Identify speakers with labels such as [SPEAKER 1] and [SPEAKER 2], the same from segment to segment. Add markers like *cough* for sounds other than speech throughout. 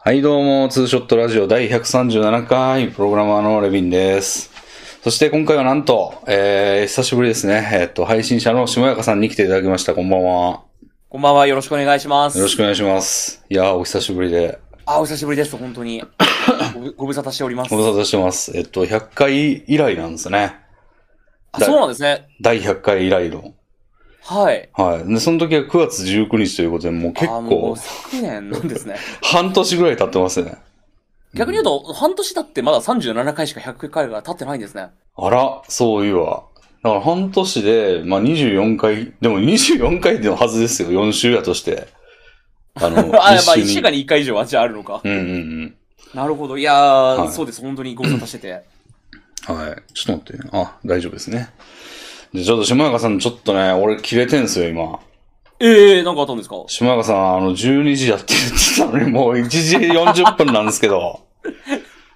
[SPEAKER 1] はい、どうも、ツーショットラジオ第137回、プログラマーのレビンです。そして今回はなんと、えー、久しぶりですね、えーっと、配信者の下かさんに来ていただきました。こんばんは。
[SPEAKER 2] こんばんは、よろしくお願いします。
[SPEAKER 1] よろしくお願いします。いやー、お久しぶりで、
[SPEAKER 2] あ、お久しぶりです、本当
[SPEAKER 1] *coughs*
[SPEAKER 2] に。ごぶご無沙汰しております
[SPEAKER 1] ご。無沙汰してます。えっと、100回以来なんですね。
[SPEAKER 2] あ、そうなんですね。
[SPEAKER 1] 第100回以来の。
[SPEAKER 2] はい。
[SPEAKER 1] はい。で、その時は9月19日ということで、もう結
[SPEAKER 2] あも
[SPEAKER 1] 構
[SPEAKER 2] う、昨年なんですね。
[SPEAKER 1] 半年ぐらい経ってますよね。
[SPEAKER 2] 逆に言うと、半年経ってまだ37回しか100回が経ってないんですね。
[SPEAKER 1] あら、そういうわ。だから半年で、まあ、24回、でも24回のはずですよ、4週やとして。あの、
[SPEAKER 2] *laughs* あ、まあ、
[SPEAKER 1] 一
[SPEAKER 2] 1週
[SPEAKER 1] 週に。
[SPEAKER 2] 間に1回以上はじゃああるのか。
[SPEAKER 1] うんうん
[SPEAKER 2] なるほど。いやー、
[SPEAKER 1] はい
[SPEAKER 2] そうです、本当にご無沙汰してて。
[SPEAKER 1] うん。はい。ちょっと待ってね。あ、大丈夫ですね。で、ちょっと島中さん、ちょっとね、俺、切れてんすよ、今。
[SPEAKER 2] えー、なんかあったんですか
[SPEAKER 1] 島中さん、あの、12時やって言ってたのに、もう1時40分なんですけど。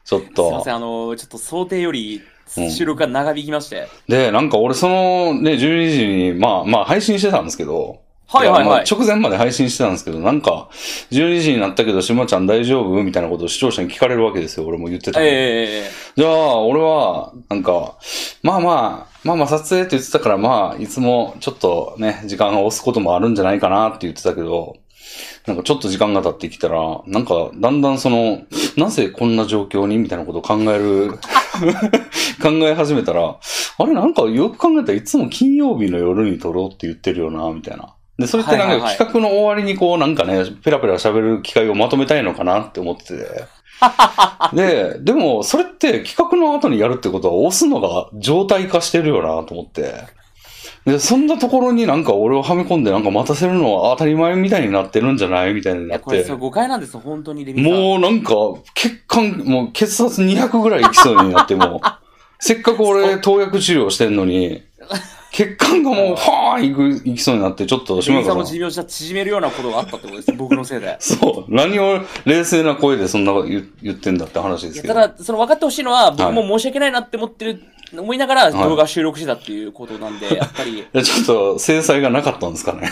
[SPEAKER 1] ちょっ
[SPEAKER 2] すいま
[SPEAKER 1] と
[SPEAKER 2] せん、。あのー、ちょっと想定より
[SPEAKER 1] うん
[SPEAKER 2] 収録が長引きまして。
[SPEAKER 1] で、なんか俺、その、ね、12時に、まあ、まあ、配信してたんですけど、
[SPEAKER 2] はいはい
[SPEAKER 1] まあ
[SPEAKER 2] はい。
[SPEAKER 1] 直前まで配信してたんですけど、なんか、12時になったけど、しまちゃん大丈夫みたいなことを視聴者に聞かれるわけですよ、俺も言ってたのに、
[SPEAKER 2] え
[SPEAKER 1] じゃあ、俺は、なんか、まあまあ、まあまあ撮影って言ってたから、まあ、いつもちょっとね、時間を押すこともあるんじゃないかなって言ってたけど、なんかちょっと時間が経ってきたら、なんか、だんだんその、なぜこんな状況にみたいなことを考え
[SPEAKER 2] *laughs*
[SPEAKER 1] る、考え始めたら、あれなんかよく考えたらいつも金曜日の夜に撮ろうって言ってるよな、みたいな。で、それって
[SPEAKER 2] は
[SPEAKER 1] ないん
[SPEAKER 2] はい
[SPEAKER 1] か
[SPEAKER 2] はい
[SPEAKER 1] 企画の終わりにこうなんかね、ペラペラ喋る機会をまとめたいのかなって思って
[SPEAKER 2] *laughs*
[SPEAKER 1] て。で、でもそれって企画の後にやるってことは押すのが状態化してるよなと思って。で、そんなところになんか俺をはめ込んでなんか待たせるのは当たり前みたいになってるんじゃないみたいに
[SPEAKER 2] ー、い
[SPEAKER 1] な
[SPEAKER 2] や、
[SPEAKER 1] っ
[SPEAKER 2] これ、
[SPEAKER 1] て
[SPEAKER 2] そ。れ誤解なんですよ、本当に、レミさん。
[SPEAKER 1] もうなんか、血管、もう血圧200ぐらいいきそうになって
[SPEAKER 2] *laughs*
[SPEAKER 1] も、せっかく俺、投薬治療してんのに、血管がもう、はーんいく、いきそうになって、ちょっと、
[SPEAKER 2] レ
[SPEAKER 1] 島
[SPEAKER 2] ミさ
[SPEAKER 1] 川
[SPEAKER 2] んの
[SPEAKER 1] さ
[SPEAKER 2] 寿
[SPEAKER 1] ん。
[SPEAKER 2] 命を縮めるようなことがあったってことです、僕のせいで。
[SPEAKER 1] そう、何を冷静な声でそんなこと言言ってんだって話で
[SPEAKER 2] い
[SPEAKER 1] す
[SPEAKER 2] や
[SPEAKER 1] けど。
[SPEAKER 2] ただ、その分かってほしいのは、僕も申し訳ないなって思ってる、思いながら動画収録してたっていうことなん
[SPEAKER 1] *laughs*
[SPEAKER 2] で、やっぱり、
[SPEAKER 1] いやちょっと、制裁がなかったんですかね。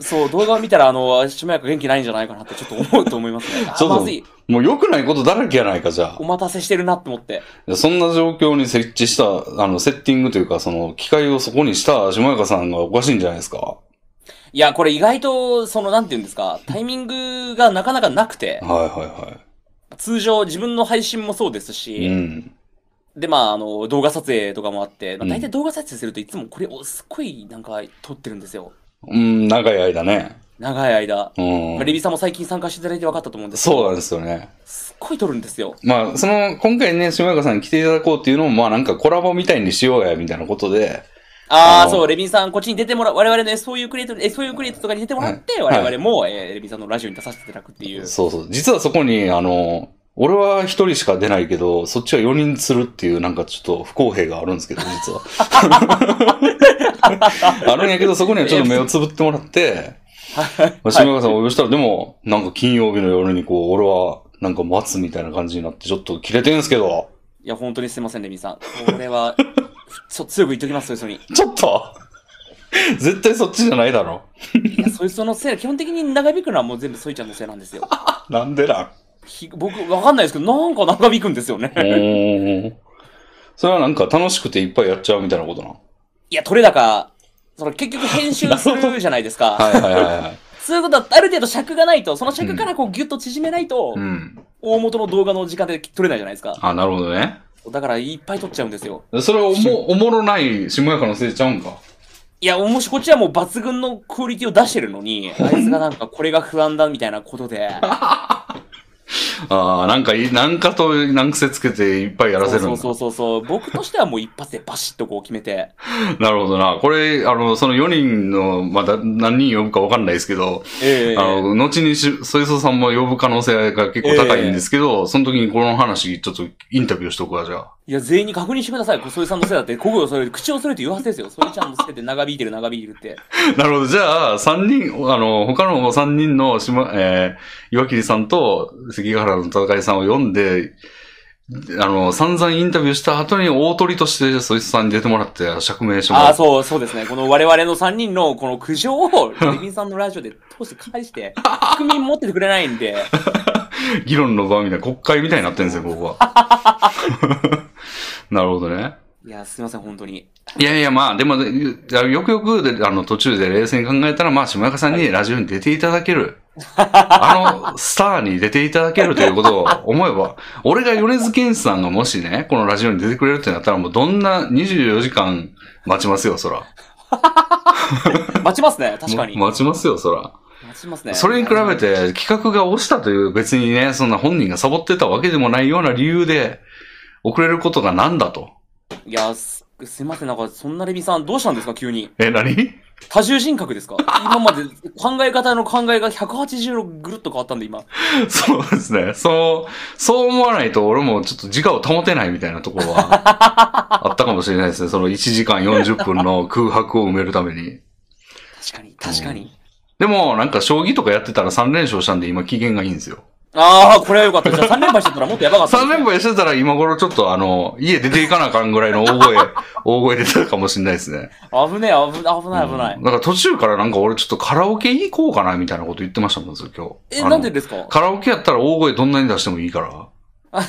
[SPEAKER 2] そう、動画を見たら、あの、しもやか元気ないんじゃないかなってちょっと思うと思いますね。
[SPEAKER 1] *laughs*
[SPEAKER 2] あ
[SPEAKER 1] ちょっ
[SPEAKER 2] ー、
[SPEAKER 1] と
[SPEAKER 2] まずい。
[SPEAKER 1] もう良くないことだらけやないか、じゃあ
[SPEAKER 2] お。待たせしてるなって思って。
[SPEAKER 1] でそんな状況に設置した、あの、セッティングというか、その、機械をそこにした、島岡さんがおかしいんじゃないですか。
[SPEAKER 2] いや、これ意外と、その、なんていうんですか、タイミングがなかなかなくて
[SPEAKER 1] はい、は
[SPEAKER 2] 通常自分の配信もそうです
[SPEAKER 1] いはい。う
[SPEAKER 2] し、
[SPEAKER 1] ん。
[SPEAKER 2] で、まあ、あの、動画撮影とかもあって、まあ
[SPEAKER 1] うん
[SPEAKER 2] 大体動画撮影するといつもこれをすっごい、なんか、撮ってるんですよ。
[SPEAKER 1] うん、長い間ね。
[SPEAKER 2] 長い間。
[SPEAKER 1] うん。
[SPEAKER 2] まあレビさんも最近参加していただいて分かったと思うんですけど、
[SPEAKER 1] そうなんですよね。
[SPEAKER 2] すっごい撮るんですよ。
[SPEAKER 1] まあ、その、今回ね、島岡さんに来ていただこうっていうのも、まあなんかコラボみたいにしようや、みたいなことで、
[SPEAKER 2] あ
[SPEAKER 1] あ
[SPEAKER 2] あ、
[SPEAKER 1] の
[SPEAKER 2] そう、レビンさん、こっちに出てもらう、我々の SOU クリエイト、SOU クリエイトとかに出てもらって、
[SPEAKER 1] はい
[SPEAKER 2] 我々も、えーレビンさんのラジオに出させていただくっていう。
[SPEAKER 1] そうそう。実はそこに、あの、俺は一人しか出ないけど、そっちは4人するっていう、なんかちょっと不公平があるんですけど、実 *laughs* は。あるんやけど、そこにはちょっと目をつぶってもらって、まあ、島岡さんをお呼びしたら、でも、なんか金曜日の夜にこう、俺は、なんか待つみたいな感じになって、ちょっと切れてんすけど、
[SPEAKER 2] いや、本当にすいません、レビンさん。これは、 *laughs* ちょ、強く言っときます、そいつに。
[SPEAKER 1] ちょっと絶対そっちじゃないだろ。
[SPEAKER 2] いや、そいつのせい、基本的に長引くのはもう全部そいちゃんのせいなんですよ。
[SPEAKER 1] なんでなん
[SPEAKER 2] ひ僕、わかんないですけど、なんか長引くんですよね。
[SPEAKER 1] おそれはなんか楽しくていっぱいやっちゃうみたいなことな。
[SPEAKER 2] いや、取れ高、その結局編集するじゃないですか。
[SPEAKER 1] はいはいはいはい。
[SPEAKER 2] そういうことは、ある程度尺がないと、その尺からこうギュッと縮めないと、
[SPEAKER 1] うん。
[SPEAKER 2] 大元の動画の時間で取れないじゃないですか。
[SPEAKER 1] あ、なるほどね。
[SPEAKER 2] だから、いっぱい撮っちゃうんですよ。
[SPEAKER 1] それおも、おもろない下やかのせいちゃうんか。
[SPEAKER 2] いや、もしこっちはもう抜群のクオリティを出してるのに、あいつがなんかこれが不安だみたいなこ
[SPEAKER 1] *laughs*
[SPEAKER 2] とで、
[SPEAKER 1] ああ、なんかい、なんかと難癖つけていっぱいやらせるんだ。
[SPEAKER 2] そうそうそうそう、僕としてはもう一発でバシッとこう決
[SPEAKER 1] *laughs*
[SPEAKER 2] めて、
[SPEAKER 1] なるほどな。これ、あの、その4人の、まだ何人呼ぶかわかんないですけど、
[SPEAKER 2] ええ
[SPEAKER 1] あの、後にし、ソイソさんも呼ぶ可能性が結構高いんですけど、その時にこの話、ちょっとインタビューしとくわ、じゃあ。
[SPEAKER 2] いや、全員に確認してください。小添さんのせいだって、ここをそれ、口をそれって言うはずですよ。それちゃんのせいで長引いてる長引いてるって。
[SPEAKER 1] *laughs* なるほど。じゃあ、三人、あの、他の三人の島、えー、岩切さんと関ヶ原の戦いさんを読んで、あの、散々インタビューした後に大鳥として、そいつさんに出てもらって、釈明しても
[SPEAKER 2] あ
[SPEAKER 1] ら
[SPEAKER 2] あ、
[SPEAKER 1] う。
[SPEAKER 2] そう、そうですね。この我々の3人のこの
[SPEAKER 1] *laughs*
[SPEAKER 2] 苦情を、レビンさんのラジオで通して返して、国民持っててくれないんで、
[SPEAKER 1] 議論の場みたいな、国会みたいになってるんですよ、ここは。
[SPEAKER 2] *laughs*
[SPEAKER 1] *laughs* なるほどね。
[SPEAKER 2] いや、すいません、本当に。
[SPEAKER 1] いやいや、まあ、でも、よくよくで、あの、途中で冷静に考えたら、まあ、下中さんにラジオに出ていただける。あの、スターに出ていただけるということを思えば、俺が米津玄師さんがもしね、このラジオに出てくれるってなったら、もうどんな24時間待ちますよ、そら。
[SPEAKER 2] 待ちますね、確かに。
[SPEAKER 1] も待ちますよ、そら。
[SPEAKER 2] 待ちますね。
[SPEAKER 1] それに比べて、企画が落ちたという、別にね、そんな本人がサボってたわけでもないような理由で、遅れることがなんだと。
[SPEAKER 2] いや、す、すいません、なんか、そんなレビさん、どうしたんですか、急に。
[SPEAKER 1] え、何
[SPEAKER 2] 多重人格ですか今まで考え方の考えが180度ぐるっと変わったんで、今。
[SPEAKER 1] *laughs* そうですね。そう、そう思わないと俺もちょっと自我を保てないみたいなところは
[SPEAKER 2] *laughs*
[SPEAKER 1] あったかもしれないですね。その1時間40分の空白を埋めるために。
[SPEAKER 2] 確かに、確かに。
[SPEAKER 1] でもなんか将棋とかやってたら3連勝したんで今機嫌がいいんですよ。
[SPEAKER 2] ああ、これはよかった。じゃあ3連敗してたらもっとやばかったです
[SPEAKER 1] 3
[SPEAKER 2] ね、
[SPEAKER 1] 連敗してたら今頃ちょっとあの、家出ていかなあかんぐらいの大
[SPEAKER 2] *laughs*
[SPEAKER 1] 声、大声出てたかもしれないですね。
[SPEAKER 2] 危ねえ、危ない、危ない、危ない。
[SPEAKER 1] うんなんか途中からなんか俺ちょっとカラオケ行こうかなみたいなこと言ってましたもん、ずっと今日。
[SPEAKER 2] え、
[SPEAKER 1] あの
[SPEAKER 2] なんでですか
[SPEAKER 1] カラオケやったら大声どんなに出してもいいから。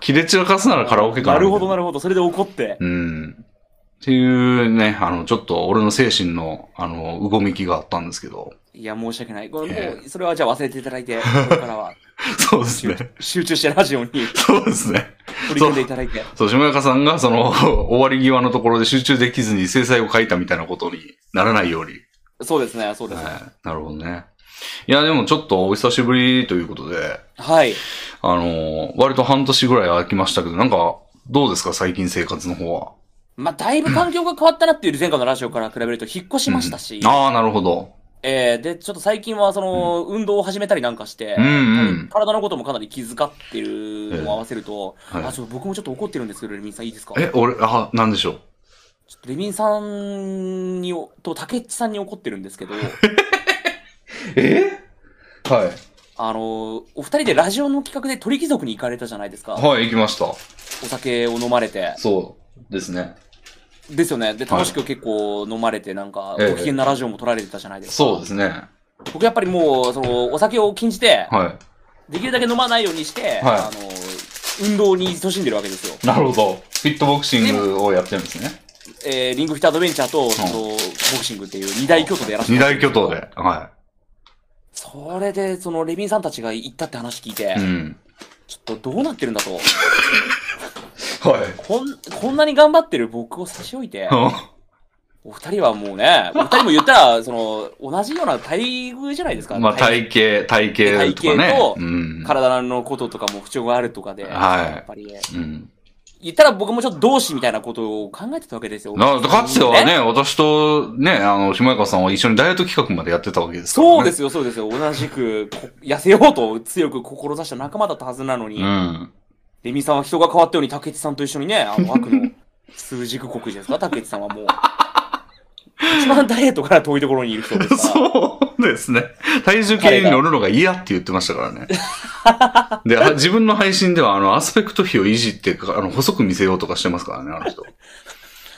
[SPEAKER 1] 切れ散らかすならカラオケかな。
[SPEAKER 2] なるほど、なるほど。それで怒って。
[SPEAKER 1] うん。っていうね、あの、ちょっと俺の精神の、あの、うごめきがあったんですけど。
[SPEAKER 2] いや、申し訳ない。これ
[SPEAKER 1] え
[SPEAKER 2] もう、それはじゃあ忘れていただ
[SPEAKER 1] *laughs*
[SPEAKER 2] いて、これからは
[SPEAKER 1] そうですね。
[SPEAKER 2] 集中してラジオに取
[SPEAKER 1] そうですね。
[SPEAKER 2] り組んでいただいて。
[SPEAKER 1] そう、下中さんがその、 *laughs* 終わり際のところで集中できずに制裁を書いたみたいなことにならないように。
[SPEAKER 2] そうですね、そうですね。
[SPEAKER 1] はい。なるほどね。いや、でもちょっとお久しぶりということで、
[SPEAKER 2] はい。
[SPEAKER 1] あの、割と半年ぐらい空きましたけど、なんか、どうですか最近生活の方は。
[SPEAKER 2] まあ、だいぶ環境が変わったなっていう前回のラジオから比べると引っ越しましたし、
[SPEAKER 1] ああ、なるほど。
[SPEAKER 2] えー、で、ちょっと最近はその、運動を始めたりなんかして、
[SPEAKER 1] うんうん。
[SPEAKER 2] 体のこともかなり気遣ってるのを合わせると、
[SPEAKER 1] はい
[SPEAKER 2] あ、ちょっと僕もちょっと怒ってるんですけど、レミンさんいいですか
[SPEAKER 1] え、俺、あ、なんでしょう。
[SPEAKER 2] ちょっとレミンさんに、と竹内さんに怒ってるんですけど、
[SPEAKER 1] えはい。
[SPEAKER 2] あの、お二人でラジオの企画で鳥貴族に行かれたじゃないですか。
[SPEAKER 1] はい、行きました。
[SPEAKER 2] お酒を飲まれて。
[SPEAKER 1] そうですね。
[SPEAKER 2] ですよね。で、
[SPEAKER 1] はい
[SPEAKER 2] 楽しく結構飲まれて、なんか、
[SPEAKER 1] ええ
[SPEAKER 2] ご機嫌なラジオも撮られてたじゃないですか。
[SPEAKER 1] そうですね。
[SPEAKER 2] 僕やっぱりもう、その、お酒を禁じて、
[SPEAKER 1] は
[SPEAKER 2] できるだけ飲まないようにして、
[SPEAKER 1] はい
[SPEAKER 2] あの、運動に勤しんでるわけですよ。
[SPEAKER 1] い。なるほど。フィットボクシングをやってるんですね。
[SPEAKER 2] えー、リングフィットアドベンチャーと、その、ボクシングっていう二大巨頭でやらせて
[SPEAKER 1] 二
[SPEAKER 2] もらっ
[SPEAKER 1] 大
[SPEAKER 2] てる
[SPEAKER 1] 巨
[SPEAKER 2] んですけど
[SPEAKER 1] 頭。で。は
[SPEAKER 2] それで、その、レビンさんたちが行ったって話聞いて、
[SPEAKER 1] い。うん。
[SPEAKER 2] ちょっとどうなってるんだと。
[SPEAKER 1] はい。
[SPEAKER 2] こん、こんなに頑張ってる僕を差し置いて、
[SPEAKER 1] あ
[SPEAKER 2] お二人はもうね、お二人も言ったら、その、同じような待遇じゃないです
[SPEAKER 1] *laughs*
[SPEAKER 2] か。
[SPEAKER 1] まあ、体型、体型とか
[SPEAKER 2] 体
[SPEAKER 1] ね
[SPEAKER 2] 型と。
[SPEAKER 1] うん。
[SPEAKER 2] 体のこととかも不調があるとかで、
[SPEAKER 1] はい
[SPEAKER 2] やっぱり、
[SPEAKER 1] うん。
[SPEAKER 2] 言ったら僕もちょっと同志みたいなことを考えてたわけですよ。
[SPEAKER 1] なかつてはね、私とね、あの、下川さんは一緒にダイエット企画までやってたわけですから、ね。。
[SPEAKER 2] そうですすよ、そうですよ。同じくこ、痩せようと強く志した仲間だったはずなのに、
[SPEAKER 1] うん。
[SPEAKER 2] レミさんは人が変わったように竹内さんと一緒にね、あ
[SPEAKER 1] *laughs*
[SPEAKER 2] の、悪の数軸国じゃないですか、竹内さんはもう。一番ダイエットから遠いところにいる人ですから。
[SPEAKER 1] *laughs* そうですね。体重計に乗るのが嫌って言ってましたからね。 *laughs* で、あ自分の配信では、あの、アスペクト比をいじって、あの、細く見せようとかしてますからね、あの人。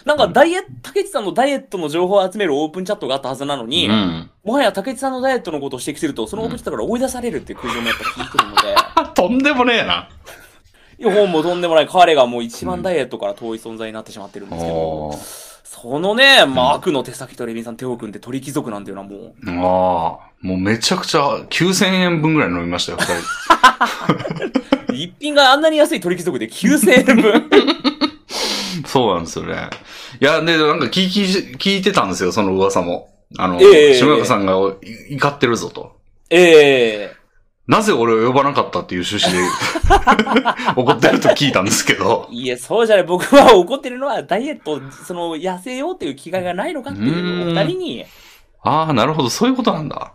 [SPEAKER 2] なんかダイエット、竹内さんのダイエットの情報を集めるオープンチャットがあったはずなのに、
[SPEAKER 1] うん。
[SPEAKER 2] もはや竹内さんのダイエットのことを指摘すると、そのオープンチャットから追い出されるっていう苦情もやっぱ聞いてるの
[SPEAKER 1] *laughs*
[SPEAKER 2] で。
[SPEAKER 1] あ、とんでもねえな。
[SPEAKER 2] いや本もとんでもない彼がもう一番ダイエットから遠い存在になってしまってるんですけど、
[SPEAKER 1] あ
[SPEAKER 2] そのね、ま
[SPEAKER 1] うん
[SPEAKER 2] あ、悪の手先とレミさん手を組んで鳥貴族なんていうのはもう、
[SPEAKER 1] あ、もうめちゃくちゃ9000円分ぐらい飲みましたよ、二人。
[SPEAKER 2] 一品があんなに安い鳥貴族で9000
[SPEAKER 1] *laughs*
[SPEAKER 2] 円分。
[SPEAKER 1] そうなんですよね。いや、で、なんか聞き、聞いてたんですよ、その噂も。あの、
[SPEAKER 2] ええ
[SPEAKER 1] 下中さんがおい怒ってるぞと。
[SPEAKER 2] ええ
[SPEAKER 1] なぜ俺を呼ばなかったっていう趣旨で *laughs* 怒ってると聞いたんですけど。
[SPEAKER 2] いや、そうじゃない。僕は怒ってるのはダイエット、その、痩せようっていう気概がないのかっていう、お
[SPEAKER 1] うーん
[SPEAKER 2] 二人に、
[SPEAKER 1] ああ、なるほど、そういうことなんだ。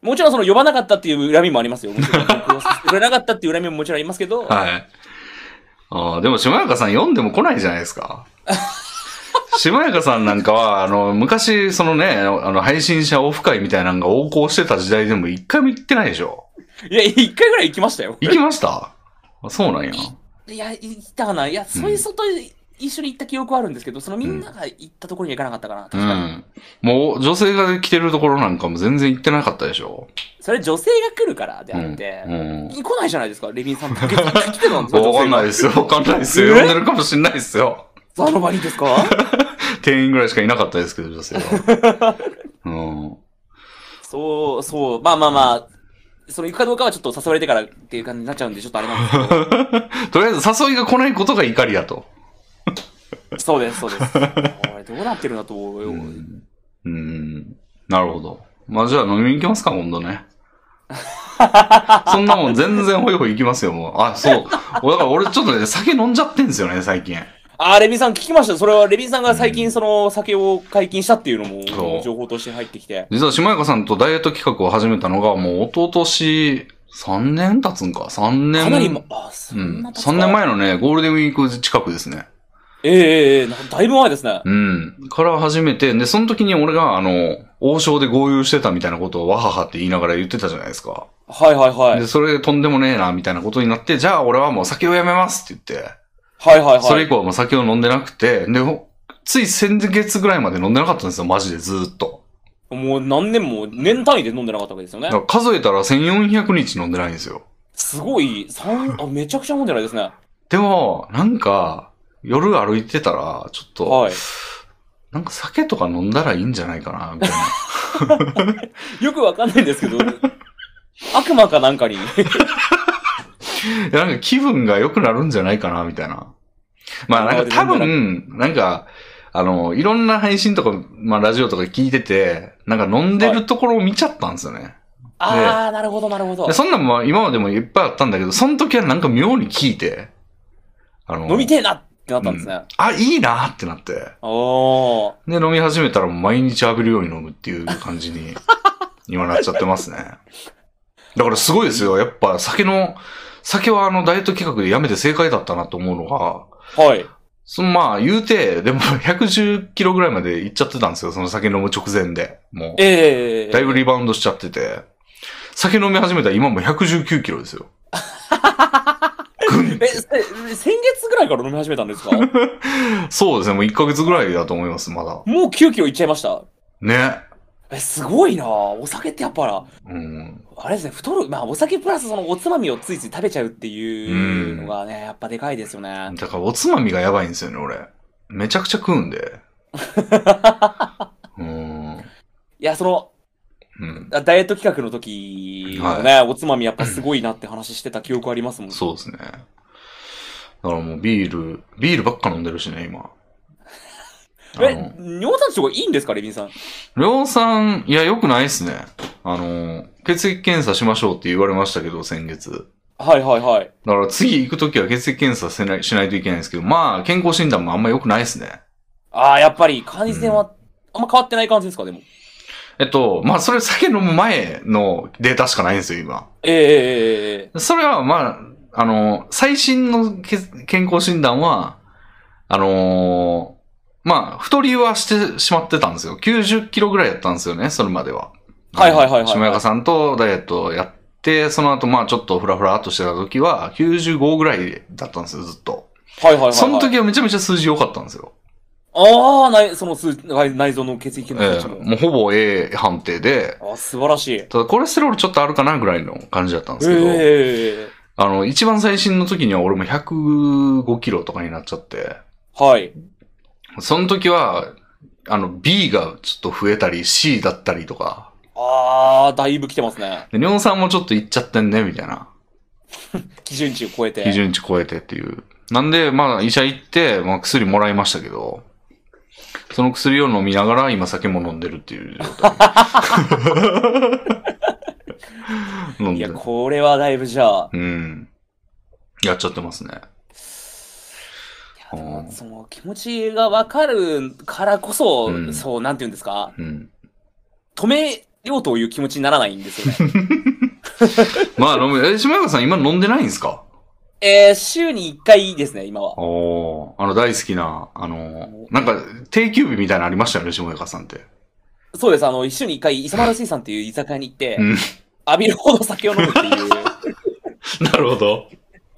[SPEAKER 2] もちろんその、呼ばなかったっていう恨みもありますよ。もちろん僕を売れなかったっていう恨みももちろんありますけど、
[SPEAKER 1] はい。ああ、でも、下中さん読んでも来ないじゃないです *laughs* か。下中さんなんかは、あの、昔、そのね、あの、配信者オフ会みたいなのが横行してた時代でも一回も行ってないでしょ。
[SPEAKER 2] いや、一回ぐらい行きましたよ。
[SPEAKER 1] 行きましたあそうなんや。
[SPEAKER 2] いや、行ったかな。いや、そういう外、一緒に行った記憶はあるんですけど、そのみんなが行ったところには行かなかったかな、
[SPEAKER 1] う
[SPEAKER 2] 確かに。
[SPEAKER 1] ん。もう、女性が来てるところなんかも全然行ってなかったでしょ。
[SPEAKER 2] それ女性が来るからであって、
[SPEAKER 1] うん。
[SPEAKER 2] 来ないじゃないですか、レビンさんと。来てたんですか
[SPEAKER 1] わかんないです *laughs* よ。わかんないですよ。
[SPEAKER 2] え
[SPEAKER 1] 呼んでるかもしんないですよ。
[SPEAKER 2] あの場にですか
[SPEAKER 1] 店員ぐらいしかいなかったですけど、女性は。 *laughs* うん。
[SPEAKER 2] そう、そう、まあまあまあ、その行くかどうかはちょっと誘われてからっていう感じになっちゃうんで、ちょっとあれなんですけ
[SPEAKER 1] とりあえず誘いが来ないことが怒りやと。 *laughs*
[SPEAKER 2] ど。そうです、そうです。おいどうなってるんだと思うよ。
[SPEAKER 1] うん。うんなるほど。まあじゃあ飲みに行きますか、今度ね。そんなもん全然ホイホイ行きますよ、もう。あ、そう。おだから俺ちょっとね、酒飲んじゃってんですよね、最近。
[SPEAKER 2] あー、レビンさん聞きました。それはレビンさんが最近その酒を解禁したっていうの
[SPEAKER 1] そ
[SPEAKER 2] も
[SPEAKER 1] う
[SPEAKER 2] 情報として入ってきて。
[SPEAKER 1] 実は島岡さんとダイエット企画を始めたのが、もう一昨年、3年経つんか ?3 年。
[SPEAKER 2] かなり今、あ、そ
[SPEAKER 1] うんん。
[SPEAKER 2] な経つか
[SPEAKER 1] 3年前のね、ゴールデンウィーク近くですね。
[SPEAKER 2] ええええええなだいぶ前ですね。
[SPEAKER 1] うん。から始めて、で、その時に俺が、あの、王将で合流してたみたいなことをわははって言いながら言ってたじゃないですか。
[SPEAKER 2] はいはいはい。
[SPEAKER 1] で、それでとんでもねえな、みたいなことになって、じゃあ俺はもう酒をやめますって言って、
[SPEAKER 2] はいはいはい。
[SPEAKER 1] それ以降はもう酒を飲んでなくて、で、ほつい先月ぐらいまで飲んでなかったんですよ、マジでずーっと。
[SPEAKER 2] もう何年も年単位で飲んでなかったわけですよね
[SPEAKER 1] だか。ら数えたら1400日飲んでないんですよ。
[SPEAKER 2] すごい、三あ、めちゃくちゃ飲んでないで
[SPEAKER 1] *laughs*
[SPEAKER 2] すね。
[SPEAKER 1] でも、なんか、夜歩いてたら、ちょっと、
[SPEAKER 2] はい。
[SPEAKER 1] なんか酒とか飲んだらいいんじゃないかな、みたいな。
[SPEAKER 2] *laughs* よくわかんないんです
[SPEAKER 1] *laughs*
[SPEAKER 2] けど、悪魔かなんかに。
[SPEAKER 1] いやなんか気分が良くなるんじゃないかな、みたいな。まあなんか多分、なんか、あの、いろんな配信とか、まあラジオとか聞いてて、なんか飲んでるところを見ちゃったんですよね。
[SPEAKER 2] あー、なるほどなるほど
[SPEAKER 1] で。そんなんまあ今までもいっぱいあったんだけど、その時はなんか妙に聞いて、あの、
[SPEAKER 2] 飲みてえなってなったんですね。
[SPEAKER 1] あ、いいなってなって。
[SPEAKER 2] おー。
[SPEAKER 1] で、飲み始めたらもう毎日浴びるように飲むっていう感じ
[SPEAKER 2] *laughs*
[SPEAKER 1] に、今なっちゃってますね。だからすごいですよ。やっぱ酒の、酒はあのダイエット企画でやめて正解だったなと思うのが、
[SPEAKER 2] はい。
[SPEAKER 1] そのまあ言うて、でも *laughs* 110キロぐらいまで行っちゃってたんですよ。その酒飲む直前で。も
[SPEAKER 2] えええ
[SPEAKER 1] う、だいぶリバウンドしちゃってて。酒飲み始めたら今もう119キロですよ。
[SPEAKER 2] *laughs* え、せ先月ぐらいから飲み始めた
[SPEAKER 1] *laughs*
[SPEAKER 2] んですか
[SPEAKER 1] そうですね。もう1ヶ月ぐらいだと思います、まだ。
[SPEAKER 2] もう9キロいっちゃいました。
[SPEAKER 1] ね。
[SPEAKER 2] え、すごいなお酒ってやっぱ、
[SPEAKER 1] うん。
[SPEAKER 2] あれですね、太る、まあお酒プラスそのおつまみをついつい食べちゃうっていうのがね、やっぱでかいですよね。
[SPEAKER 1] だからおつまみがやばいんですよね、俺。めちゃくちゃ食うん
[SPEAKER 2] *laughs*
[SPEAKER 1] で。うーん。
[SPEAKER 2] いや、その、
[SPEAKER 1] うん。
[SPEAKER 2] ダイエット企画の時のね、おつまみやっぱすごいなって話してた記憶ありますもん。
[SPEAKER 1] そうですね。だからもうビール、ビールばっか飲んでるしね、今。あの
[SPEAKER 2] *laughs* え、尿酸値とかいいんですか、レビンさん。
[SPEAKER 1] 量産、いや、良くないっすね。あの、血液検査しましょうって言われましたけど、先月。
[SPEAKER 2] はいはいはい。
[SPEAKER 1] だから次行くときは血液検査せないしないといけないんですけど、まあ、健康診断もあんま良くないっすね。
[SPEAKER 2] ああ、やっぱり感染は、あんま変わってない感じですか、でも。
[SPEAKER 1] えっと、まあ、それ酒飲む前のデータしかないんですよ、今。
[SPEAKER 2] ええええええ
[SPEAKER 1] それは、まあ、あの、最新のけ健康診断は、あのまあ、太りはしてしまってたんですよ。90キロぐらいやったんですよね、それまでは。
[SPEAKER 2] はいはいはいはい
[SPEAKER 1] 島中さんとダイエットをやって、その後、まあ、ちょっとフラフラっとしてた時は、95ぐらいだったんですよ、ずっと。
[SPEAKER 2] はいはいはい、はい。
[SPEAKER 1] その時はめちゃめちゃ数字良かったんですよ。
[SPEAKER 2] ああ、内その数内内臓の血液
[SPEAKER 1] え
[SPEAKER 2] の数値
[SPEAKER 1] え
[SPEAKER 2] も。
[SPEAKER 1] もうほぼ A 判定で、
[SPEAKER 2] あー素晴らしい。え
[SPEAKER 1] ただコレステロールちょっとあるかなぐらいの感じだったんで
[SPEAKER 2] え
[SPEAKER 1] すけど、
[SPEAKER 2] ええ
[SPEAKER 1] あの、一番最新の時には俺も105キロとかになっちゃって、
[SPEAKER 2] はい。
[SPEAKER 1] その時は、あの、B がちょっと増えたり、C だったりとか、
[SPEAKER 2] ああ、だいぶ来てますね。
[SPEAKER 1] で、尿酸もちょっといっちゃってんね、みたいな。
[SPEAKER 2] 基準値を超えて。
[SPEAKER 1] 基準値超えてっていう。なんで、まあ、医者行って、まあ、薬もらいましたけど、その薬を飲みながら、今酒も飲んでるっていう状態。
[SPEAKER 2] *laughs*
[SPEAKER 1] 飲ん
[SPEAKER 2] い
[SPEAKER 1] で
[SPEAKER 2] や、。これはだいぶじゃあ、
[SPEAKER 1] うん。やっちゃってますね。
[SPEAKER 2] いやでもその気持ちがわかるからこそ、
[SPEAKER 1] うん
[SPEAKER 2] そう、なんて言うんですか、
[SPEAKER 1] うん。
[SPEAKER 2] 止めようという気持ちにならないんです
[SPEAKER 1] *laughs*
[SPEAKER 2] よね。
[SPEAKER 1] まあ、飲む、え、島山さん今飲んでないんですか
[SPEAKER 2] えー、週に1回ですね、今は。
[SPEAKER 1] おー、あの大好きな、あの、なんか、定休日みたいなのありましたよね、下岡さんって。
[SPEAKER 2] そうです、あの、週に1回、磯丸水産っていう居 *laughs* 酒屋に行って、
[SPEAKER 1] うん *laughs*
[SPEAKER 2] 浴びるほど酒を飲むっていう。
[SPEAKER 1] なるほど。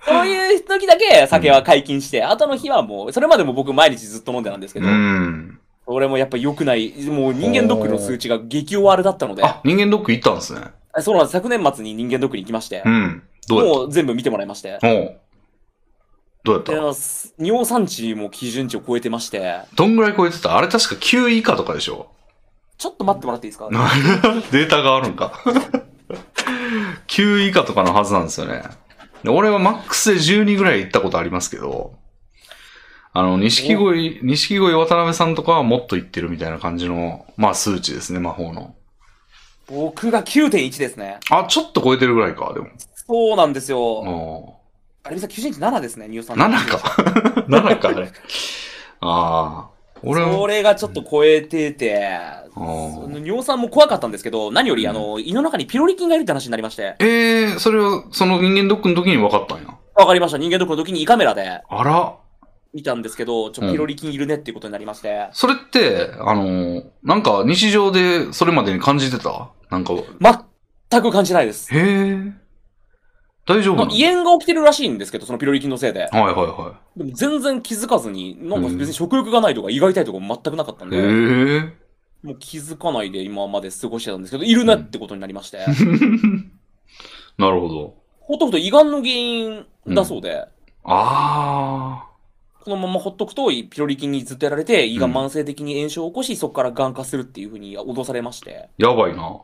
[SPEAKER 2] そういう時だけ酒は解禁して、後の日はもう、それまでも僕毎日ずっと飲んでたんですけど、
[SPEAKER 1] うん。
[SPEAKER 2] 俺もやっぱ良くない、もう人間ドックの数値が激弱あれだったので、
[SPEAKER 1] あ、人間ドック行ったんですね。
[SPEAKER 2] そうなんです。昨年末に人間ドックに行きまして
[SPEAKER 1] う、ん。どうやっ
[SPEAKER 2] もう全部見てもらいまして、
[SPEAKER 1] たおうどうやった
[SPEAKER 2] で尿酸値も基準値を超えてまして、
[SPEAKER 1] どんぐらい超えてたあれ確か9以下とかでしょ
[SPEAKER 2] ちょっと待ってもらっていいですか
[SPEAKER 1] *laughs* データがあるんか。9以下とかのはずなんですよね。で俺はマックスで12ぐらい行ったことありますけど、あの、錦鯉、錦鯉渡辺さんとかはもっと行ってるみたいな感じの、まあ数値ですね、魔法の。
[SPEAKER 2] 僕が9.1ですね。
[SPEAKER 1] あ、ちょっと超えてるぐらいか、で
[SPEAKER 2] そうなんですよ。
[SPEAKER 1] も。
[SPEAKER 2] あれみさん基準値7ですね、乳
[SPEAKER 1] あ
[SPEAKER 2] 酸
[SPEAKER 1] ー7。か。7か、あれ。ああ。俺
[SPEAKER 2] そ
[SPEAKER 1] は、
[SPEAKER 2] れがちょっと超えてて、
[SPEAKER 1] あー
[SPEAKER 2] その尿酸も怖かったんですけど、何よりあの、胃の中にピロリ菌がいるって話になりまして、
[SPEAKER 1] ええー、それは、その人間ドックの時に分かったんや。
[SPEAKER 2] わかりました。人間ドックの時に胃カメラで
[SPEAKER 1] あら。
[SPEAKER 2] 見たんですけど、ち
[SPEAKER 1] う
[SPEAKER 2] ょ
[SPEAKER 1] ん
[SPEAKER 2] ピロリ菌いるねっていうことになりまして、
[SPEAKER 1] それって、あのーなんか日常でそれまでに感じてたなんか、
[SPEAKER 2] 全く感じないです。
[SPEAKER 1] へえ。大丈夫
[SPEAKER 2] ま
[SPEAKER 1] な
[SPEAKER 2] あ
[SPEAKER 1] の
[SPEAKER 2] 胃炎が起きてるらしいんですけど、そのピロリ菌のせいで。
[SPEAKER 1] はいはいは
[SPEAKER 2] でも全然気づかずに、なんか別に食欲がないとか胃が痛いとか全くなかったん
[SPEAKER 1] い。
[SPEAKER 2] で、
[SPEAKER 1] へえ。
[SPEAKER 2] もう気づかないで今まで過ごしてたんですけど、いるなってことになりまして、 *laughs*
[SPEAKER 1] なるほど。
[SPEAKER 2] ほっとくと胃がんの原因だそうで、
[SPEAKER 1] あ
[SPEAKER 2] このままほっとくとピロリ菌にずっとやられて、胃が慢性的に炎症を起こし、そこから癌化するっていうふうに脅されまして、
[SPEAKER 1] ー、やばいな。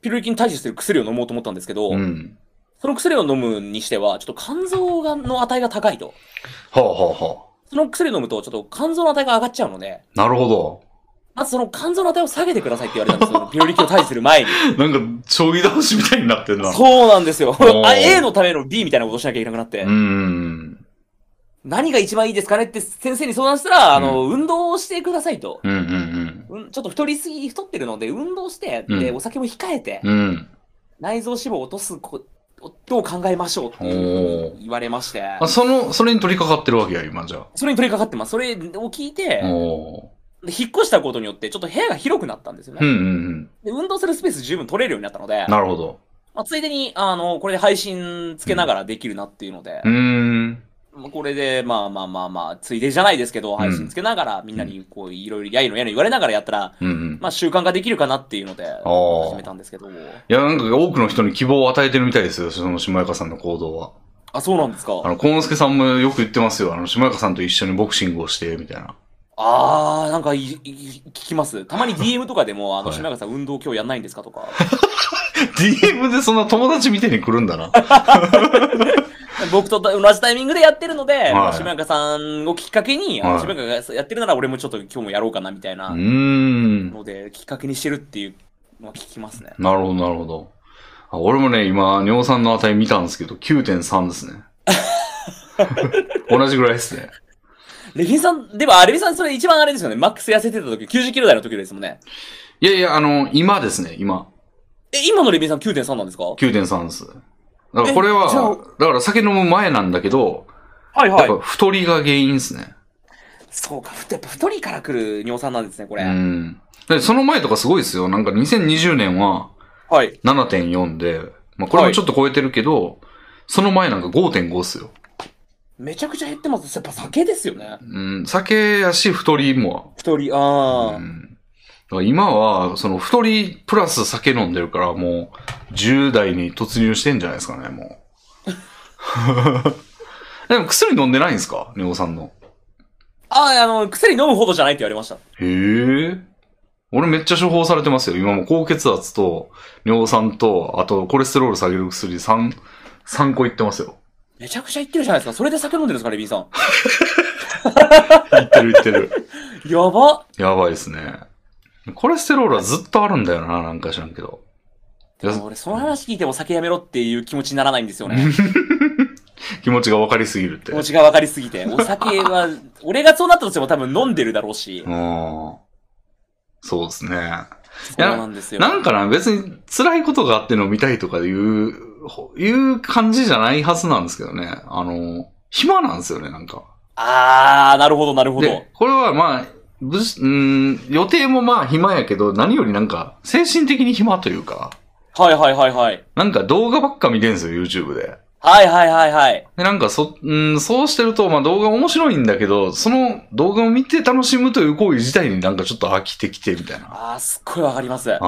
[SPEAKER 2] ピロリ菌に対処する薬を飲もうと思ったんですけど、
[SPEAKER 1] うん。
[SPEAKER 2] その薬を飲むにしては、ちょっと肝臓がの値が高いと。
[SPEAKER 1] はあはあは
[SPEAKER 2] その薬を飲むと、ちょっと肝臓の値が上がっちゃうので、
[SPEAKER 1] あ。なるほど。
[SPEAKER 2] まずその肝臓の値を下げてくださいって言われたんで
[SPEAKER 1] *laughs*
[SPEAKER 2] すよ。ピロリ菌を対処する前に。
[SPEAKER 1] なんか、将棋倒しみたいになってんな。
[SPEAKER 2] そうなんですよ。
[SPEAKER 1] おー
[SPEAKER 2] あ A のための B みたいなことしなきゃいけなくなって
[SPEAKER 1] う。ん。
[SPEAKER 2] 何が一番いいですかねって先生に相談したら、あの、運動をしてくださいと。
[SPEAKER 1] うんうん
[SPEAKER 2] うん、ちょっと太りすぎ、太ってるので、運動して、
[SPEAKER 1] うん
[SPEAKER 2] で、お酒も控えて、
[SPEAKER 1] うん。うん。
[SPEAKER 2] 内臓脂肪を落とすことを考えましょうっていうふうに言われまして、
[SPEAKER 1] あ、その、それに取り掛かってるわけや、今じゃ
[SPEAKER 2] それに取り掛かってます。それを聞いて
[SPEAKER 1] あ。、お
[SPEAKER 2] で引っ越したことによって、ちょっと部屋が広くなったんですよ
[SPEAKER 1] ーうん
[SPEAKER 2] ね。
[SPEAKER 1] うん
[SPEAKER 2] で運動するスペース十分取れるようになったので
[SPEAKER 1] うん。、なるほど。
[SPEAKER 2] まあ、ついでに、あの、これで配信つけながらできるなっていうので
[SPEAKER 1] う、ーん。
[SPEAKER 2] まあこれで、まあまあまあまあ、ついでじゃないですけど、配信つけながら、みんなにこう、いろいろやいのやいの言われながらやったら、
[SPEAKER 1] うんうん。
[SPEAKER 2] まあ習慣ができるかなっていうので、
[SPEAKER 1] ー
[SPEAKER 2] 始めたんですけど。
[SPEAKER 1] いや、なんか多くの人に希望を与えてるみたいですよ、その島かさんの行動は。
[SPEAKER 2] あ、そうなんですか。
[SPEAKER 1] あの、幸之助さんもよく言ってますよ。あの、島かさんと一緒にボクシングをして、みたいな。 *laughs*
[SPEAKER 2] あー、なんかいい聞きます。た
[SPEAKER 1] *laughs*
[SPEAKER 2] まに DM とかでも、あの、
[SPEAKER 1] はい
[SPEAKER 2] 島川さん運動今日やんないんですかとか。 *laughs*
[SPEAKER 1] DM でそんな友達みたいに来るんだな。 *laughs*
[SPEAKER 2] 僕と同じタイミングでやってるので、まあ
[SPEAKER 1] はい
[SPEAKER 2] 島川さんをきっかけに、あ
[SPEAKER 1] は
[SPEAKER 2] の
[SPEAKER 1] い
[SPEAKER 2] 島川がやってるなら俺もちょっと今日もやろうかなみたい
[SPEAKER 1] ー。
[SPEAKER 2] うなんので、きっかけにしてるっていうのは聞きますね。
[SPEAKER 1] なるほど、なるほど。あ俺もね、今、尿酸の値見たんですけど、9.3ですね。 *laughs* 同じぐらいですね。
[SPEAKER 2] レビンさん、でも、あレビンさんそれ一番あれですよね。マックス痩せてた時、90キロ台の時ですもんね。
[SPEAKER 1] いやいや、あの、今ですね、今。
[SPEAKER 2] え、今のレビンさん9.3なんですかは
[SPEAKER 1] 9.3です。だからこれ
[SPEAKER 2] えじゃあ
[SPEAKER 1] は、だから酒飲む前なんだけど、
[SPEAKER 2] い
[SPEAKER 1] やっぱ太りが原因ですね。
[SPEAKER 2] そうか、ふやっぱ太りから来る尿酸なんですね、これ。
[SPEAKER 1] うん。でその前とかすごいですよ。なんか2020年は
[SPEAKER 2] はい。
[SPEAKER 1] 7.4で、まあこれもちょっと超えてるけど、その前なんか5.5っすよ。
[SPEAKER 2] めちゃくちゃ減ってます。やっぱ酒ですよね。
[SPEAKER 1] うん、酒やし太りも。
[SPEAKER 2] 太り、
[SPEAKER 1] う
[SPEAKER 2] ああ、
[SPEAKER 1] ん。だから今は、その太りプラス酒飲んでるから、もう10代に突入してんじゃないですかね、もう。 *laughs* でも薬飲んでないんですか尿酸の。
[SPEAKER 2] ああ、あの、薬飲むほどじゃないって言われました。
[SPEAKER 1] へえ。俺めっちゃ処方されてますよ。今もう高血圧と尿酸と、あとコレステロール下げる薬3、3個いってますよ。
[SPEAKER 2] めちゃくちゃ言ってるじゃないですか。それで酒飲んでるんですか、レビンさん。
[SPEAKER 1] いってるいってる。
[SPEAKER 2] やば。
[SPEAKER 1] やばいですね。コレステロールはずっとあるんだよな、なんか知らんけど。い
[SPEAKER 2] で
[SPEAKER 1] や
[SPEAKER 2] も俺、その話聞いても酒やめろっていう気持ちにならないんですよね。
[SPEAKER 1] 気持ちが分かりすぎるって。
[SPEAKER 2] 気
[SPEAKER 1] う
[SPEAKER 2] 持ちが分かりすぎて。お酒は、俺がそうなったとしても多分飲んでるだろうし。
[SPEAKER 1] ん。そうですね。
[SPEAKER 2] そう
[SPEAKER 1] や
[SPEAKER 2] なんですよ。
[SPEAKER 1] なんかな、別に辛いことがあって飲みたいとかいう、ほいう感じじゃないはずなんですけどね。あの、暇なんですよね、なんか。
[SPEAKER 2] ああ、なるほど、なるほど
[SPEAKER 1] で。、これはまあ、ぶしうん、予定もまあ暇やけど、何よりなんか、精神的に暇というか、
[SPEAKER 2] はいはいはいはい。
[SPEAKER 1] なんか動画ばっか見てんすよ、YouTube で。
[SPEAKER 2] はいはいはいはい。
[SPEAKER 1] で、なんかそ、うん、そうしてると、まあ動画面白いんだけど、その動画を見て楽しむという行為自体になんかちょっと飽きてきて、みたいな。あ
[SPEAKER 2] ああ、すっごいわかります。
[SPEAKER 1] あ。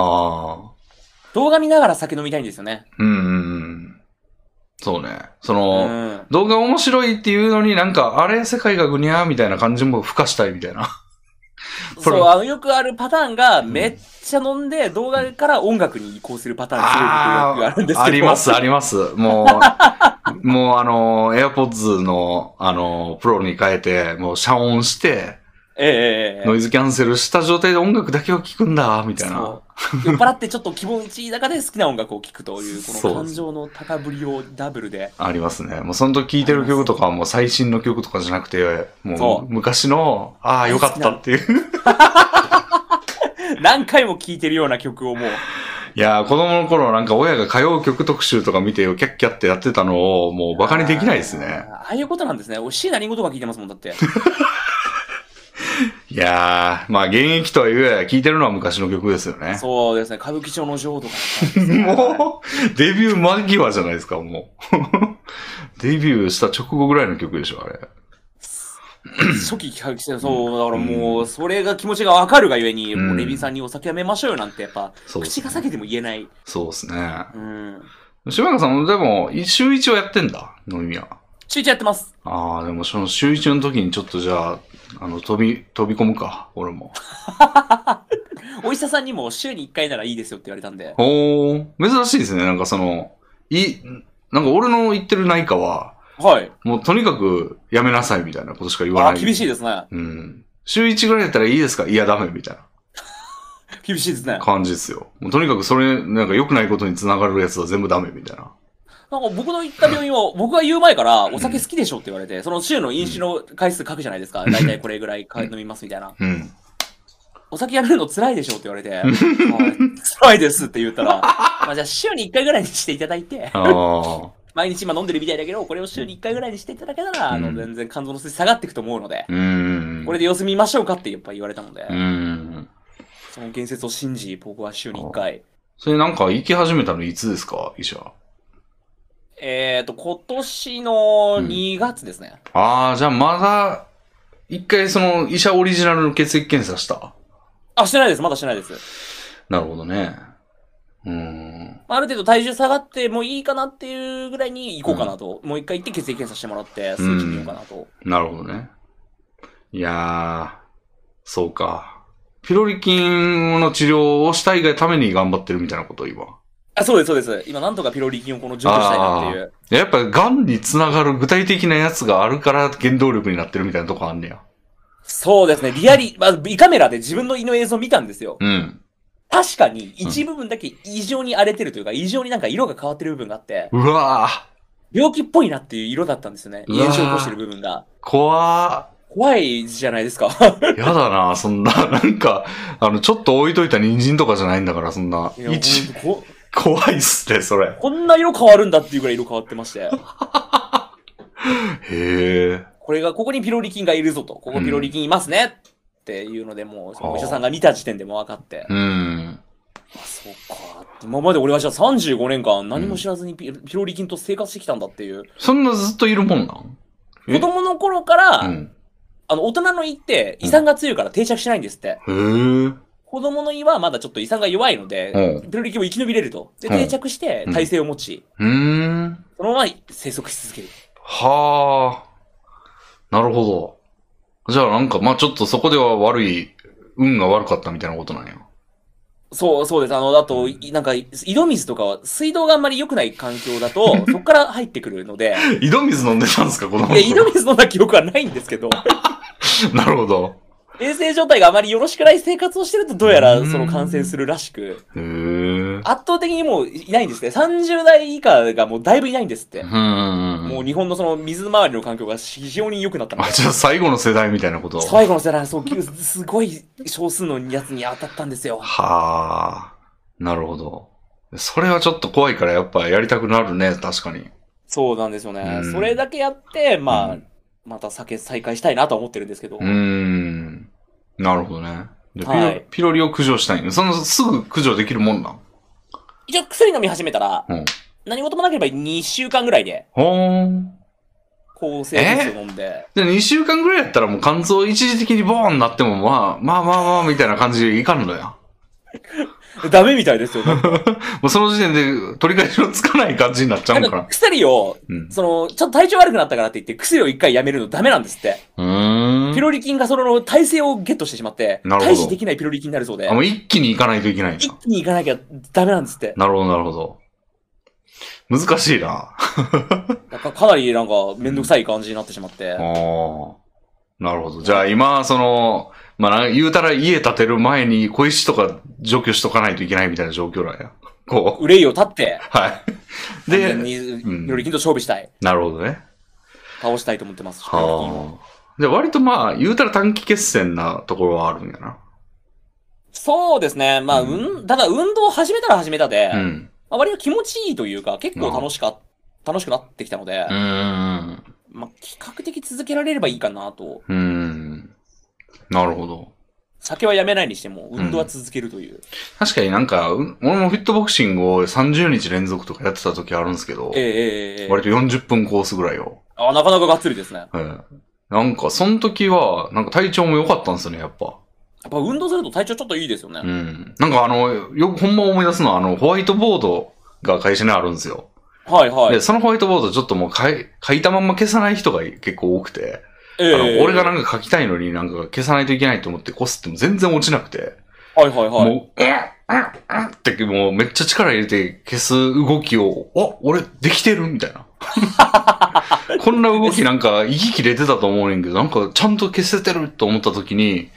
[SPEAKER 2] 動画見ながら酒飲みたいんですよね。
[SPEAKER 1] うんうんうん。そうね。そうの、
[SPEAKER 2] ん。
[SPEAKER 1] 動画面白いっていうのになんか、あれ世界がぐにゃーみたいな感じも付加したいみたいな。これ
[SPEAKER 2] そう、あの、よくあるパターンが、めっちゃ飲んで、動画から音楽に移行するパターン、すごい僕よくあるんですけど。
[SPEAKER 1] あります、あります。もう、もうあの、AirPods の、あの、プロに変えて、もう遮音して、
[SPEAKER 2] *laughs* ええええええ
[SPEAKER 1] ノイズキャンセルした状態で音楽だけを聴くんだ、みたいな
[SPEAKER 2] そ。う酔っ払ってちょっと気分一い中で好きな音楽を聴くという、こ
[SPEAKER 1] そう
[SPEAKER 2] の感情の高ぶりをダブルで。
[SPEAKER 1] ありますね。もうその時聴いてる曲とかはもう最新の曲とかじゃなくて、
[SPEAKER 2] そ
[SPEAKER 1] も
[SPEAKER 2] う
[SPEAKER 1] う昔の、ああ、よかったっていう。
[SPEAKER 2] 何回も聴いてるような曲をもう。
[SPEAKER 1] いやー、子供の頃なんか親が歌謡曲特集とか見てよ、キャッキャってやってたのを、もうバカにできないですね。
[SPEAKER 2] あー。ああいうことなんですね。俺、椎名林檎とか聴いてますもん、だって。
[SPEAKER 1] いやー、まあ現役とはいえ、聴いてるのは昔の曲ですよね。
[SPEAKER 2] そうですね。歌舞伎町の女王とか。
[SPEAKER 1] もう、デビュー間際じゃないですか、もう。 *laughs* デビューした直後ぐらいの曲でしょ、あれ。
[SPEAKER 2] 初期歌舞伎町、そう、だからもう、それが気持ちがわかるがゆえに、
[SPEAKER 1] うん
[SPEAKER 2] もうレビンさんにお酒やめましょうよなんて、やっぱ、
[SPEAKER 1] そう
[SPEAKER 2] 口が裂けても言えない。
[SPEAKER 1] そうですね。
[SPEAKER 2] うん。
[SPEAKER 1] 島中さん、でも、週一はやってんだ、飲み屋。
[SPEAKER 2] 集中やってます。
[SPEAKER 1] あー、でもその週一の時にちょっとじゃあ、あの、飛び、飛び込むか、俺も。
[SPEAKER 2] お医者さんにも週に1回ならいいですよって言われたんで。
[SPEAKER 1] おー、珍しいですね、なんかその、い、なんか俺の言ってる内科は、
[SPEAKER 2] はい。
[SPEAKER 1] もうとにかくやめなさいみたいなことしか言わ
[SPEAKER 2] あ
[SPEAKER 1] な
[SPEAKER 2] あ、
[SPEAKER 1] い。
[SPEAKER 2] 厳しい
[SPEAKER 1] い。
[SPEAKER 2] ですね。
[SPEAKER 1] うん。週一ぐらいだったらいいですかいや、ダメ、みたいな。
[SPEAKER 2] 厳しいですね。
[SPEAKER 1] 感じですよ。もうとにかくそれ、なんか良くないことにつながるやつは全部ダメみたいな。
[SPEAKER 2] なんか僕の行った病院を、僕が言う前から、お酒好きでしょって言われて、その週の飲酒の回数書くじゃないですか。だいたいこれぐらいか飲みますみたいな。
[SPEAKER 1] うん。
[SPEAKER 2] お酒やめるの辛いでしょって言われて、はい辛いですって言ったら、まあじゃあ週に1回ぐらいにしていただいて、
[SPEAKER 1] ああ。
[SPEAKER 2] 毎日今飲んでるみたいだけど、これを週に1回ぐらいにしていただけたら、あ
[SPEAKER 1] う
[SPEAKER 2] の、
[SPEAKER 1] ん
[SPEAKER 2] 全然肝臓の数値下がっていくと思うので、
[SPEAKER 1] うーん。
[SPEAKER 2] これで様子見ましょうかってやっぱ言われたので
[SPEAKER 1] う、ーん。
[SPEAKER 2] その言説を信じ、僕は週に1回、
[SPEAKER 1] それなんか行き始めたのいつですか医者。
[SPEAKER 2] えーと、今年の
[SPEAKER 1] うん
[SPEAKER 2] 2月ですね。
[SPEAKER 1] ああ、じゃあまだ、一回その医者オリジナルの血液検査した。
[SPEAKER 2] あ、してないです。まだしてないです。
[SPEAKER 1] なるほどね。うーん。
[SPEAKER 2] まあある程度体重下がってもういいかなっていうぐらいに行こうかなと。もう一回行って血液検査してもらって、数値見ようかなと。
[SPEAKER 1] なるほどね。いやー、そうか。ピロリ菌の治療をしたいがために頑張ってるみたいなこと、今。
[SPEAKER 2] あ、そうです、そうです。今なんとかピロリ菌をこの除去したいなっていう。
[SPEAKER 1] やっぱ、癌につながる具体的なやつがあるから原動力になってるみたいなとこあんねや。
[SPEAKER 2] そうですね。リアリ、まあ、胃カメラで自分の胃の映像見たんですよ。
[SPEAKER 1] うん。
[SPEAKER 2] 確かに一部分だけ異常に荒れてるというか、異常になんか色が変わってる部分があって、
[SPEAKER 1] うわぁ、
[SPEAKER 2] 病気っぽいなっていう色だったんですよね。
[SPEAKER 1] うわー
[SPEAKER 2] 炎症を起こしてる部分が。
[SPEAKER 1] 怖
[SPEAKER 2] 怖いじゃないですか。
[SPEAKER 1] ー。やだなそんな、なんか、あの、ちょっと置いといた人参とかじゃないんだから、そんな。
[SPEAKER 2] *laughs* いや
[SPEAKER 1] 一、
[SPEAKER 2] ほんとこ
[SPEAKER 1] 怖いっすね、それ。
[SPEAKER 2] こんな色変わるんだっていうぐらい色変わってまして。
[SPEAKER 1] へえ。
[SPEAKER 2] これが、ここにピロリ菌がいるぞと、ここピロリ菌いますね、っていうので、もう、そのお医者さんが見た時点でもう分かって、
[SPEAKER 1] うん。
[SPEAKER 2] あ、そうか。今まで俺はじゃあ35年間何も知らずにピ,、ピロリ菌と生活してきたんだっていう。
[SPEAKER 1] そんなずっといるもんなんえ
[SPEAKER 2] 子供の頃から、
[SPEAKER 1] うん。
[SPEAKER 2] あの、大人の胃って胃酸が強いから定着しないんですって。
[SPEAKER 1] へえ。
[SPEAKER 2] 子供の胃はまだちょっと胃酸が弱いので、
[SPEAKER 1] う
[SPEAKER 2] ピロリ菌を生き延びれると。で、
[SPEAKER 1] うん
[SPEAKER 2] 定着して耐性を持ち、
[SPEAKER 1] うーん。
[SPEAKER 2] そのまま生息し続ける。
[SPEAKER 1] はあ。なるほど。じゃあなんか、まあちょっとそこでは悪い、運が悪かったみたいなことなんや。
[SPEAKER 2] そう、そうです。あの、あと、いなんか、井戸水とかは、水道があんまり良くない環境だと、
[SPEAKER 1] *laughs*
[SPEAKER 2] そこから入ってくるので、
[SPEAKER 1] 井戸水飲んでたんですか、この
[SPEAKER 2] いや、井戸水飲んだ記憶はないんで
[SPEAKER 1] *laughs*
[SPEAKER 2] すけど、
[SPEAKER 1] なるほど。
[SPEAKER 2] 衛生状態があまりよろしくない生活をしてると、どうやら
[SPEAKER 1] うん
[SPEAKER 2] その感染するらしく、
[SPEAKER 1] へえ。
[SPEAKER 2] 圧倒的にもういないんですね。30代以下がもうだいぶいないんですって。
[SPEAKER 1] うん。
[SPEAKER 2] もう日本のその水回りの環境が非常に良くなったの
[SPEAKER 1] あ、
[SPEAKER 2] で。
[SPEAKER 1] じゃあ最後の世代みたいなこと。は
[SPEAKER 2] 最後の世代はそう、ぎゅすごい少数のやつに当たったんですよ。
[SPEAKER 1] あ。なるほど。それはちょっと怖いからやっぱやりたくなるね、確かに。
[SPEAKER 2] そうなんですよね
[SPEAKER 1] う。ん
[SPEAKER 2] それだけやって、ま
[SPEAKER 1] う
[SPEAKER 2] あ、また酒再開したいなとは思ってるんですけど
[SPEAKER 1] うー。ん。なるほどね。でピロ
[SPEAKER 2] はい
[SPEAKER 1] ピロリを駆除したいのそのすぐ駆除できるもんなん
[SPEAKER 2] 一応薬飲み始めたら
[SPEAKER 1] うん、
[SPEAKER 2] 何事もなければ2週間ぐらいで、
[SPEAKER 1] ほーん。
[SPEAKER 2] 抗生物質を飲んで、
[SPEAKER 1] で、2週間ぐらいやったらもう肝臓一時的にボーンなっても、まあ、まあまあまあ、みたいな感じでいかんのや。
[SPEAKER 2] ダメみたいですよ。なんか
[SPEAKER 1] もうその時点で取り返しのつかない感じになっちゃう
[SPEAKER 2] なんん
[SPEAKER 1] か
[SPEAKER 2] *laughs* か
[SPEAKER 1] な。
[SPEAKER 2] 薬を、
[SPEAKER 1] うん。
[SPEAKER 2] その、ちょっと体調悪くなったからって言って、薬を一回やめるのダメなんですって。
[SPEAKER 1] うーん。
[SPEAKER 2] ピロリ菌がその耐性をゲットしてしまって、
[SPEAKER 1] なるほど
[SPEAKER 2] 対峙できないピロリ菌になるそうで
[SPEAKER 1] あ、もう一気に行かないといけないん
[SPEAKER 2] 一
[SPEAKER 1] だ。
[SPEAKER 2] 気に行かなきゃダメなんですって。
[SPEAKER 1] なるほど、なるほど。難しいな。あ
[SPEAKER 2] なんかかなりなんかめんどくさい感じになってしまって
[SPEAKER 1] あ。。なるほど。じゃあ今、その、まあ、な言うたら家建てる前に小石とか除去しとかないといけないみたいな状況なんや。こう。
[SPEAKER 2] 憂いを立って、
[SPEAKER 1] はい。
[SPEAKER 2] で、
[SPEAKER 1] で、
[SPEAKER 2] ピ
[SPEAKER 1] ん
[SPEAKER 2] ロリ菌と勝負したい。
[SPEAKER 1] なるほどね。
[SPEAKER 2] 倒したいと思ってます。ピロリ菌を
[SPEAKER 1] はあ。じゃあ割とまあ、言うたら短期決戦なところはあるんやな。
[SPEAKER 2] そうですね。まあ、
[SPEAKER 1] う
[SPEAKER 2] うん、ただ運動を始めたら始めたで、
[SPEAKER 1] うん。
[SPEAKER 2] まあ、割と気持ちいいというか、結構楽しか、楽しくなってきたので
[SPEAKER 1] う、ーん。
[SPEAKER 2] まあ、比較的続けられればいいかなと。
[SPEAKER 1] うーん。なるほど。
[SPEAKER 2] 酒はやめないにしても、運動は続けるという。
[SPEAKER 1] 確かになんか、う俺もフィットボクシングを30日連続とかやってた時あるんですけど、
[SPEAKER 2] ええええええ
[SPEAKER 1] 割と40分コースぐらいを。
[SPEAKER 2] あ、なかなかがっつりですね。や
[SPEAKER 1] うんなんか、その時は、なんか体調も良かったんですよね、やっぱ。
[SPEAKER 2] っぱ運動すると体調ちょっといいですよね。
[SPEAKER 1] うん。なんかあの、よくほんま思い出すのは、あの、ホワイトボードが会社にあるんですよ。
[SPEAKER 2] はいはい
[SPEAKER 1] で、。そのホワイトボードちょっともう書い書いたまんま消さない人が結構多くて、
[SPEAKER 2] ええ
[SPEAKER 1] あの俺がな
[SPEAKER 2] は
[SPEAKER 1] んか書きたいのになんか消さないといけないと思ってこすっても全然落ちなくて、
[SPEAKER 2] いはいはい。
[SPEAKER 1] もう、うん、うん、うんってもうめっちゃ力入れて消す動きを、あ、俺できてるみたい
[SPEAKER 2] *laughs*
[SPEAKER 1] な。こんな動きなんか息切れてたと思うねんけど、なんかちゃんと消せてると思った時に、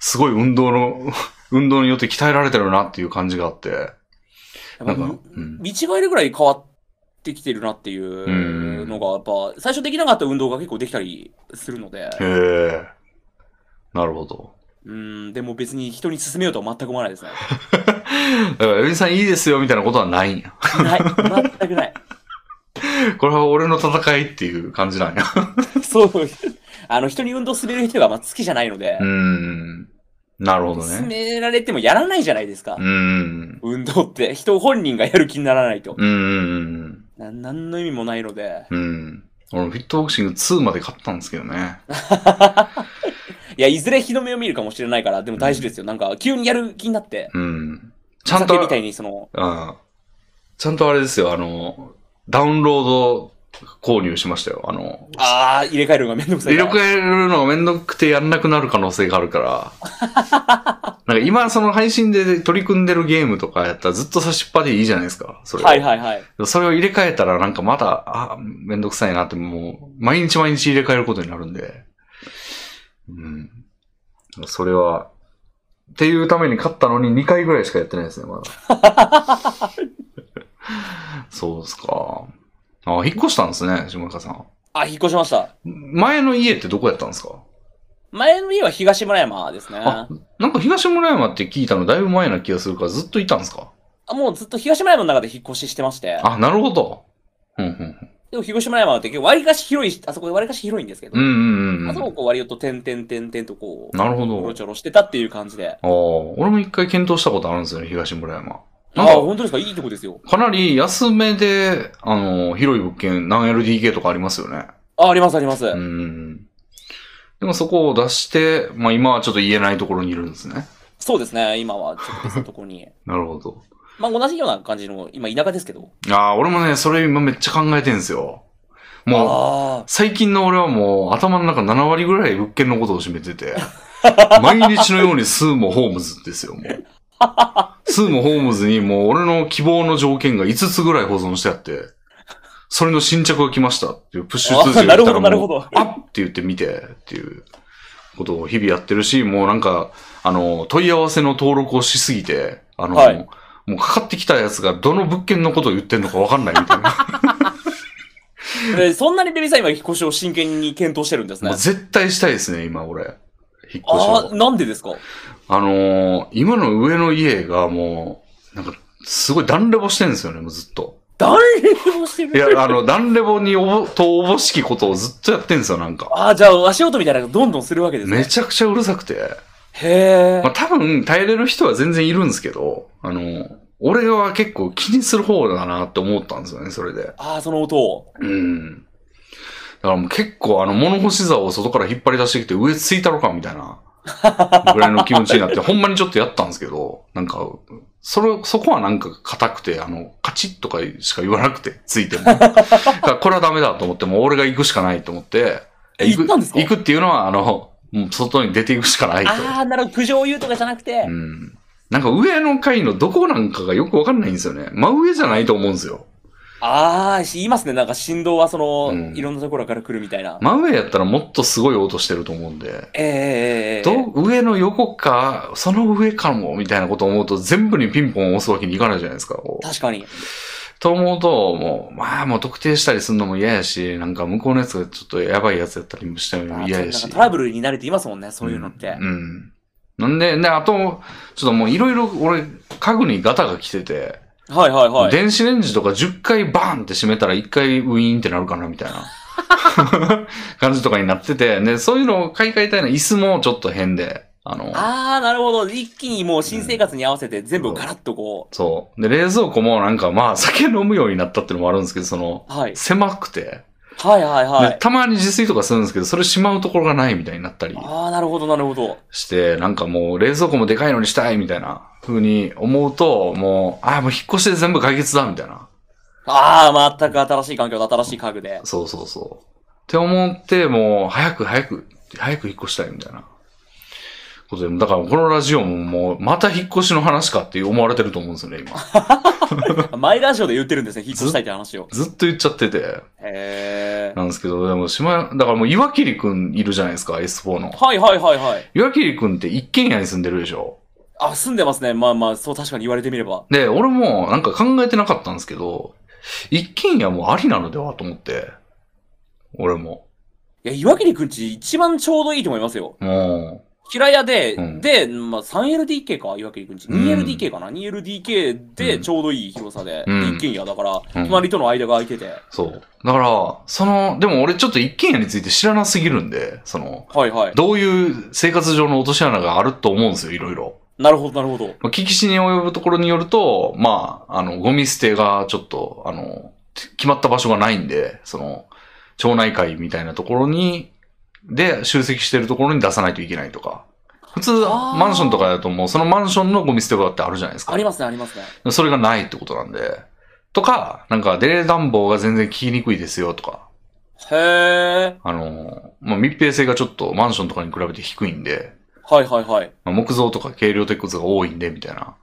[SPEAKER 1] すごい運動の、 *laughs* 運動によって鍛えられてるなっていう感じがあって、
[SPEAKER 2] や
[SPEAKER 1] な
[SPEAKER 2] っ
[SPEAKER 1] ん
[SPEAKER 2] ぱ
[SPEAKER 1] か、うん。
[SPEAKER 2] 見違えるぐらい変わってきてるなっていうのが、やっぱ、最初できなかった運動が結構できたりするので、
[SPEAKER 1] へえ。なるほど。
[SPEAKER 2] うん、でも別に人に勧めようとは全く思わないですね。
[SPEAKER 1] だから、エビさんいいですよみたいなことはないんや。
[SPEAKER 2] ない。全くない。
[SPEAKER 1] これは俺の戦いっていう感じ
[SPEAKER 2] *laughs*
[SPEAKER 1] なんや。
[SPEAKER 2] そう。あの、人に運動する人がまあ好きじゃないので
[SPEAKER 1] うー、ん。なるほど
[SPEAKER 2] 勧
[SPEAKER 1] ね。
[SPEAKER 2] められてもやらないじゃないですか
[SPEAKER 1] うー。ん。
[SPEAKER 2] 運動って、人本人がやる気にならないと。
[SPEAKER 1] うーん。
[SPEAKER 2] な何の意味もないので。
[SPEAKER 1] うん。俺、フィットボクシング2まで買ったんですけどね。
[SPEAKER 2] いや、いずれ日の目を見るかもしれないから、でも大事ですよ。なんか、急にやる気になって、
[SPEAKER 1] うん。ちゃんと、
[SPEAKER 2] 酒みた
[SPEAKER 1] う
[SPEAKER 2] いにその、
[SPEAKER 1] ん。ちゃんとあれですよ、あの、ダウンロード購入しましたよ。あの、
[SPEAKER 2] あー、入れ替えるのがめんどくさい
[SPEAKER 1] 入
[SPEAKER 2] か
[SPEAKER 1] れ
[SPEAKER 2] ら。
[SPEAKER 1] 替えるのがめんどくてやんなくなる可能性があるから。
[SPEAKER 2] *laughs*
[SPEAKER 1] なんか今、その配信で取り組んでるゲームとかやったらずっと差しっぱでいいじゃないですか。それを
[SPEAKER 2] はいはいはい。
[SPEAKER 1] それを入れ替えたらなんかまだ、あ、めんどくさいなってもう、毎日毎日入れ替えることになるんで。うん。それは、っていうために勝ったのに2回ぐらいしかやってないですね、まだ。そうですか。あ、引っ越したんですね、下中さん。
[SPEAKER 2] あ、引っ越しました。
[SPEAKER 1] 前の家ってどこやったんですか
[SPEAKER 2] 前の家は東村山ですね。
[SPEAKER 1] あなんか東村山って聞いたのだいぶ前な気がするからずっといたんですか
[SPEAKER 2] あもうずっと東村山の中で引っ越ししてまして。
[SPEAKER 1] あ、なるほど。うんうん
[SPEAKER 2] でも東村山って結構割りかし広いし、あそこ割りかし広いんですけど。
[SPEAKER 1] うん。うんうんうん
[SPEAKER 2] あそこをこう割りと点々点々とこう、
[SPEAKER 1] なるほど。
[SPEAKER 2] ちょろちょろしてたっていう感じで。
[SPEAKER 1] ああ、俺も一回検討したことあるんですよね、東村山。な
[SPEAKER 2] ああ、
[SPEAKER 1] んか、
[SPEAKER 2] 本当ですかいいとこですよ。
[SPEAKER 1] かなり安めで、あの、広い物件、何 LDK とかありますよね。
[SPEAKER 2] あ、ありますあります。
[SPEAKER 1] うん。でもそこを出して、まあ今はちょっと言えないところにいるんですね。
[SPEAKER 2] そうですね、今はちょっと別のところに。
[SPEAKER 1] なるほど。
[SPEAKER 2] まあ同じような感じの、今田舎ですけど。
[SPEAKER 1] ああ、俺もね、それ今めっちゃ考えてんすよ。もう、
[SPEAKER 2] ああ。
[SPEAKER 1] 最近の俺はもう頭の中7割ぐらい物件のことを占めて
[SPEAKER 2] *laughs*
[SPEAKER 1] て、毎日のようにスーもホームズですよ、もう。スーもホームズにもう俺の希望の条件が5つぐらい保存してあって、それの新着が来ましたっていうプッシュ通知が来たら
[SPEAKER 2] あなる
[SPEAKER 1] も
[SPEAKER 2] ほど
[SPEAKER 1] う、
[SPEAKER 2] な
[SPEAKER 1] あっって言って見てっていうことを日々やってるし、もうなんか、あの、問い合わせの登録をしすぎて、あの、
[SPEAKER 2] はい
[SPEAKER 1] もうかかってきたやつがどの物件のことを言ってんのかわかんないみたいな。
[SPEAKER 2] えそんなにベビーさん今引っ越しを真剣に検討してるんです
[SPEAKER 1] も
[SPEAKER 2] ね
[SPEAKER 1] う。絶対したいですね、今俺。引っ越し
[SPEAKER 2] あ
[SPEAKER 1] を
[SPEAKER 2] あ、。なんでですか
[SPEAKER 1] あのー今の上の家がもう、なんか、すごい暖レボしてるんですよね、もうずっと。
[SPEAKER 2] 誰もして
[SPEAKER 1] いや
[SPEAKER 2] *laughs* る。、
[SPEAKER 1] あの、暖レボにおぼ、とおぼしきことをずっとやってんですよ、なんか。
[SPEAKER 2] ああ、じゃあ足音みたいなのがどんどんするわけですね。
[SPEAKER 1] めちゃくちゃうるさくて。
[SPEAKER 2] へえ
[SPEAKER 1] まあ、。多分、耐えれる人は全然いるんですけど、あの、俺は結構気にする方だなって思ったんですよね、それで。
[SPEAKER 2] ああ、その音を。
[SPEAKER 1] うん。だからもう結構あの物干し竿を外から引っ張り出してきて上ついたろかみたい
[SPEAKER 2] *laughs*
[SPEAKER 1] なぐらいの気持ちになって、ほんまにちょっとやったんですけど、なんか、それ、そこはなんか硬くて、あの、カチッとかしか言わなくて、つい
[SPEAKER 2] *laughs*
[SPEAKER 1] ても。だからこれはダメだと思って、もう俺が行くしかないと思って、
[SPEAKER 2] え
[SPEAKER 1] 行く
[SPEAKER 2] 行ったんですか
[SPEAKER 1] 行くっていうのは、あの、もう外に出ていくしかないと。
[SPEAKER 2] ああ、なるほど。苦情を言うとかじゃなくて。
[SPEAKER 1] うん。なんか上の階のどこなんかがよくわかんないんですよね。真上じゃないと思うんですよ。
[SPEAKER 2] ああ、言いますね。なんか振動はその、
[SPEAKER 1] うん
[SPEAKER 2] いろんなところから来るみたいな。
[SPEAKER 1] 真上やったらもっとすごい音してると思うんで、
[SPEAKER 2] ええええええ
[SPEAKER 1] ど上の横か、その上かも、みたいなことを思うと全部にピンポン押すわけにいかないじゃないですか。こう
[SPEAKER 2] 確かに。
[SPEAKER 1] と思うと、もう、まあもう特定したりするのも嫌やし、なんか向こうのやつがちょっとやばいやつやったりもした
[SPEAKER 2] あ
[SPEAKER 1] のも
[SPEAKER 2] ー
[SPEAKER 1] 嫌
[SPEAKER 2] なん
[SPEAKER 1] やし
[SPEAKER 2] か。トラブルになるって言いますもんね、そういうのって。
[SPEAKER 1] うん。うんなんで、で、あと、ちょっともういろいろ俺、家具にガタが来てて、
[SPEAKER 2] はいはいはい。
[SPEAKER 1] 電子レンジとか10回バーンって閉めたら1回ウィーンってなるかなみたい
[SPEAKER 2] *laughs*
[SPEAKER 1] な感じとかになってて、で、そういうのを買い替えたいな椅子もちょっと変で、あの、
[SPEAKER 2] ああ、なるほど。一気にもう新生活に合わせて全部ガラッとこ
[SPEAKER 1] そう。で、冷蔵庫もなんかまあ酒飲むようになったっていうのもあるんですけど、その、
[SPEAKER 2] う。はい。
[SPEAKER 1] 狭くて、
[SPEAKER 2] はいはいは
[SPEAKER 1] で
[SPEAKER 2] い。
[SPEAKER 1] たまに自炊とかするんですけど、それしまうところがないみたいになったり
[SPEAKER 2] ああ、なるほどなるほど。
[SPEAKER 1] して、なんかもう冷蔵庫もでかいのにしたいみたいな風に思うと、もう、ああ、もう引っ越しで全部解決だみたいな。
[SPEAKER 2] ああ、全く新しい環境で新しい家具で。
[SPEAKER 1] そうそうそう。って思って、もう、早く早く、早く引っ越したいみたいな。ことで、だからこのラジオももう、また引っ越しの話かって思われてると思うんですよね、今。
[SPEAKER 2] マイラジオで言ってるんですね、引っ越したいって話を。
[SPEAKER 1] ずっと言っちゃってて。
[SPEAKER 2] へえ。
[SPEAKER 1] なんですけど、でも、島、だからもう岩切くんいるじゃないですか、S4 の。
[SPEAKER 2] はいはいはいはい。
[SPEAKER 1] 岩切くんって一軒家に住んでるでしょ。
[SPEAKER 2] あ、住んでますね。まあまあ、そう確かに言われてみれば。
[SPEAKER 1] で、俺もなんか考えてなかったんですけど、一軒家もありなのではと思って。俺も。
[SPEAKER 2] いや、岩切くんち一番ちょうどいいと思いますよ。
[SPEAKER 1] も
[SPEAKER 2] 平屋で、
[SPEAKER 1] うん
[SPEAKER 2] で、まあ、3LDK か、岩切くんち。
[SPEAKER 1] うん
[SPEAKER 2] 2LDK かな、?2LDK
[SPEAKER 1] う
[SPEAKER 2] で
[SPEAKER 1] ん
[SPEAKER 2] ちょうどいい広さで、
[SPEAKER 1] うん
[SPEAKER 2] で一軒家だから、
[SPEAKER 1] うん
[SPEAKER 2] 隣との間が空いてて。
[SPEAKER 1] う、そう。だから、その、でも俺ちょっと一軒家について知らなすぎるんで、その、
[SPEAKER 2] はいはい。
[SPEAKER 1] どういう生活上の落とし穴があると思うんですよ、いろいろ。
[SPEAKER 2] なるほど、なるほど。
[SPEAKER 1] まあ、聞きしに及ぶところによると、まあ、あの、ゴミ捨てがちょっと、あの、決まった場所がないんで、その、町内会みたいなところに、で、集積してるところに出さないといけないとか。普通、
[SPEAKER 2] あー
[SPEAKER 1] マンションとかだともう、そのマンションのゴミ捨て場ってあるじゃないですか。
[SPEAKER 2] ありますね、ありますね。
[SPEAKER 1] それがないってことなんで。とか、なんか、デレ暖房が全然効きにくいですよ、とか。
[SPEAKER 2] へえ。
[SPEAKER 1] あの、まあ、密閉性がちょっとマンションとかに比べて低いんで、
[SPEAKER 2] はいはいはい。
[SPEAKER 1] まあ木造とか軽量鉄骨が多いんで、みたいな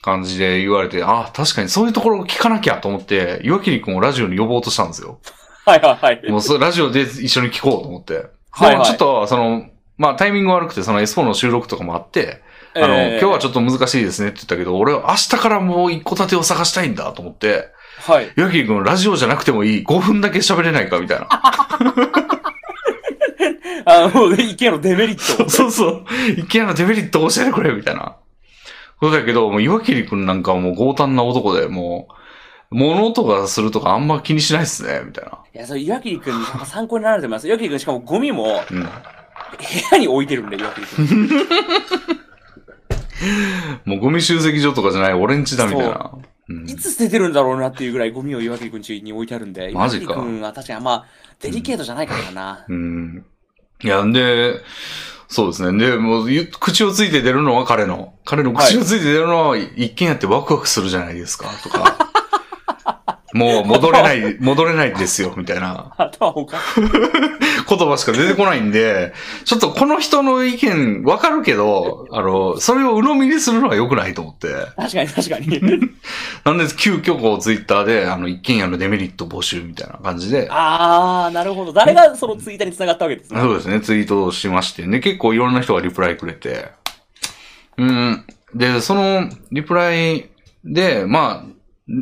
[SPEAKER 1] 感じで言われて、あ、確かにそういうところを聞かなきゃと思って、岩切くんをラジオに呼ぼうとしたんですよ。
[SPEAKER 2] はいはいは
[SPEAKER 1] も
[SPEAKER 2] い。
[SPEAKER 1] うそれラジオで一緒に聞こうと思って。
[SPEAKER 2] はい
[SPEAKER 1] でも
[SPEAKER 2] はい
[SPEAKER 1] ちょっと、その、まあタイミング悪くて、その S4 の収録とかもあって、あの、今日はち
[SPEAKER 2] ょ
[SPEAKER 1] ょ
[SPEAKER 2] っ
[SPEAKER 1] っと難しいですねって言ったけど、俺は明日からもう一戸建てを探したいんだと思って、
[SPEAKER 2] と。はい。
[SPEAKER 1] 岩切くんラジオじゃなくてもいい、5分だけ喋れないかみたいな。
[SPEAKER 2] あの、一軒家のデメリット。
[SPEAKER 1] *laughs* そうそう。一軒家のデメリットを教えてくれみたいな。ことだけど、もう岩切くんなんかはもう強胆な男で、もう、物音がするとかあんま気にしないっすね、みたいな。
[SPEAKER 2] いや、それ岩切くんなんか参考になられてます。岩切くんしかもゴミも
[SPEAKER 1] うん。
[SPEAKER 2] 部屋に置いてるんで、岩切 *laughs* くん。
[SPEAKER 1] もうゴミ集積所とかじゃない、俺んちだ、みたいな。うん
[SPEAKER 2] いつ捨ててるんだろうなっていうぐらいゴミを岩切くん家に置いてあるんで、
[SPEAKER 1] マ
[SPEAKER 2] 岩
[SPEAKER 1] ジ
[SPEAKER 2] 切
[SPEAKER 1] か
[SPEAKER 2] くんは確かにあんまデリケートじゃないからな。
[SPEAKER 1] うん。いや、んで、そうですね。で、もう、ゆ口をついて出るのは彼の。彼の口をついて出るのは、一軒家ってワクワクするじゃないですか、とか。もう戻れない、戻れないですよ、みたいな。
[SPEAKER 2] 頭おかしい。
[SPEAKER 1] 言葉しか出てこないんで、ちょっとこの人の意見わかるけど、あの、それを鵜呑みにするのは良くないと思って。
[SPEAKER 2] 確かに確かに。
[SPEAKER 1] なんで急遽こうツイッターで、あの、一軒家のデメリット募集みたいな感じで、
[SPEAKER 2] あー、なるほど。誰がそのツイッターに繋がったわけですね。
[SPEAKER 1] そうですね、ツイートをしましてね、結構いろんな人がリプライくれて。うん。で、そのリプライで、まあ、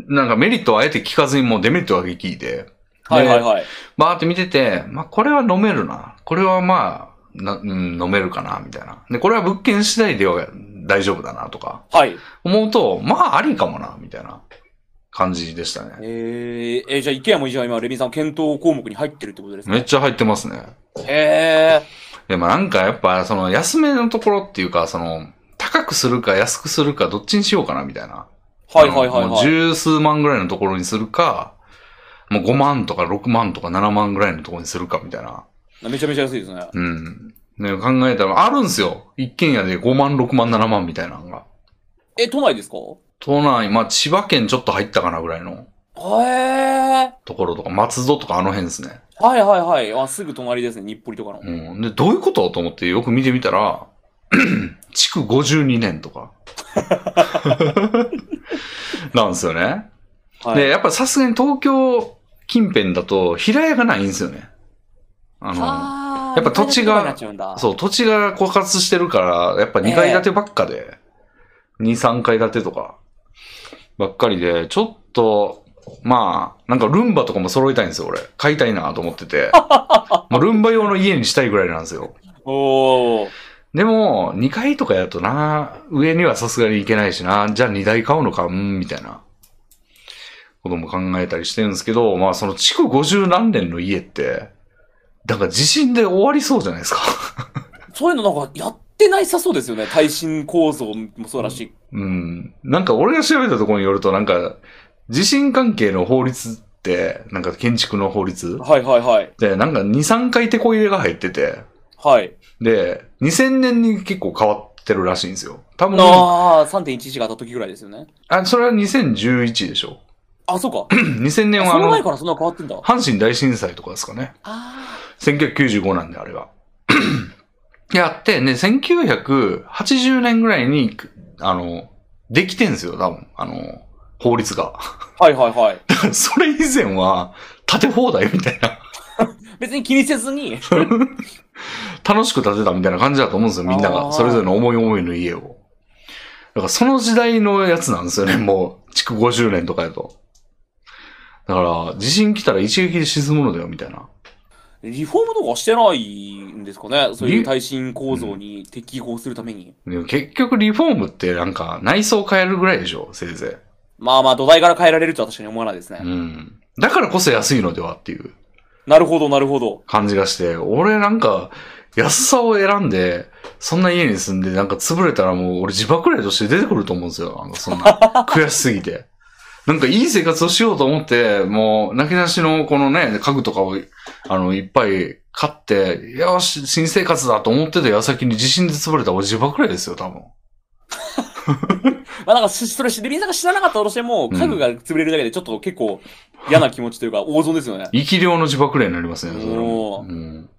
[SPEAKER 1] なんかメリットをあえて聞かずにもうデメリットだけ聞いて、
[SPEAKER 2] はいはいはい。
[SPEAKER 1] バーって見てて、まあ、これは飲めるな。これはまあ、なうん、飲めるかな、みたいな。で、これは物件次第では大丈夫だな、とか。
[SPEAKER 2] はい。
[SPEAKER 1] 思うと、まあ、ありかもな、みたいな感じでしたね。
[SPEAKER 2] えー、えー、じゃあ、池谷もじゃあ今、レミさん検討項目に入ってるってことです
[SPEAKER 1] め
[SPEAKER 2] ね
[SPEAKER 1] っ。ちゃ入ってますね。
[SPEAKER 2] へ
[SPEAKER 1] でもなんかやっぱ、その、安めのところっていうか、その、高くするか安くするかどっちにしようかな、みたいな。
[SPEAKER 2] ー。はいはいはい
[SPEAKER 1] もう
[SPEAKER 2] はい。
[SPEAKER 1] 十数万ぐらいのところにするか、もう5万とか6万とか7万ぐらいのところにするかみたいな。
[SPEAKER 2] めちゃめちゃ安いですね。
[SPEAKER 1] うん。ね、考えたら、あるんすよ。一軒家で5万、6万、7万みたいなのが。
[SPEAKER 2] え、都内ですか
[SPEAKER 1] 都内、まあ、千葉県ちょっと入ったかなぐらいの
[SPEAKER 2] へえ。
[SPEAKER 1] ところとか、松戸とかあの辺ですね。
[SPEAKER 2] はいはいはい。あ、すぐ隣ですね。日暮里とかの。
[SPEAKER 1] うん。で、どういうことと思ってよく見てみたら、 *clears throat* 築52年とか。 *laughs* なんですよね。
[SPEAKER 2] はい。
[SPEAKER 1] で、やっぱさすがに東京近辺だと平屋がないんですよね。あの、
[SPEAKER 2] あ
[SPEAKER 1] やっぱ土地が
[SPEAKER 2] なっちゃうんだ。
[SPEAKER 1] そう、土地が枯渇してるから、やっぱ2階建てばっかで、2、3階建てとか、ばっかりで、ちょっと、まあ、なんかルンバとかも揃えたいんですよ、俺。買いたいなと思ってて。もうルンバ用の家にしたいぐらいなんですよ。
[SPEAKER 2] おー。
[SPEAKER 1] でも、2階とかやとな、上にはさすがに行けないしな、じゃあ2台買うのか、うん、みたいな、ことも考えたりしてるんですけど、まあその築50何年の家って、だから地震で終わりそうじゃないですか。
[SPEAKER 2] そういうのなんかやってないさそうですよね。耐震構造もそうだし。
[SPEAKER 1] うん。なんか俺が調べたところによると、なんか、地震関係の法律って、なんか建築の法律
[SPEAKER 2] はいはいはい。
[SPEAKER 1] で、なんか2、3回手こ入れが入ってて、
[SPEAKER 2] はい。
[SPEAKER 1] で、2000年に結構変わってるらしいんですよ。多分、あ
[SPEAKER 2] ああ、3.11があった時ぐらいですよね。
[SPEAKER 1] それは2011でしょ。 *clears throat*
[SPEAKER 2] あ、そうか。
[SPEAKER 1] 2000年は
[SPEAKER 2] そ
[SPEAKER 1] あ
[SPEAKER 2] の
[SPEAKER 1] の
[SPEAKER 2] 前、からそんな変わってんだ。あ
[SPEAKER 1] 阪神大震災とかですかね。
[SPEAKER 2] あ
[SPEAKER 1] 1995なんで、あれが。 *clears throat* やって、ね、1980年ぐらいに、あの、できてんすよ、多分。あの、法律が。
[SPEAKER 2] ー。はいはいはい。
[SPEAKER 1] *laughs* それ以前は、建て放題みたいな。 *laughs*
[SPEAKER 2] 別に気にせずに。
[SPEAKER 1] 楽しく建てたみたいな感じだと思うんですよ、みんな
[SPEAKER 2] あー
[SPEAKER 1] が。それぞれの思い思いの家を。だからその時代のやつなんですよね、もう。築50年とかやと。だから、地震来たら一撃で沈むのだよ、みたいな。
[SPEAKER 2] リフォームとかしてないんですかねそういう耐震構造に適合するために。
[SPEAKER 1] でも結局リフォームってなんか内装変えるぐらいでしょ、せいぜ
[SPEAKER 2] まあまあ土台から変えられるとは確かに思わないですね。
[SPEAKER 1] い。うん。だからこそ安いのではっていう
[SPEAKER 2] なるほどなるほど。
[SPEAKER 1] 感じがして、俺なんか安さを選んで、そんな家に住んでなんか潰れたらもう俺自爆霊として出てくると思うんですよ。なんかそん
[SPEAKER 2] *laughs*
[SPEAKER 1] な悔しすぎて。なんかいい生活をしようと思って、もう泣き出しのこのね、家具とかをあのいっぱい買って、よし、新生活だと思ってた矢先に地震で潰れたら俺自爆霊ですよ、多分。
[SPEAKER 2] まあなんかし、それし、デビンさんが知らなかったとしても、
[SPEAKER 1] うん
[SPEAKER 2] 家具が潰れるだけでちょっと結構嫌な気持ちというか、大損ですよね。
[SPEAKER 1] 生き量の自爆霊になりますね、それ
[SPEAKER 2] お
[SPEAKER 1] も
[SPEAKER 2] ー
[SPEAKER 1] うん。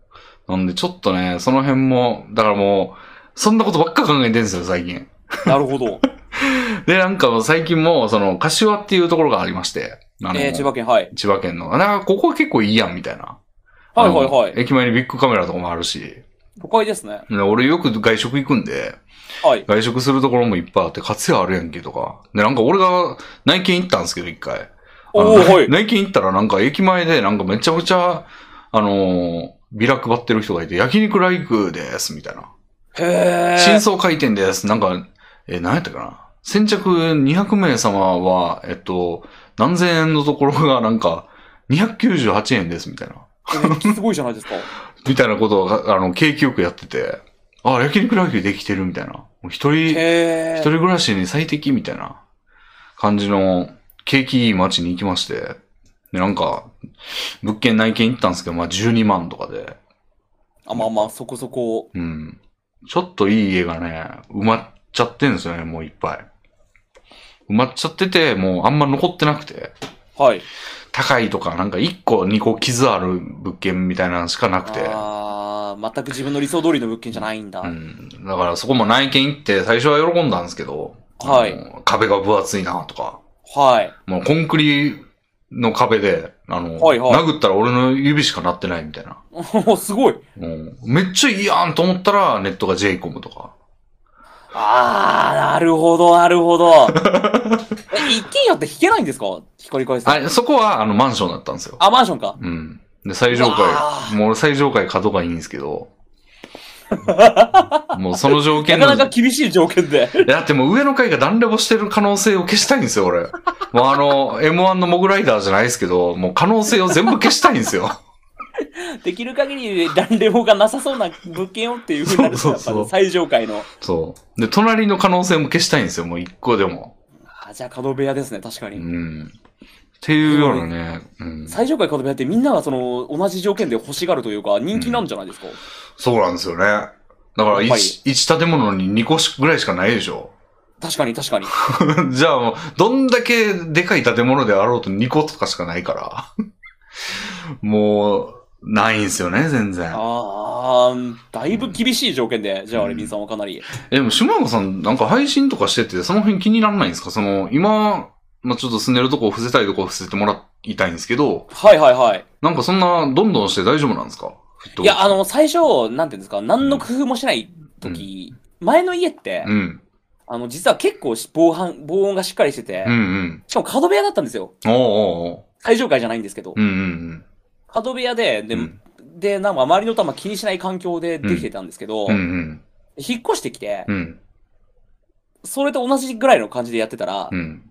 [SPEAKER 1] なんで、ちょっとね、その辺も、だからもう、そんなことばっか考えてんですよ、最近。
[SPEAKER 2] なるほど。
[SPEAKER 1] で、なんかもう最近も、その、柏っていうところがありまして、あの、
[SPEAKER 2] えー、千
[SPEAKER 1] 千
[SPEAKER 2] 葉県、はい。
[SPEAKER 1] 葉県の、なんかここは結構いいやん、みたいな。
[SPEAKER 2] はいはいはい
[SPEAKER 1] あの駅前にビッグカメラとかもあるし、
[SPEAKER 2] 都会ですね。
[SPEAKER 1] で俺よく外食行くんで、
[SPEAKER 2] はい。
[SPEAKER 1] 外食するところもいっぱいあって、カツ屋あるやんけとか。で、なんか俺が内見行ったんですけど、一回。あの
[SPEAKER 2] おーは
[SPEAKER 1] *laughs*
[SPEAKER 2] い
[SPEAKER 1] 内見行ったらなんか駅前でなんかめちゃくちゃ、あのービラ配ってる人がいて、焼肉ライクです、みたいな。
[SPEAKER 2] へ
[SPEAKER 1] 真
[SPEAKER 2] ー。
[SPEAKER 1] 相回転です。なんか、え、何やったかな。先着200名様は、えっと、何千円のところがなんか、298円です、みたいな。
[SPEAKER 2] めっちゃすごいじゃないですか。
[SPEAKER 1] みたいなことをが、あの、景気よくやってて、あ、焼肉ライクできてる、みたいな。もう一人、
[SPEAKER 2] へ
[SPEAKER 1] 一
[SPEAKER 2] ー。
[SPEAKER 1] 人暮らしに最適みたいな感じの景気いい街に行きまして、で、なんか、物件内見行ったんですけど、まあ12万とかで、
[SPEAKER 2] あ、まあまあ、そこそこ。
[SPEAKER 1] うん。ちょっといい家がね、埋まっちゃってんですよね、もういっぱい。埋まっちゃってて、もうあんま残ってなくて、
[SPEAKER 2] はい。
[SPEAKER 1] 高いとか、なんか1個2個傷ある物件みたいなのしかなくて、
[SPEAKER 2] あー、全く自分の理想通りの物件じゃないんだ。
[SPEAKER 1] うん。だからそこも内見行って、最初は喜んだんですけど、
[SPEAKER 2] はい
[SPEAKER 1] あの壁が分厚いなとか、
[SPEAKER 2] はい。 *laughs*
[SPEAKER 1] もうコンクリの壁で、あの、
[SPEAKER 2] はいはい
[SPEAKER 1] 殴ったら俺の指しかなってないみたいな。
[SPEAKER 2] おすごい。
[SPEAKER 1] うんめっちゃいいやんと思ったら、ネットが j イコムとか。
[SPEAKER 2] あー、なるほど、なるほ *laughs* ど。え、一軒家って引けないんですか光返す。
[SPEAKER 1] あそこは、あの、マンションだったんですよ。
[SPEAKER 2] あ、マンションか。
[SPEAKER 1] うん。で、最上
[SPEAKER 2] うわ
[SPEAKER 1] 階、もう俺最上階角がいいんですけ
[SPEAKER 2] *laughs*
[SPEAKER 1] ど、もうその条
[SPEAKER 2] な
[SPEAKER 1] 件
[SPEAKER 2] か
[SPEAKER 1] の
[SPEAKER 2] なか厳しい条件で。
[SPEAKER 1] いやだってもう上の階が断レボしてる可能性を消したいんですよ、
[SPEAKER 2] *laughs*
[SPEAKER 1] 俺。もうあの、M1 のモグライダーじゃないですけど、もう可能性を全部消したいんですよ。
[SPEAKER 2] できる限り断レボがなさそうな物件をっていうふうになると、
[SPEAKER 1] そう
[SPEAKER 2] や
[SPEAKER 1] そう
[SPEAKER 2] っ
[SPEAKER 1] そ
[SPEAKER 2] ぱ
[SPEAKER 1] う
[SPEAKER 2] り最上階の。
[SPEAKER 1] そう。で、隣の可能性も消したいんですよ、もう一個でも。
[SPEAKER 2] ああ、じゃあ角部屋ですね、確か
[SPEAKER 1] う
[SPEAKER 2] に。
[SPEAKER 1] ん。っていうようなね、うん。
[SPEAKER 2] 最上階角部屋ってみんながその同じ条件で欲しがるというか人気なんじゃないですか、
[SPEAKER 1] そうなんですよね。だから
[SPEAKER 2] やっぱり
[SPEAKER 1] 一一建物に2個しぐらいしかないでしょ。
[SPEAKER 2] 確かに確かに。
[SPEAKER 1] *laughs* じゃあもう、どんだけでかい建物であろうと2個とかしかないから。もう、ないんすよね、全然。
[SPEAKER 2] ああ、だいぶ厳しい条件で、じゃあ、レビンさんはかなり。
[SPEAKER 1] え、でも、島山さん、なんか配信とかしてて、その辺気にならないんですかその、今、まあ、ちょっと住んでるとこを伏せたいとこを伏せてもらいたいんですけど、
[SPEAKER 2] はいはいはい。
[SPEAKER 1] なんかそんな、どんどんして大丈夫なんですか
[SPEAKER 2] いや、、あの、最初、なんていうんですか、何の工夫もしない時、前の家って、
[SPEAKER 1] うん。
[SPEAKER 2] あの、実は結構し防犯、防音がしっかりしてて
[SPEAKER 1] うんう、ん。
[SPEAKER 2] しかも角部屋だったんですよ。
[SPEAKER 1] おうおうおう
[SPEAKER 2] 最上階じゃないんですけど。
[SPEAKER 1] うんうん
[SPEAKER 2] 角部屋で、で、
[SPEAKER 1] うん
[SPEAKER 2] で、なんか周りのとあんま気にしない環境でできてたんですけど、
[SPEAKER 1] うん。うんうん。
[SPEAKER 2] 引っ越してきて、
[SPEAKER 1] うん
[SPEAKER 2] それと同じぐらいの感じでやってたら、
[SPEAKER 1] うん。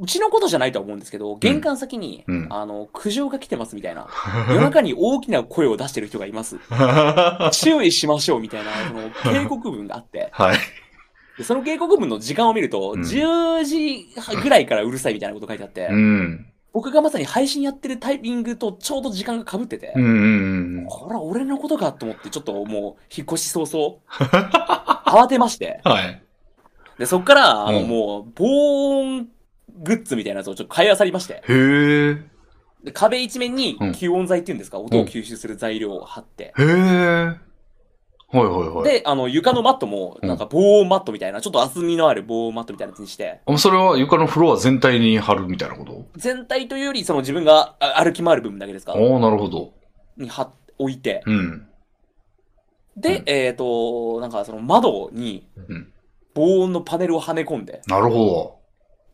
[SPEAKER 2] うちのことじゃないとは思うんですけど、玄関先に、
[SPEAKER 1] うん
[SPEAKER 2] あの、苦情が来てますみた
[SPEAKER 1] *laughs*
[SPEAKER 2] いな。夜中に大きな声を出してる人がいます。注意しましょうみたいな、その、警告文があ
[SPEAKER 1] *laughs*
[SPEAKER 2] って、
[SPEAKER 1] はい。
[SPEAKER 2] でその警告文の時間を見ると、
[SPEAKER 1] うん
[SPEAKER 2] 10時ぐらいからうるさいみたいなこと書いてあって、
[SPEAKER 1] うん。
[SPEAKER 2] 僕がまさに配信やってるタイミングとちょうど時間が被ってて、
[SPEAKER 1] うんうんうん。
[SPEAKER 2] これは俺のことかと思って、ちょっともう、引っ越し早
[SPEAKER 1] *laughs*
[SPEAKER 2] 々、慌てまして、
[SPEAKER 1] はい。
[SPEAKER 2] で、そっから、あの
[SPEAKER 1] うん
[SPEAKER 2] もう、防音グッズみたいなやつをちょっと買い漁りまして、
[SPEAKER 1] へえ。
[SPEAKER 2] で壁一面に
[SPEAKER 1] うん
[SPEAKER 2] 吸音材っていうんですか、音を吸収する材料を貼って。
[SPEAKER 1] へえ。はいはいはい。
[SPEAKER 2] で、あの、床のマットも、
[SPEAKER 1] うん
[SPEAKER 2] なんか防音マットみたいな、ちょっと厚みのある防音マットみたいなやつにして、
[SPEAKER 1] あそれは床のフロア全体に貼るみたいなこと
[SPEAKER 2] 全体というより、その自分があ歩き回る部分だけですか、
[SPEAKER 1] ああ、なるほど。
[SPEAKER 2] に貼っ置いて、
[SPEAKER 1] うん。う
[SPEAKER 2] で
[SPEAKER 1] ん、
[SPEAKER 2] えっと、なんかその窓に
[SPEAKER 1] うん
[SPEAKER 2] 防音のパネルをはめ込んで、
[SPEAKER 1] なるほ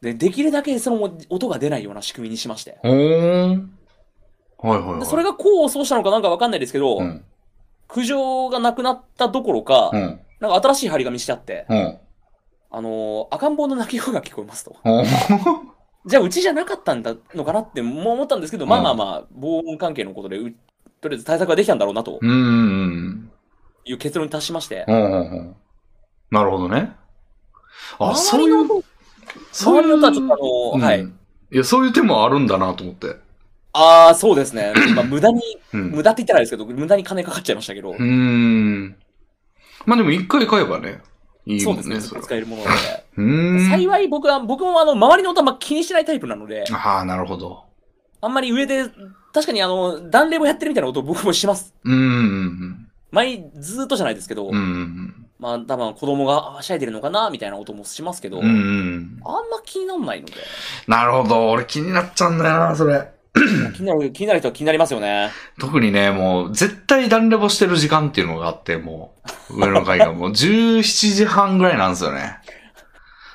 [SPEAKER 2] で、できるだけその音が出ないような仕組みにしまして。
[SPEAKER 1] ど。おーん。はいはいは
[SPEAKER 2] で
[SPEAKER 1] い。
[SPEAKER 2] それが功を奏したのかなんかわかんないですけど、
[SPEAKER 1] うん。
[SPEAKER 2] 苦情がなくなったどころか、
[SPEAKER 1] うん。
[SPEAKER 2] なんか新しい張り紙してあって、
[SPEAKER 1] うん。
[SPEAKER 2] あのー赤ん坊の泣き声が聞こえますと。
[SPEAKER 1] おー
[SPEAKER 2] じゃあ、うちじゃなかったんだのかなってもう思ったんですけど、まあまあまあ、防音関係のことでう、とりあえず対策ができたんだろうなと
[SPEAKER 1] うんうん
[SPEAKER 2] いう結論に達しまして
[SPEAKER 1] うん。う、んうんうん。なるほどね。あ、そう
[SPEAKER 2] 周り
[SPEAKER 1] い
[SPEAKER 2] の
[SPEAKER 1] う、
[SPEAKER 2] 音、
[SPEAKER 1] そう
[SPEAKER 2] 周り
[SPEAKER 1] い
[SPEAKER 2] の
[SPEAKER 1] う、
[SPEAKER 2] 音はちょっとあの、は
[SPEAKER 1] う
[SPEAKER 2] い。
[SPEAKER 1] ん。いや、そういう手もあるんだなと思って。
[SPEAKER 2] ああ、そうですね。まあ、無駄に、 *laughs*
[SPEAKER 1] うん。
[SPEAKER 2] 無駄って言ったらあれですけど、無駄に金かかっちゃいましたけど
[SPEAKER 1] う、ーん。まあでも一回買えばね、いい
[SPEAKER 2] そ
[SPEAKER 1] も
[SPEAKER 2] うんです
[SPEAKER 1] ね、
[SPEAKER 2] ね。
[SPEAKER 1] そ
[SPEAKER 2] ず
[SPEAKER 1] れは。
[SPEAKER 2] っと使えるもの
[SPEAKER 1] う
[SPEAKER 2] で。
[SPEAKER 1] ーん。
[SPEAKER 2] 幸い僕は、僕もあの、周りの音はあんま気にしないタイプなので、
[SPEAKER 1] ああ、なるほど。
[SPEAKER 2] あんまり上で、確かにあの、断レボやってるみたいな音を僕もします。
[SPEAKER 1] うーん。
[SPEAKER 2] 前、ずーっとじゃないですけど
[SPEAKER 1] う、ん。
[SPEAKER 2] まあ、多分子供がはしゃいでるのかな、みたいな音もしますけど、
[SPEAKER 1] うんうん。
[SPEAKER 2] あんま気にならないので。
[SPEAKER 1] なるほど。俺気になっちゃうんだよな、それ。
[SPEAKER 2] 気にな *laughs* る、気になる人は気になりますよね。
[SPEAKER 1] 特にね、もう、絶対暖レボしてる時間っていうのがあって、もう、上の階がもう17時半ぐらいなんですよね。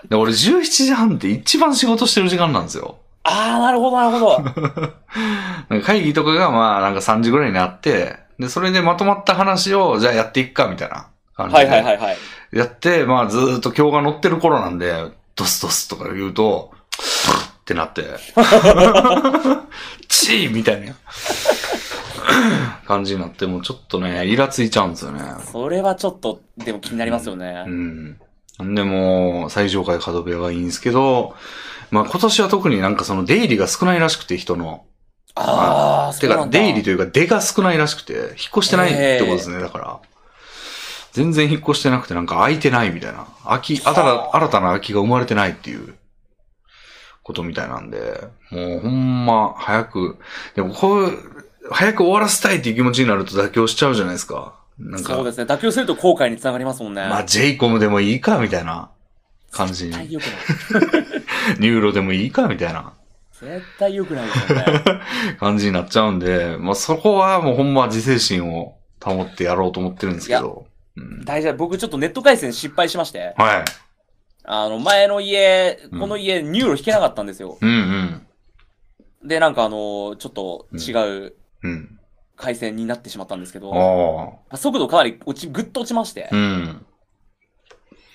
[SPEAKER 1] で、俺17時半って一番仕事してる時間なんですよ。
[SPEAKER 2] ああ、なるほど、なる
[SPEAKER 1] *laughs*
[SPEAKER 2] ほど。
[SPEAKER 1] なんか会議とかがまあなんか3時ぐらいにあって、で、それでまとまった話を、じゃあやっていくか、みたいな感じ
[SPEAKER 2] は
[SPEAKER 1] で。
[SPEAKER 2] いはいはいはい。
[SPEAKER 1] やって、まあずーっと今日が乗ってる頃なんで、ドスドスとか言うと、ってなって、 *laughs* チーみたいな感じになって、もうちょっとね、イラついちゃうんですよね。
[SPEAKER 2] それはちょっと、でも気になりますよね
[SPEAKER 1] う。ん。なんでもう、最上階角部屋がいいんですけど、まあ今年は特になんかその出入りが少ないらしくて、人の。
[SPEAKER 2] ああ、そ
[SPEAKER 1] て
[SPEAKER 2] うな
[SPEAKER 1] か、
[SPEAKER 2] んだ。
[SPEAKER 1] 出入りというか出が少ないらしくて、引っ越してないってことですね、だから。全然引っ越してなくて、なんか空いてないみたいな。空き、新
[SPEAKER 2] は
[SPEAKER 1] た新たな空きが生まれてないっていうことみたいなんで、もうほんま早く、でもこういう、早く終わらせたいっていう気持ちになると妥協しちゃうじゃないですか。なんか、
[SPEAKER 2] そうですね。妥協すると後悔につながりますもんね。
[SPEAKER 1] まあ j コムでもいいかみたいな感じ
[SPEAKER 2] 絶対
[SPEAKER 1] に、
[SPEAKER 2] 良くない。
[SPEAKER 1] ニューロでもいいかみたいな。
[SPEAKER 2] 絶対良くないですよね。
[SPEAKER 1] 感じになっちゃうんで、まあ、そこはもうほんま自制心を保ってやろうと思ってるんですけど。うん、
[SPEAKER 2] 大丈夫。僕ちょっとネット回線失敗しまして、
[SPEAKER 1] はい。
[SPEAKER 2] あの、前の家、
[SPEAKER 1] うん
[SPEAKER 2] この家、ニューロ引けなかったんですよ。
[SPEAKER 1] うんうん。
[SPEAKER 2] で、なんかあの、ちょっと違う
[SPEAKER 1] うん。
[SPEAKER 2] 回線になってしまったんですけど、ま
[SPEAKER 1] あ
[SPEAKER 2] あ速度かなり落ち、ぐっと落ちまして
[SPEAKER 1] あ。う、ん。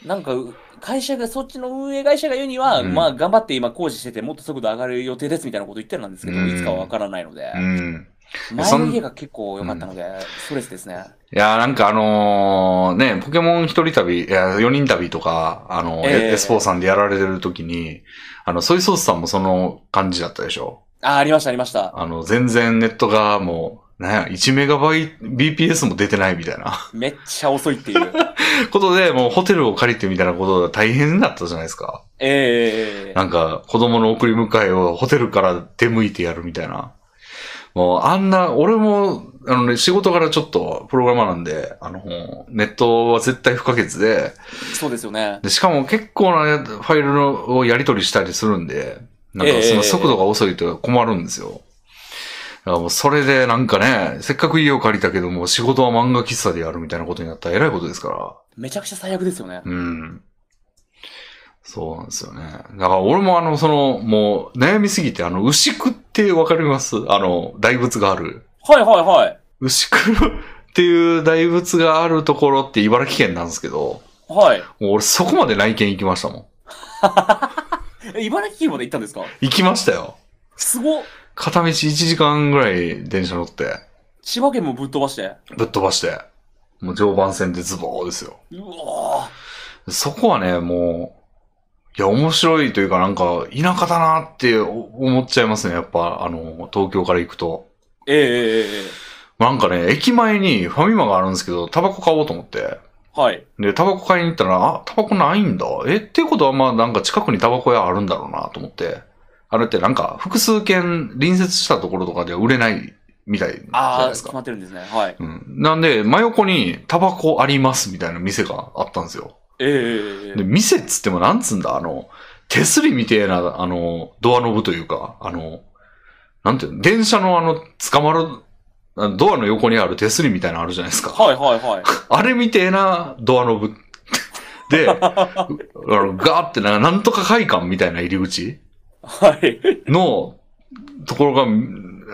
[SPEAKER 2] なんか、う会社が、そっちの運営会社が言うには、
[SPEAKER 1] うん
[SPEAKER 2] まあ、頑張って今工事してて、もっと速度上がる予定ですみたいなこと言ってるんですけど、
[SPEAKER 1] うん
[SPEAKER 2] いつかはわからないので、
[SPEAKER 1] うん。
[SPEAKER 2] 前の家が結構良かったので、ストレスですね。
[SPEAKER 1] いやーなんかあのーね、ポケモン一人旅、いや、四人旅とか、あのー、
[SPEAKER 2] ええ
[SPEAKER 1] エスポーさんでやられてる時に、あの、ソイソースさんもその感じだったでしょ
[SPEAKER 2] あ、ありました、ありました。
[SPEAKER 1] あの、全然ネットがもう、なんや、1メガバイ、BPS も出てないみたいな *laughs*
[SPEAKER 2] めっちゃ遅いっていう。
[SPEAKER 1] ことで、もうホテルを借りてみたいなことが大変だったじゃないですか。
[SPEAKER 2] ええ
[SPEAKER 1] なんか、子供の送り迎えをホテルから出向いてやるみたいな。もう、あんな、俺も、あのね、仕事からちょっと、プログラマーなんで、あの、ネットは絶対不可欠で、
[SPEAKER 2] そうですよね。
[SPEAKER 1] でしかも結構なファイルのをやり取りしたりするんで、なんかその速度が遅いと困るんですよ。だからもうそれでなんかね、せっかく家を借りたけども仕事は漫画喫茶でやるみたいなことになったらえらいことですから。
[SPEAKER 2] めちゃくちゃ最悪ですよね。
[SPEAKER 1] うん。そうなんですよね。だから俺もあの、その、もう悩みすぎて、あの、牛久ってわかりますあの、大仏がある。
[SPEAKER 2] はいはいはい。
[SPEAKER 1] 牛久っていう大仏があるところって茨城県なんですけど、
[SPEAKER 2] はい。
[SPEAKER 1] もう俺そこまで内見行きましたもん。
[SPEAKER 2] え、茨城県まで行ったんですか
[SPEAKER 1] 行きましたよ。
[SPEAKER 2] すごっ
[SPEAKER 1] 片道1時間ぐらい電車乗って、
[SPEAKER 2] 千葉県もぶっ飛ばして。
[SPEAKER 1] ぶっ飛ばして、もう常磐線でズボーですよ。
[SPEAKER 2] うわ
[SPEAKER 1] そこはね、もう、いや、面白いというか、なんか、田舎だなって思っちゃいますね、やっぱ、あの、東京から行くと。
[SPEAKER 2] ーえええええ
[SPEAKER 1] なんかね、駅前にファミマがあるんですけど、タバコ買おうと思って。
[SPEAKER 2] えはい。
[SPEAKER 1] で、タバコ買いに行ったら、あ、タバコないんだ。え、っていうことは、まあ、なんか近くにタバコ屋あるんだろうなと思って。あれってなんか、複数軒隣接したところとかでは売れないみたいじゃな
[SPEAKER 2] あ
[SPEAKER 1] い
[SPEAKER 2] あ、
[SPEAKER 1] ですか
[SPEAKER 2] 決。まってるんですね。はい。
[SPEAKER 1] うん。なんで、真横にタバコありますみたいな店があったんですよ。
[SPEAKER 2] えええええ
[SPEAKER 1] で、
[SPEAKER 2] え
[SPEAKER 1] 店っつってもなんつうんだ、あの、手すりみてえな、あの、ドアノブというか、あの、なんていうの、電車のあの、捕まる、あのドアの横にある手すりみたいなのあるじゃないですか。
[SPEAKER 2] はいはいはい。
[SPEAKER 1] あれみてえなドアノブ。で、うあのガーってな、なんとか会館みたいな入り口
[SPEAKER 2] はい。
[SPEAKER 1] のところが、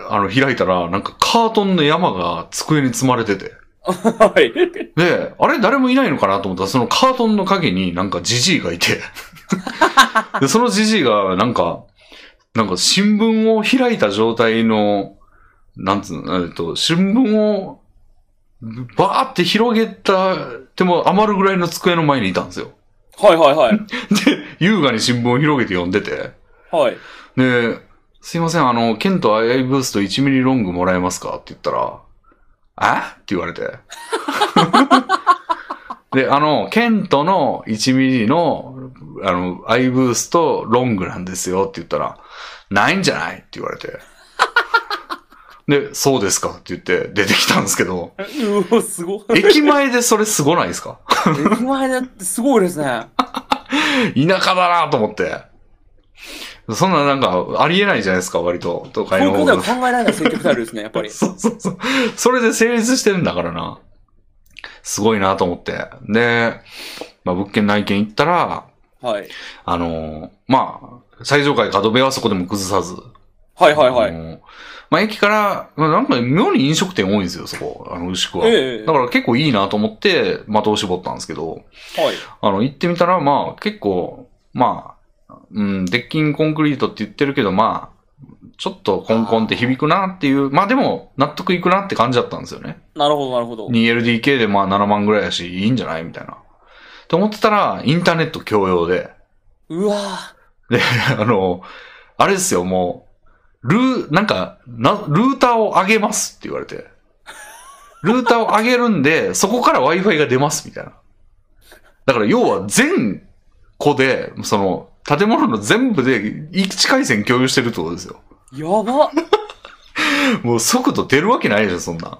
[SPEAKER 1] あの、開いたら、なんかカートンの山が机に積まれてて。
[SPEAKER 2] はい。
[SPEAKER 1] で、あれ誰もいないのかなと思ったら、そのカートンの陰になんかジジイがいて。で、そのジジイがなんか、なんか新聞を開いた状態の、なんつうの、えっと、新聞をバーって広げた、でも余るぐらいの机の前にいたんですよ。
[SPEAKER 2] はいはいはい。
[SPEAKER 1] で、優雅に新聞を広げて読んでて。
[SPEAKER 2] はい。
[SPEAKER 1] で、すいません、あの、剣とアイアイブースト1ミリロングもらえますかって言ったら、えって言われて。 *laughs* で、あの、剣との1ミリの、あの、アイブーストロングなんですよって言ったら、ないんじゃないって言われて。で、そうですかって言って出てきたんですけど、
[SPEAKER 2] うお、すごい。
[SPEAKER 1] 駅前でそれすごないですか
[SPEAKER 2] 駅前だってすごいですね。
[SPEAKER 1] 田舎だなと思って。そんななんか、ありえないじゃないですか、割と。都会
[SPEAKER 2] 本
[SPEAKER 1] の
[SPEAKER 2] 当
[SPEAKER 1] 方
[SPEAKER 2] で
[SPEAKER 1] だ
[SPEAKER 2] は考えられない積極タイルですね、やっぱり。
[SPEAKER 1] そうそうそう。それで成立してるんだからな。すごいなと思って。で、まあ、物件内見行ったら、
[SPEAKER 2] はい。
[SPEAKER 1] あのーまあ、最上階角部屋はそこでも崩さず。
[SPEAKER 2] はいはいは
[SPEAKER 1] あ
[SPEAKER 2] い。
[SPEAKER 1] のーまあ、駅から、まあなんか妙に飲食店多いんですよ、そこ。あの、牛久は。
[SPEAKER 2] ええ
[SPEAKER 1] だから結構いいなと思って、的を絞ったんですけど、
[SPEAKER 2] はい。
[SPEAKER 1] あの、行ってみたら、まあ、結構、まあ、うん、鉄筋コンクリートって言ってるけど、まあ、ちょっとコンコンって響くなっていう、まあでも、納得いくなって感じだったんですよね。
[SPEAKER 2] なるほどなるほど。
[SPEAKER 1] 2LDK でまあ7万ぐらいやし、いいんじゃないみたいな。って思ってたら、インターネット共用で、
[SPEAKER 2] うわぁ。
[SPEAKER 1] で、 *laughs* あの、あれですよ、もう、ルー、なんか、な、ルーターを上げますって言われ
[SPEAKER 2] *laughs*
[SPEAKER 1] て。ルーターを上げるんで、そこから Wi-Fi が出ますみたいな。だから要は全個で、その、建物の全部で1回線共有してるってことですよ。
[SPEAKER 2] やば
[SPEAKER 1] もう速度出るわけないでしょ、そんなん。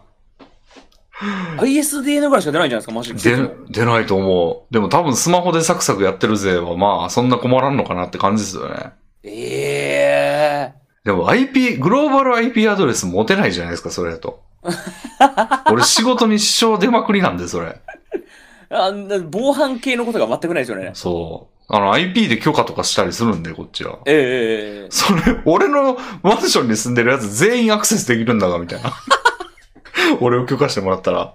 [SPEAKER 2] !ISDN ぐらいしか出ないんじゃないですか、マジで。
[SPEAKER 1] 出、出ないと思う。でも多分スマホでサクサクやってるぜは、まあ、そんな困らんのかなって感じですよね。
[SPEAKER 2] ええ
[SPEAKER 1] でも IP、グローバル IP アドレス持てないじゃないですか、それだと。俺仕事に支障出まくりなんで、それ。
[SPEAKER 2] ー。あんな防犯系のことが全くないですよね。
[SPEAKER 1] そう。あの、IP で許可とかしたりするんで、こっちは。
[SPEAKER 2] ええええ
[SPEAKER 1] それ、俺のマンションに住んでるやつ全員アクセスできるんだが、みたいな。 *laughs* 俺を許可してもらったら。っ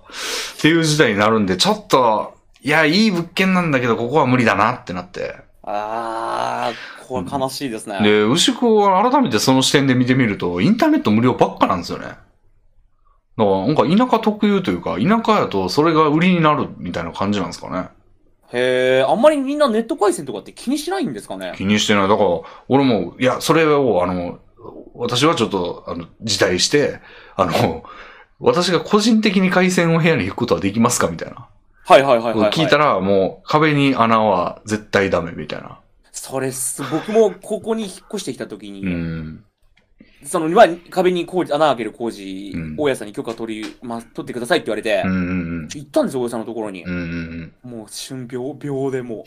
[SPEAKER 1] ていう事態になるんで、ちょっと、いや、いい物件なんだけど、ここは無理だなってなって。
[SPEAKER 2] あー、これ悲しいですね。
[SPEAKER 1] で、牛久を改めてその視点で見てみると、インターネット無料ばっかなんですよね。だから、なんか田舎特有というか、田舎やとそれが売りになるみたいな感じなんですかね。
[SPEAKER 2] へえ、あんまりみんなネット回線とかって気にしないんですかね。
[SPEAKER 1] 気にしてない。だから、俺も、いや、それを、あの、私はちょっと、あの、辞退して、あの、私が個人的に回線を部屋に引くことはできますかみたいな。
[SPEAKER 2] はいはいはいはい、はい。
[SPEAKER 1] 聞いたら、もう、壁に穴は絶対ダメみたいな。
[SPEAKER 2] それす、僕もここに引っ越してきたときに、
[SPEAKER 1] うん。
[SPEAKER 2] その、まあ、壁に工事、穴開ける工事、
[SPEAKER 1] うん
[SPEAKER 2] 大家さんに許可取り、まあ、取ってくださいって言われて、
[SPEAKER 1] うんうん
[SPEAKER 2] 行ったんですよ、大家さんのところに。
[SPEAKER 1] うん。うんうん
[SPEAKER 2] もう、瞬秒、秒でも
[SPEAKER 1] うん。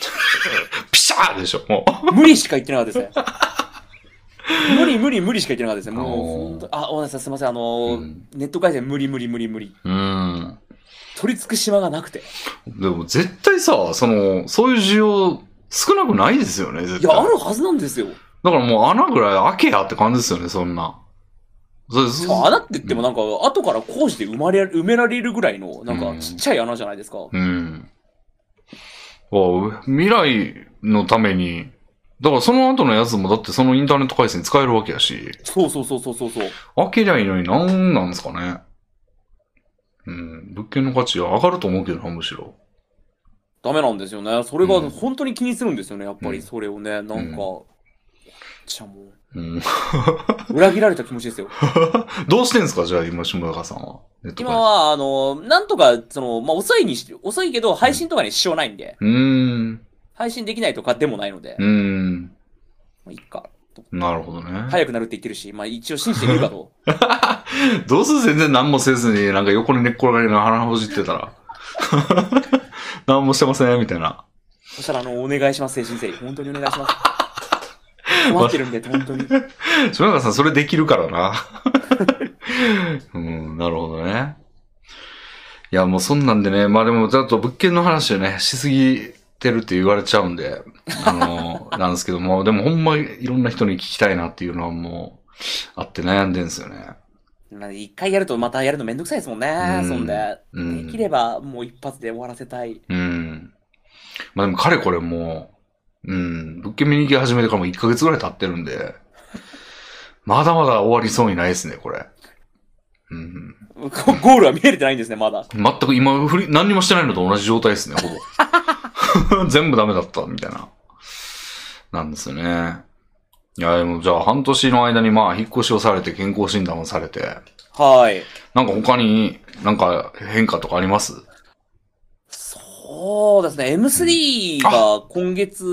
[SPEAKER 1] ピシャーでしょ、もう。
[SPEAKER 2] う、無理しか言ってなかったですね。
[SPEAKER 1] *laughs*
[SPEAKER 2] 無理無理無理しか言ってなかったですね。も
[SPEAKER 1] おー
[SPEAKER 2] う、ほんとあ、大家さんすいません、あのー
[SPEAKER 1] うん
[SPEAKER 2] ネット回線無理無理無理無理。
[SPEAKER 1] うん。
[SPEAKER 2] 取り付く島がな
[SPEAKER 1] *laughs*
[SPEAKER 2] くて。
[SPEAKER 1] でも、絶対さ、その、そういう需要、少なくないですよね、絶
[SPEAKER 2] いや、
[SPEAKER 1] 対。
[SPEAKER 2] あるはずなんですよ。
[SPEAKER 1] だからもう穴ぐらい開けやって感じですよね、そんな。そうです
[SPEAKER 2] しかも穴って言ってもなんか、後から工事で埋まれ、埋められるぐらいの、なん
[SPEAKER 1] う
[SPEAKER 2] か
[SPEAKER 1] ん
[SPEAKER 2] ちっちゃい穴じゃないですか。
[SPEAKER 1] うん。あ未来のために、だからその後のやつもだってそのインターネット回線使えるわけやし、
[SPEAKER 2] そうそうそうそうそうそう。
[SPEAKER 1] 開けりゃいいのになんなんですかね。うん。物件の価値が上がると思うけどな、むしろ。
[SPEAKER 2] ダメなんですよね。それが
[SPEAKER 1] うん
[SPEAKER 2] 本当に気にするんですよね、やっぱ
[SPEAKER 1] う
[SPEAKER 2] り
[SPEAKER 1] ん
[SPEAKER 2] それをね。なんか、
[SPEAKER 1] うん
[SPEAKER 2] じゃあも
[SPEAKER 1] うん。 *laughs*
[SPEAKER 2] う、裏切られた気持ちですよ。
[SPEAKER 1] どうしてんすかじゃあ今、下中さんは。ネット回
[SPEAKER 2] 今
[SPEAKER 1] 線。
[SPEAKER 2] は、あの、なんとか、その、まあ、遅いにし、遅いけど、配信とかに支障ないんで、
[SPEAKER 1] うーん。
[SPEAKER 2] 配信できないとかでもないので、
[SPEAKER 1] うーん。
[SPEAKER 2] まあ、いっか。
[SPEAKER 1] なるほどね。
[SPEAKER 2] 早くなるって言ってるし、まあ、一応信じてみる
[SPEAKER 1] *laughs*
[SPEAKER 2] かと。
[SPEAKER 1] どうする全然何もせずに、なんか横に寝っ転がりながら鼻ほじってたら。 *laughs* 何もしてません、みたいな。
[SPEAKER 2] そしたら、あの、お願いします、精神誠意。本当にお願い
[SPEAKER 1] *laughs*
[SPEAKER 2] します。困ってるんで、本当に。
[SPEAKER 1] 島中さん、それできるからな。 *laughs* うん、なるほどね。いや、もうそんなんでね、まあでも、ちょっと物件の話をね、しすぎてるって言われちゃうんで、あの、なんですけども、でもほんまいろんな人に聞きたいなっていうのはもう、あって悩んでんですよね。
[SPEAKER 2] まあ、一回やるとまたやるのめんどくさいですもんね。
[SPEAKER 1] うん
[SPEAKER 2] そんで、
[SPEAKER 1] うん
[SPEAKER 2] できればもう一発で終わらせたい。
[SPEAKER 1] うん。まあでも、彼これもう、うん、物件見に行き始めてからもう1ヶ月ぐらい経ってるんで、まだまだ終わりそうにないですね、これ。うん。
[SPEAKER 2] ゴゴールは見えれてないんですね、まだ。
[SPEAKER 1] 全く今振り、何にもしてないのと同じ状態ですね、ほぼ。 *laughs* 全部ダメだった、みたいな。なんですよね。いや、でもじゃあ半年の間にまあ、引っ越しをされて、健康診断をされて、
[SPEAKER 2] はい。
[SPEAKER 1] なんか他になんか変化とかあります
[SPEAKER 2] そうですね、M3 が今月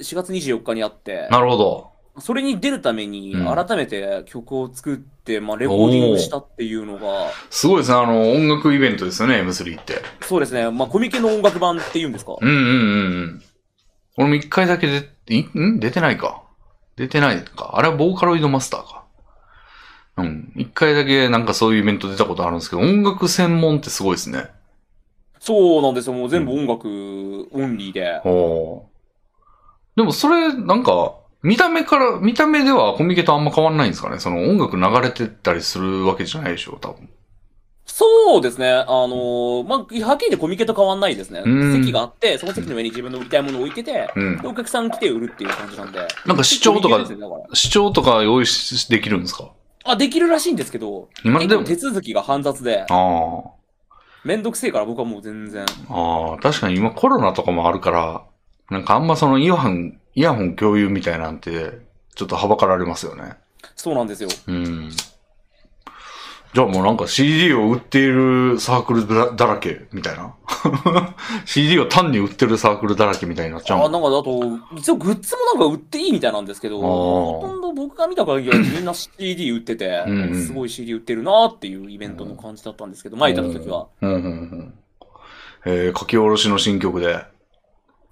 [SPEAKER 2] 4月24日にあって、
[SPEAKER 1] なるほど。
[SPEAKER 2] それに出るために
[SPEAKER 1] うん
[SPEAKER 2] 改めて曲を作って、まあ、レコーディングしたっていうのが、
[SPEAKER 1] すごいですね、あの、音楽イベントですよね、M3 って。
[SPEAKER 2] そうですね、まあ、コミケの音楽版っていうんですか。
[SPEAKER 1] うんうんうんうん。俺も一回だけ出、いん出てないか。出てないか。あれはボーカロイドマスターか。うん。一回だけなんかそういうイベント出たことあるんですけど、音楽専門ってすごいですね。
[SPEAKER 2] そうなんですよ、もう全部音楽オンリーで。
[SPEAKER 1] ほう。でもそれ、なんか、見た目から、見た目ではコミケとあんま変わんないんですかねその音楽流れてたりするわけじゃないでしょう、多分。
[SPEAKER 2] そうですね。あのーまあ、はっきり言ってコミケと変わんないですね
[SPEAKER 1] うん。
[SPEAKER 2] 席があって、その席の上に自分の売りたいものを置いてて、
[SPEAKER 1] うん
[SPEAKER 2] で。お客さん来て売るっていう感じなんで。
[SPEAKER 1] なんか視聴と
[SPEAKER 2] コミ
[SPEAKER 1] か
[SPEAKER 2] ケ、ですねだから
[SPEAKER 1] 視聴とか用意しできるんですか
[SPEAKER 2] あ、できるらしいんですけど、
[SPEAKER 1] 今
[SPEAKER 2] 結
[SPEAKER 1] で
[SPEAKER 2] 構
[SPEAKER 1] も。
[SPEAKER 2] 手続きが煩雑で、
[SPEAKER 1] ああ。
[SPEAKER 2] めんどくせえから僕はもう全然。
[SPEAKER 1] ああ、確かに今コロナとかもあるから、なんかあんまそのイヤホン、イヤホン共有みたいなんて、ちょっとはばかられますよね。
[SPEAKER 2] そうなんですよ。
[SPEAKER 1] うん。じゃあもうなんか CD を売っているサークルだだらけ、みたいな。CD を単に売ってるサークルだらけみたいになっちゃ
[SPEAKER 2] あ、
[SPEAKER 1] う
[SPEAKER 2] な
[SPEAKER 1] も
[SPEAKER 2] ん
[SPEAKER 1] ん。
[SPEAKER 2] かあと、一応グッズもなんか売っていいみたいなんですけど、
[SPEAKER 1] あー
[SPEAKER 2] ほとんど僕が見た限りはみんな CD 売ってて
[SPEAKER 1] うんうん、
[SPEAKER 2] すごい CD 売ってるなーっていうイベントの感じだったんですけど、前行った時は。
[SPEAKER 1] うんうんうん。えー、書き下ろしの新曲で。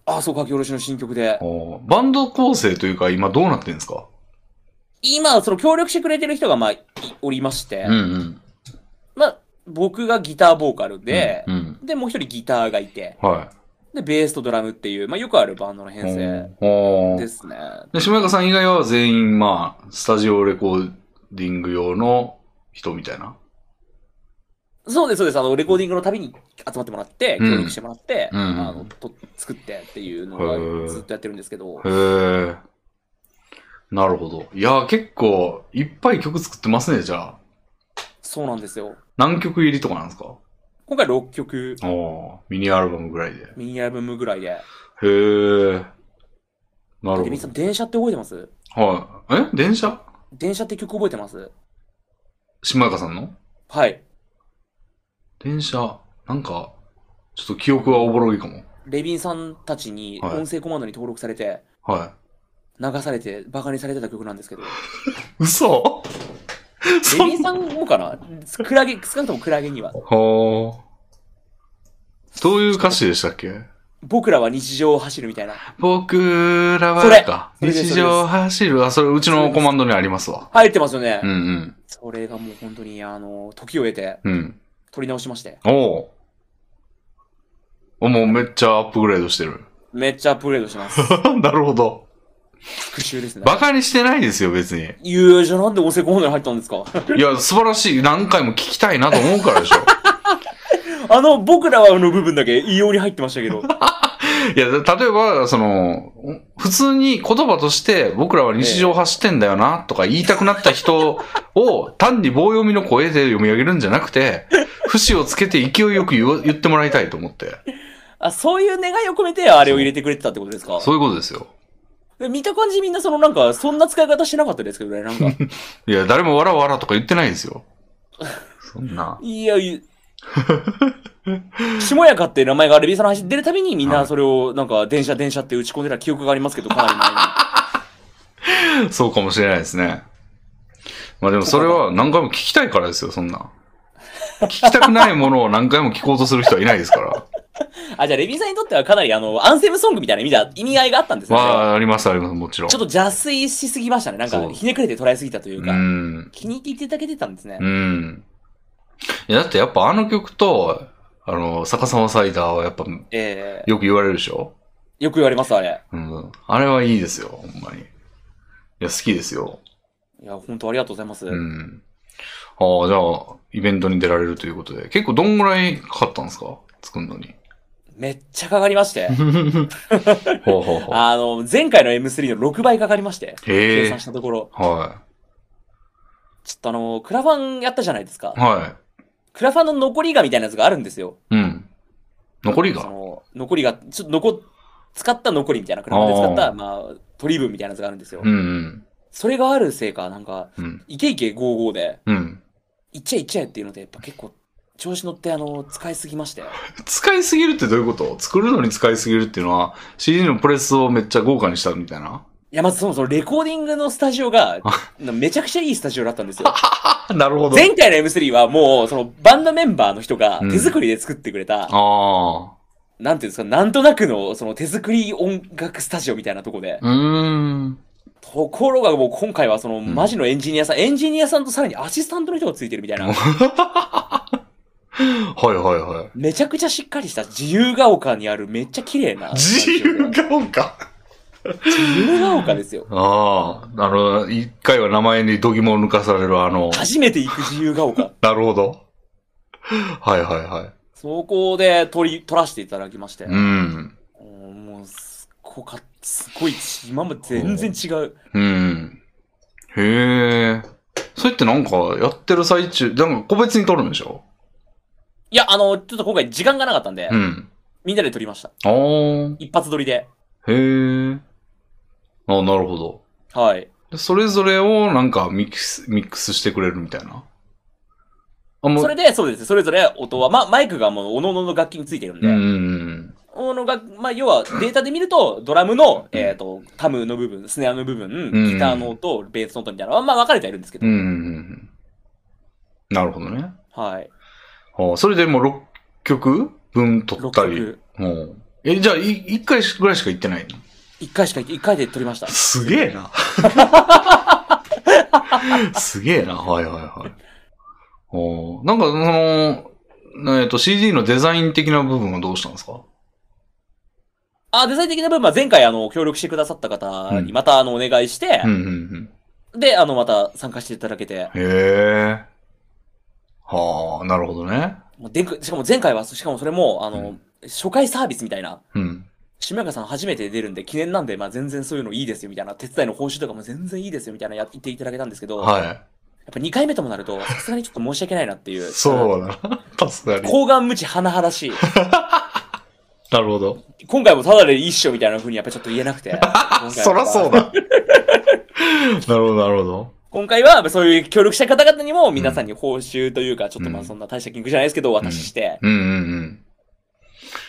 [SPEAKER 2] あ、そう、書き下ろしの新曲で。
[SPEAKER 1] おーバンド構成というか今どうなってるんですか
[SPEAKER 2] 今、その協力してくれてる人が、まあ、いおりまして、
[SPEAKER 1] うんうん。
[SPEAKER 2] まあ、僕がギターボーカルで、
[SPEAKER 1] うん。
[SPEAKER 2] で、もう一人ギターがいて、
[SPEAKER 1] は
[SPEAKER 2] で、ベースとドラムっていう、まあ、よくあるバンドの
[SPEAKER 1] い。
[SPEAKER 2] 編成
[SPEAKER 1] おー
[SPEAKER 2] ですね。
[SPEAKER 1] で、島中さん以外は全員、まあ、スタジオレコーディング用の人みたいな。
[SPEAKER 2] そうです、そうです。あの、レコーディングのたびに集まってもらって、
[SPEAKER 1] うん
[SPEAKER 2] 協力してもらって、
[SPEAKER 1] うん
[SPEAKER 2] あのと、作ってっていうの
[SPEAKER 1] へえ
[SPEAKER 2] がずっとやってるんですけ
[SPEAKER 1] へ
[SPEAKER 2] ど、
[SPEAKER 1] え。なるほど。いやー、結構、いっぱい曲作ってますね、じゃあ。
[SPEAKER 2] そうなんですよ。
[SPEAKER 1] 何曲入りとかなんですか
[SPEAKER 2] 今回6曲、
[SPEAKER 1] おおミニアルバムぐらいで。へ
[SPEAKER 2] ミニアルバムぐらいで。
[SPEAKER 1] え。なる
[SPEAKER 2] で、みさ
[SPEAKER 1] ほ
[SPEAKER 2] ん、電車って覚えてます
[SPEAKER 1] ど。はい。え電車
[SPEAKER 2] 電車って曲覚えてます
[SPEAKER 1] 島中さんの
[SPEAKER 2] はい。
[SPEAKER 1] 電車、なんか、ちょっと記憶はおぼろいかも。
[SPEAKER 2] レビンさんたちに
[SPEAKER 1] はい
[SPEAKER 2] 音声コマンドに登録されて、
[SPEAKER 1] は
[SPEAKER 2] 流されて、バカにされてた曲なんですけど。
[SPEAKER 1] い。嘘
[SPEAKER 2] レ
[SPEAKER 1] そ *laughs*
[SPEAKER 2] ビンさんもかなクラゲ、 *laughs* 少なくともクラゲには。
[SPEAKER 1] はあ。どういう歌詞でしたっけ
[SPEAKER 2] 僕らは日常を走るみたいな。
[SPEAKER 1] 僕らは
[SPEAKER 2] それ
[SPEAKER 1] か
[SPEAKER 2] それです
[SPEAKER 1] 日常走る。あ、それうちのコマンドにありますわ。
[SPEAKER 2] 入ってますよね。
[SPEAKER 1] うんうん。
[SPEAKER 2] それがもう本当に、あの、時を得て、
[SPEAKER 1] うん。
[SPEAKER 2] 撮り直しまして。
[SPEAKER 1] おうお。もうめっちゃアップグレードしてる。 *laughs*
[SPEAKER 2] めっちゃアップグレードします。
[SPEAKER 1] なるほど。
[SPEAKER 2] 復習ですね。
[SPEAKER 1] バカにしてないですよ、別に。
[SPEAKER 2] いやじゃあなんで音声コマンドに入ったんですか *laughs*
[SPEAKER 1] いや、素晴らしい。何回も聞きたいなと思うからでしょ。
[SPEAKER 2] あの、僕らはの部分だけ異様に入ってましたけど。 *laughs*
[SPEAKER 1] いや、例えば、その、普通に言葉として僕らは日常走ってんだよなとか言いたくなった人を単に棒読みの声で読み上げるんじゃなくて、節をつけて勢いよく言う言ってもらいたいと思って。
[SPEAKER 2] あ、そういう願いを込めて、あれを入れてくれてたってことですか
[SPEAKER 1] そういうことですよ。
[SPEAKER 2] で見た感じみんなそのなんか、そんな使い方してなかったですけどね、なんか。
[SPEAKER 1] *laughs* いや、誰もわらわらとか言ってないです
[SPEAKER 2] *laughs*
[SPEAKER 1] よ。そんな。
[SPEAKER 2] いや、いしもやかっていう名前がレビーさんの話に出るたびにみんなそれをなんか電車電車って打ち込んでた記憶がありますけど、かなり前に。 *laughs*
[SPEAKER 1] そうかもしれないですね。まあでもそれは何回も聞きたいからですよ、そんな。聞きたくないものを何回も聞こうとする人はいないです
[SPEAKER 2] *laughs*
[SPEAKER 1] から。
[SPEAKER 2] あ、じゃあレビンさんにとってはかなりあの、アンセムソングみたいな意味だ、意味合いがあったんですね。
[SPEAKER 1] ま
[SPEAKER 2] それは
[SPEAKER 1] あ、あります、あります、もちろん。
[SPEAKER 2] ちょっと邪推しすぎましたね。なん
[SPEAKER 1] そ
[SPEAKER 2] か、
[SPEAKER 1] う
[SPEAKER 2] ひねくれて捉えすぎたという
[SPEAKER 1] う
[SPEAKER 2] か、
[SPEAKER 1] ん。
[SPEAKER 2] 気に入っていただけてたんですね
[SPEAKER 1] う。ん。いや、だってやっぱあの曲と、あの、逆さまサイダーはやっぱ
[SPEAKER 2] ええ
[SPEAKER 1] よく言われるでしょ
[SPEAKER 2] よく言われます、あれ。
[SPEAKER 1] うん。あれはいいですよ、ほんまに。いや、好きですよ。
[SPEAKER 2] いや、本当ありがとうございます。
[SPEAKER 1] うん。ああ、じゃあ、イベントに出られるということで。結構どんぐらいかかったんですか作るのに。
[SPEAKER 2] めっちゃかかりまして。
[SPEAKER 1] ほうほうほう。
[SPEAKER 2] あの、前回の M3 の6倍かかりまして。
[SPEAKER 1] へ
[SPEAKER 2] 計
[SPEAKER 1] え
[SPEAKER 2] 算し。たところ、
[SPEAKER 1] は
[SPEAKER 2] ちょっとあの、クラファンやったじゃないですか
[SPEAKER 1] い。。は
[SPEAKER 2] クラファンの残りがみたいなやつがあるんですよ。
[SPEAKER 1] い。うん。残り
[SPEAKER 2] そ
[SPEAKER 1] が
[SPEAKER 2] の、残りが、ちょっと残っ、使った残りみたいな、クラファンで使っ
[SPEAKER 1] あ
[SPEAKER 2] た、まあ、取り分みたいなやつがあるんですよ
[SPEAKER 1] う。ん
[SPEAKER 2] それがあるせいか、なんか、
[SPEAKER 1] うん。うん。
[SPEAKER 2] イケイケ55で、
[SPEAKER 1] うん。
[SPEAKER 2] いっちゃえいっちゃえっていうので、やっぱ結構、調子乗って、あの、使いすぎましたよ。
[SPEAKER 1] 使いすぎるってどういうこと作るのに使いすぎるっていうのは CD のプレスをめっちゃ豪華にしたみたいない
[SPEAKER 2] や、まずそもそもレコーディングのスタジオが、めちゃくちゃいいスタジオだったんですよ。
[SPEAKER 1] なるほ
[SPEAKER 2] 前回の M3 はもう、そのバンドメンバーの人が
[SPEAKER 1] うん
[SPEAKER 2] 手作りで作ってくれた、
[SPEAKER 1] あ
[SPEAKER 2] なんていうんですか、なんとなくの、その手作り音楽スタジオみたいなとこで
[SPEAKER 1] あ。。うーん。
[SPEAKER 2] ところがもう今回はその
[SPEAKER 1] ん
[SPEAKER 2] マジのエンジニアさん、エンジニアさんとさらにアシスタントの人がついてるみたいな、
[SPEAKER 1] はいはいは。
[SPEAKER 2] めちゃくちゃしっかりした自由が丘にあるめっちゃ綺麗ない
[SPEAKER 1] 自由が丘。
[SPEAKER 2] 自由が丘ですよ。
[SPEAKER 1] ああ、なるほど。一回は名前に度肝を抜かされるあの、
[SPEAKER 2] 初めて行く自由が丘。
[SPEAKER 1] なるほど。はいはいはい。
[SPEAKER 2] そこで撮り、撮らせていただきまして。
[SPEAKER 1] うん。
[SPEAKER 2] もう、すっごかっすごい、今も全然違う。
[SPEAKER 1] うん。へえ。それってなんか、やってる最中、なんか個別に撮るんでしょ
[SPEAKER 2] いや、あの、ちょっと今回時間がなかったんで、
[SPEAKER 1] うん。
[SPEAKER 2] みんなで撮りました。
[SPEAKER 1] ああ。
[SPEAKER 2] 一発撮りで。
[SPEAKER 1] へえ。あなるほど。
[SPEAKER 2] はい。
[SPEAKER 1] でそれぞれをなんかミックス、ミックスしてくれるみたいな。あ、も
[SPEAKER 2] それで、そうです。それぞれ音は、まあ、マイクがもう、おののの楽器についてるんで、
[SPEAKER 1] うんうんうん。
[SPEAKER 2] おのが、まあ、要は、データで見ると、ドラムの、えっ、と、タムの部分、スネアの部分、
[SPEAKER 1] うん
[SPEAKER 2] ギターの音、ベースの音みたいなのは、まあ、分かれてはいるんですけ
[SPEAKER 1] う
[SPEAKER 2] ど、
[SPEAKER 1] んうんうんうん。なるほどね。
[SPEAKER 2] はい。
[SPEAKER 1] ああそれでもう6曲分取
[SPEAKER 2] 6
[SPEAKER 1] ったり。
[SPEAKER 2] 曲、
[SPEAKER 1] うんえ、じゃあ、い1回ぐらいしか行ってないの
[SPEAKER 2] 1回しか、1回で撮りました。
[SPEAKER 1] すげえな。すげえな。はいはいはい。おなんか、その、なえっと、CD のデザイン的な部分はどうしたんですか
[SPEAKER 2] あ、デザイン的な部分は、前回、あの、協力してくださった方に、また、あの、お願いして
[SPEAKER 1] うん、うんうん。
[SPEAKER 2] で、あの、また参加していただけて、
[SPEAKER 1] へえ。はあ、なるほどね。
[SPEAKER 2] もうでくしかも前回は、しかもそれも、あの、初回サービスみたいな、
[SPEAKER 1] うん。
[SPEAKER 2] しもやかさん初めて出るんで記念なんで、まあ全然そういうのいいですよみたいな、手伝いの報酬とかも全然いいですよみたいなや言っていただけたんですけど、
[SPEAKER 1] はい。
[SPEAKER 2] ぱ2回目ともなると、さすがにちょっと申し訳ないなっていう。
[SPEAKER 1] そうだな。確かに。
[SPEAKER 2] 抗顔無知甚だしい。
[SPEAKER 1] なるほど。
[SPEAKER 2] 今回もただで一緒みたいな風にやっぱちょっと言えなくて。
[SPEAKER 1] そらそう
[SPEAKER 2] だ。
[SPEAKER 1] だ。なるほど、なるほど。
[SPEAKER 2] 今回はそういう協力した方々にも皆さんに報酬というか、ちょっとまあそんな大した金額じゃないですけど、お渡しして。
[SPEAKER 1] うんうん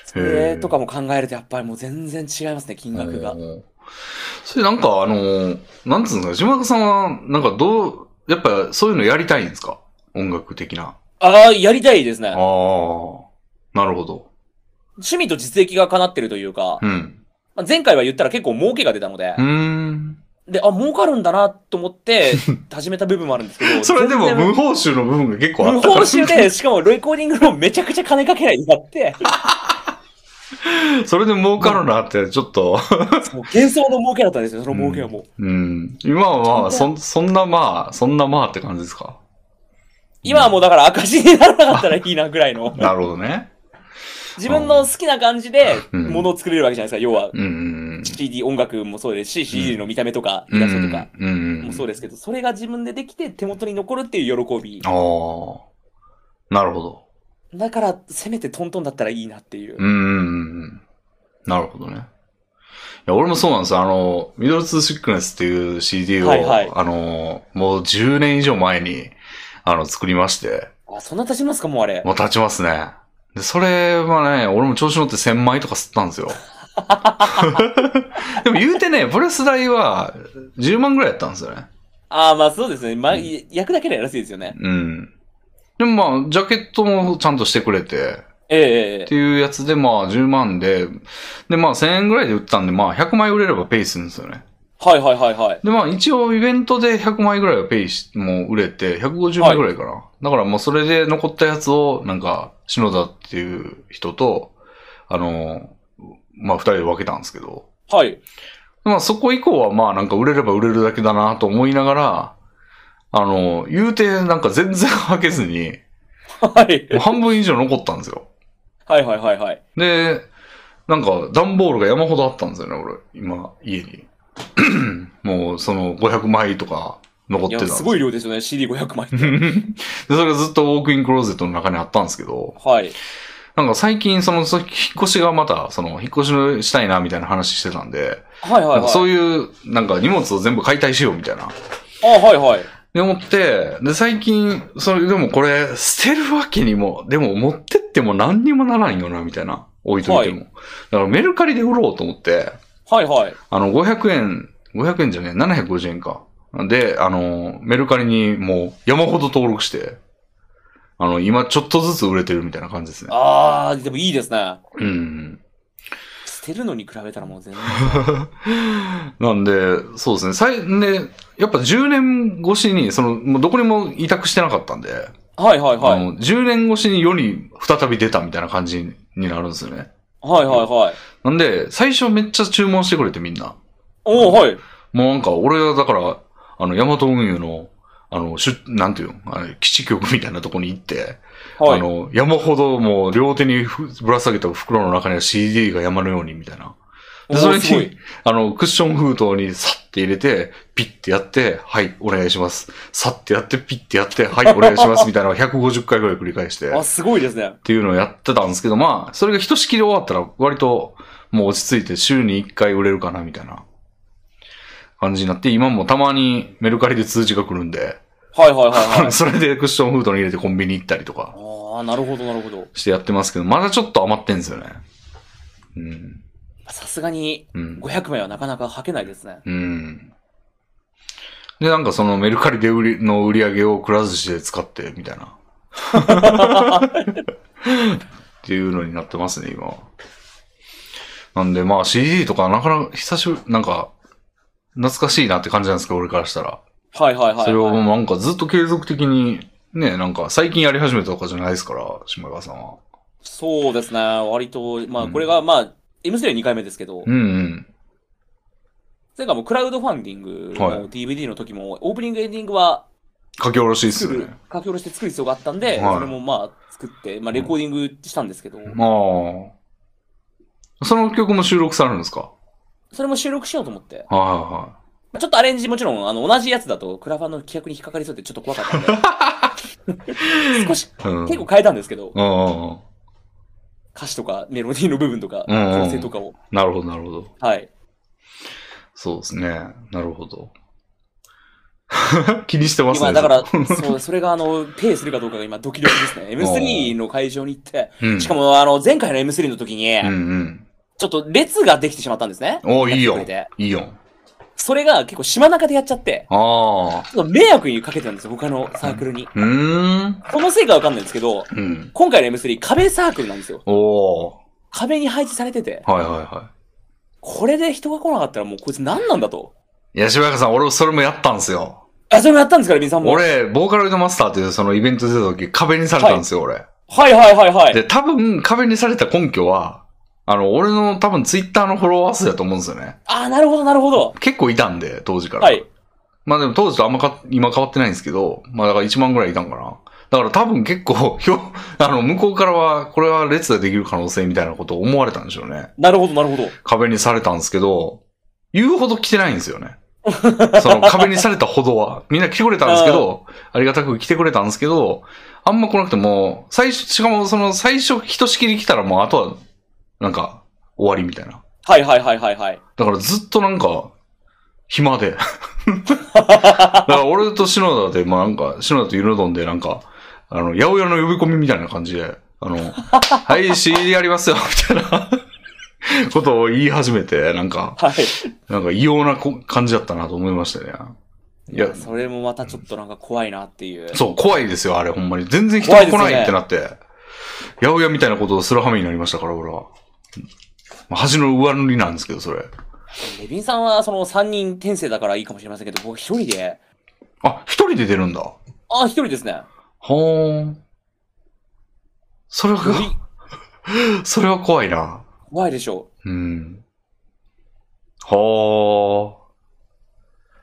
[SPEAKER 2] それとかも考えるとやっぱりもう全然違いますね、金
[SPEAKER 1] うん。
[SPEAKER 2] 額が。
[SPEAKER 1] うんそれなんかあのー、なんつうんですか、島中さんは、なんかどう、やっぱそういうのやりたいんですか音楽的な。
[SPEAKER 2] ああ、やりたいですね
[SPEAKER 1] ああ。。なるほど。
[SPEAKER 2] 趣味と実益が叶ってるというか、
[SPEAKER 1] うん。
[SPEAKER 2] まあ前回は言ったら結構儲けが出たので
[SPEAKER 1] う、ーん。
[SPEAKER 2] で、あ、儲かるんだなと
[SPEAKER 1] *laughs*
[SPEAKER 2] 思って始めた部分もあるんですけど、
[SPEAKER 1] それでも
[SPEAKER 2] 全然
[SPEAKER 1] 無報酬の部分が結構あ
[SPEAKER 2] 無
[SPEAKER 1] った
[SPEAKER 2] 報
[SPEAKER 1] から。
[SPEAKER 2] 酬で、しかもレコーディングもめちゃくちゃ金かけないでや
[SPEAKER 1] *laughs*
[SPEAKER 2] って、
[SPEAKER 1] それで儲かるなって、ちょっと。
[SPEAKER 2] もう幻想の儲けだったんですよ、その儲けはもう。
[SPEAKER 1] うん。今はまあ、そん、そんなまあ、そんなまあって感じですか。
[SPEAKER 2] 今はもうだから赤字にならなかったらいいなぐらいの。
[SPEAKER 1] なるほどね。
[SPEAKER 2] 自分の好きな感じで
[SPEAKER 1] うん
[SPEAKER 2] 物を作れるわけじゃないですか。要は
[SPEAKER 1] うんうん。
[SPEAKER 2] CD 音楽もそうですし、CD の見た目とか、
[SPEAKER 1] うん。
[SPEAKER 2] イラストとか
[SPEAKER 1] うんうん。
[SPEAKER 2] もそうですけど、それが自分でできて手元に残るっていう喜び。
[SPEAKER 1] ああ。なるほど。
[SPEAKER 2] だから、せめてトントンだったらいいなっていう
[SPEAKER 1] う。んうんうんうん。なるほどね。いや、俺もそうなんですよ。あの、ミドルツーシックネスっていう CD を、
[SPEAKER 2] はいはい
[SPEAKER 1] あの、もう10年以上前に、あの、作りまして、
[SPEAKER 2] あ、そんな立ちますかもうあれ。
[SPEAKER 1] もう経ちますね。で、それはね、俺も調子乗って1000枚とか吸ったんです
[SPEAKER 2] *laughs*
[SPEAKER 1] よ。でも言うてね、プレス代は10万ぐらいやったんですよね。
[SPEAKER 2] ああ、まあそうですね。まあ、役だけでやらしいですよね。
[SPEAKER 1] うん。でもまあ、ジャケットもちゃんとしてくれて、
[SPEAKER 2] ええええ
[SPEAKER 1] っていうやつで、まあ、10万で、で、まあ、1000円ぐらいで売ったんで、まあ、100枚売れればペイするんですよね。
[SPEAKER 2] はいはいはいはい。
[SPEAKER 1] で、まあ、一応、イベントで100枚ぐらいはペイし、もう売れて、150枚ぐらいかな。だから、もう、それで残ったやつを、なんか、篠田っていう人と、あの、まあ、二人で分けたんですけど、
[SPEAKER 2] はい。
[SPEAKER 1] まあ、そこ以降は、まあ、なんか、売れれば売れるだけだなと思いながら、あの、言うて、なんか全然開けずに、
[SPEAKER 2] はい。
[SPEAKER 1] もう半分以上残ったんですよ。
[SPEAKER 2] はいはいはい
[SPEAKER 1] *laughs*
[SPEAKER 2] はい。
[SPEAKER 1] で、なんか、段ボールが山ほどあったんですよね、俺。今、家に。 *clears throat* もう、その、500枚とか残っ
[SPEAKER 2] い
[SPEAKER 1] て
[SPEAKER 2] や
[SPEAKER 1] た、んですす
[SPEAKER 2] ご
[SPEAKER 1] よ。
[SPEAKER 2] い量ですよね。CD500 枚。
[SPEAKER 1] で、それがずっとウォークインクローゼットの中にあったんですけど、
[SPEAKER 2] はい。
[SPEAKER 1] なんか最近、その、そ引っ越しがまた、その、引っ越しのしたいな、みたいな話してたんで、
[SPEAKER 2] はいはい
[SPEAKER 1] なん
[SPEAKER 2] は
[SPEAKER 1] か
[SPEAKER 2] い。
[SPEAKER 1] そういう、なんか荷物を全部解体しよう、みたいな。
[SPEAKER 2] あはいはい。
[SPEAKER 1] で、思って、で、最近、それ、でもこれ、捨てるわけにも、でも持ってっても何にもならんよな、みたいな。置いといても。だからメルカリで売ろうと思って、
[SPEAKER 2] はいはい。
[SPEAKER 1] あの、500円、500円じゃねえ、750円か。で、あの、メルカリにもう山ほど登録して、あの、今ちょっとずつ売れてるみたいな感じですね。
[SPEAKER 2] あー、でもいいですね。
[SPEAKER 1] うん。
[SPEAKER 2] 捨てるのに比べたらもう
[SPEAKER 1] *laughs*
[SPEAKER 2] 全然。
[SPEAKER 1] なんで、そうですね。最、で、やっぱ10年越しに、その、もうどこにも委託してなかったんで、
[SPEAKER 2] はいはいは
[SPEAKER 1] あ
[SPEAKER 2] い。
[SPEAKER 1] の10年越しに世に再び出たみたいな感じになるんですよね。
[SPEAKER 2] はいはいはい。
[SPEAKER 1] なんで、最初めっちゃ注文してくれてみんな。
[SPEAKER 2] おー、はい。
[SPEAKER 1] もうなんか、俺はだから、あの、ヤマト運輸の、あの、しゅ、なんていうのあの基地局みたいなとこに行って、
[SPEAKER 2] はい
[SPEAKER 1] あ。の、山ほどもう両手にふぶら下げた袋の中には CD が山のようにみたいな。
[SPEAKER 2] お
[SPEAKER 1] で、それ
[SPEAKER 2] ーすご
[SPEAKER 1] に
[SPEAKER 2] い。、
[SPEAKER 1] *laughs* あの、クッション封筒にさって入れて、ピッてやって、はい、お願いします。さってやって、ピッてやって、はい、お願いします。みたいなのを150回ぐらい繰り返して。
[SPEAKER 2] あ、すごいですね。
[SPEAKER 1] っていうのをやってたんですけど、まあ、それがひとしきり終わったら、割と、もう落ち着いて週に1回売れるかな、みたいな感じになって、今もたまにメルカリで通知が来るんで、
[SPEAKER 2] はいはいはい
[SPEAKER 1] *laughs*
[SPEAKER 2] はい。
[SPEAKER 1] それでクッションフードに入れてコンビニ行ったりとか
[SPEAKER 2] ああ、なるほどなるほど。
[SPEAKER 1] してやってますけど、まだちょっと余ってんですよね。うん。
[SPEAKER 2] さすがに
[SPEAKER 1] うん。
[SPEAKER 2] 500枚はなかなかはけないですね。
[SPEAKER 1] うん。で、なんかそのメルカリで売り、の売り上げをくら寿司で使って、みたいな。 *laughs* っていうのになってますね、今は。なんで、まあ CD とかなかなか久しぶり、なんか、懐かしいなって感じなんですけど、俺からしたら。
[SPEAKER 2] はいはいはい。
[SPEAKER 1] それを
[SPEAKER 2] はい
[SPEAKER 1] なんかずっと継続的に、ね、なんか最近やり始めたとかじゃないですから、島川さんは。
[SPEAKER 2] そうですね。割と、まあ
[SPEAKER 1] うん
[SPEAKER 2] これがまあ、M スレ2回目ですけど、
[SPEAKER 1] うんうん。
[SPEAKER 2] 前回もクラウドファンディング
[SPEAKER 1] はい
[SPEAKER 2] の DVD の時も、オープニングエンディングは
[SPEAKER 1] 書き下ろしです
[SPEAKER 2] 作
[SPEAKER 1] よ
[SPEAKER 2] る
[SPEAKER 1] ね。、
[SPEAKER 2] 書き下ろして作る必要があったんで、
[SPEAKER 1] はい
[SPEAKER 2] それもまあ作って、まあレコーディングしたんですけど、
[SPEAKER 1] まあ。その曲も収録されるんですか
[SPEAKER 2] それも収録しようと思って、
[SPEAKER 1] はいはいはい。
[SPEAKER 2] まあちょっとアレンジもちろん、あの、同じやつだと、クラファンの企画に引っかかりそうでちょっと怖かったんで。少し、
[SPEAKER 1] うん。
[SPEAKER 2] 結構変えたんですけど、
[SPEAKER 1] うん。うん。
[SPEAKER 2] 歌詞とかメロディーの部分とか、
[SPEAKER 1] うんうん
[SPEAKER 2] 構成とかを。
[SPEAKER 1] なるほど、なるほど。
[SPEAKER 2] はい。
[SPEAKER 1] そうですね。なるほど。 *laughs* 気にしてますね。
[SPEAKER 2] 今、だから
[SPEAKER 1] ずっ、
[SPEAKER 2] そう、それが、あの、ペイするかどうかが今、ドキドキですね。M3 の会場に行って、
[SPEAKER 1] と、うん、
[SPEAKER 2] しかも、あの、前回の M3 の時に、
[SPEAKER 1] うんうん。
[SPEAKER 2] ちょっと列ができてしまったんですね。
[SPEAKER 1] おーいいよ
[SPEAKER 2] やってくれて
[SPEAKER 1] いいよ。
[SPEAKER 2] それが結構島中でやっちゃって、
[SPEAKER 1] ああ。
[SPEAKER 2] ちょっと迷惑にかけてたんですよ、他のサークルに。
[SPEAKER 1] うーん。
[SPEAKER 2] このせいかわかんないんですけど、
[SPEAKER 1] うん。
[SPEAKER 2] 今回の M3 壁サークルなんですよ。
[SPEAKER 1] おー。
[SPEAKER 2] 壁に配置されてて、
[SPEAKER 1] はいはいは
[SPEAKER 2] これで人が来なかったらもうこいつ何なんだと。
[SPEAKER 1] い。いや、しばやかさん、俺それもやったんですよ。
[SPEAKER 2] あ、それもやったんですから、皆さんも。
[SPEAKER 1] 俺、ボーカロイドマスターっていうそのイベント出た時、壁にされたんですよ、俺。
[SPEAKER 2] はいはいはいはい。
[SPEAKER 1] で、多分、壁にされた根拠は、あの、俺の多分ツイッターのフォロワー数だと思うんですよね。
[SPEAKER 2] あ、なるほどなるほど。
[SPEAKER 1] 結構いたんで、当時から。
[SPEAKER 2] はい。
[SPEAKER 1] まあでも当時とあんまか、今変わってないんですけど、まあだから1万ぐらいいたんかな。だから多分結構、 *laughs* ひょ、あの、向こうからは、これは列ができる可能性みたいなことを思われたんでしょうね。
[SPEAKER 2] なるほどなるほど。
[SPEAKER 1] 壁にされたんですけど、言うほど来てないんですよね。その壁にされたほどは。みんな来てくれたんですけど、ありがたく来てくれたんですけど、あんま来なくても、最初、しかもその最初、ひとしきり来たらもうあとは、なんか、終わりみたいな。
[SPEAKER 2] はいはいはいはいはい。
[SPEAKER 1] だからずっとなんか、暇で。だから俺と篠田で、まあなんか、篠田とゆるどんでなんか、あの、八百屋の呼び込みみたいな感じで、あの、はい、CD やりますよ、みたいなことを言い始めて、なんか、
[SPEAKER 2] はい。
[SPEAKER 1] なんか異様なこ感じだったなと思いましたね。いや、
[SPEAKER 2] それもまたちょっとなんか怖いなっていう。
[SPEAKER 1] そう、怖いですよ、あれ、ほんまに。全然人が来
[SPEAKER 2] 怖
[SPEAKER 1] な
[SPEAKER 2] い
[SPEAKER 1] い
[SPEAKER 2] で
[SPEAKER 1] っ
[SPEAKER 2] す
[SPEAKER 1] て
[SPEAKER 2] よ
[SPEAKER 1] なって、八百屋みたいなことをする羽目になりましたから、俺は。まあ恥の上塗りなんですけど、それ。
[SPEAKER 2] レビンさんはその3人転生だからいいかもしれませんけど、僕一人で、
[SPEAKER 1] あ、一人で出るんだ。
[SPEAKER 2] あ、一人ですね。
[SPEAKER 1] ほーん。それ
[SPEAKER 2] よ
[SPEAKER 1] は、
[SPEAKER 2] り
[SPEAKER 1] それは怖いな。
[SPEAKER 2] 怖いでしょ。
[SPEAKER 1] うん。はー。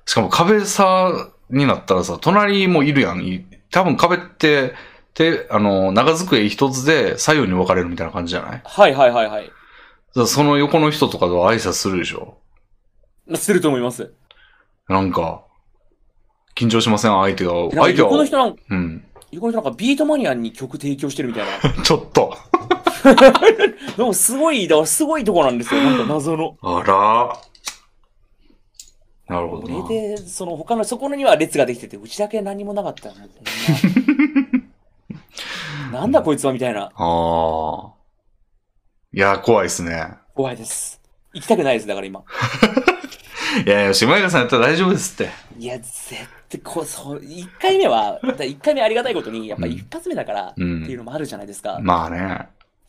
[SPEAKER 1] しかも壁さ、になったらさ、隣もいるやん。い多分壁って、て、あの、長机一つで左右に分かれるみたいな感じじゃないう
[SPEAKER 2] はいはいはいはい。
[SPEAKER 1] だからその横の人とかと挨拶するでしょ。
[SPEAKER 2] すると思います。
[SPEAKER 1] なんか、緊張しません相手が。
[SPEAKER 2] なんか
[SPEAKER 1] 相手
[SPEAKER 2] 横の
[SPEAKER 1] は、
[SPEAKER 2] 人なんか、
[SPEAKER 1] うん。
[SPEAKER 2] 横の人なんかビートマニアに曲提供してるみたいな。 *laughs*
[SPEAKER 1] ちょっと。
[SPEAKER 2] なんかすごい、だからすごいとこなんですよ。なんか謎の。
[SPEAKER 1] あら。なるほどな。
[SPEAKER 2] これで、その他の、そこには列ができてて、うちだけ何もなかったの。みんななんだこいつはみたいな。
[SPEAKER 1] ああ。いや、怖いですね。
[SPEAKER 2] 怖いです。行きたくないです、だから今。
[SPEAKER 1] いやいや、島谷さんやったら大丈夫ですって。
[SPEAKER 2] いや、絶対こう、そう、1回目は、だ1回目ありがたいことに、やっぱ
[SPEAKER 1] うん
[SPEAKER 2] 一発目だから、
[SPEAKER 1] う。
[SPEAKER 2] っていうんのもあるじゃないですか。
[SPEAKER 1] まあね。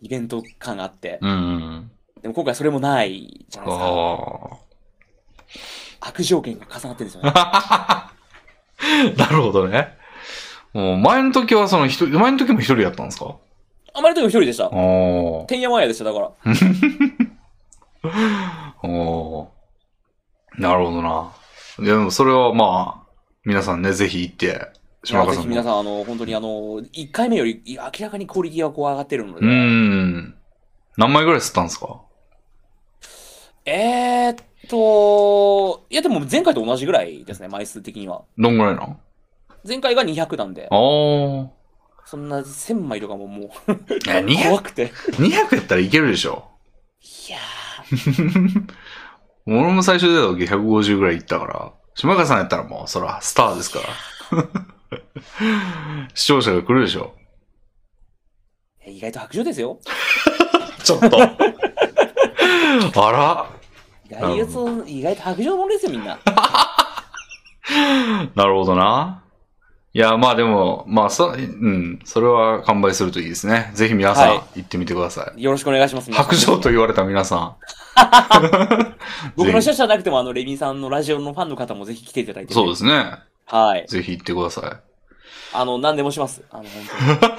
[SPEAKER 2] イベント感があって。
[SPEAKER 1] うん。
[SPEAKER 2] でも今回それもないじゃないですか。
[SPEAKER 1] あ
[SPEAKER 2] 悪条件が重なってるんですよね。
[SPEAKER 1] あ。なるほどね。もう前の時はその一人、前の時も一人やったんですか
[SPEAKER 2] あまりとも一人でした。
[SPEAKER 1] ああ。
[SPEAKER 2] てんやわんやでした、だから。
[SPEAKER 1] おーなるほどな。いや、でもそれはまあ、皆さんね、ぜひ行って、
[SPEAKER 2] いや
[SPEAKER 1] 島川
[SPEAKER 2] ぜ
[SPEAKER 1] さ
[SPEAKER 2] ひ
[SPEAKER 1] ん
[SPEAKER 2] 皆
[SPEAKER 1] も。
[SPEAKER 2] さん、あの、本当にあの、1回目よりい明らかにクオリティはこう上がってるの
[SPEAKER 1] う
[SPEAKER 2] で、
[SPEAKER 1] ん。何枚ぐらい吸ったんですか
[SPEAKER 2] えーっと、いやでも前回と同じぐらいですね、枚数的には。
[SPEAKER 1] どんぐらいなん
[SPEAKER 2] 前回が200なんで
[SPEAKER 1] あ、あ。
[SPEAKER 2] そんな1000枚とかももう
[SPEAKER 1] いや、200
[SPEAKER 2] 怖くて。
[SPEAKER 1] 200やったらいけるでしょ。
[SPEAKER 2] いや
[SPEAKER 1] 俺も最初出た時150ぐらいいったから、島川さんやったらもう、そら、スターですから。 *laughs* 視聴者が来るでしょ。
[SPEAKER 2] ー、意外と白状ですよ。
[SPEAKER 1] ちょっと。 *laughs* あら。
[SPEAKER 2] 意外と、意外と白状者ですよ、みんな。
[SPEAKER 1] なるほどな。いや、まあでも、まあ、そ、うん、それは完売するといいですね。ぜひ皆さん、
[SPEAKER 2] はい
[SPEAKER 1] 行ってみてください。
[SPEAKER 2] よろしくお願いします。皆さん
[SPEAKER 1] 白状と言われた皆さ
[SPEAKER 2] 僕の
[SPEAKER 1] ぜ
[SPEAKER 2] 人じゃなくても、あの、レミさんのラジオのファンの方もぜひ来ていただい
[SPEAKER 1] ん、
[SPEAKER 2] て、。
[SPEAKER 1] そうですすね。
[SPEAKER 2] はい。
[SPEAKER 1] ぜひ行ってくださ
[SPEAKER 2] あの、何でもします。あの、本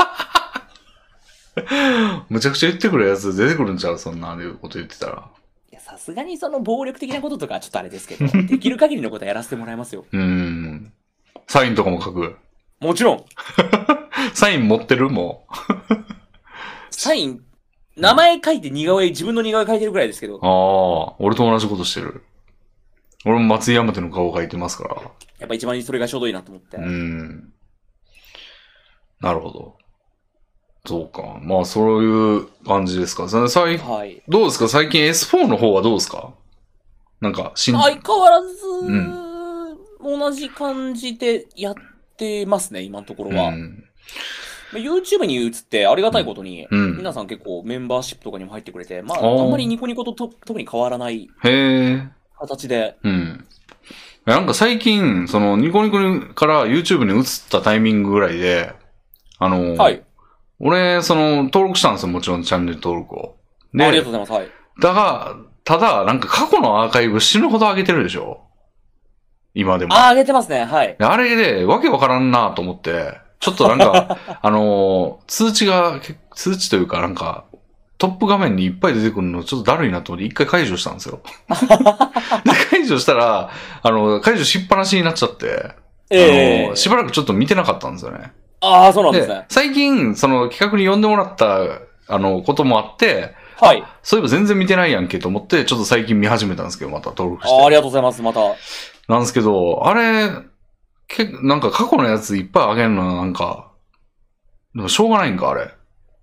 [SPEAKER 1] い。むちゃくちゃ言ってくるやつ出てくるんちゃうそんなこと言ってたら。
[SPEAKER 2] 当に。いや、さすがにその暴力的なこととかはちょっとあれですけど、できる限りのことはやらせてもらいますよ。
[SPEAKER 1] うん。サインとかも書く。
[SPEAKER 2] もちろん、
[SPEAKER 1] サイン持ってるも
[SPEAKER 2] サイン、名前書いて似顔絵、自分の似顔絵書いてるぐらいですけど
[SPEAKER 1] う。、ああ、俺と同じことしてる。俺も松井山手の顔がいてますか
[SPEAKER 2] やっぱ一番それがちょうどいいなと思って。
[SPEAKER 1] ら。うん。なるほど。そうか。まあ、そういう感じですか。ささい
[SPEAKER 2] はい。
[SPEAKER 1] どうですか最近 S4 の方はどうですかなんか、新
[SPEAKER 2] 相変わらず、同じ感じでやってますね、今のところは。
[SPEAKER 1] うん。
[SPEAKER 2] まあ YouTube に移ってありがたいことに、
[SPEAKER 1] うん
[SPEAKER 2] 皆さん結構メンバーシップとかにも入ってくれて、まあ、
[SPEAKER 1] あー
[SPEAKER 2] あんまりニコニコとと特に変わらない
[SPEAKER 1] へえ。
[SPEAKER 2] 形で、
[SPEAKER 1] うん。いやなんか最近、その、ニコニコから YouTube に移ったタイミングぐらいで、あの、
[SPEAKER 2] はい。
[SPEAKER 1] 俺、その、登録したんですよ。もちろんチャンネル登録を。
[SPEAKER 2] ありがとう
[SPEAKER 1] で、
[SPEAKER 2] ございます。はい。
[SPEAKER 1] だが、ただ、なんか過去のアーカイブ死ぬほど上げてるでしょ今でも。
[SPEAKER 2] あー、上げてますね。はい。
[SPEAKER 1] であれで、わけわからんなと思って、ちょっとなん
[SPEAKER 2] *laughs*
[SPEAKER 1] か、あのー通知が、け通知というかなんか、トップ画面にいっぱい出てくるのちょっとだるいなと思って一回解除したんです
[SPEAKER 2] *laughs*
[SPEAKER 1] よ。で、解除したら、あの、解除しっぱなしになっちゃって、あ
[SPEAKER 2] ええ
[SPEAKER 1] のしばらくちょっと見てなかったんですよね。
[SPEAKER 2] ああ、そうなんです
[SPEAKER 1] で
[SPEAKER 2] ね。、
[SPEAKER 1] 最近、その企画に呼んでもらった、あの、こともあって、
[SPEAKER 2] はい。
[SPEAKER 1] そういえば全然見てないやんけと思って、ちょっと最近見始めたんですけど、また登録して。
[SPEAKER 2] あーありがとうございます。また。
[SPEAKER 1] なんですけど、あれ、けなんか過去のやついっぱいあげるの、なんか、でもしょうがないんか、あれ。
[SPEAKER 2] ま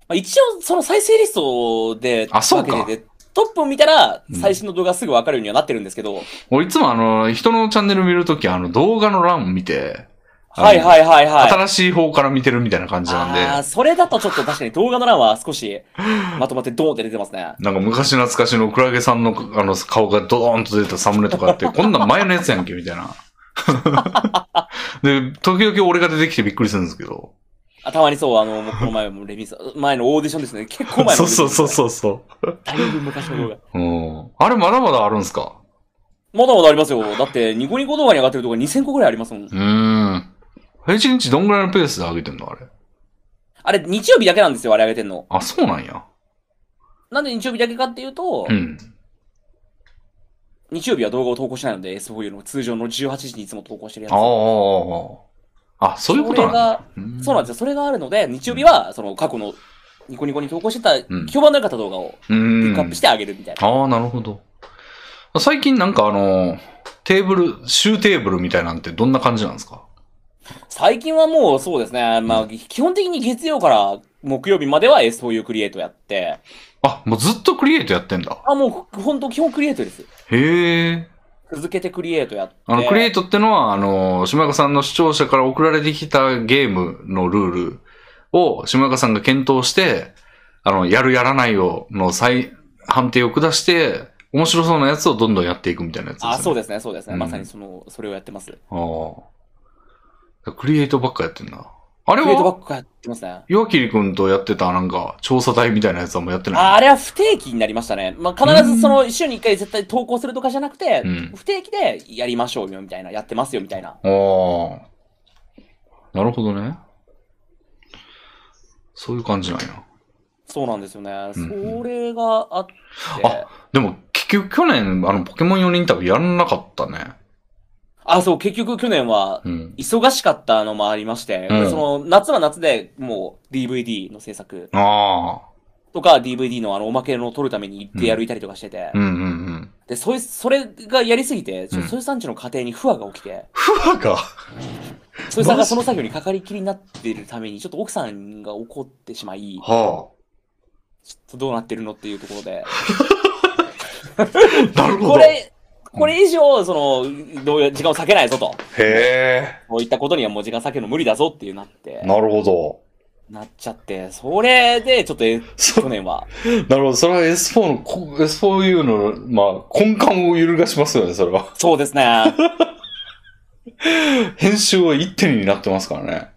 [SPEAKER 2] あ一応、その再生リストで、
[SPEAKER 1] あそうか
[SPEAKER 2] 分けててトップを見たら
[SPEAKER 1] うん、
[SPEAKER 2] 最新の動画すぐ分かるようにはなってるんですけど、
[SPEAKER 1] 俺いつもあの、人のチャンネル見るとき、あの、動画の欄見て、
[SPEAKER 2] はい
[SPEAKER 1] い。
[SPEAKER 2] はいはいはい。
[SPEAKER 1] 新しい方から見てるみたいな感じなんで、
[SPEAKER 2] ああ、それだとちょっと確かに動画の欄は少しまとまってドーンって出てますね。
[SPEAKER 1] なんか昔懐かしのクラゲさんのあの顔がドーンと出たサムネとか
[SPEAKER 2] *laughs*
[SPEAKER 1] あって、こんなん前のやつやんけ、みたいな。で、時々俺が出てきてびっくりするんですけど。
[SPEAKER 2] あたまにそう、あの、もうこの前もレミさん、前のオーディションですね。結構前の
[SPEAKER 1] そ
[SPEAKER 2] オ
[SPEAKER 1] う
[SPEAKER 2] ーディショ
[SPEAKER 1] そ
[SPEAKER 2] ン
[SPEAKER 1] う
[SPEAKER 2] ですね、
[SPEAKER 1] そうそうそ
[SPEAKER 2] だいぶ昔の動画。
[SPEAKER 1] う。うん。あれまだまだあるんすか
[SPEAKER 2] まだまだありますよ。だって、ニコニコ動画に上がってるとこ2000個ぐらいありますもん
[SPEAKER 1] う。ーん。一日どんぐらいのペースで上げてんのあれ。
[SPEAKER 2] あれ、日曜日だけなんですよ、あれ上げてんの。
[SPEAKER 1] あ、そうなんや。
[SPEAKER 2] なんで日曜日だけかっていうと、
[SPEAKER 1] うん。
[SPEAKER 2] 日曜日は動画を投稿しないので、そういうの通常の18時にいつも投稿してるやつ。
[SPEAKER 1] ああ。あ、そういうことなんだ。
[SPEAKER 2] それが、そうなんですよ。それがあるので、日曜日は、その過去のニコニコに投稿してた
[SPEAKER 1] うん、
[SPEAKER 2] 評判の良かった動画を
[SPEAKER 1] う
[SPEAKER 2] ピ
[SPEAKER 1] ん。
[SPEAKER 2] ックアップしてあげるみたいな。
[SPEAKER 1] ああ、なるほど。最近なんかあの、テーブル、シューテーブルみたいなんてどんな感じなんですか
[SPEAKER 2] 最近はもうそうですね、まあ、基本的に月曜から木曜日までは SOU クリエイトやって、
[SPEAKER 1] あ、もうずっとクリエイトやってんだ。
[SPEAKER 2] あ、もう本当基本クリエイトです。
[SPEAKER 1] へえ。
[SPEAKER 2] 続けてクリエイトやって。
[SPEAKER 1] あの、クリエイ
[SPEAKER 2] ト
[SPEAKER 1] トってのは、あの、島岡さんの視聴者から送られてきたゲームのルールを、島岡さんが検討して、あの、やるやらないを、の再、判定を下して、面白そうなやつをどんどんやっていくみたいなやつです、ね。
[SPEAKER 2] あ、そうですね、そうですね。
[SPEAKER 1] うん
[SPEAKER 2] まさにその、それをやってます。ク
[SPEAKER 1] ああクリエイトばっかやってんな。あれ
[SPEAKER 2] リエイトば
[SPEAKER 1] は、
[SPEAKER 2] っかやってますね。
[SPEAKER 1] 岩切くんとやってた、なんか、調査隊みたいなやつはもうやってない。
[SPEAKER 2] ああれは不定期になりましたね。まあ、必ずその週に1回絶対投稿するとかじゃなくて、
[SPEAKER 1] うん
[SPEAKER 2] 不定期でやりましょうよみたいな、やってますよみたいな。
[SPEAKER 1] ああ。なるほどね。そういう感じなんや。
[SPEAKER 2] そうなんですよね。
[SPEAKER 1] うん
[SPEAKER 2] それがあって、
[SPEAKER 1] あでも、結局去年、あの、ポケモン4人旅やらなかったね。
[SPEAKER 2] あ、そう、結局去年は
[SPEAKER 1] うん。
[SPEAKER 2] 忙しかったのもありまして、
[SPEAKER 1] うん
[SPEAKER 2] その夏は夏でもう DVD の制作
[SPEAKER 1] あ
[SPEAKER 2] とか DVD のあのおまけの撮るために行って歩いたりとかしてて、
[SPEAKER 1] あ。うんうんうん。
[SPEAKER 2] でそいそれがやりすぎて、ちょ
[SPEAKER 1] うん
[SPEAKER 2] そいさんちの家庭に不和が起きて、
[SPEAKER 1] ふわが。
[SPEAKER 2] そいさんがその作業にかかりきりになっているために、ちょっと奥さんが怒ってしまい、
[SPEAKER 1] は
[SPEAKER 2] ちょっとどうなってるのっていうところで、
[SPEAKER 1] あ。なるほど。
[SPEAKER 2] これ、これ以上、その、どう時間を割けないぞと、
[SPEAKER 1] へ
[SPEAKER 2] こういったことにはもう時間割けるの無理だぞっていうなって、
[SPEAKER 1] え。なるほど。
[SPEAKER 2] なっちゃって、それで、ちょっと
[SPEAKER 1] *laughs*
[SPEAKER 2] え
[SPEAKER 1] そ
[SPEAKER 2] 去年は。
[SPEAKER 1] なるほど。それは S4 のこ、S4U の、まあ、根幹を揺るがしますよね、それは。
[SPEAKER 2] そうですね。
[SPEAKER 1] 編集は一手になってますからね。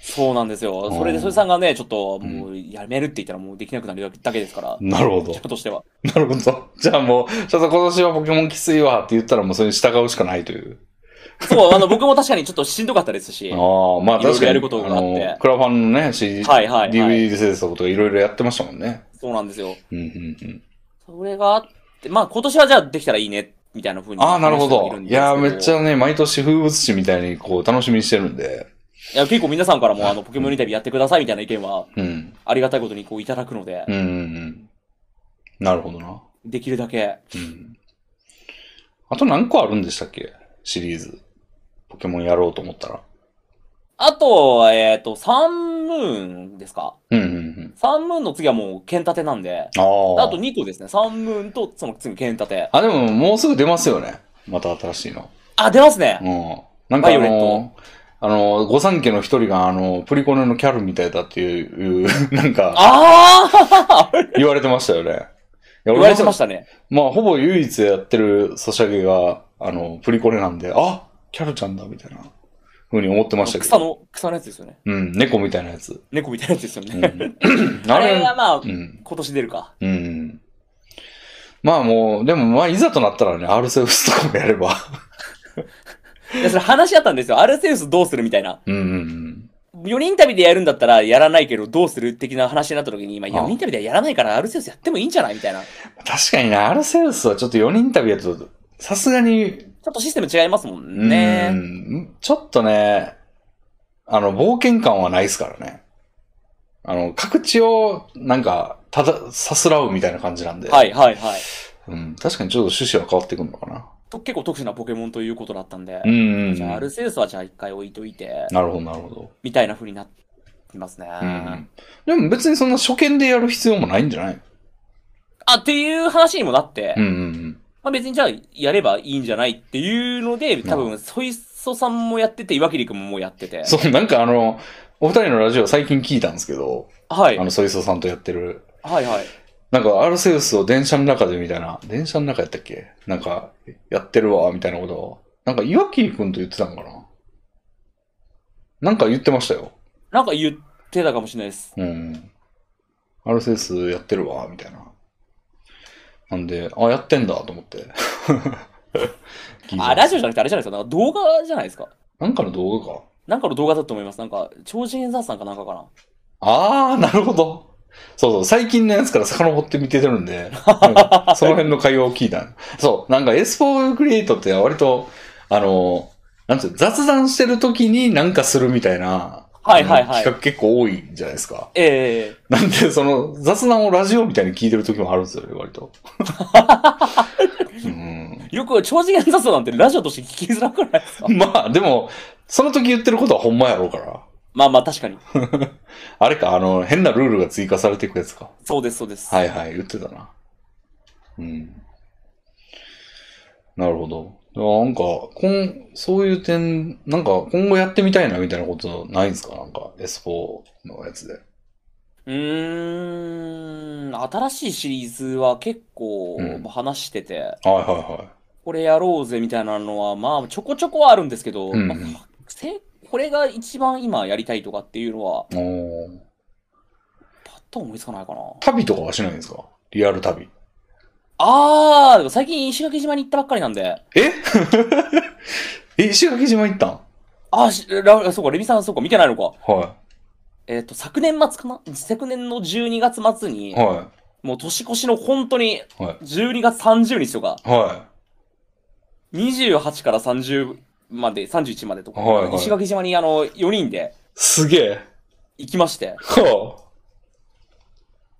[SPEAKER 2] そうなんですよ。それ
[SPEAKER 1] う
[SPEAKER 2] で、
[SPEAKER 1] ん
[SPEAKER 2] それさんがね、ちょっと、もう、やめるって言ったらもうできなくなるだけですから、
[SPEAKER 1] なるほど
[SPEAKER 2] 人。としては。
[SPEAKER 1] なるほど。じゃあもう、ちょっと今年はポケモンきついわって言ったらもうそれに従うしかないという。
[SPEAKER 2] そう、あの、僕も確かにちょっとしんどかったですし、
[SPEAKER 1] ああ、まあ
[SPEAKER 2] いろ
[SPEAKER 1] 確
[SPEAKER 2] いろ
[SPEAKER 1] かに。
[SPEAKER 2] やることがあって
[SPEAKER 1] のクラファンのね、CD、
[SPEAKER 2] はいはいはい
[SPEAKER 1] DVD 制作とかいろいろやってましたもんね。
[SPEAKER 2] そうなんですよ。
[SPEAKER 1] うんうんうん。
[SPEAKER 2] それがあって、まあ、今年はじゃあできたらいいね、みたいな風に。
[SPEAKER 1] ああ、なるほ
[SPEAKER 2] 話して
[SPEAKER 1] ど。
[SPEAKER 2] るん
[SPEAKER 1] い
[SPEAKER 2] ですけ
[SPEAKER 1] やー、めっち。ゃね、毎年風物詩みたいにこう、楽しみにしてるんで。
[SPEAKER 2] いや、結構皆さんからも、あの、ポケモンインタビューやってください、みたいな意見は、
[SPEAKER 1] うん。
[SPEAKER 2] ありがたいことにこういただくので
[SPEAKER 1] う、んうんうん。なるほどな。
[SPEAKER 2] できるだけ。
[SPEAKER 1] うん。あと何個あるんでしたっけシリーズ。ポケモンやろうと思ったら。
[SPEAKER 2] あと、えっ、と、サンムーンですか
[SPEAKER 1] うんうんうん。
[SPEAKER 2] サンムーンの次はもう剣立てなんで、
[SPEAKER 1] ああ。
[SPEAKER 2] あと2個ですね。サンムーンとその次剣立て。
[SPEAKER 1] あ、でももうすぐ出ますよね。また新しいの。
[SPEAKER 2] あ、出ますね。
[SPEAKER 1] うん。なんかあ
[SPEAKER 2] バイオレッ
[SPEAKER 1] の、あの、御三家の一人が、あの、プリコネのキャルみたいだっていう、 *laughs* いうなんか、
[SPEAKER 2] ああ
[SPEAKER 1] 言われてましたよね。いや
[SPEAKER 2] 言われてましたね。
[SPEAKER 1] まあ、ほぼ唯一やってるソシャゲが、あの、プリコネなんで、あキャルちゃんだ、みたいな、ふうに思ってましたけ
[SPEAKER 2] 草
[SPEAKER 1] ど。
[SPEAKER 2] の、草のやつですよね。
[SPEAKER 1] うん、猫みたいなやつ。
[SPEAKER 2] 猫みたいなやつですよ
[SPEAKER 1] う
[SPEAKER 2] ね。
[SPEAKER 1] ん
[SPEAKER 2] *laughs* あれがまあ
[SPEAKER 1] う、ん。
[SPEAKER 2] 今年出るか。
[SPEAKER 1] うん。まあもう、でもまあ、いざとなったらね、アルセウスとかもやれば。
[SPEAKER 2] いや、それ話し合ったんですよ。アルセウスどうするみたいな。
[SPEAKER 1] うんうんうん。
[SPEAKER 2] 4人旅でやるんだったらやらないけど、どうする的な話になった時に、今、
[SPEAKER 1] ああ
[SPEAKER 2] 4人旅ではやらないから、アルセウスやってもいいんじゃないみたいな。ち
[SPEAKER 1] 確かにね、アルセウスはちょっと4人旅やと、さすがに、
[SPEAKER 2] ょっとシステム違いますも
[SPEAKER 1] うん
[SPEAKER 2] ね。
[SPEAKER 1] ちょっとね、あの、冒険感はないですからね。あの、各地を、なんか、ただ、さすらうみたいな感じなんで。
[SPEAKER 2] はいはいはい。
[SPEAKER 1] うん、確かにちょっと趣旨は変わってくるのかな。
[SPEAKER 2] と結構特殊なポケモンということだったんで
[SPEAKER 1] う、ん、うん。
[SPEAKER 2] じゃあアルセウスはじゃあ一回置いといて、
[SPEAKER 1] なるほど、なるほど。
[SPEAKER 2] みたいな風になってますね。
[SPEAKER 1] うん。でも別にそんな初見でやる必要もないんじゃない
[SPEAKER 2] あ、っていう話にもなって、
[SPEAKER 1] うん、うんうん。
[SPEAKER 2] まあ別にじゃあやればいいんじゃないっていうので、多分ソイソさんもやってて、岩切君ももうやってて、
[SPEAKER 1] そう、なんかあの、お二人のラジオ最近聞いたんですけど、
[SPEAKER 2] はい、
[SPEAKER 1] あ
[SPEAKER 2] はい
[SPEAKER 1] の、ソイソさんとやってる。
[SPEAKER 2] はい。
[SPEAKER 1] なんか、アルセウスを電車の中でみたいな、電車の中やったっけなんか、やってるわ、みたいなことを。なんか、岩切くんと言ってたんかななんか言ってましたよ。
[SPEAKER 2] なんか言ってたかもしれないです。
[SPEAKER 1] うん。アルセウスやってるわ、みたいな。なんで、あ、やってんだ、と思って。 *laughs* 聞いて
[SPEAKER 2] あ、ラジオじゃなくてあれじゃないですか。なんか動画じゃないですか。
[SPEAKER 1] なんかの動画か。
[SPEAKER 2] なんかの動画だと思います。なんか、超人雑さんかなんかかな。
[SPEAKER 1] あー、なるほど。そうそう、最近のやつから遡って見ててるんで、なん
[SPEAKER 2] *laughs*
[SPEAKER 1] かその辺の会話を聞いた。そう、なんか S4 クリエイトって割と、あの、なんていうの雑談してる時になんかするみたいな、
[SPEAKER 2] はいはいはい
[SPEAKER 1] あの企画結構多いんじゃないですか。
[SPEAKER 2] ええ
[SPEAKER 1] なんで、その雑談をラジオみたいに聞いてる時もあるんですよね、割
[SPEAKER 2] *laughs*
[SPEAKER 1] と。うん、
[SPEAKER 2] よく超次元雑談なんてラジオとして聞きづらくない
[SPEAKER 1] *laughs*
[SPEAKER 2] ですか
[SPEAKER 1] まあ、でも、その時言ってることはほんまやろうから。
[SPEAKER 2] まあまあ確かに。
[SPEAKER 1] あれか、あの、変なルールが追加されていくやつか。
[SPEAKER 2] そうですそうです。
[SPEAKER 1] はいはい、言ってたな。うん。なるほど。いやなんか、こん、そういう点、なんか今後やってみたいなみたいなことないんですかなんか S4 のやつで。
[SPEAKER 2] うーん、新しいシリーズは結構
[SPEAKER 1] うん
[SPEAKER 2] 話してて、
[SPEAKER 1] はいはいはい。
[SPEAKER 2] これやろうぜみたいなのは、まあちょこちょこはあるんですけど、
[SPEAKER 1] うん
[SPEAKER 2] まあせこれが一番今やりたいとかっていうのは、
[SPEAKER 1] おー
[SPEAKER 2] パッと思いつかないかな。
[SPEAKER 1] 旅とかはしないんですかリアル旅。
[SPEAKER 2] あー、でも最近石垣島に行ったばっかりなんで、
[SPEAKER 1] ええ、石垣島行ったん
[SPEAKER 2] あーしラ、そうか、レミさん、そうか、見てないのか。
[SPEAKER 1] は
[SPEAKER 2] えっ、と、昨年末かな昨年の12月末
[SPEAKER 1] い。
[SPEAKER 2] に、
[SPEAKER 1] は
[SPEAKER 2] もう年越しの本当に、
[SPEAKER 1] い。は
[SPEAKER 2] 12月30日とか、
[SPEAKER 1] い。は
[SPEAKER 2] 28から30まで、31までとか、
[SPEAKER 1] はいはい
[SPEAKER 2] 石垣島にあの、4人で
[SPEAKER 1] い。すげえ。
[SPEAKER 2] 行きまして、
[SPEAKER 1] は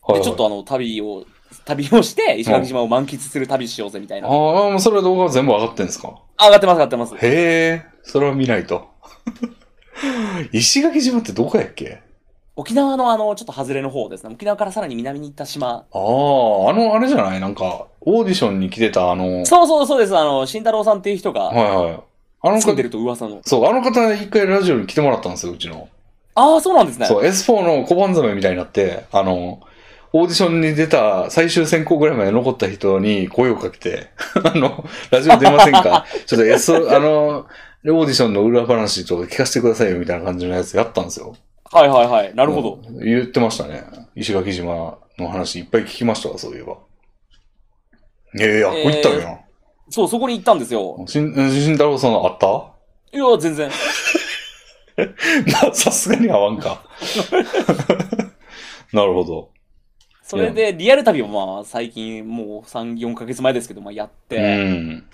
[SPEAKER 1] あ。
[SPEAKER 2] で、ちょっとあの、旅を、旅をして、石垣島を満喫する旅しようぜみたい
[SPEAKER 1] あ
[SPEAKER 2] な。
[SPEAKER 1] あー、もうそれは動画全部上がってんですか
[SPEAKER 2] あ上がってます、上がってます。
[SPEAKER 1] へえ、それは見ないと。 *laughs* 石垣島ってどこやっけ
[SPEAKER 2] 沖縄のあの、ちょっと外れの方ですね。沖縄からさらに南に行った島。
[SPEAKER 1] ああ、あの、あれじゃないなんか、オーディションに来てたあの、はい
[SPEAKER 2] そうそうそうです、あの、慎太郎さんっていう人が、
[SPEAKER 1] はい。あの
[SPEAKER 2] 住
[SPEAKER 1] 方
[SPEAKER 2] んで、ると噂の。
[SPEAKER 1] そう、あの方一回ラジオに来てもらったんですよ、うちの。
[SPEAKER 2] ああ、そうなんですね。
[SPEAKER 1] そう、S4 の小判ザメみたいになって、あの、オーディションに出た最終選考ぐらいまで残った人に声をかけて、 *laughs* あの、ラジオ出ませんかちょっと S、あの、オーディションの裏話とか聞かせてくださいよみたいな感じのやつやったんですよ。
[SPEAKER 2] はいはいはい。なるほど。
[SPEAKER 1] うん言ってましたね。石垣島の話いっぱい聞きましたわ、そういえば。いやいや、ここ行ったんや。
[SPEAKER 2] そう、そこに行ったんですよ。
[SPEAKER 1] しん、慎太郎さんあった *laughs*
[SPEAKER 2] いや、全然。
[SPEAKER 1] まあ、さすがに合わんか。 *laughs* なるほど。
[SPEAKER 2] それで、リアル旅をまあ、最近、もう3、4ヶ月前ですけど、まあ、やっ
[SPEAKER 1] う
[SPEAKER 2] て、
[SPEAKER 1] ん。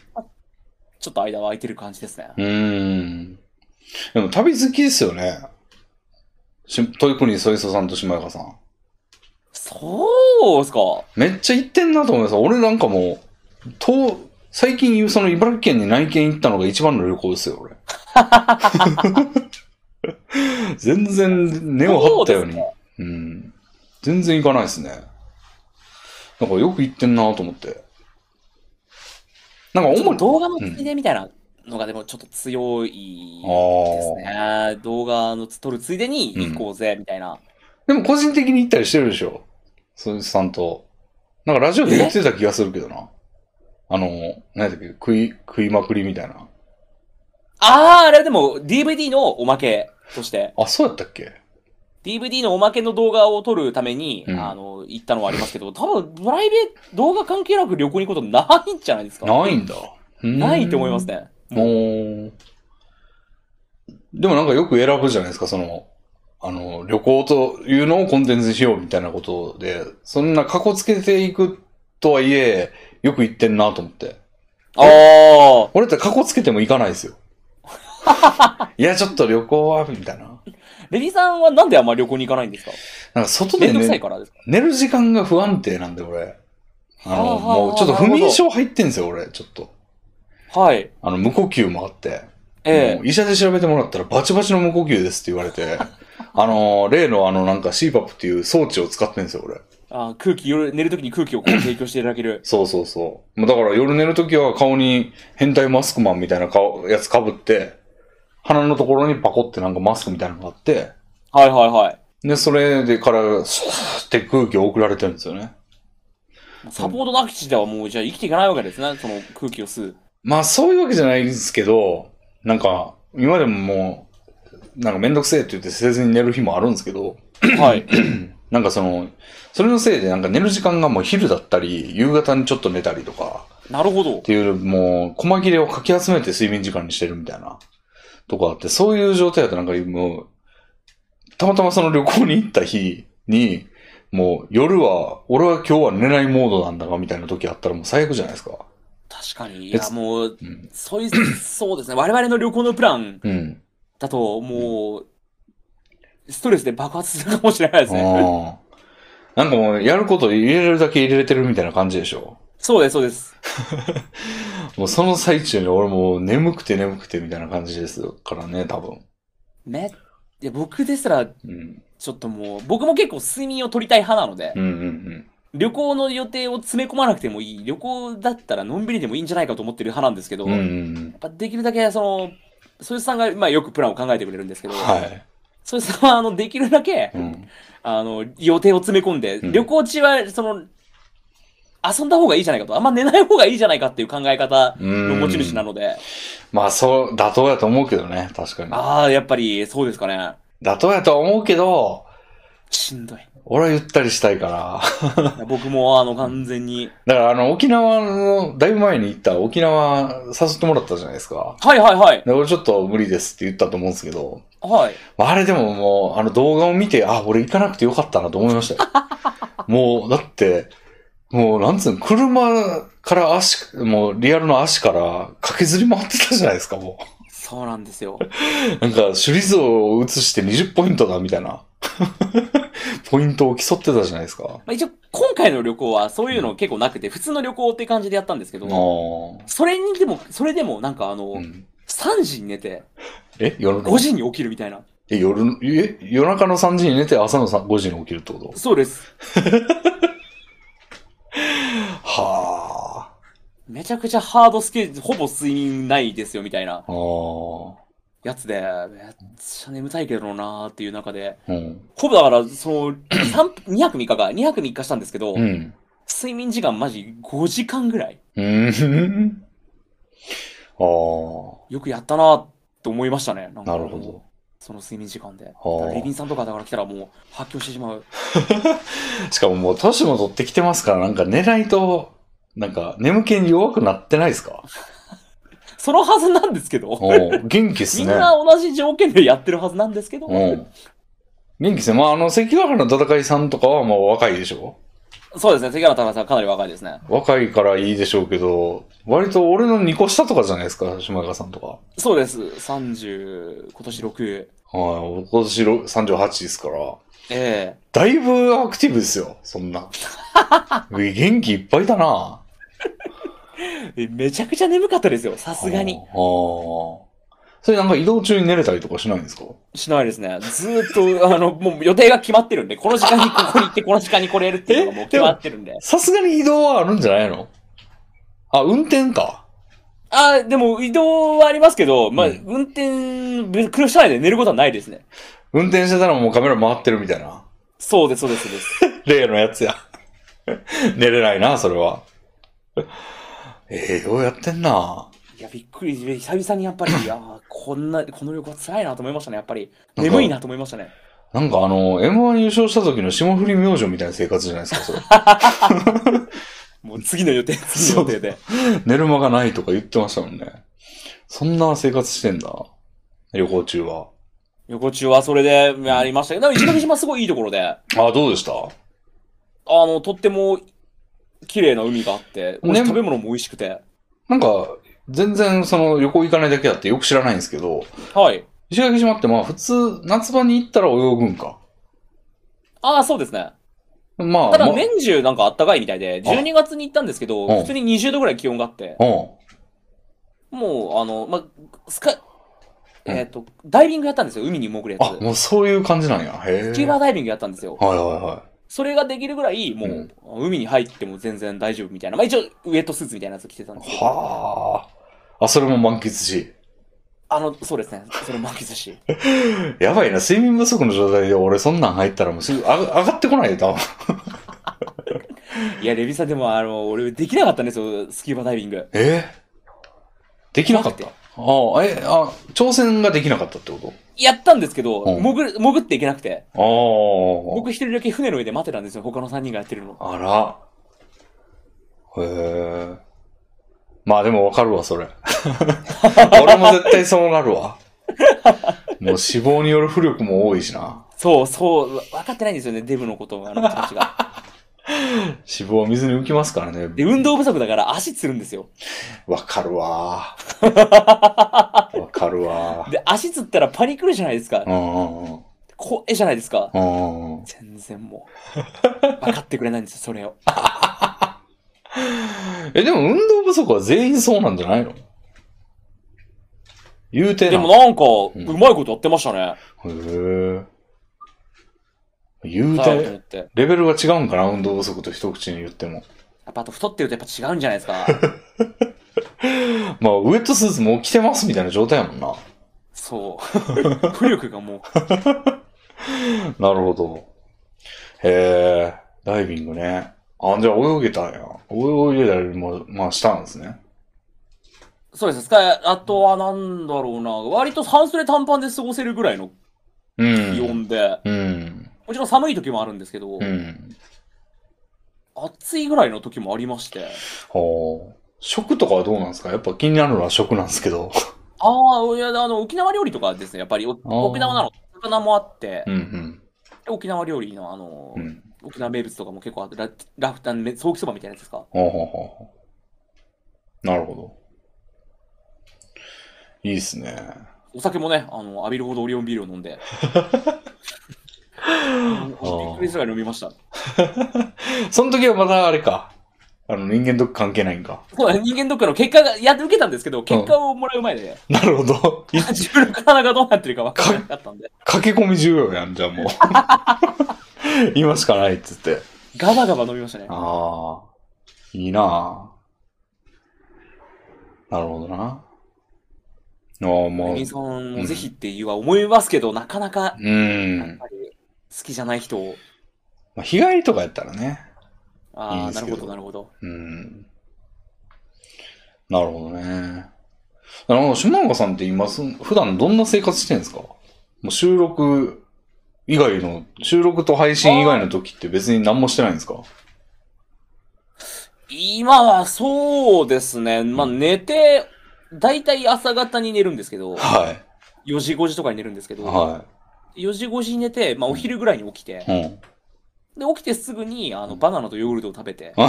[SPEAKER 2] ちょっと間は空いてる感じですね。
[SPEAKER 1] うん。でも旅好きですよね。し、トイプニーソイソさんと島かさん。
[SPEAKER 2] そうですか。
[SPEAKER 1] めっちゃ行ってんなと思います。俺なんかもう、東、最近言う、その茨城県に内見行ったのが一番の旅行ですよ、
[SPEAKER 2] *laughs*
[SPEAKER 1] 俺。全然根を張ったように。
[SPEAKER 2] そう
[SPEAKER 1] うん。全然行かないですね。なんかよく行ってんなと思って。なんか
[SPEAKER 2] ち
[SPEAKER 1] 主
[SPEAKER 2] ょっと
[SPEAKER 1] に、
[SPEAKER 2] 動画のついでみたいなのがでもちょっと強いですね。動画の撮るついでに行こうぜみたいな。
[SPEAKER 1] でも個人的に行ったりしてるでしょ鈴木さんと。なんかラジオで言ってた気がするけどな。あの、何やったっけ食い、食いまくりみたいな。
[SPEAKER 2] ああ、あれはでも DVD のおまけとして、
[SPEAKER 1] あ、そうやったっけ
[SPEAKER 2] DVD のおまけの動画を撮るために、
[SPEAKER 1] うん
[SPEAKER 2] あの、行ったのはありますけど、多分プライベート、動画関係なく旅行に行くことないんじゃないですか。
[SPEAKER 1] ないんだ。うん
[SPEAKER 2] ないと思います。ね。もう
[SPEAKER 1] もう。でもなんかよく選ぶじゃないですか、その、あの、旅行というのをコンテンツにしようみたいなことで、そんな過去つけていくとはいえ、よく言ってんなと思って。
[SPEAKER 2] ああ、
[SPEAKER 1] 俺って過去つけても行かないです
[SPEAKER 2] *laughs*
[SPEAKER 1] よ。いや、ちょっと旅行は、みたいな。
[SPEAKER 2] レディさんはなんであんま旅行に行かないんですか
[SPEAKER 1] なんか外
[SPEAKER 2] め
[SPEAKER 1] で
[SPEAKER 2] んどくさい
[SPEAKER 1] ね、
[SPEAKER 2] からですか
[SPEAKER 1] 寝る時間が不安定なんで、俺。あ
[SPEAKER 2] はあ
[SPEAKER 1] の、
[SPEAKER 2] はあはあ
[SPEAKER 1] もうちょっと不眠症入ってんですよ、俺、ちょっと。
[SPEAKER 2] はい。
[SPEAKER 1] あの、無呼吸もあって。
[SPEAKER 2] ええ
[SPEAKER 1] もう医者で調べてもらったらバチバチの無呼吸ですって言われて、 *laughs* あのー、例のあのなんか CPAP っていう装置を使ってんですよ、俺。
[SPEAKER 2] あ空気、夜寝るときに空気
[SPEAKER 1] *clears throat*
[SPEAKER 2] をこう提供していただける。
[SPEAKER 1] そうそうそう。もうだから夜寝るときは顔に変態マスクマンみたいな顔、やつ被って、鼻のところにパコってなんかマスクみたいなのがあって、
[SPEAKER 2] はいはいはい。
[SPEAKER 1] で、それでから、スーって空気を送られてるんですよね。
[SPEAKER 2] サポートなくしではもうじゃあ生きていかないわけですね、その空気を吸う。
[SPEAKER 1] まあそういうわけじゃないんですけど、なんか、今でももう、なんかめんどくせえって言ってせずに寝る日もあるんですけど、 *clears throat*
[SPEAKER 2] はい。
[SPEAKER 1] なんかその、それのせいでなんか寝る時間がもう昼だったり、夕方にちょっと寝たりとか、
[SPEAKER 2] なるほど
[SPEAKER 1] っ。ていう、もう、細切れをかき集めて睡眠時間にしてるみたいな、とかあって、そういう状態だとなんかもう、たまたまその旅行に行った日に、もう夜は、俺は今日は寝ないモードなんだが、みたいな時あったらもう最悪じゃないですか。
[SPEAKER 2] 確かに。いや、
[SPEAKER 1] 別
[SPEAKER 2] もう、
[SPEAKER 1] うん。
[SPEAKER 2] そう *coughs* いう、そうですね。我々の旅行のプラン
[SPEAKER 1] うん。
[SPEAKER 2] だと、もう、ストレスで爆発するかもしれないですね。
[SPEAKER 1] ああ。なんかもう、やること入れるだけ入れてるみたいな感じでしょ。
[SPEAKER 2] そうです、そうです。
[SPEAKER 1] もうその最中に俺もう眠くて眠くてみたいな感じですからね、多分。
[SPEAKER 2] め、いや、僕です
[SPEAKER 1] う
[SPEAKER 2] ら、
[SPEAKER 1] ん。
[SPEAKER 2] ちょっともう、僕も結構睡眠を取りたい派なので
[SPEAKER 1] う、んうん
[SPEAKER 2] 旅行の予定を詰め込まなくてもいい。旅行だったらのんびりでもいいんじゃないかと思ってる派なんですけど、
[SPEAKER 1] うん。うんう
[SPEAKER 2] やっ
[SPEAKER 1] ん
[SPEAKER 2] ぱできるだけ、その、そういうさんが、まあよくプランを考えてくれるんですけ
[SPEAKER 1] う
[SPEAKER 2] ど、
[SPEAKER 1] ん。はい。
[SPEAKER 2] そういうさんは、あの、できるだけ、
[SPEAKER 1] うん。
[SPEAKER 2] あの、予定を詰め込んで、
[SPEAKER 1] うん
[SPEAKER 2] 旅行中は、その、遊んだ方がいいじゃないかと、あんま寝ない方がいいじゃないかっていう考え方の持ち主なので、
[SPEAKER 1] まあそう、妥当やと思うけどね、確かに。
[SPEAKER 2] ああ、やっぱりそうですかね。
[SPEAKER 1] 妥当やとは思うけど、
[SPEAKER 2] しんどい。
[SPEAKER 1] 俺はゆったりしたいから。
[SPEAKER 2] 僕も、あの、完全に。
[SPEAKER 1] だからあの、沖縄の、だいぶ前に行った沖縄誘ってもらったじゃないですか。
[SPEAKER 2] はいはいはい。
[SPEAKER 1] で、俺ちょっと無理ですって言ったと思うんですけど、
[SPEAKER 2] はい。
[SPEAKER 1] あれでももう、あの動画を見て、あ、俺行かなくてよかったなと思いましたよ。もう、だって、もう、なんつうの、車から足、もう、リアルの足から駆けずり回ってたじゃないですか、も
[SPEAKER 2] そうなんですよ。
[SPEAKER 1] う。なんか、首里像を移して20ポイントだ、みたいな。 *laughs* ポイントを競ってたじゃないですか。
[SPEAKER 2] まあ、一応、今回の旅行はそういうの結構なくて、普通の旅行って感じでやったんですけ
[SPEAKER 1] あ
[SPEAKER 2] ど、
[SPEAKER 1] ー
[SPEAKER 2] それにでも、それでもなんかあの、
[SPEAKER 1] うん、
[SPEAKER 2] 3時に寝て、
[SPEAKER 1] え夜
[SPEAKER 2] 5
[SPEAKER 1] の
[SPEAKER 2] 時に起きるみたいな。
[SPEAKER 1] え夜のえ夜中の3時に寝て朝の3 5時に起きるってこと
[SPEAKER 2] そうです。
[SPEAKER 1] は
[SPEAKER 2] めちゃくちゃハードスケジュール、ほぼ睡眠ないですよみたいな
[SPEAKER 1] あ。ああ。
[SPEAKER 2] やつで、めっちゃ眠たいけどなーっていう中で、
[SPEAKER 1] うん。
[SPEAKER 2] ほぼだから、その、3 *clears throat* 2泊3日か、2泊3日したんですけど、
[SPEAKER 1] うん。
[SPEAKER 2] 睡眠時間マジ5時間ぐらい。
[SPEAKER 1] うーん。 *laughs* ああ、
[SPEAKER 2] よくやったなって思いましたね。なんか
[SPEAKER 1] なるほど。
[SPEAKER 2] その睡眠時間で。だ
[SPEAKER 1] あ
[SPEAKER 2] からレビンさんとかだから来たらもう発狂してしまう。 *laughs*
[SPEAKER 1] しかももう年も取ってきてますから、なんか寝ないと、なんか眠気に弱くなってないですか
[SPEAKER 2] そのはずなんですけど、
[SPEAKER 1] おー元気っ
[SPEAKER 2] *laughs* み
[SPEAKER 1] す
[SPEAKER 2] ん
[SPEAKER 1] ね。
[SPEAKER 2] な同じ条件でやってるはずなんですけど、
[SPEAKER 1] うん。元気っすね。まあ、あの、関ヶ原の戦いさんとかは、まあ、若いでしょ
[SPEAKER 2] そうですね、関原太郎さんかなり若いですね。
[SPEAKER 1] 若いからいいでしょうけど、割と俺の2個下とかじゃないですか、島川さんとか。
[SPEAKER 2] そうです、30、今年6。
[SPEAKER 1] はい、今年ろ38ですから。
[SPEAKER 2] ええ
[SPEAKER 1] だい
[SPEAKER 2] *laughs*
[SPEAKER 1] ぶアクティブですよ、そんな。元気いっぱいだな。
[SPEAKER 2] えめちゃくちゃ眠かったですよ。さすがに
[SPEAKER 1] あ。あ。それなんか移動中に寝れたりとかしないんですか
[SPEAKER 2] しないですね。ずーっと、あの、もう予定が決まってるんで、この時間にここに行って、この時間にこれやるって *laughs* いうのがもう決まってるんで。
[SPEAKER 1] さすがに移動はあるんじゃないのあ、運転か。
[SPEAKER 2] あーでも移動はありますけど、まあ、
[SPEAKER 1] うん
[SPEAKER 2] 運転、別に苦労しないで寝ることはないですね。
[SPEAKER 1] 運転してたらもうカメラ回ってるみたいな。
[SPEAKER 2] そうです、そうです、そうです。
[SPEAKER 1] 例のやつや。 *laughs* 寝れないな、それは。ええようやってんな。
[SPEAKER 2] *laughs* いや、びっくり、久々にやっ *laughs* ぱり、いやー、こんな、この旅行は辛いなと思いましたね、やっぱり。眠いなと思いましたね。
[SPEAKER 1] なんかあの、M1 優勝した時の霜降り明星みたいな生活じゃないですか、
[SPEAKER 2] *laughs*
[SPEAKER 1] それ。
[SPEAKER 2] もう次の *laughs* 予定、次の予定で。
[SPEAKER 1] 寝る間がないとか言ってましたもんね。そんな生活してんだ。旅行中は。
[SPEAKER 2] 旅行中はそれで、まあありましたけど、でも石垣島すごいいいところで、あ
[SPEAKER 1] あ、どうでした
[SPEAKER 2] の、とっても、綺麗な海があって、
[SPEAKER 1] ね
[SPEAKER 2] 食べ物も美味しくて。
[SPEAKER 1] なんか、全然その旅行行かないだけあってよく知らないんですけど、
[SPEAKER 2] はい。
[SPEAKER 1] 石垣島ってまあ普通、夏場に行ったら泳ぐんか。
[SPEAKER 2] ああ、そうですね。
[SPEAKER 1] まあ、
[SPEAKER 2] ただ、
[SPEAKER 1] ま
[SPEAKER 2] 年中なんかあったかいみたいで、
[SPEAKER 1] あ
[SPEAKER 2] 12月に行ったんですけど
[SPEAKER 1] うん、
[SPEAKER 2] 普通に20度ぐらい気温があって、
[SPEAKER 1] うん。
[SPEAKER 2] もう、あの、ま、スカ、
[SPEAKER 1] うん
[SPEAKER 2] えっと、ダイビングやったんですよ、海に潜るや
[SPEAKER 1] あ、
[SPEAKER 2] つ。
[SPEAKER 1] もうそういう感じなんや。へえ。
[SPEAKER 2] スキューバダイビングやったんですよ。
[SPEAKER 1] はいはいはい。
[SPEAKER 2] それができるぐらい、もう、海に入っても全然大丈夫みたいな。まあ、一応、ウエットスーツみたいなやつ着てたんですけど。
[SPEAKER 1] はあ。あ、それも満喫し。
[SPEAKER 2] あの、そうですね。それ満喫し。
[SPEAKER 1] やばいな、睡眠不足の状態で俺そんなん入ったらもうすぐ上が上がってこないよ、多分。
[SPEAKER 2] いや、レビさんでも、あの、俺、できなかったんですよ、スキューバダイビング。
[SPEAKER 1] えできなかったあ
[SPEAKER 2] 怖く
[SPEAKER 1] あ、え、あ、挑戦ができなかったってこ
[SPEAKER 2] やったんですけど、
[SPEAKER 1] うん
[SPEAKER 2] 潜る、潜っていけなくて。
[SPEAKER 1] と
[SPEAKER 2] 僕一人だけ船の上で待ってたんですよ、他の3人がやってるの。
[SPEAKER 1] ああ。あら。へえ。まあでもわかるわ、それ。 *laughs* 俺も絶対そうなるわ。もう死亡による浮力も多いしな。
[SPEAKER 2] そうそう、わ分かってないんですよね、デブのこと、あの人た
[SPEAKER 1] *laughs*
[SPEAKER 2] ちが。
[SPEAKER 1] 死亡は水に浮きますからね。
[SPEAKER 2] で、運動不足だから足つるんですよ。
[SPEAKER 1] わかる *laughs* わー。わかるわー。
[SPEAKER 2] で、足つったらパニクるじゃないですか
[SPEAKER 1] う。んうん
[SPEAKER 2] 怖えじゃないですか。
[SPEAKER 1] うんうんうん。
[SPEAKER 2] 全然も
[SPEAKER 1] *laughs*
[SPEAKER 2] う。分かってくれないんですよ、それを。
[SPEAKER 1] え、でも運動不足は全員そうなんじゃないの言うてな。
[SPEAKER 2] でもなんか、
[SPEAKER 1] ん
[SPEAKER 2] うまいことやってましたね。
[SPEAKER 1] へー言う、
[SPEAKER 2] だよと思ってて。や
[SPEAKER 1] レベルが違うんかな運動不足と一口に言っても。
[SPEAKER 2] っぱあと太ってるとやっぱ違うんじゃないで
[SPEAKER 1] *laughs*
[SPEAKER 2] すか。
[SPEAKER 1] まあ、ウェットスーツもう着てますみたいな状態やもんな。
[SPEAKER 2] そう。浮力がもう。
[SPEAKER 1] なるほど。へえ、ダイビングね。あ、じゃあ泳げたんや。泳いでたりも、まあしたんですね。
[SPEAKER 2] そうです。スカイあとはなんだろうな。割と半袖短パンで過ごせるぐらいの
[SPEAKER 1] うん。
[SPEAKER 2] 気温で、
[SPEAKER 1] うん。
[SPEAKER 2] もちろん寒い時もあるんですけ
[SPEAKER 1] う
[SPEAKER 2] ど、
[SPEAKER 1] ん。
[SPEAKER 2] 暑いぐらいの時もありまして。
[SPEAKER 1] ほう。食とかはどうなんですかやっぱ気になるのは食なんですけど。
[SPEAKER 2] ああ、いや、あの、沖縄料理とかですね、やっぱり、お
[SPEAKER 1] ー
[SPEAKER 2] 沖縄なの、魚もあって
[SPEAKER 1] う、ん
[SPEAKER 2] 沖縄料理の、あの
[SPEAKER 1] うん。う、ん。
[SPEAKER 2] 沖縄名物とかも結構あって、ララフタン、ソーキそばみたいなやつですか。
[SPEAKER 1] ほうほうほうほう。なるほど。いいっすね。
[SPEAKER 2] お酒もね、あの、浴びるほどオリオンビールを飲
[SPEAKER 1] *laughs*
[SPEAKER 2] んで。びっくりするぐらい飲みました。
[SPEAKER 1] その時はまだあれか。あの、人間ドック関係ないんか。
[SPEAKER 2] そうだね人間ドックの結果が、やって受けたんですけど、結果をもらう前で、
[SPEAKER 1] なるほど。 *laughs* い
[SPEAKER 2] *laughs* 自分の体がどうなってるか分からなかったんで、
[SPEAKER 1] 駆け込み重要やん、じゃあもう。 *laughs* 今しかないっつって。
[SPEAKER 2] ガバガバ飲みましたね。
[SPEAKER 1] ああ、いいなあ。なるほどな。ああ、もう
[SPEAKER 2] レミ。さんもぜひっていうは思いますけど、なかなか、
[SPEAKER 1] う
[SPEAKER 2] やっ
[SPEAKER 1] ん。
[SPEAKER 2] ぱり、好きじゃない人を、
[SPEAKER 1] まあ、日帰りとかやったらね。いい
[SPEAKER 2] ああ、
[SPEAKER 1] です
[SPEAKER 2] なる
[SPEAKER 1] け
[SPEAKER 2] ほ
[SPEAKER 1] ど
[SPEAKER 2] ど、なるほど。
[SPEAKER 1] うん。なるほどね。あの、島岡さんって今す、普段どんな生活してるんですかもう収録以外の、収録と配信以外の時って別に何もしてないんですか
[SPEAKER 2] 今はそうですね。まあ寝て、だいたい朝方に寝るんですけど、
[SPEAKER 1] は
[SPEAKER 2] 4時5時とかに寝るんですけ
[SPEAKER 1] い。
[SPEAKER 2] ど、
[SPEAKER 1] は
[SPEAKER 2] 4時5時に寝て、まあお昼ぐらいに起きて
[SPEAKER 1] い。、うん。 *laughs*
[SPEAKER 2] で、起きてすぐにあのバナナとヨーグルトを食べて、
[SPEAKER 1] はい。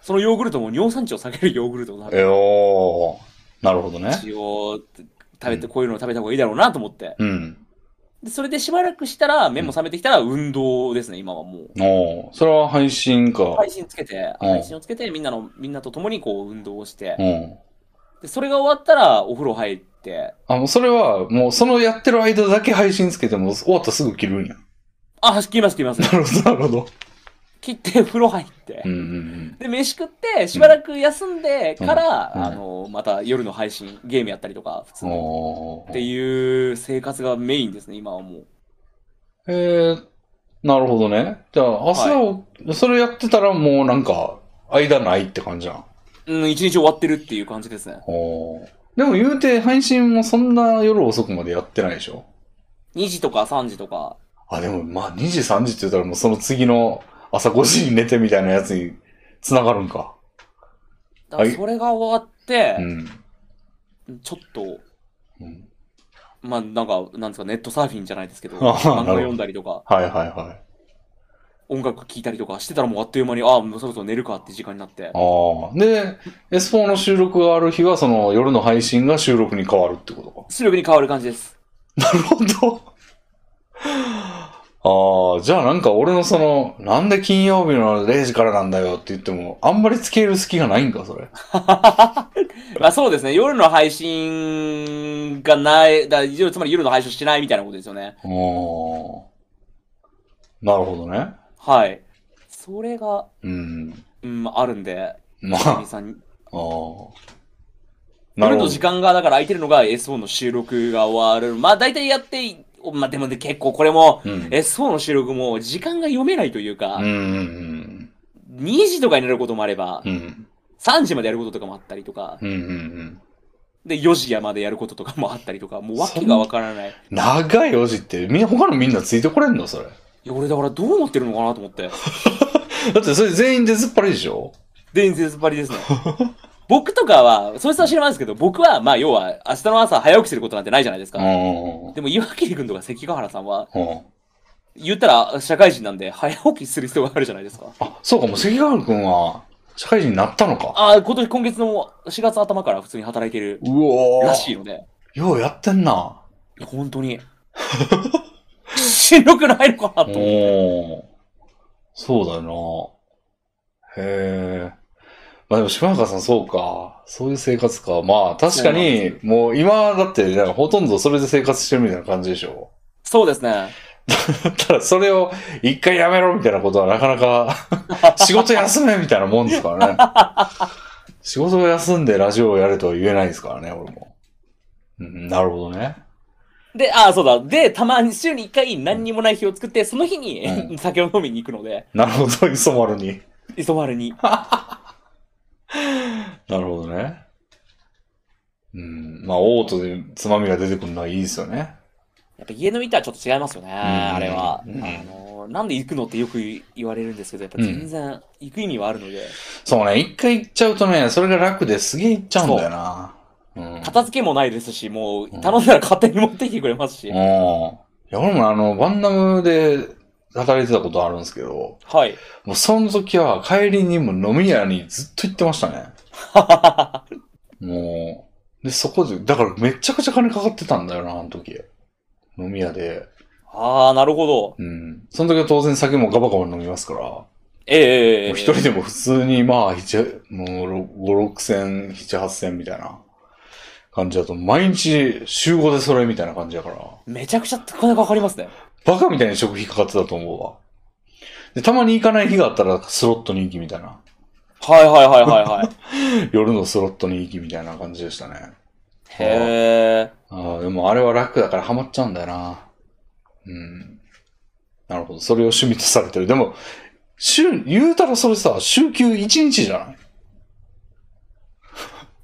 [SPEAKER 2] そのヨーグルトも尿酸値を下げるヨーグルトを食べて、
[SPEAKER 1] えおー。なるほどね。
[SPEAKER 2] 一応、食べて、こういうのを食べた方がいいだろうなと思って、
[SPEAKER 1] うん。
[SPEAKER 2] でそれでしばらくしたら、目も覚めてきたら運動ですね、今はもう。
[SPEAKER 1] おーそれは配信か。
[SPEAKER 2] 配信つけて、
[SPEAKER 1] うん
[SPEAKER 2] 配信をつけて、みんなの、みんなと共にこう運動をして、
[SPEAKER 1] うん。
[SPEAKER 2] で、それが終わったらお風呂入って、
[SPEAKER 1] あ、もうそれは、もうそのやってる間だけ配信つけても、終わったらすぐ切るんや。
[SPEAKER 2] あ、切ります切ります。
[SPEAKER 1] *laughs* なるほど、なるほど。
[SPEAKER 2] 切って風呂入って
[SPEAKER 1] うん、うん
[SPEAKER 2] で、飯食って、しばらく休んでから、
[SPEAKER 1] うんうん
[SPEAKER 2] あの、また夜の配信、ゲームやったりとか、普
[SPEAKER 1] う
[SPEAKER 2] 通
[SPEAKER 1] ん。
[SPEAKER 2] に。
[SPEAKER 1] お
[SPEAKER 2] って
[SPEAKER 1] ー
[SPEAKER 2] いう生活がメインですね、今はもう。
[SPEAKER 1] えー、なるほどね。じゃあ、朝を、それやってたらもうなんか、間ないって感じじゃん。
[SPEAKER 2] うん、一日終わってるっていう感じですね。
[SPEAKER 1] おーでも言うて、配信もそんな夜遅くまでやってないでしょ。
[SPEAKER 2] 2時とか3時とか。
[SPEAKER 1] あ、でも、まあ、2時、3時って言ったら、もうその次の朝5時に寝てみたいなやつに繋がるんか。
[SPEAKER 2] だから
[SPEAKER 1] はい
[SPEAKER 2] それが終わって
[SPEAKER 1] う、ん。
[SPEAKER 2] ちょっと、
[SPEAKER 1] うん
[SPEAKER 2] まあなんか、なんですか、ネットサーフィンじゃないですけど、
[SPEAKER 1] あーな
[SPEAKER 2] 漫画
[SPEAKER 1] るほど
[SPEAKER 2] 読んだりとか、
[SPEAKER 1] はいはいはい。
[SPEAKER 2] 音楽聴いたりとかしてたらもうあっという間に、ああ、もうそろそろ寝るかって時間になって。
[SPEAKER 1] ああ。で、S4 の収録がある日は、その夜の配信が収録に変わるってことか。
[SPEAKER 2] 出力に変わる感じです。
[SPEAKER 1] なるほ *laughs* ど。ああ、じゃあなんか俺のその、なんで金曜日の0時からなんだよって言っても、あんまりつける隙がないんか、それ。
[SPEAKER 2] *laughs* まあそうですね、夜の配信がない、だ夜つまり夜の配信をしないみたいなことですよね。
[SPEAKER 1] ああ。なるほどね。
[SPEAKER 2] はい。それが、
[SPEAKER 1] うん。
[SPEAKER 2] うん、あるんで、
[SPEAKER 1] ま
[SPEAKER 2] さん
[SPEAKER 1] あ、
[SPEAKER 2] さんに
[SPEAKER 1] ああ。な
[SPEAKER 2] 夜
[SPEAKER 1] るほ
[SPEAKER 2] の
[SPEAKER 1] ど
[SPEAKER 2] 時。間が、だから空いてるのが S4 の収録が終わる。まあ大体やって、まあでもね、結構これも、
[SPEAKER 1] うん。
[SPEAKER 2] S4 の収録も時間が読めないというか、
[SPEAKER 1] うんうん
[SPEAKER 2] 2時とかになることもあれば、
[SPEAKER 1] うん。うん。
[SPEAKER 2] 3時までやることとかもあったりとか、
[SPEAKER 1] うんうんうん。
[SPEAKER 2] で、4時までやることとかもあったりとか、もう訳がわからない。い
[SPEAKER 1] 長い4時って、みんな、他のみんなついてこれんのそれ。
[SPEAKER 2] や、俺だからどうなってるのかなと思って。
[SPEAKER 1] だってそれ全員出ずっぱりでしょ
[SPEAKER 2] 伝説ばりですね。 *laughs* 僕とかは、そいつは知らないですけど、僕は、まあ要は、明日の朝早起きすることなんてないじゃないです
[SPEAKER 1] う
[SPEAKER 2] か。
[SPEAKER 1] ん。うん
[SPEAKER 2] でも岩切君とか関ヶ原さんは、
[SPEAKER 1] うん。
[SPEAKER 2] 言ったら社会人なんで早起きする必要があるじゃないですか。
[SPEAKER 1] あ、そうかも、関ヶ原くんは、社会人になったのか。
[SPEAKER 2] ああ、今年、今月の4月頭から普通に働いてる
[SPEAKER 1] うおー。
[SPEAKER 2] らしいので、
[SPEAKER 1] ようやってんな。
[SPEAKER 2] いや本当に。しんどくないのかな
[SPEAKER 1] お
[SPEAKER 2] と思って。
[SPEAKER 1] ー。そうだよな。へえ。まあでも、島中さんそうか。そういう生活か。まあ、確か
[SPEAKER 2] そう
[SPEAKER 1] に、もう今だって、なんかほとんどそれで生活してるみたいな感じでしょ。 *laughs*
[SPEAKER 2] そうですね。
[SPEAKER 1] ただ、それを一回やめろみたいなことはなかな
[SPEAKER 2] *laughs*
[SPEAKER 1] か仕事休めみたいなもんですからね。仕事を休んでラジオをやれとは言えないですからね、俺も。うん、なるほどね。
[SPEAKER 2] で、ああ、そうだ。で、たまに週に1回何にもない日を作って、その日に、
[SPEAKER 1] う
[SPEAKER 2] *laughs* 酒を飲みに行くので、
[SPEAKER 1] なるほど、磯丸に。
[SPEAKER 2] 磯丸に。
[SPEAKER 1] なるほどね。うん、まあ、オートでつまみが出てくるのはいいですよね。
[SPEAKER 2] やっぱ家の板はちょっと違いますよね、あれは。
[SPEAKER 1] うん
[SPEAKER 2] あのー、なんで行くのってよく言われるんですけど、やっぱ全然行く意味はあるので、
[SPEAKER 1] そうね、一回行っちゃうとね、それが楽ですげえ行っちゃうんだよな。うん。
[SPEAKER 2] 片付けもないですし、もう
[SPEAKER 1] うん
[SPEAKER 2] 頼んだら勝手に持ってきてくれますし。
[SPEAKER 1] うん。いや、俺もあの、バンダムで働いてたことあるんですけど、
[SPEAKER 2] はい。
[SPEAKER 1] もうその時は帰りにも飲み屋にずっと行ってましたね。もう、で、そこで、だからめちゃくちゃ金かかってたんだよな、あの時。飲み屋で。
[SPEAKER 2] ああ、なるほど。
[SPEAKER 1] うん。その時は当然酒もガバガバ飲みますから、も
[SPEAKER 2] ええええ
[SPEAKER 1] う
[SPEAKER 2] ええ
[SPEAKER 1] 一人でも普通にまあ、一もう5、6千、7、8千みたいな感じだと、毎日週5でそれみたいな感じだから。
[SPEAKER 2] めちゃくちゃ金かかりますね。
[SPEAKER 1] バカみたいに食費かかってたと思うわ。で、たまに行かない日があったらスロットに行きみたいな。
[SPEAKER 2] はいはいはい
[SPEAKER 1] *laughs*
[SPEAKER 2] はいはい。
[SPEAKER 1] 夜のスロットに行きみたいな感じでしたね。
[SPEAKER 2] へえ。
[SPEAKER 1] ああ、でもあれは楽だからハマっちゃうんだよな。うん。なるほど。それを趣味とされてる。でも、週、言うたらそれさ、週休1日じゃない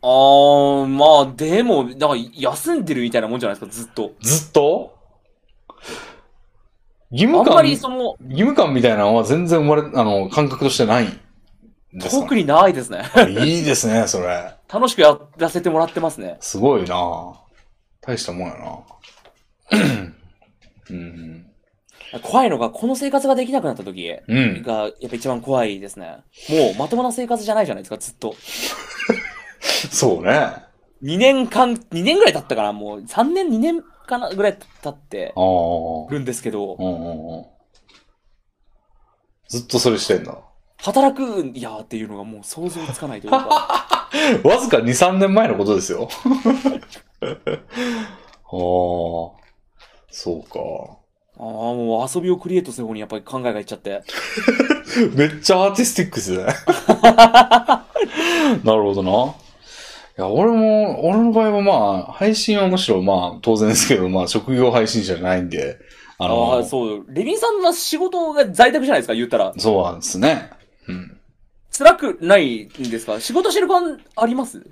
[SPEAKER 2] あー、まあでも、だから休んでるみたいなもんじゃないですか、ずっと。
[SPEAKER 1] ずっと義
[SPEAKER 2] あ
[SPEAKER 1] 務
[SPEAKER 2] んま
[SPEAKER 1] 感、
[SPEAKER 2] り
[SPEAKER 1] 義
[SPEAKER 2] その、
[SPEAKER 1] 務感みたいなのは全然生まれ、あの、感覚としてないんですか
[SPEAKER 2] 特にないですね。
[SPEAKER 1] ね、いいですね、それ。
[SPEAKER 2] 楽しくやらせてもらってますね。
[SPEAKER 1] すごいな大したもんやなうん。
[SPEAKER 2] 怖いのが、この生活ができなくなった時
[SPEAKER 1] うん。
[SPEAKER 2] が、やっぱ一番怖いですね。もうまともな生活じゃないじゃないですか、ずっと。
[SPEAKER 1] そうね。
[SPEAKER 2] 2年間、2年ぐらい経ったから、もう3年、2年、かなぐらい経って
[SPEAKER 1] ああ。
[SPEAKER 2] るんですけど、
[SPEAKER 1] うんうんうん。ずっとそれしてんだ。
[SPEAKER 2] 働くんやーっていうのがもう想像つかないという
[SPEAKER 1] *laughs*
[SPEAKER 2] か、
[SPEAKER 1] わずか2、3年前のことですよ。 *laughs* ああ。そうか。
[SPEAKER 2] ああ、もう遊びをクリエイトする方にやっぱり考えがいっちゃって、
[SPEAKER 1] めっちゃアーティスティックですね。 *laughs* なるほどな。いや、俺も、俺の場合はまあ、配信はむしろまあ、当然ですけど、まあ、職業配信者じゃないんで、あ
[SPEAKER 2] あ
[SPEAKER 1] の、
[SPEAKER 2] あー、そう、レビンさんは仕事が在宅じゃないですか、言ったら。
[SPEAKER 1] そうなんですね。うん。
[SPEAKER 2] 辛くないんですか仕事してる感あります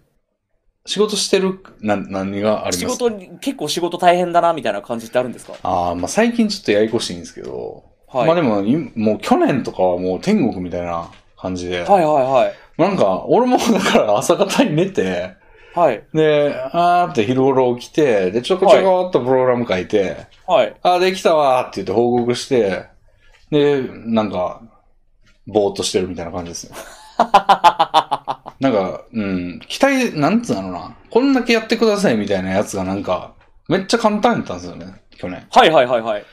[SPEAKER 1] 仕事してる、な、何があり
[SPEAKER 2] 仕
[SPEAKER 1] ます
[SPEAKER 2] 事に、結構仕事大変だな、みたいな感じってあるんですか
[SPEAKER 1] ああ、まあ最近ちょっとややこしいんですけど、
[SPEAKER 2] はい。
[SPEAKER 1] まあでも、いもう去年とかはもう天国みたいな感じで、
[SPEAKER 2] はいはいはい。
[SPEAKER 1] なんか、俺もだから朝方に寝て、
[SPEAKER 2] はい。
[SPEAKER 1] で、あーって昼頃起きて、で、ちょこちょこっとプログラム書いて、
[SPEAKER 2] はい。
[SPEAKER 1] あーできたわーって言って報告して、で、なんか、ぼーっとしてるみたいな感じですね。なんか、うん、期待、なんつうのな、こんだけやってくださいみたいなやつがなんか、めっちゃ簡単やったんですよね、去年。
[SPEAKER 2] はいはいはいはい。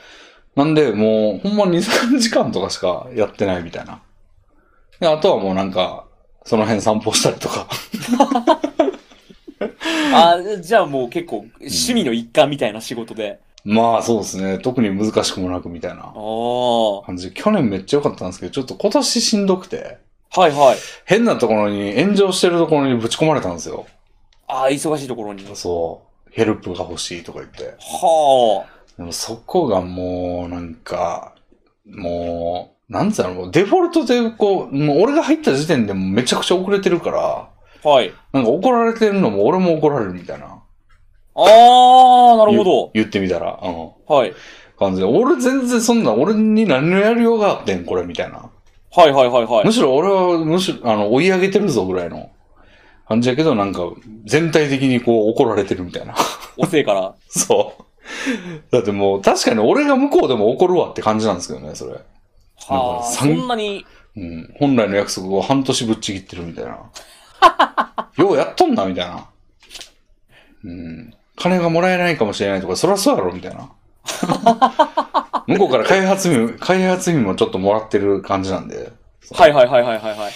[SPEAKER 1] なんで、もう、ほんま2、3時間とかしかやってないみたいな。で、あとはもうなんか、その辺散歩したりとか。 *laughs*
[SPEAKER 2] あーじゃあもう結構、趣味の一環みたいな仕事で。
[SPEAKER 1] まあそうですね、特に難しくもなくみたいな
[SPEAKER 2] ああ。は
[SPEAKER 1] 感じ。去年めっちゃ良かったんですけど、ちょっと今年しんどくて、
[SPEAKER 2] いはい。
[SPEAKER 1] 変なところに、炎上してるところにぶち込まれたんですよ。
[SPEAKER 2] ああ、忙しいところに。
[SPEAKER 1] そう。ヘルプが欲しいとか言って。
[SPEAKER 2] は
[SPEAKER 1] でもそこがもう、なんか、もう、なんつうの、もうデフォルトでこう、もう俺が入った時点でもうめちゃくちゃ遅れてるから、
[SPEAKER 2] あ。はい。
[SPEAKER 1] なんか怒られてるのも俺も怒られるみたいな。
[SPEAKER 2] ああ、なるほど。
[SPEAKER 1] 言ってみたら、うん。
[SPEAKER 2] はい。
[SPEAKER 1] 感じで。俺全然そんな、俺に何のやりようがあってん、これ、みたいな。
[SPEAKER 2] はいはいはいはい
[SPEAKER 1] む。しろ俺は、むしろ、あの、追い上げてるぞ、ぐらいの感じやけど、なんか、全体的にこう怒られてるみたいな。
[SPEAKER 2] おせえから。
[SPEAKER 1] *laughs* そう。だってもう、確かに俺が向こうでも怒るわって感じなんですけどね、それ。
[SPEAKER 2] はあ。
[SPEAKER 1] さ
[SPEAKER 2] そ
[SPEAKER 1] ん
[SPEAKER 2] んなに。
[SPEAKER 1] うん。本来の約束を半年ぶっちぎってるみたいな。 *laughs* ようやっとんな、みたいな。うん。金がもらえないかもしれないとか、そりゃそうやろ、みたいな。 *laughs* 向こうから開発費も、開発費もちょっともらってる感じなんで。
[SPEAKER 2] はいはいはいはいはいはい。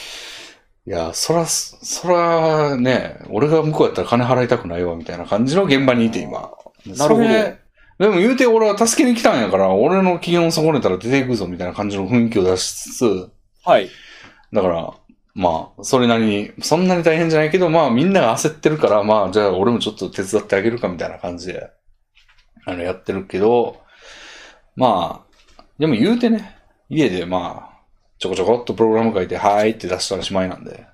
[SPEAKER 1] いや、そら、そらね、俺が向こうやったら金払いたくないわ、みたいな感じの現場にいて、今。
[SPEAKER 2] なるほど
[SPEAKER 1] それでも言うて俺は助けに来たんやから、俺の機嫌を損ねたら出ていくぞ、みたいな感じの雰囲気を出しつつ、
[SPEAKER 2] はい。
[SPEAKER 1] だから、まあ、それなりに、そんなに大変じゃないけど、まあ、みんなが焦ってるから、まあ、じゃあ俺もちょっと手伝ってあげるか、みたいな感じで、あの、やってるけど、まあ、でも言うてね、家でまあ、ちょこちょこっとプログラム書いて、はーいって出したらしまいなんで。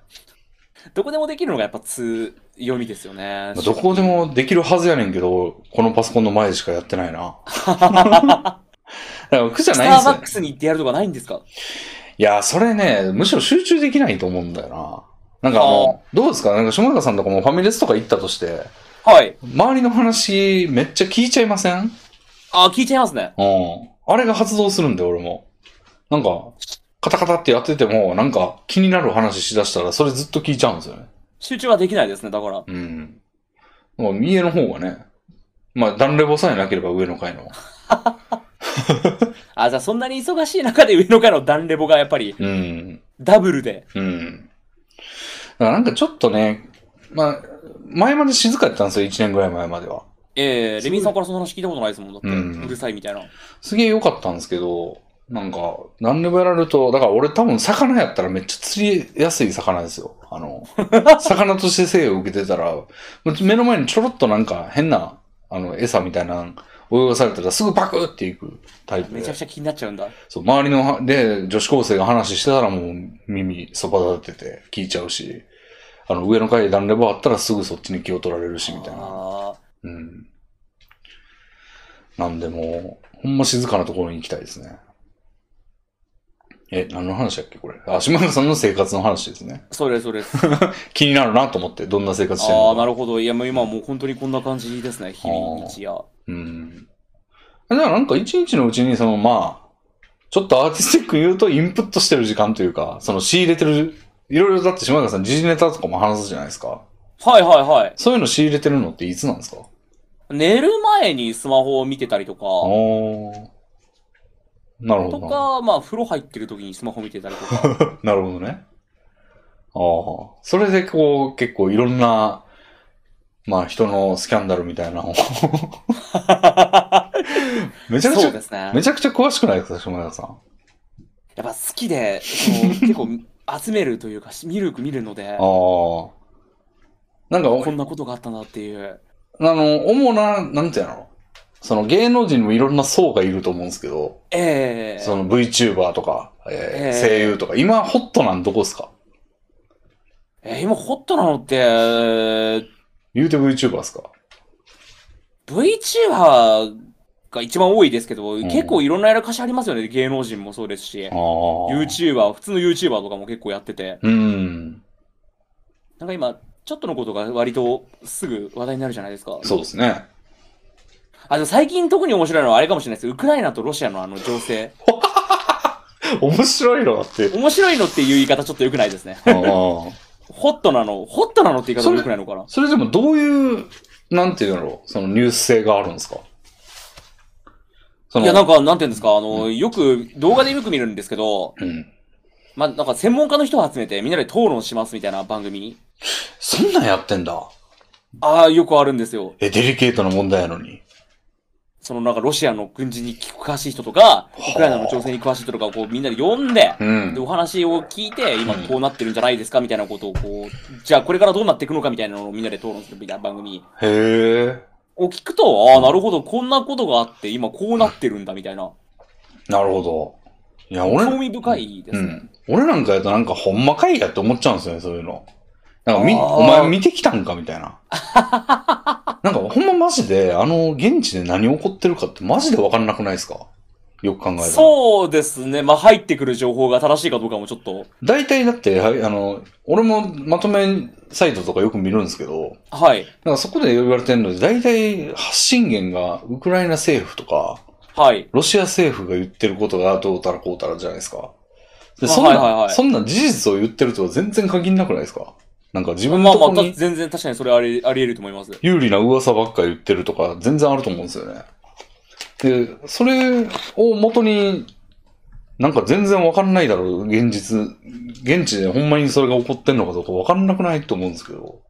[SPEAKER 2] どこでもできるのがやっぱ強みですよね。
[SPEAKER 1] まあどこでもできるはずやねんけど、このパソコンの前でしかやってないな。だから苦じゃ
[SPEAKER 2] ス
[SPEAKER 1] な
[SPEAKER 2] タ
[SPEAKER 1] いんで
[SPEAKER 2] ー
[SPEAKER 1] すよ
[SPEAKER 2] バッ
[SPEAKER 1] ね、
[SPEAKER 2] クスに行ってやるとかないんですか
[SPEAKER 1] いや、それね、むしろ集中できないと思うんだよな。なんかあの、どうですかなんか、下中さんとかもファミレスとか行ったとして、
[SPEAKER 2] はい。
[SPEAKER 1] 周りの話めっちゃ聞いちゃいませんうん。
[SPEAKER 2] ああ、聞いちゃいますね。
[SPEAKER 1] あれが発動するんで、俺も。なんか、カタカタってやってても、なんか気になる話しだしたら、それずっと聞いちゃうんですよね。
[SPEAKER 2] 集中はできないですね、だから。
[SPEAKER 1] うん。まあ、家の方がね、まあ、暖冷房さえなければ上の階の。
[SPEAKER 2] あーじゃあそんなに忙しい中で上の階のダンレボがやっぱり
[SPEAKER 1] うん。
[SPEAKER 2] ダブルで。
[SPEAKER 1] うん。だからなんかちょっとね、まあ、前まで静かやったんですよ、1年ぐらい前までは。
[SPEAKER 2] ええ
[SPEAKER 1] すごい
[SPEAKER 2] レミンさんからその話聞いたことないですもん、だって。
[SPEAKER 1] うん
[SPEAKER 2] うるさいみたいな。
[SPEAKER 1] すげえ良かったんですけど、なんか、何でもやられると、だから俺多分魚やったらめっちゃ釣りやすい魚ですよ。あ
[SPEAKER 2] *laughs*
[SPEAKER 1] の、魚として生を受けてたら、目の前にちょろっとなんか変な、あの、餌みたいなの泳がされたらすぐパクっていくタイプ
[SPEAKER 2] め
[SPEAKER 1] で
[SPEAKER 2] ちゃく。ちゃ気になっちゃうんだ。
[SPEAKER 1] そう、周りのは、で、女子高生が話してたらもう耳そば立てて聞いちゃうし、あの、上の階で段レバーあったらすぐそっちに気を取られるし、みたいな。
[SPEAKER 2] あ
[SPEAKER 1] うん。なんでもう、ほんま静かなところに行きたいですね。え、何の話だっけ、これ。あ、島村さんの生活の話ですね。
[SPEAKER 2] ーそうです、そう
[SPEAKER 1] *laughs*
[SPEAKER 2] です。
[SPEAKER 1] 気になるなと思って、どんな生活してる
[SPEAKER 2] ああ、
[SPEAKER 1] のか。
[SPEAKER 2] なるほど。いや、もう今はもう本当にこんな感じですね、日々、日夜。
[SPEAKER 1] うん。じゃあなんか一日のうちに、その、まあ、ちょっとアーティスティック言うとインプットしてる時間というか、その仕入れてる、いろいろだって島川さん時事ネタとかも話すじゃないですか。
[SPEAKER 2] はいはいはい。
[SPEAKER 1] そういうの仕入れてるのっていつなんですか
[SPEAKER 2] 寝る前にスマホを見てたりとか、
[SPEAKER 1] おー。なるほ
[SPEAKER 2] と
[SPEAKER 1] どな。
[SPEAKER 2] か、まあ、風呂入ってる時にスマホ見てたりとか、
[SPEAKER 1] なるほどね。ああ。それでこう、結構いろんな、まあ人のスキャンダルみたい
[SPEAKER 2] *laughs*
[SPEAKER 1] なのを *laughs* めちゃくち
[SPEAKER 2] そう
[SPEAKER 1] ゃ、
[SPEAKER 2] ですね。
[SPEAKER 1] めちゃくちゃ詳しくないですか、下村さん。
[SPEAKER 2] やっぱ好きで、その
[SPEAKER 1] *laughs*
[SPEAKER 2] 結構集めるというか、し見る、見るので、
[SPEAKER 1] ああ。なんか、
[SPEAKER 2] こんなことがあったんだっていう。
[SPEAKER 1] あの、主な、なんていうのその芸能人にもいろんな層がいると思うんですけど、
[SPEAKER 2] ええ
[SPEAKER 1] その VTuber とか、えー
[SPEAKER 2] ええ
[SPEAKER 1] 声優とか、今ホットなんどこですか
[SPEAKER 2] えー今ホットなのって、
[SPEAKER 1] 言うて VTuber ですか
[SPEAKER 2] VTuber が一番多いですけど、
[SPEAKER 1] ん
[SPEAKER 2] 結構いろんなやらかしありますよね。芸能人もそうですし
[SPEAKER 1] ああ。。ー
[SPEAKER 2] YouTuber、普通の YouTuber とかも結構やってて。
[SPEAKER 1] うん。
[SPEAKER 2] なんか今、ちょっとのことが割とすぐ話題になるじゃないですか。
[SPEAKER 1] そうですね。
[SPEAKER 2] あ、でも最近特に面白いのはあれかもしれないです。ウクライナとロシアのあの情勢。
[SPEAKER 1] 面白いのだって。
[SPEAKER 2] 面白いのっていう言い方ちょっと良くないですね。
[SPEAKER 1] ああ。
[SPEAKER 2] ホットなの、ホットなのって言い方も良くないのかな。
[SPEAKER 1] それでもどういう、なんていうんだろう、そのニュース性があるんですかその
[SPEAKER 2] いや、なんか、なんていうんですか、あの、よく、動画でよく見るんですけど、
[SPEAKER 1] うん。
[SPEAKER 2] まあ、なんか専門家の人を集めてみんなで討論しますみたいな番組。
[SPEAKER 1] そんなんやってんだ。
[SPEAKER 2] ああ、よくあるんですよ。
[SPEAKER 1] え、デリケートな問題やのに。
[SPEAKER 2] そのなんかロシアの軍事に詳しい人とか、ウクライナの情勢に詳しい人とかをこうみんなで読んで、
[SPEAKER 1] うん
[SPEAKER 2] で、。お話を聞いて、今こうなってるんじゃないですかみたいなことをこう、じゃあこれからどうなっていくのかみたいなのをみんなで討論するみたいな番組
[SPEAKER 1] へえ。
[SPEAKER 2] を聞くと、ああ、なるほど、こんなことがあって、今こうなってるんだみたいな、
[SPEAKER 1] なるほど。いや、俺、
[SPEAKER 2] 興味深いで
[SPEAKER 1] う
[SPEAKER 2] すね。
[SPEAKER 1] ん。俺なんかやとなんかほんまかいやって思っちゃうんですよね、そういうの。なんかみ、
[SPEAKER 2] あー
[SPEAKER 1] お前見てきたんかみたいな。
[SPEAKER 2] *laughs*
[SPEAKER 1] なんかほんまマジで、あの、現地で何起こってるかってマジでわかんなくないですかよく考えたら。
[SPEAKER 2] そうですね。まあ、入ってくる情報が正しいかどうかもちょっと。
[SPEAKER 1] 大体だって、はいあの、俺もまとめサイトとかよく見るんですけど、
[SPEAKER 2] はい。
[SPEAKER 1] なんかそこで言われてるので、大体発信源がウクライナ政府とか、
[SPEAKER 2] はい。
[SPEAKER 1] ロシア政府が言ってることがどうたらこうたらじゃないですか。で、
[SPEAKER 2] あ
[SPEAKER 1] そんな、
[SPEAKER 2] はいはいはい
[SPEAKER 1] そんな事実を言ってるとは全然限んなくないですかなんか自分の
[SPEAKER 2] まあ
[SPEAKER 1] と
[SPEAKER 2] ま
[SPEAKER 1] こ
[SPEAKER 2] あ、た
[SPEAKER 1] に
[SPEAKER 2] 全然確かにそれあり、あり得ると思います。
[SPEAKER 1] 有利な噂ばっか言ってるとか全然あると思うんですよね。で、それを元に、なんか全然わかんないだろう、現実。現地でほんまにそれが起こってんのかどうかわかんなくないと思うんですけど。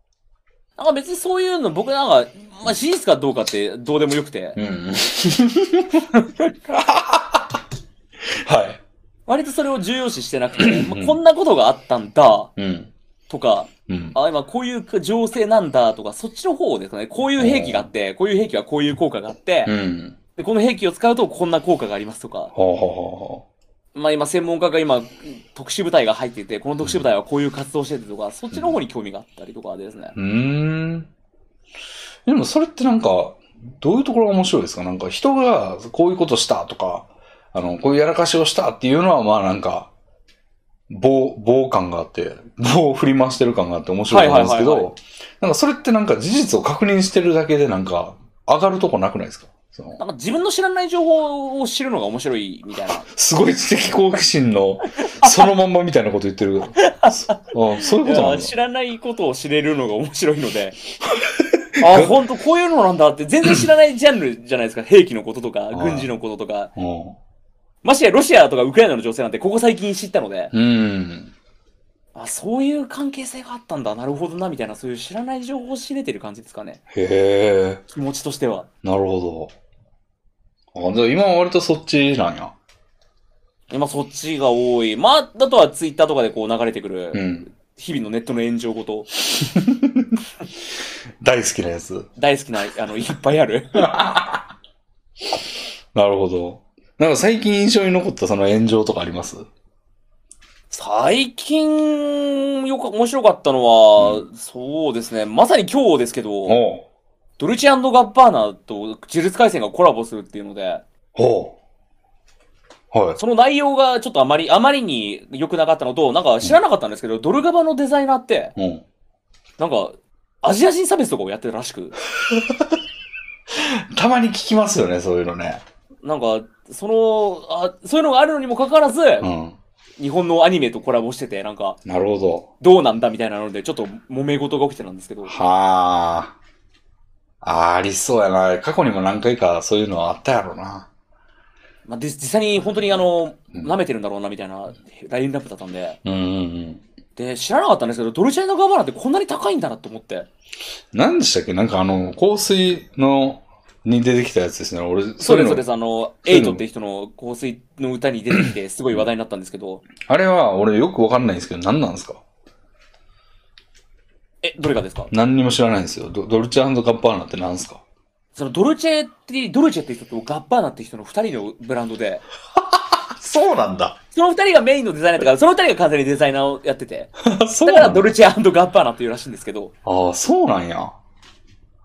[SPEAKER 2] なんか別にそういうの、僕なんか、まあ、事実かどうかってどうでもよくて、
[SPEAKER 1] *laughs* うん。は
[SPEAKER 2] 割とそれを重要視してな
[SPEAKER 1] *clears throat*
[SPEAKER 2] くて、
[SPEAKER 1] ん
[SPEAKER 2] まあこんなことがあったんだ、
[SPEAKER 1] い。うん。
[SPEAKER 2] とか、
[SPEAKER 1] うん。
[SPEAKER 2] あ、今こういう情勢なんだ、とか、そっちの方ですね。こういう兵器があって、こういう兵器はこういう効果があって
[SPEAKER 1] う、ん。
[SPEAKER 2] でこの兵器を使うとこんな効果がありますとか、
[SPEAKER 1] はあ、は
[SPEAKER 2] まあ今専門家が今、特殊部隊が入ってて、この特殊部隊はこういう活動しててとか、そっちの方に興味があったりとかですね
[SPEAKER 1] あ、はあ。。うーん。でもそれってなんか、どういうところが面白いですかなんか人がこういうことしたとか、あの、こういうやらかしをしたっていうのはまあなんか、棒、棒感があって、棒を振り回してる感があって面白いと思うんですけど、
[SPEAKER 2] はいはいはい
[SPEAKER 1] なんかそれってなんか事実を確認してるだけでなんか上がるとこなくないですかその
[SPEAKER 2] なんか自分の知らない情報を知るのが面白いみたいな。
[SPEAKER 1] すごい知的好奇心の *laughs* そのまんまみたいなこと言ってる。そあそういうことないん
[SPEAKER 2] や
[SPEAKER 1] だ。
[SPEAKER 2] 知らないことを知れるのが面白いので。 *laughs* あ、ほんと、こういうのなんだって、全然知らないジャンルじゃない *laughs* ですか。兵器のこととか、
[SPEAKER 1] い
[SPEAKER 2] 軍事のこととか。
[SPEAKER 1] うん
[SPEAKER 2] ましてや、ロシアとかウクライナの情勢なんて、ここ最近知ったので、
[SPEAKER 1] うん。
[SPEAKER 2] あ、そういう関係性があったんだ、なるほどな、みたいな、そういう知らない情報を知れてる感じですかね。
[SPEAKER 1] へえ、
[SPEAKER 2] 気持ちとしては。
[SPEAKER 1] なるほど。あじゃあ今は割とそっちなんや。
[SPEAKER 2] 今、そっちが多い。まあ、あとはツイッターとかでこう流れてくる、
[SPEAKER 1] うん。
[SPEAKER 2] 日々のネットの炎上ごと、
[SPEAKER 1] 大好きなやつ。
[SPEAKER 2] 大好きな、あの、いっぱいある。
[SPEAKER 1] なるほど。なんか最近印象に残ったその炎上とかあります
[SPEAKER 2] 最近、よか、面白かったのは、そうですね、まさに今日ですけど、
[SPEAKER 1] おう
[SPEAKER 2] ドルチェガッバーナと呪術廻戦がコラボするっていうので、
[SPEAKER 1] おうはい。
[SPEAKER 2] その内容がちょっとあまり、あまりに良くなかったのと、なんか知らなかったんですけど、ドルガバのデザイナーって、
[SPEAKER 1] うん。
[SPEAKER 2] なんか、アジア人差別とかをやってるらしく、
[SPEAKER 1] たまに聞きますよね、そういうのね。
[SPEAKER 2] なんか、その、あ、そういうのがあるのにもかかわらず、
[SPEAKER 1] うん。
[SPEAKER 2] 日本のアニメとコラボしてて、なんか、
[SPEAKER 1] なるほど。
[SPEAKER 2] どうなんだみたいなので、ちょっと揉め事が起きてたんですけど、
[SPEAKER 1] はあ。あーありそうやな。過去にも何回かそういうのはあったやろな。
[SPEAKER 2] まあ、で実際に本当にあの、
[SPEAKER 1] うん
[SPEAKER 2] 舐めてるんだろうなみたいなラインナップだったんで、
[SPEAKER 1] うんうんうん。
[SPEAKER 2] で、知らなかったんですけど、ドルチェのガバーナってこんなに高いんだなと思って。
[SPEAKER 1] 何でしたっけなんかあの、香水の、に出てきたやつですね。俺、
[SPEAKER 2] そうです、
[SPEAKER 1] い
[SPEAKER 2] そう
[SPEAKER 1] の
[SPEAKER 2] です。あの、
[SPEAKER 1] そう
[SPEAKER 2] エ
[SPEAKER 1] いう
[SPEAKER 2] イ
[SPEAKER 1] の
[SPEAKER 2] トって人の香水の歌に出て
[SPEAKER 1] *laughs*
[SPEAKER 2] きて、すごい話題になったんですけど、
[SPEAKER 1] あれは俺よくわかんないんですけど、何なんですか
[SPEAKER 2] え、どれがですか
[SPEAKER 1] 何にも知らないんですよ。ドドルチェガッバーナって何ですか
[SPEAKER 2] そのドルチェって、ドルチェって人とガッバーナって人の二人のブランドで、
[SPEAKER 1] そうなんだ。
[SPEAKER 2] その二人がメインのデザイナーだから、その二人が完全にデザイナーをやってて、
[SPEAKER 1] *laughs* そう
[SPEAKER 2] だ
[SPEAKER 1] なんだ
[SPEAKER 2] からドルチェガッバーナっていうらしいんですけど、
[SPEAKER 1] ああ、そうなんや。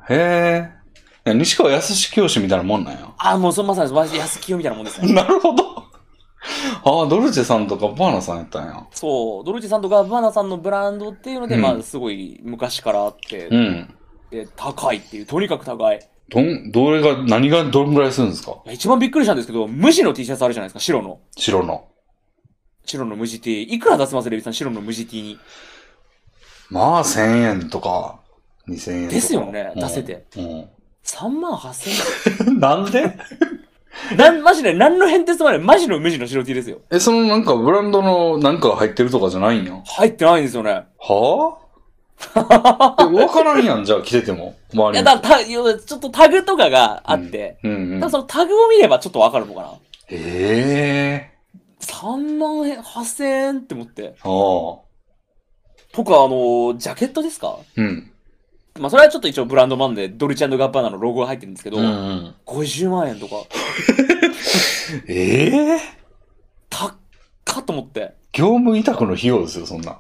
[SPEAKER 1] へえ。西川康史教師みたいなもんなんや。 *laughs*
[SPEAKER 2] ああ、もうそのまさに私、安清みたいなもんですね。
[SPEAKER 1] なるほど。ああ、ドルチェさんとかバーナさんやったんや。
[SPEAKER 2] そう、ドルチェさんとガッバーナさんのブランドっていうので、
[SPEAKER 1] うん
[SPEAKER 2] まあ、すごい昔からあって、
[SPEAKER 1] うん。
[SPEAKER 2] で、高いっていう、とにかく高い。
[SPEAKER 1] どん、どれが、何がどんぐらいするんですか
[SPEAKER 2] 一番びっくりしたんですけど、無地の T シャツあるじゃないですか、白の。
[SPEAKER 1] 白の。
[SPEAKER 2] 白の無地 T。いくら出せますレビさん、白の無地 T に。
[SPEAKER 1] まあ、1000円とか、2000円とか。
[SPEAKER 2] ですよね、出せて。
[SPEAKER 1] うん。 *laughs*
[SPEAKER 2] 3万8000
[SPEAKER 1] うん。なんで *laughs*
[SPEAKER 2] 円。なん、マジで、何の変哲もない、マジの無地の白 T ですよ。
[SPEAKER 1] え、そのなんかブランドのなんかが入ってるとかじゃないんや。
[SPEAKER 2] 入ってないんですよね。
[SPEAKER 1] はあえわからんやん、じゃあ着てても。周
[SPEAKER 2] い
[SPEAKER 1] り
[SPEAKER 2] や、
[SPEAKER 1] の
[SPEAKER 2] だ
[SPEAKER 1] 人。
[SPEAKER 2] た、いやちょっとタグとかがあって、
[SPEAKER 1] うんう
[SPEAKER 2] 多
[SPEAKER 1] ん
[SPEAKER 2] 分。そのタグを見ればちょっとわかるのかな。
[SPEAKER 1] ええ
[SPEAKER 2] 3万円、8000円って思って。
[SPEAKER 1] ああ。
[SPEAKER 2] とか、あの、ジャケットですか
[SPEAKER 1] うん。
[SPEAKER 2] まあ、それはちょっと一応ブランドマンで、ドルチェガッバーナのロゴが入ってるんですけど、
[SPEAKER 1] うん。
[SPEAKER 2] 50万円とか、
[SPEAKER 1] ええ
[SPEAKER 2] たっかと思って。
[SPEAKER 1] 業務委託の費用ですよ、そん
[SPEAKER 2] *laughs*
[SPEAKER 1] な。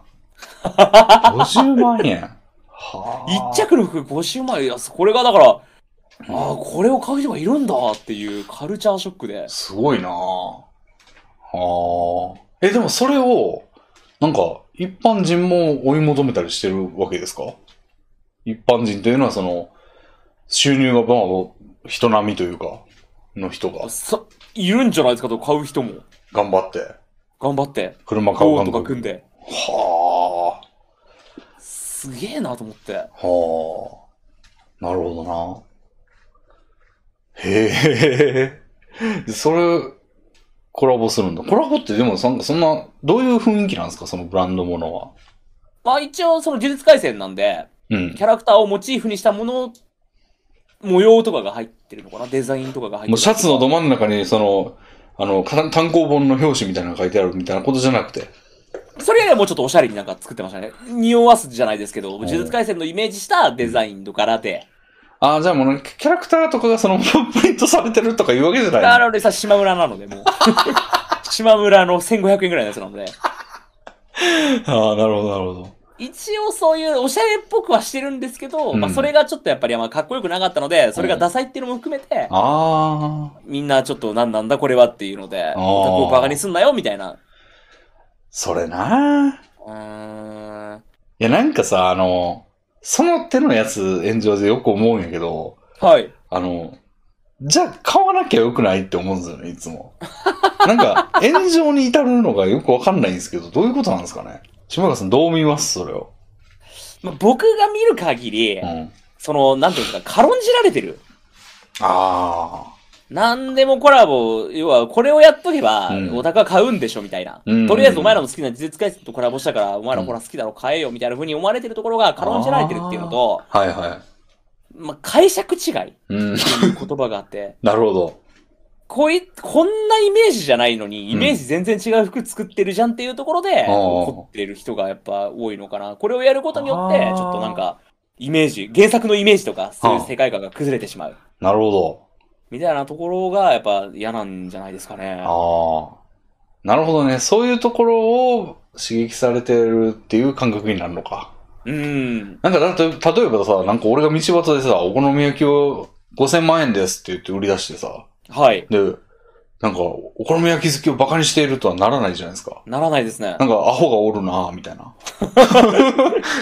[SPEAKER 1] 50万円。はあ。
[SPEAKER 2] 一着の服50万円。いや、これがだから、ああ、これを買う人がいるんだっていうカルチャーショックで。
[SPEAKER 1] すごいなあ。はあ。え、でもそれを、なんか、一般人も追い求めたりしてるわけですか一般人というのは、その、収入が、まあ、人並みというか、の人が、
[SPEAKER 2] さ、いるんじゃないですかと買う人も。
[SPEAKER 1] 頑張って、
[SPEAKER 2] 頑張って。
[SPEAKER 1] 車買
[SPEAKER 2] ゴ
[SPEAKER 1] う
[SPEAKER 2] ーとか組ん
[SPEAKER 1] で。
[SPEAKER 2] で。
[SPEAKER 1] はあ。
[SPEAKER 2] すげえなと思って。
[SPEAKER 1] はあ。なるほどな。へえ。 *laughs* それ、コラボするんだ。コラボってでも、なんかそんな、どういう雰囲気なんですかそのブランドものは。
[SPEAKER 2] まあ一応その技術改正なんで、
[SPEAKER 1] うん
[SPEAKER 2] キ。ャラクターをモチーフにしたもの、模様とかが入ってるのかなデザインとかが入ってる。
[SPEAKER 1] もうシャツのど真ん中に、その、あの、か単行本の表紙みたいなのが書いてあるみたいなことじゃなくて。
[SPEAKER 2] それよりはもうちょっとおしゃれになんか作ってましたね。匂わすじゃないですけど、呪術廻戦のイメージしたデザインと柄で。
[SPEAKER 1] ああ、じゃあもうなんかキャラクターとかがそのままプリントされてるとかいうわけじゃない。
[SPEAKER 2] なのでさ、島村な
[SPEAKER 1] *laughs*
[SPEAKER 2] ので、もう。島村の1500円ぐらいのやつなので。
[SPEAKER 1] ああ、なるほど、なるほど。
[SPEAKER 2] 一応そういうおしゃれっぽくはしてるんですけど、
[SPEAKER 1] うん
[SPEAKER 2] まあそれがちょっとやっぱりあんまかっこよくなかったので、それがダサいっていうのも含めて、
[SPEAKER 1] ああ、
[SPEAKER 2] みんなちょっとなんなんだこれはっていうので、
[SPEAKER 1] ー
[SPEAKER 2] オタクをバカにすんなよみたいな。
[SPEAKER 1] それなあ。
[SPEAKER 2] うーん。
[SPEAKER 1] いや、なんかさ、あの、その手のやつ炎上でよく思うんやけど、
[SPEAKER 2] はい。
[SPEAKER 1] あの、じゃあ買わなきゃよくないって思うんですよね、いつも。 *laughs* なんか、炎上に至るのがよくわかんないんですけど、どういうことなんですかね。島川さん、どう見ますそれを。
[SPEAKER 2] まあ、僕が見る限り、
[SPEAKER 1] うん。
[SPEAKER 2] その、なんていうんですか、軽んじられてる。
[SPEAKER 1] ああ。
[SPEAKER 2] なんでもコラボ、要は、これをやっとけば
[SPEAKER 1] う、ん
[SPEAKER 2] オタクは買うんでしょ、みたいな。
[SPEAKER 1] うん
[SPEAKER 2] とりあえず、お前らの好きな呪術回戦とコラボしたから、お前らほら好きだろ、買えよ、みたいな風に思われてるところが軽んじられてるっていうのと、
[SPEAKER 1] はいは
[SPEAKER 2] まあ、解釈違いって
[SPEAKER 1] い。うん。 *laughs*
[SPEAKER 2] いう言葉があって、 *laughs*
[SPEAKER 1] なるほど。
[SPEAKER 2] こい、こんなイメージじゃないのに、イメージ全然違う服作ってるじゃんっていうところで、
[SPEAKER 1] うん
[SPEAKER 2] 怒ってる人がやっぱ多いのかな。これをやることによって
[SPEAKER 1] あ、ー
[SPEAKER 2] ちょっとなんか、イメージ、原作のイメージとか、そういう世界観が崩れてしまう。
[SPEAKER 1] なるほど。
[SPEAKER 2] みたいなところが、やっぱ嫌なんじゃないですかね。
[SPEAKER 1] ああ。なるほどね。そういうところを刺激されてるっていう感覚になるのか。
[SPEAKER 2] うん。
[SPEAKER 1] なんかだと、例えばさ、なんか俺が道端でさ、お好み焼きを5000万円ですって言って売り出してさ、
[SPEAKER 2] はい。
[SPEAKER 1] で、なんか、お好み焼き好きをバカにしているとはならないじゃないですか。
[SPEAKER 2] ならないですね
[SPEAKER 1] な。んか、アホがおるなぁ、みたいな。 *laughs*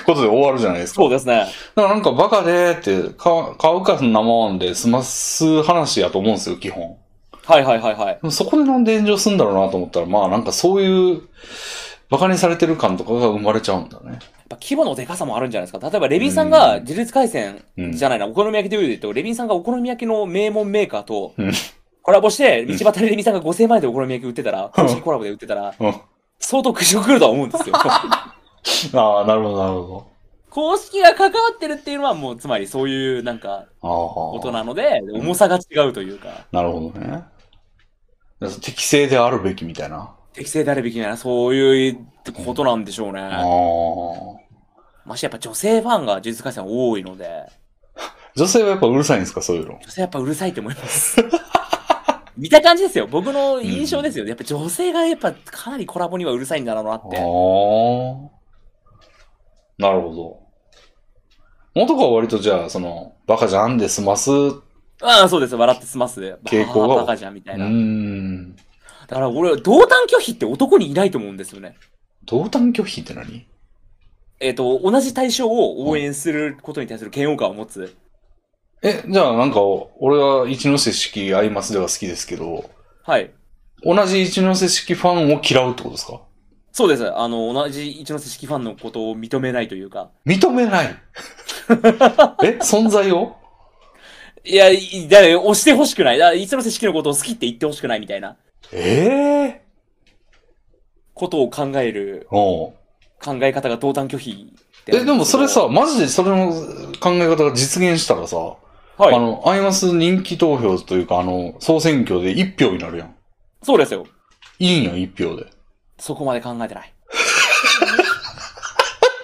[SPEAKER 1] ことで終わるじゃないですか。
[SPEAKER 2] そうですね。
[SPEAKER 1] だからなんか、バカでーって、か買うか生もんで済ます話やと思うんですよ、基本。
[SPEAKER 2] はいはいはいはい。
[SPEAKER 1] でもそこでなんで炎上するんだろうなと思ったら、まあなんかそういうバカにされてる感とかが生まれちゃうんだね。
[SPEAKER 2] ぱ規模のでかさもあるんじゃないですか。例えば、レビンさんが自立回線
[SPEAKER 1] うん
[SPEAKER 2] じ。ゃないな、お好み焼きで言うと、レビンさんがお好み焼きの名門メーカーと
[SPEAKER 1] うん
[SPEAKER 2] コラボして、道端でレビンさんが5000万円でお好み焼き売ってたら、公式コラボで売ってたら、
[SPEAKER 1] うん
[SPEAKER 2] 相当苦情来るとは思う
[SPEAKER 1] *laughs*
[SPEAKER 2] んですよ。
[SPEAKER 1] ああ、なるほど、なるほ
[SPEAKER 2] 公式が関わってるっていうのは、もう、つまりそういう、なんか、
[SPEAKER 1] ど。ああ。
[SPEAKER 2] ことなので、重さが違うというか、
[SPEAKER 1] なるほどね。だから適正であるべきみたいな。
[SPEAKER 2] 適正であるべきみたいな、そういうことなんでしょうね。
[SPEAKER 1] ああ。女
[SPEAKER 2] ましてやっぱ女性ファンが呪術廻戦多いので、
[SPEAKER 1] 性はやっぱうるさいんですか、そういうの。
[SPEAKER 2] 女性やっぱうるさいと思います。見た感じですよ。僕の印象ですよ。やっぱ女性がやっぱかなりコラボにはうるさいんだろうな
[SPEAKER 1] ああ
[SPEAKER 2] って。。
[SPEAKER 1] なるほど。元が割とじゃあ、その、バカじゃんで済ます。う
[SPEAKER 2] ああ、そうです。笑って済ます。
[SPEAKER 1] 傾向が
[SPEAKER 2] バカじゃんみたい
[SPEAKER 1] ー
[SPEAKER 2] な。
[SPEAKER 1] ん。
[SPEAKER 2] だから俺、同担拒否って男にいないと思うんですよね。
[SPEAKER 1] 同担拒否って何
[SPEAKER 2] えっ、と、同じ対象を応援することに対する嫌悪感を持つ。
[SPEAKER 1] え、じゃあなんか、俺は一ノ瀬式アイマスでは好きですけど、
[SPEAKER 2] はい。
[SPEAKER 1] 同じ一ノ瀬式ファンを嫌うってことですか
[SPEAKER 2] そうです。あの、同じ一ノ瀬式ファンのことを認めないというか。
[SPEAKER 1] 認めない *laughs* え存在を
[SPEAKER 2] いや、いだから押してほしくない。だから一ノ瀬式のことを好きって言ってほしくないみたいな
[SPEAKER 1] ええ
[SPEAKER 2] ことを考える
[SPEAKER 1] おう
[SPEAKER 2] 考え方が同担拒否ってあ
[SPEAKER 1] え、
[SPEAKER 2] るんすけど
[SPEAKER 1] でもそれ、さ、マジでそれの考え方が実現したらさ、
[SPEAKER 2] はい
[SPEAKER 1] あの、アイマス人気投票というか、あの、総選挙で一票になるやん。
[SPEAKER 2] そうですよ。
[SPEAKER 1] いいんや、一
[SPEAKER 2] *laughs*
[SPEAKER 1] 票で。
[SPEAKER 2] そこまで考えてない。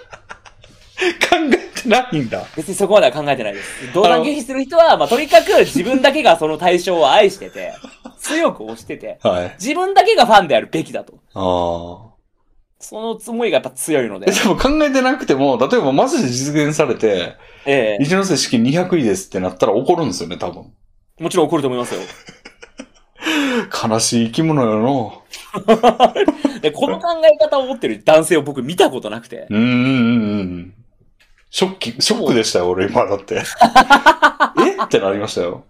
[SPEAKER 1] 考えてないんだ。
[SPEAKER 2] 別にそこまでは考えてないです。同担拒否する人は、まあ、とにかく自分だけがその対象を愛して *laughs* て、強く推してて、
[SPEAKER 1] はい。
[SPEAKER 2] 自分だけがファンであるべきだと。
[SPEAKER 1] ああ。
[SPEAKER 2] その思いがやっぱ強いの *laughs*
[SPEAKER 1] え、
[SPEAKER 2] で。
[SPEAKER 1] でも考えてなくても、例えばマジで実現されて、
[SPEAKER 2] ええ
[SPEAKER 1] 一ノ瀬式200位ですってなったら怒るんですよね、多分。
[SPEAKER 2] もちろん怒ると思いますよ。
[SPEAKER 1] 悲しい生き物よの。
[SPEAKER 2] で、この考え方を持ってる男性を僕見たことなくて。
[SPEAKER 1] うーんうんうんうん。ショッキ、ショックでしたよ、俺今だっ
[SPEAKER 2] *laughs*
[SPEAKER 1] て。えってなりましたよ。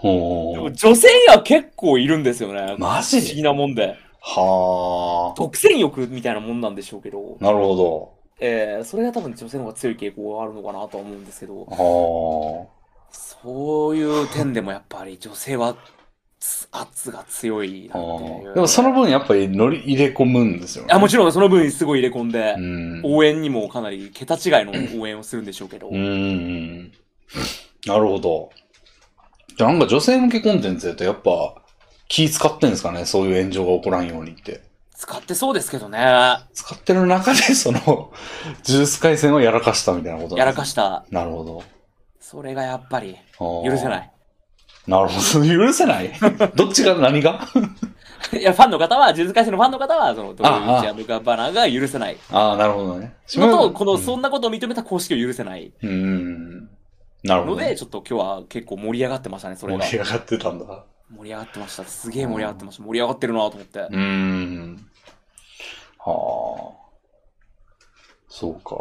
[SPEAKER 1] ほ
[SPEAKER 2] でも
[SPEAKER 1] う。
[SPEAKER 2] 女性には結構いるんですよね。
[SPEAKER 1] マ
[SPEAKER 2] 不思
[SPEAKER 1] ジ
[SPEAKER 2] 議なもんで。
[SPEAKER 1] は
[SPEAKER 2] 独占欲みたいなもんなんでしょうけど
[SPEAKER 1] あ。。なるほど。
[SPEAKER 2] ええそれが多分女性の方が強い傾向があるのかなとは思うんですけど、
[SPEAKER 1] は
[SPEAKER 2] そういう点でもやっぱり女性はつ圧が強いな
[SPEAKER 1] あ。
[SPEAKER 2] って
[SPEAKER 1] は
[SPEAKER 2] いう。
[SPEAKER 1] あでもその分やっぱり乗り入れ込むんですよね。
[SPEAKER 2] あもちろんその分すごい入れ込んで
[SPEAKER 1] う、ん。
[SPEAKER 2] 応援にもかなり桁違いの応援をするんでしょうけど、
[SPEAKER 1] うーん。なるほど。じゃあなんか女性向けコンテンツやとやっぱ気使ってんですかねそういう炎上が起こらんようにって。
[SPEAKER 2] 使ってそうですけどね、や
[SPEAKER 1] 使ってる中でその、 *laughs* 呪術回戦をやらかしたみたいなことなん
[SPEAKER 2] ら
[SPEAKER 1] ですね
[SPEAKER 2] かした。
[SPEAKER 1] なるほど。
[SPEAKER 2] それがやっぱり
[SPEAKER 1] あー
[SPEAKER 2] 許せな。い。 *laughs*
[SPEAKER 1] なるほど。 *laughs* 許せないどっちが何が
[SPEAKER 2] いや、ファンの方は、呪術廻戦のファンの方は、その、ドル
[SPEAKER 1] ああ
[SPEAKER 2] チアムガバナが許せない。
[SPEAKER 1] ああ、なるほどね。
[SPEAKER 2] のと、この、
[SPEAKER 1] う
[SPEAKER 2] そんなことを認めた公式を許せない。
[SPEAKER 1] ん。うん。なるほ
[SPEAKER 2] の
[SPEAKER 1] どね、
[SPEAKER 2] で、ちょっと今日は結構盛り上がってましたね、それが
[SPEAKER 1] 盛。り上がってたんだ。
[SPEAKER 2] 盛り上がってました。すげえ盛り上がってました。盛り上がってるなと思って。
[SPEAKER 1] うーん。はあ。そうか。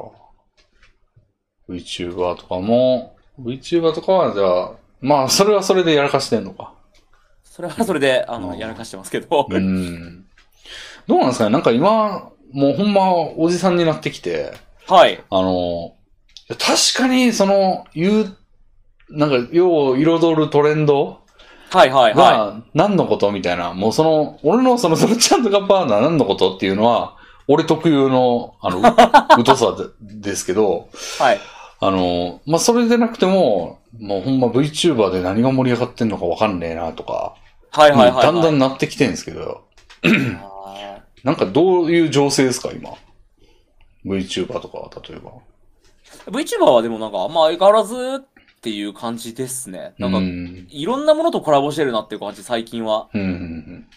[SPEAKER 1] VTuber とかも、VTuber とかはじゃあ、まあ、それはそれでやらかしてんのか。
[SPEAKER 2] それはそれで、あ
[SPEAKER 1] う
[SPEAKER 2] の、
[SPEAKER 1] ん
[SPEAKER 2] やらかしてますけど。
[SPEAKER 1] うーん。どうなんですかねなんか今、もうほんまおじさんになってきて、
[SPEAKER 2] はい。
[SPEAKER 1] あの、いや確かにその、言う、なんか、よう彩るトレンド
[SPEAKER 2] はいはいは
[SPEAKER 1] が何のことみたいな、もうその、俺のその、そのちゃんとガバーナ何のことっていうのは、俺特有の、あ
[SPEAKER 2] *laughs*
[SPEAKER 1] の、う疎さでですけど、
[SPEAKER 2] い。はい。
[SPEAKER 1] あの、まあ、それでなくても、もうほんま VTuber で何が盛り上がってんのかわかんねえなとか、
[SPEAKER 2] はいはいはい。
[SPEAKER 1] だんだ
[SPEAKER 2] ん。
[SPEAKER 1] んなってきてんですけど、なんかどういう情勢ですか、今。VTuber とかは、例えば。
[SPEAKER 2] VTuber はでもなんか、あんま相変わらずっていう感じですね。なん
[SPEAKER 1] う
[SPEAKER 2] か、
[SPEAKER 1] ん。
[SPEAKER 2] いろんなものとコラボしてるなっていう感じ、最近は。
[SPEAKER 1] うんうんうん。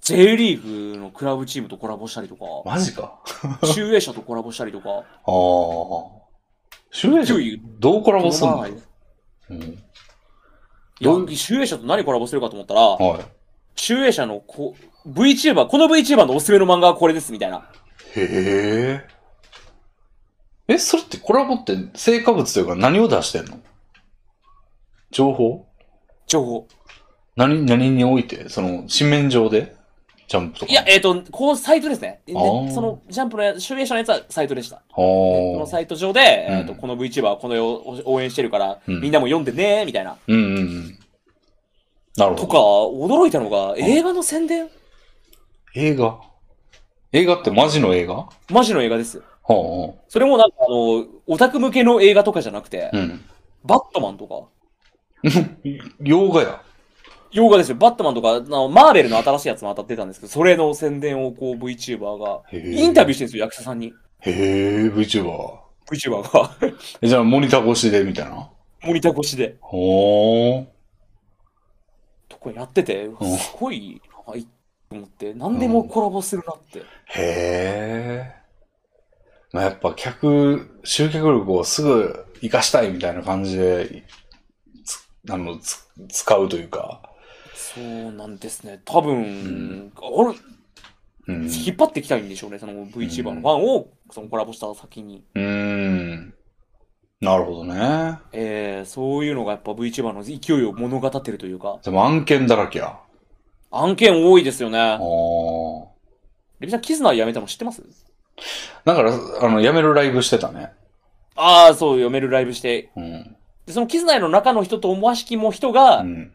[SPEAKER 2] J リーグのクラブチームとコラボしたりとか、
[SPEAKER 1] マジか。
[SPEAKER 2] 集英社とコラボしたりとか、
[SPEAKER 1] ああ。集英社
[SPEAKER 2] どういう、
[SPEAKER 1] どうコラボすんの
[SPEAKER 2] はい
[SPEAKER 1] うん。
[SPEAKER 2] いや
[SPEAKER 1] どう、
[SPEAKER 2] 集英社と何コラボしてるかと思ったら、
[SPEAKER 1] は
[SPEAKER 2] 集英社のこ VTuber、この VTuber のおすすめの漫画はこれですみたいな。
[SPEAKER 1] い。へえ。え、それってコラボって成果物というか何を出してんの情報
[SPEAKER 2] 情報。
[SPEAKER 1] 何、何においてその、紙面上でジャンプとか。
[SPEAKER 2] いや、えっ、と、こう、サイトですね。で
[SPEAKER 1] あー
[SPEAKER 2] その、ジャンプのや、集英社のやつはサイトでした。
[SPEAKER 1] ほ
[SPEAKER 2] この
[SPEAKER 1] ー
[SPEAKER 2] サイト上で、
[SPEAKER 1] うん
[SPEAKER 2] えっと、この VTuber はこの世を応援してるから、
[SPEAKER 1] うん
[SPEAKER 2] みんなも読んでねー、みたいな。
[SPEAKER 1] うんうんうん。なるほ
[SPEAKER 2] と
[SPEAKER 1] ど。
[SPEAKER 2] か、驚いたのが、映画の宣伝
[SPEAKER 1] 映画。映画ってマジの映画
[SPEAKER 2] マジの映画ですよ。
[SPEAKER 1] ほ
[SPEAKER 2] それもなんかあの、オタク向けの映画とかじゃなくて、
[SPEAKER 1] うほう。うん。
[SPEAKER 2] バットマンとか、
[SPEAKER 1] 洋画や。
[SPEAKER 2] 洋画ですよ。バットマンとか、あのマーベルの新しいやつも当たってたんですけど、それの宣伝をこう VTuber が、インタビューしてるんですよ、役者さんに。
[SPEAKER 1] ュー。へえ、VTuber。
[SPEAKER 2] VTuber が、 *laughs*
[SPEAKER 1] えじゃあ、モニター越しで、みたいな。
[SPEAKER 2] モニター越しで、
[SPEAKER 1] ほー。
[SPEAKER 2] とかやってて、
[SPEAKER 1] ん
[SPEAKER 2] すごい、あいいと思って、何でもコラボするなって。
[SPEAKER 1] へえ。まあ、やっぱ客、集客力をすぐ活かしたいみたいな感じで、つあの、つ使うというか。
[SPEAKER 2] そうなんですね。多分、あれ、
[SPEAKER 1] うん。
[SPEAKER 2] 引っ張ってきたいんでしょうね、その VTuber のファンを、そのコラボした先に。
[SPEAKER 1] うーん。なるほどね。
[SPEAKER 2] えー、そういうのがやっぱ VTuber の勢いを物語ってるというか、
[SPEAKER 1] でも案件だらけや。
[SPEAKER 2] 案件多いですよね。
[SPEAKER 1] おー。
[SPEAKER 2] レビさん、キズナーやめたの知ってます
[SPEAKER 1] だから、あの、やめるライブしてたね。
[SPEAKER 2] ああ、そう、読めるライブして。
[SPEAKER 1] うん。
[SPEAKER 2] で、そのキズナーの中の人と思わしきも人
[SPEAKER 1] う
[SPEAKER 2] が、
[SPEAKER 1] ん。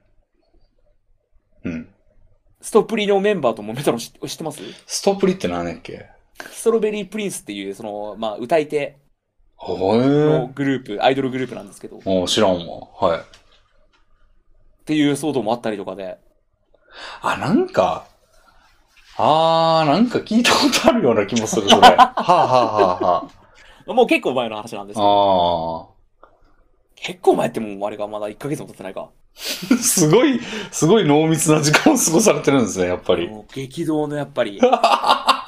[SPEAKER 1] うん。
[SPEAKER 2] ストプリのメンバーともめたの知知ってます
[SPEAKER 1] ストップリって何やっけ
[SPEAKER 2] ストロベリープリンスっていう、その、まあ、歌い手
[SPEAKER 1] ほえ
[SPEAKER 2] の
[SPEAKER 1] ー。
[SPEAKER 2] グループ、アイドルグループなんですけど、っ
[SPEAKER 1] もう知らんわ。はい。
[SPEAKER 2] ていう騒動もあったりとかで、
[SPEAKER 1] あ、なんか、あー、なんか聞いたことあるような気もする、そ *laughs* れ。はあ、はあはあは
[SPEAKER 2] もう結構前の話なんですけど、
[SPEAKER 1] あ、
[SPEAKER 2] 結構前ってもうあれがまだ1ヶ月も経ってないか。
[SPEAKER 1] あー。 *laughs* すごい、すごい濃密な時間を過ごされてるんですね、やっぱり。
[SPEAKER 2] もう激動のやっぱ
[SPEAKER 1] *laughs*
[SPEAKER 2] り、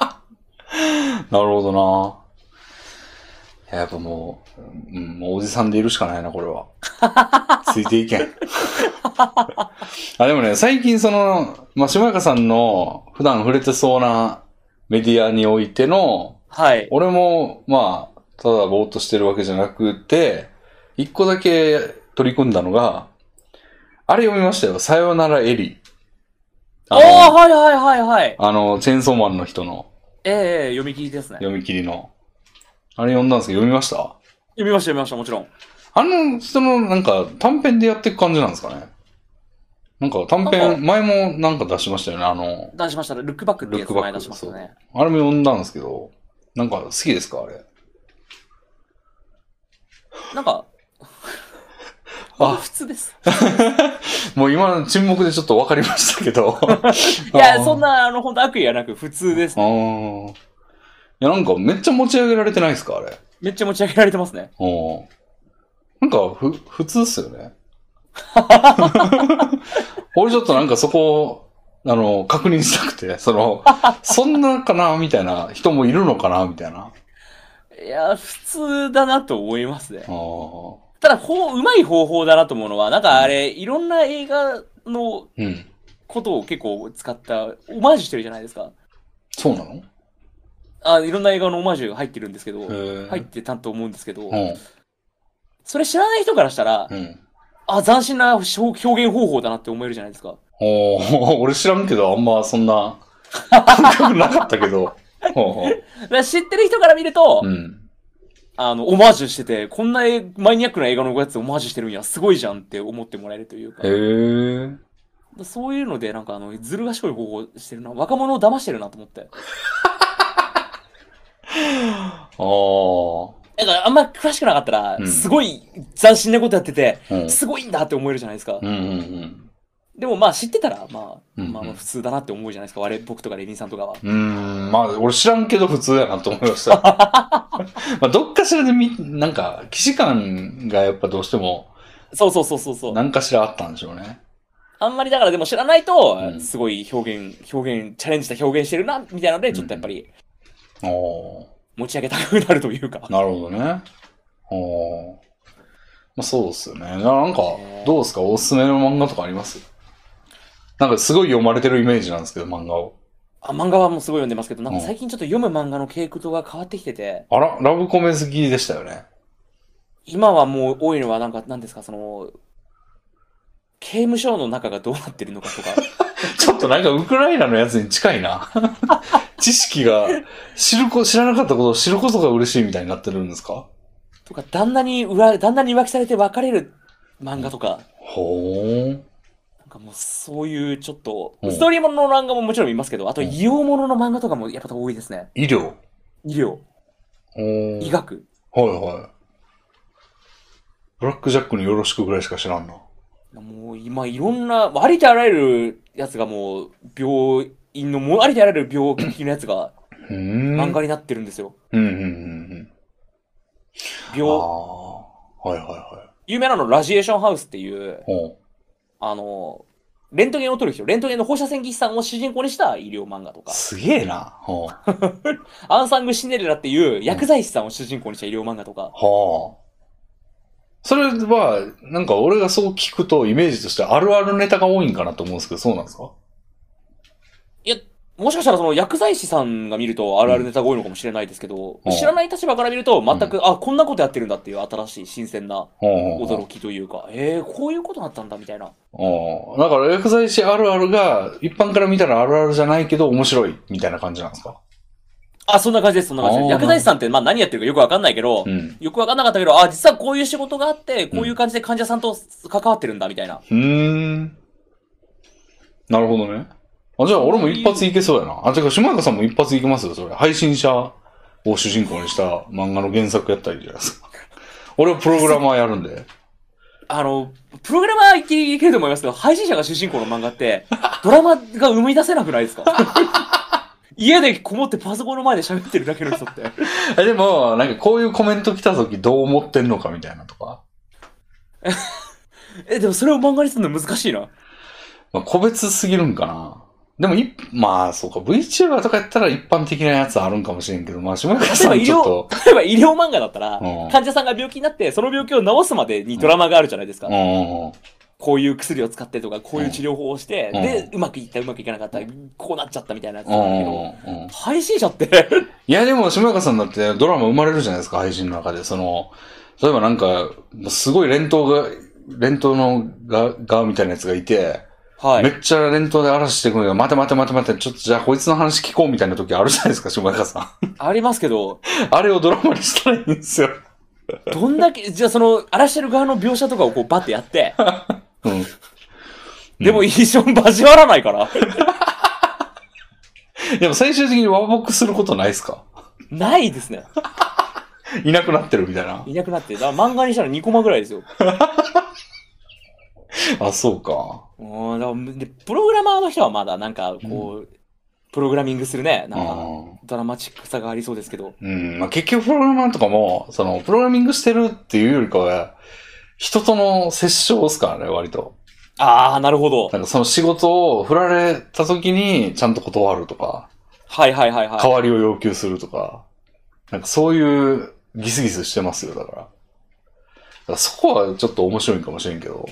[SPEAKER 1] なるほどないや。やっぱもう、うん、もうおじさんでいるしかないな、これ *laughs* は。ついていけん。あ、でもね、最近その、まあ、下中さんの普段触れてそうなメディアにおいての、
[SPEAKER 2] はい。
[SPEAKER 1] 俺も、まあ、ただぼーっとしてるわけじゃなくて、一個だけ取り組んだのが、あれ読みましたよ。さよならエリ。
[SPEAKER 2] ああ、
[SPEAKER 1] の、
[SPEAKER 2] はいはいはいはい。
[SPEAKER 1] あのチェーンソーマンの人の
[SPEAKER 2] ええええ読み切りですね。
[SPEAKER 1] 読み切りの。あれ読んだんですけど、読みました
[SPEAKER 2] 読みました読みました、もちろん。
[SPEAKER 1] あの人のなんか短編でやっていく感じなんですかね。なんか短
[SPEAKER 2] なんか
[SPEAKER 1] 編、前もなんか出しましたよね。あの、
[SPEAKER 2] 出しましたね。ルックバックってやつ前
[SPEAKER 1] ルックバック
[SPEAKER 2] 出しましたね。
[SPEAKER 1] あれも読んだんですけど、なんか好きですかあれ。
[SPEAKER 2] なんか、
[SPEAKER 1] あ
[SPEAKER 2] 普通です。
[SPEAKER 1] もう今の沈黙でちょっとわかりましたけど。*laughs*
[SPEAKER 2] いや、そんな、あの、本当悪意はなく、普通です。
[SPEAKER 1] ああ。いや、なんかめっちゃ持ち上げられてないですかあれ。
[SPEAKER 2] めっちゃ持ち上げられてますね。
[SPEAKER 1] うん。なんか、ふ、普通っすよね。俺ちょっとなんかそこを、あの、確認したくて、その、そんなかなみたいな人もいるのかなみたいな。
[SPEAKER 2] いや、普通だなと思いますね
[SPEAKER 1] あ。ー
[SPEAKER 2] ただ、こう、うまい方法だなと思うのは、なんかあれ、いろんな映画の
[SPEAKER 1] うん。
[SPEAKER 2] ことを結構使った、オマージュしてるじゃないですか。
[SPEAKER 1] そうなの
[SPEAKER 2] あいろんな映画のオマージュが入ってるんですけど、
[SPEAKER 1] へえ
[SPEAKER 2] 入ってたと思うんですけど
[SPEAKER 1] う、ん。
[SPEAKER 2] それ知らない人からしたら
[SPEAKER 1] う、ん。
[SPEAKER 2] あ、斬新な表表現方法だなって思えるじゃないですか。
[SPEAKER 1] おー俺知らんけど、あんまそんな感覚なかったけど。ほう
[SPEAKER 2] だから知ってる人から見ると
[SPEAKER 1] ほう、うん。
[SPEAKER 2] あの、オマージュしてて、こんなえマニアックな映画のやつオマージュしてるんや、すごいじゃんって思ってもらえるというか
[SPEAKER 1] へ、え。
[SPEAKER 2] そういうので、なんかあの、ずる賢い方法してるな、若者を騙してるなと思って。
[SPEAKER 1] ああ。
[SPEAKER 2] なんかあんま詳しくなかったら
[SPEAKER 1] う、ん
[SPEAKER 2] すごい斬新なことやってて、
[SPEAKER 1] うん
[SPEAKER 2] すごいんだって思えるじゃないですか
[SPEAKER 1] う。んうん
[SPEAKER 2] でもまあ知ってたら、まあ、
[SPEAKER 1] うん
[SPEAKER 2] まあまあ普通だなって思うじゃないですか。我々僕とかレビンさんとかは。
[SPEAKER 1] うん。うーん、まあ、俺知らんけど普通やなと思いました。まあ、どっかしらでみ、なんか、既視感がやっぱどうしても、
[SPEAKER 2] そうそうそうそうそう。
[SPEAKER 1] 何かしらあったんでしょうね。
[SPEAKER 2] あんまりだからでも知らないと
[SPEAKER 1] う、ん
[SPEAKER 2] すごい表現、表現、チャレンジした表現してるな、みたいなので、ちょっとやっぱり
[SPEAKER 1] お
[SPEAKER 2] 持ち上げたくなるというか
[SPEAKER 1] ー。なるほどね。おーまあ、そうですよね。ななんか、どうですかおすすめの漫画とかありますなんかすごい読まれてるイメージなんですけど、漫画を。
[SPEAKER 2] あ漫画はもうすごい読んでますけど、なんか
[SPEAKER 1] うん
[SPEAKER 2] 最近ちょっと読む漫画の傾向が変わってきてて、
[SPEAKER 1] あら、ラブコメ好きでしたよね。
[SPEAKER 2] 今はもう多いのはなんか、なんですか、その、刑務所の中がどうなってるのかとか、
[SPEAKER 1] ちょっとなんかウクライナのやつに近い *laughs* な。知識が、知るこ、知らなかったことを知ることが嬉しいみたいになってるんですか
[SPEAKER 2] とか、旦那に裏、旦那に浮気されて別れる漫画とか、
[SPEAKER 1] ほー。
[SPEAKER 2] なんかもうそういうちょっと
[SPEAKER 1] う、ん
[SPEAKER 2] ストーリーものの漫画ももちろん見ますけど、あと、
[SPEAKER 1] うん
[SPEAKER 2] 医療ものの漫画とかもやっぱ多いですね。
[SPEAKER 1] 医療。
[SPEAKER 2] 医療、
[SPEAKER 1] おー
[SPEAKER 2] 医学。
[SPEAKER 1] はいはい。ブラックジャックによろしくぐらいしか知らんな。
[SPEAKER 2] もう今いろんな、ありとあらゆるやつがもう、病院の、もうありとあらゆる病気のやつが
[SPEAKER 1] うーん。
[SPEAKER 2] 漫画になってるんですよ。
[SPEAKER 1] うんうんうんうん。あ
[SPEAKER 2] 病、
[SPEAKER 1] あ。はいはいは
[SPEAKER 2] 有名なのラジエーションハウスっていう
[SPEAKER 1] い。、ほ
[SPEAKER 2] あの、レントゲンを撮る人、レントゲンの放射線技師さんを主人公にした医療漫画と
[SPEAKER 1] う。
[SPEAKER 2] か、
[SPEAKER 1] すげえな。ほう。
[SPEAKER 2] アンサング・シンデレラっていう薬剤師さんを主人公にした医療漫画とか、
[SPEAKER 1] はあ。それは、なんか俺がそう聞くとイメージとしてあるあるネタが多いんかなと思うんですけど、そうなんですか
[SPEAKER 2] いや、もしかしたらその薬剤師さんが見るとあるあるネタが多いのかもしれないですけど、
[SPEAKER 1] うん
[SPEAKER 2] 知らない立場から見ると全く、あ、こんなことやってるんだっていう新しい新鮮な
[SPEAKER 1] ほうほう
[SPEAKER 2] 驚きというか、えー、こういうことだったんだみたいな。
[SPEAKER 1] ほう。だから薬剤師あるあるが、一般から見たらあるあるじゃないけど面白い、みたいな感じなんですか
[SPEAKER 2] あ、そんな感じです、そんな感じで
[SPEAKER 1] あ
[SPEAKER 2] す。
[SPEAKER 1] ー
[SPEAKER 2] 薬剤師さんって、まあ何やってるかよくわかんないけど、
[SPEAKER 1] うん。
[SPEAKER 2] よくわかんなかったけど、あ、実はこういう仕事があって、こういう感じで患者さんと関わってるんだ、みたいな。
[SPEAKER 1] うーん。なるほどね。あ、じゃあ俺も一発いけそうやな。あ、てか、島中さんも一発いけますよ、それ。配信者を主人公にした漫画の原作やったらいいじゃないですか。俺はプログラマーやるんで。
[SPEAKER 2] あの、プログラマーいけいけると思いますけど、配信者が主人公の漫
[SPEAKER 1] *laughs*
[SPEAKER 2] 画って、ドラマが生み出せなくないですか *laughs* 家でこもってパソコンの前で喋ってるだけの人って。
[SPEAKER 1] *laughs* え、でも、なんかこういうコメント来た時どう思ってんのかみたいなとか。
[SPEAKER 2] え、でもそれを漫画にするの難しいな。
[SPEAKER 1] まあ、個別すぎるんかな。でも、い、まあ、そうか、VTuber とかやったら一般的なやつあるんかもしれんけど、まあ、島中さ
[SPEAKER 2] 例
[SPEAKER 1] ん
[SPEAKER 2] えば医
[SPEAKER 1] ちょっ
[SPEAKER 2] 療
[SPEAKER 1] と、、
[SPEAKER 2] 例えば医療漫画だったら、
[SPEAKER 1] うん
[SPEAKER 2] 患者さんが病気になって、その病気を治すまでにドラマがあるじゃないですか。
[SPEAKER 1] うん。
[SPEAKER 2] こういう薬を使ってとか、こういう治療法をして、
[SPEAKER 1] うん
[SPEAKER 2] で、うまくいった、うまくいかなかった、こうなっちゃったみたいなやつ
[SPEAKER 1] う
[SPEAKER 2] なんだけ
[SPEAKER 1] ん
[SPEAKER 2] ど、
[SPEAKER 1] うん。
[SPEAKER 2] 配信
[SPEAKER 1] *laughs*
[SPEAKER 2] 者って、
[SPEAKER 1] いや、でも、島中さんだってドラマ生まれるじゃないですか、配信の中で。その、例えばなんか、すごい連投が、連投のが、が、みたいなやつがいて、
[SPEAKER 2] は
[SPEAKER 1] め
[SPEAKER 2] い。
[SPEAKER 1] っちゃ連投で嵐してくるけど、待て待て待て待て、ちょっとじゃあこいつの話聞こうみたいな時あるじゃないですか、島中さん。
[SPEAKER 2] ありますけど、
[SPEAKER 1] あれをドラマにしたらいいんですよ。
[SPEAKER 2] どんだけ、じゃあその、荒らしてる側の描写とかをこうバッてやって、
[SPEAKER 1] うん。
[SPEAKER 2] でも一生交わらないから、
[SPEAKER 1] でも最終的に和睦することないですか
[SPEAKER 2] ないですね。。
[SPEAKER 1] いなくなってるみたいない
[SPEAKER 2] なくなって、だから漫画にしたら2コマぐらいですよ。
[SPEAKER 1] *laughs* あ、そうか。
[SPEAKER 2] うん、だからで、プログラマーの人はまだなんか、こう、プログラミングするね、なんか、
[SPEAKER 1] うん
[SPEAKER 2] ドラマチックさがありそうですけど、
[SPEAKER 1] うん、まあ、結局プログラマーとかも、その、プログラミングしてるっていうよりかは、人との接触ですからね、割と。
[SPEAKER 2] あー、なるほど。
[SPEAKER 1] なんかその仕事を振られた時にちゃんと断るとか、
[SPEAKER 2] はいはいはいはい
[SPEAKER 1] 代。わりを要求するとか、なんかそういうギスギスしてますよ、だから。だからそこはちょっと面白いかもしれんけど。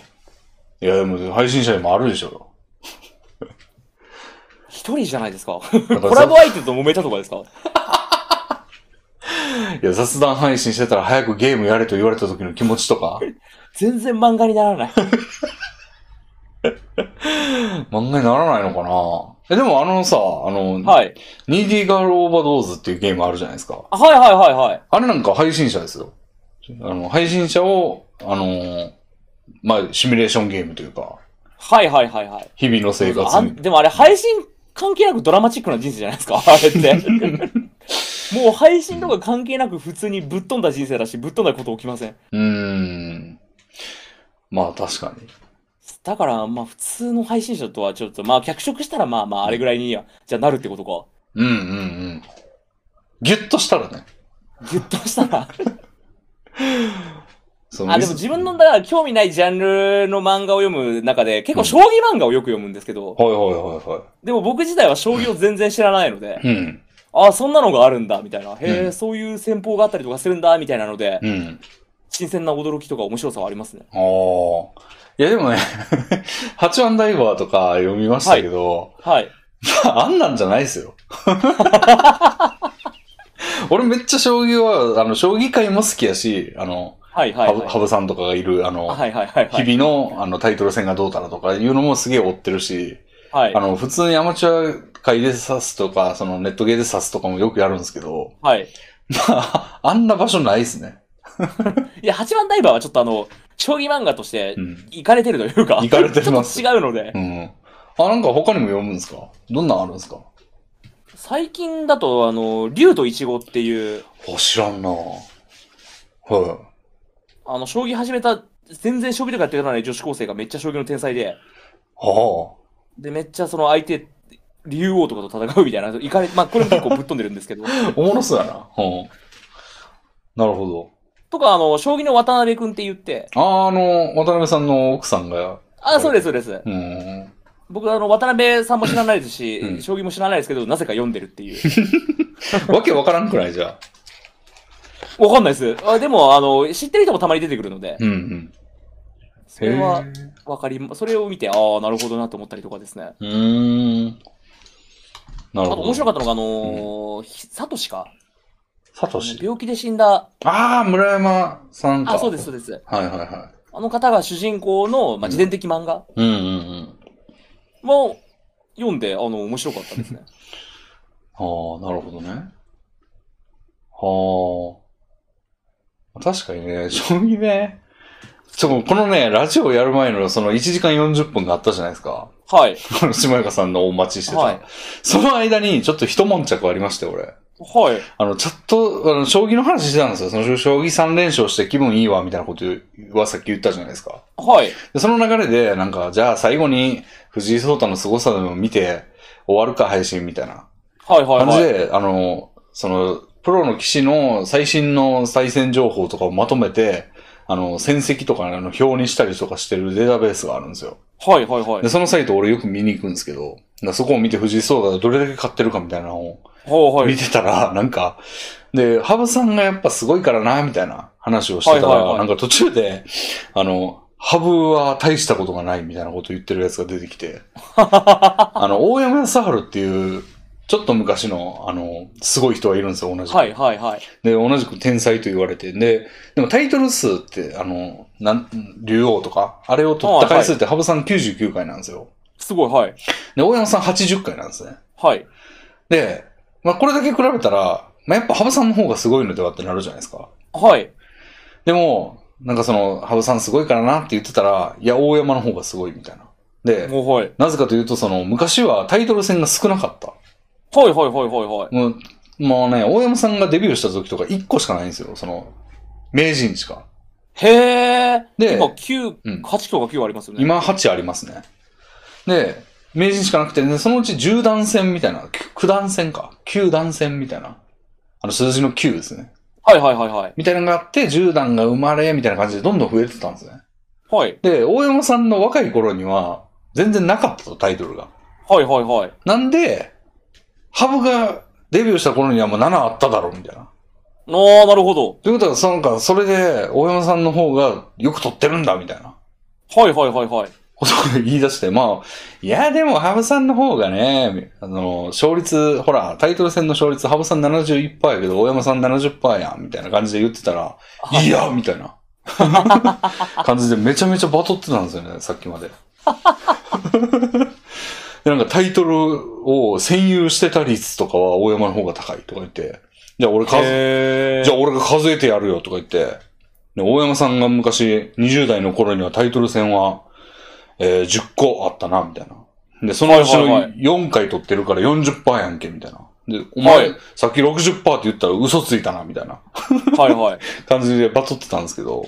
[SPEAKER 1] いや、でも配信者にもあるでしょ *laughs* よ。
[SPEAKER 2] 一人じゃないです *laughs*
[SPEAKER 1] だ
[SPEAKER 2] か。
[SPEAKER 1] か
[SPEAKER 2] コ
[SPEAKER 1] ら
[SPEAKER 2] ラボ
[SPEAKER 1] ざ
[SPEAKER 2] 相手と揉めたとかですか
[SPEAKER 1] いや雑談配信してたら早くゲームやれと言われた時の気持ちとか、
[SPEAKER 2] 全然漫画にならない。
[SPEAKER 1] 漫画にならないのかなえ、でもあのさ、あの、
[SPEAKER 2] はい。
[SPEAKER 1] ニーディーガールオーバードーズっていうゲームあるじゃないですか。
[SPEAKER 2] あはいはいはいはい。
[SPEAKER 1] あれなんか配信者ですよ。あの、配信者を、あのーまあ、シミュレーションゲームというか、
[SPEAKER 2] はいはいはいはい。
[SPEAKER 1] 日々の生活
[SPEAKER 2] あん
[SPEAKER 1] に。
[SPEAKER 2] でもあれ配信関係なくドラマチックな人生じゃないです *laughs* か、あれって。もう配信とか関係なく普通にぶっ飛んだ人生だし、ぶっ飛んだこと起きません。
[SPEAKER 1] うーん。まあ、確かに。
[SPEAKER 2] だから、まあ普通の配信者とはちょっと、まあ脚色したらまあまああれぐらいには、じゃあなるってことか。
[SPEAKER 1] うんうんうん。ギュッとしたらね。
[SPEAKER 2] ギュッとしたら。
[SPEAKER 1] そ
[SPEAKER 2] あ、でも自分
[SPEAKER 1] は
[SPEAKER 2] の、だから興味ないジャンルの漫画を読む中で、結構将棋漫画をよく読むんですけど、
[SPEAKER 1] いはいは
[SPEAKER 2] でも僕自体は将棋を全然知らないので、
[SPEAKER 1] いはい。うん。
[SPEAKER 2] ああ、そんなのがあるんだ、みたいな。へえ、
[SPEAKER 1] うん
[SPEAKER 2] そういう戦法があったりとかするんだ、みたいなので、
[SPEAKER 1] うん。
[SPEAKER 2] 新鮮な驚きとか面白さはありますね。
[SPEAKER 1] ああ。いやでもね、 *laughs* 八番ダイバーとか読みましたけど、
[SPEAKER 2] はい。
[SPEAKER 1] *laughs* あんなんじゃないです
[SPEAKER 2] *laughs*
[SPEAKER 1] よ。俺めっちゃ将棋は、あの、将棋界も好きやし、あの、
[SPEAKER 2] はいはい
[SPEAKER 1] ハブ
[SPEAKER 2] はい。
[SPEAKER 1] 羽生さんとかがいる、あの、
[SPEAKER 2] はいはいはいはい。
[SPEAKER 1] 日々のあのタイトル戦がどうたらとかいうのもすげえ追ってるし、
[SPEAKER 2] はい
[SPEAKER 1] あ。の、普通にアマチュア界で刺すとか、そのネットゲーで刺すとかもよくやるんですけど、 *laughs*
[SPEAKER 2] はい。
[SPEAKER 1] まあ、あんな場所ないですね。
[SPEAKER 2] いや、八番ダイバーはちょっとあの、将棋漫画として
[SPEAKER 1] う、ん。
[SPEAKER 2] いかれてるというか、
[SPEAKER 1] イカれてます
[SPEAKER 2] *laughs* ちょっと違うので、
[SPEAKER 1] うん。あ、なんか他にも読むんですかどんなんあるんですか
[SPEAKER 2] 最近だと、あの、竜とイチゴっていう、
[SPEAKER 1] あ、知らんなは
[SPEAKER 2] あの、将棋始めた、全然将棋とかやってない女子高生がめっちゃ将棋の天才で、
[SPEAKER 1] い。は
[SPEAKER 2] で、めっちゃその相手、竜王とかと戦うみたいな、いかれ、まあ、これも結構ぶっ飛んでるんですけど、 *laughs*
[SPEAKER 1] あ。おもろそうやな。うん。なるほ
[SPEAKER 2] とか、あの、将棋の渡辺くんって言って、
[SPEAKER 1] ど。あ、あの、渡辺さんの奥さんが、
[SPEAKER 2] あ、そうです、そうです。
[SPEAKER 1] うん。
[SPEAKER 2] 僕、あの、渡辺さんも知らないですし、
[SPEAKER 1] うん
[SPEAKER 2] 将棋も知らないですけど、なぜか読んでるっていう。
[SPEAKER 1] わけわからんくないじゃあ。
[SPEAKER 2] わかんないです。あでも、あの、知ってる人もたまに出てくるので、
[SPEAKER 1] うんうん。
[SPEAKER 2] それは
[SPEAKER 1] へー
[SPEAKER 2] わかりま、それを見て、ああ、なるほどなと思ったりとかですね。
[SPEAKER 1] うーん。な
[SPEAKER 2] あ
[SPEAKER 1] るほど。
[SPEAKER 2] と面白かったのが、あのーひサトシか。
[SPEAKER 1] サトシ。
[SPEAKER 2] 病気で死んだ。
[SPEAKER 1] ああ、村山さんか。
[SPEAKER 2] あ、そうです、そうです。
[SPEAKER 1] はいはいはい。
[SPEAKER 2] あの方が主人公の、まあ、自伝的漫画
[SPEAKER 1] うんうんうん。
[SPEAKER 2] も読んで、あの、面白かったですね。 *laughs*
[SPEAKER 1] ああ、なるほどね。はあ。確かにね、将棋ね。ちょ、このね、ラジオやる前のその1時間40分があったじゃないですか。
[SPEAKER 2] はい。
[SPEAKER 1] あの、下中さんのお待ちしてた。
[SPEAKER 2] はい
[SPEAKER 1] その間に、ちょっと一悶着ありましたよ、俺。
[SPEAKER 2] はい。
[SPEAKER 1] あの、ちょっと、あの、将棋の話してたんですよ。その、将棋3連勝して気分いいわ、みたいなことはさっき言ったじゃないですか。
[SPEAKER 2] はい。
[SPEAKER 1] で、その流れで、なんか、じゃあ最後に藤井聡太の凄さでも見て終わるか配信みたいな
[SPEAKER 2] はい、はい、
[SPEAKER 1] 感じ
[SPEAKER 2] はい。
[SPEAKER 1] で、あの、その、プロの棋士の最新の対戦情報とかをまとめて、あの、戦績とかあの表にしたりとかしてるデータベースがあるんですよ。
[SPEAKER 2] はい、はい、はい
[SPEAKER 1] で、。そのサイト俺よく見に行くんですけど、だからそこを見て藤井聡太がどれだけ勝ってるかみたいなのを
[SPEAKER 2] はい、は
[SPEAKER 1] 見
[SPEAKER 2] い。
[SPEAKER 1] てたら、 *laughs* なんか、で、羽生さんがやっぱすごいからな、みたいな話をしてた
[SPEAKER 2] はいはいは
[SPEAKER 1] ら、
[SPEAKER 2] い
[SPEAKER 1] なんか途中で、あの、羽生は大したことがないみたいなこと言ってるやつが出てき
[SPEAKER 2] *laughs*
[SPEAKER 1] て、あの、大山康晴っていう、ちょっと昔の、あの、すごい人がいるんですよ、同じく。
[SPEAKER 2] はい、はい、はい。
[SPEAKER 1] で、同じく天才と言われて、で、でもタイトル数って、あの、なん、竜王とか、あれを取った回数って羽生さん99回なんですよ。
[SPEAKER 2] すごい、はい。
[SPEAKER 1] で、大山さん80回なんですね。
[SPEAKER 2] はい。
[SPEAKER 1] で、まあ、これだけ比べたら、まあ、やっぱ羽生さんの方がすごいのではってなるじゃないですか。
[SPEAKER 2] はい。
[SPEAKER 1] でも、なんかその、羽生さんすごいからなって言ってたら、いや、大山の方がすごいみたいな。で、
[SPEAKER 2] もう、はい。
[SPEAKER 1] なぜかというと、その、昔はタイトル戦が少なかった。
[SPEAKER 2] はい、はい、はい、はい、はい。
[SPEAKER 1] もう、もうね、大山さんがデビューした時とか1個しかないんですよ。その、名人しか。
[SPEAKER 2] へえ。
[SPEAKER 1] で
[SPEAKER 2] 今九
[SPEAKER 1] うん
[SPEAKER 2] 8とか9ありますよね。
[SPEAKER 1] 今8ありますね。で、名人しかなくて、ね、そのうち10段戦みたいな、9段戦か。9段戦みたいな。あの、数字の9ですね。
[SPEAKER 2] はいはいはいはい。
[SPEAKER 1] みたいなのがあって、10段が生まれ、みたいな感じでどんどん増えてたんですね。
[SPEAKER 2] はい。
[SPEAKER 1] で、大山さんの若い頃には、全然なかったと、タイトルが。
[SPEAKER 2] はいはいはい。
[SPEAKER 1] なんで、ハブがデビューした頃にはもう7あっただろ、みたいな。
[SPEAKER 2] ああ、なるほど。
[SPEAKER 1] ということは、そのか、それで、大山さんの方がよく撮ってるんだ、みたいな。
[SPEAKER 2] はいはいはいはい。
[SPEAKER 1] ことを言い出して、まあ、いや、でも、ハブさんの方がね、あの、勝率、ほら、タイトル戦の勝率、ハブさん71%やけど、大山さん70%やん、みたいな感じで言ってたら、いや、みたいな感じで、めちゃめちゃバトってたんですよね、さっきまで。でなんかタイトルを占有してた率とかは大山の方が高いとか言って、じゃあ俺数、
[SPEAKER 2] へえ。
[SPEAKER 1] じゃあ俺が数えてやるよとか言って、で大山さんが昔20代の頃にはタイトル戦は、えー10個あったな、みたいな。で、そのうち
[SPEAKER 2] はいはい
[SPEAKER 1] の
[SPEAKER 2] は
[SPEAKER 1] 4回取ってるから40%やんけ、みたいな。で、お前、
[SPEAKER 2] は
[SPEAKER 1] さっき60%って言ったら嘘ついたな、みたいな
[SPEAKER 2] はいはい。
[SPEAKER 1] 感じでバトってたんですけど、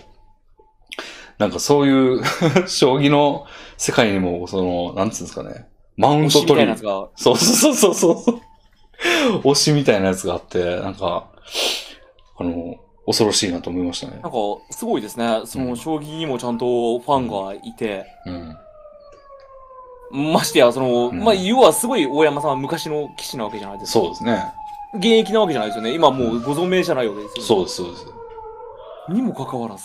[SPEAKER 1] なんかそういう *laughs* 将棋の世界にも、その、なんつうんですかね、マウント
[SPEAKER 2] 推しみ
[SPEAKER 1] 取
[SPEAKER 2] たいな
[SPEAKER 1] り
[SPEAKER 2] やつが。
[SPEAKER 1] そうそうそうそうそう。推しみたいなやつがあって、なんか、あの、恐ろしいなと思いましたね
[SPEAKER 2] な。んか、すごいですね。そ
[SPEAKER 1] うん
[SPEAKER 2] の、将棋にもちゃんとファンがいて。
[SPEAKER 1] うん。
[SPEAKER 2] ましてや、その、
[SPEAKER 1] うん
[SPEAKER 2] まあ、要はすごい大山さんは昔の棋士なわけじゃないですか。
[SPEAKER 1] そうですね。
[SPEAKER 2] 現役なわけじゃないですよね。今もうご存命じゃないわけですよね。
[SPEAKER 1] そうです、そうです。
[SPEAKER 2] う。にもかかわらず。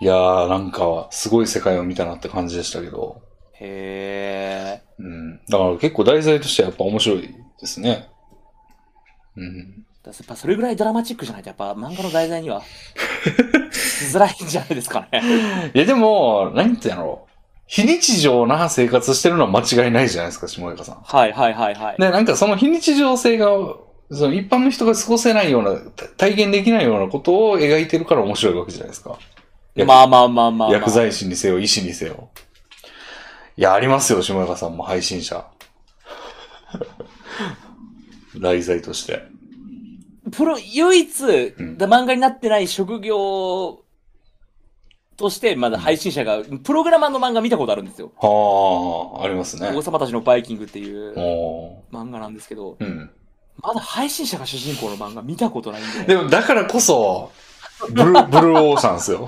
[SPEAKER 1] いやー、なんか、すごい世界を見たなって感じでしたけど。
[SPEAKER 2] へえ。
[SPEAKER 1] うん。だから結構題材としてはやっぱ面白いですね。うん。
[SPEAKER 2] だからやっぱそれぐらいドラマチックじゃないと、やっぱ漫画の題材には、しづらいんじゃないですかね。
[SPEAKER 1] *laughs* いや、でも、なんてやろう。非日常な生活してるのは間違いないじゃないですか、下中さん。
[SPEAKER 2] はいはいはいはい。
[SPEAKER 1] で、なんかその非日常性が、その一般の人が過ごせないような、た体現できないようなことを描いてるから面白いわけじゃないですか。薬
[SPEAKER 2] まあまあまあまあ、まあ。
[SPEAKER 1] 薬剤師にせよ、医師にせよ。いや、ありますよ、下中さんも配信
[SPEAKER 2] *laughs*
[SPEAKER 1] 者。題材として。
[SPEAKER 2] プロ、唯一、
[SPEAKER 1] うん
[SPEAKER 2] だ漫画になってない職業として、まだ配信者が、プログラマーの漫画見たことあるんですよ。
[SPEAKER 1] はあ、ありますね
[SPEAKER 2] 王。様たちのバイキングっていう
[SPEAKER 1] お
[SPEAKER 2] 漫画なんですけど、
[SPEAKER 1] ーうん。
[SPEAKER 2] まだ配信者が主人公の漫画見たことないん
[SPEAKER 1] *laughs* で
[SPEAKER 2] で。
[SPEAKER 1] も、だからこそ、ブルー、ブルーオーシャンですよ。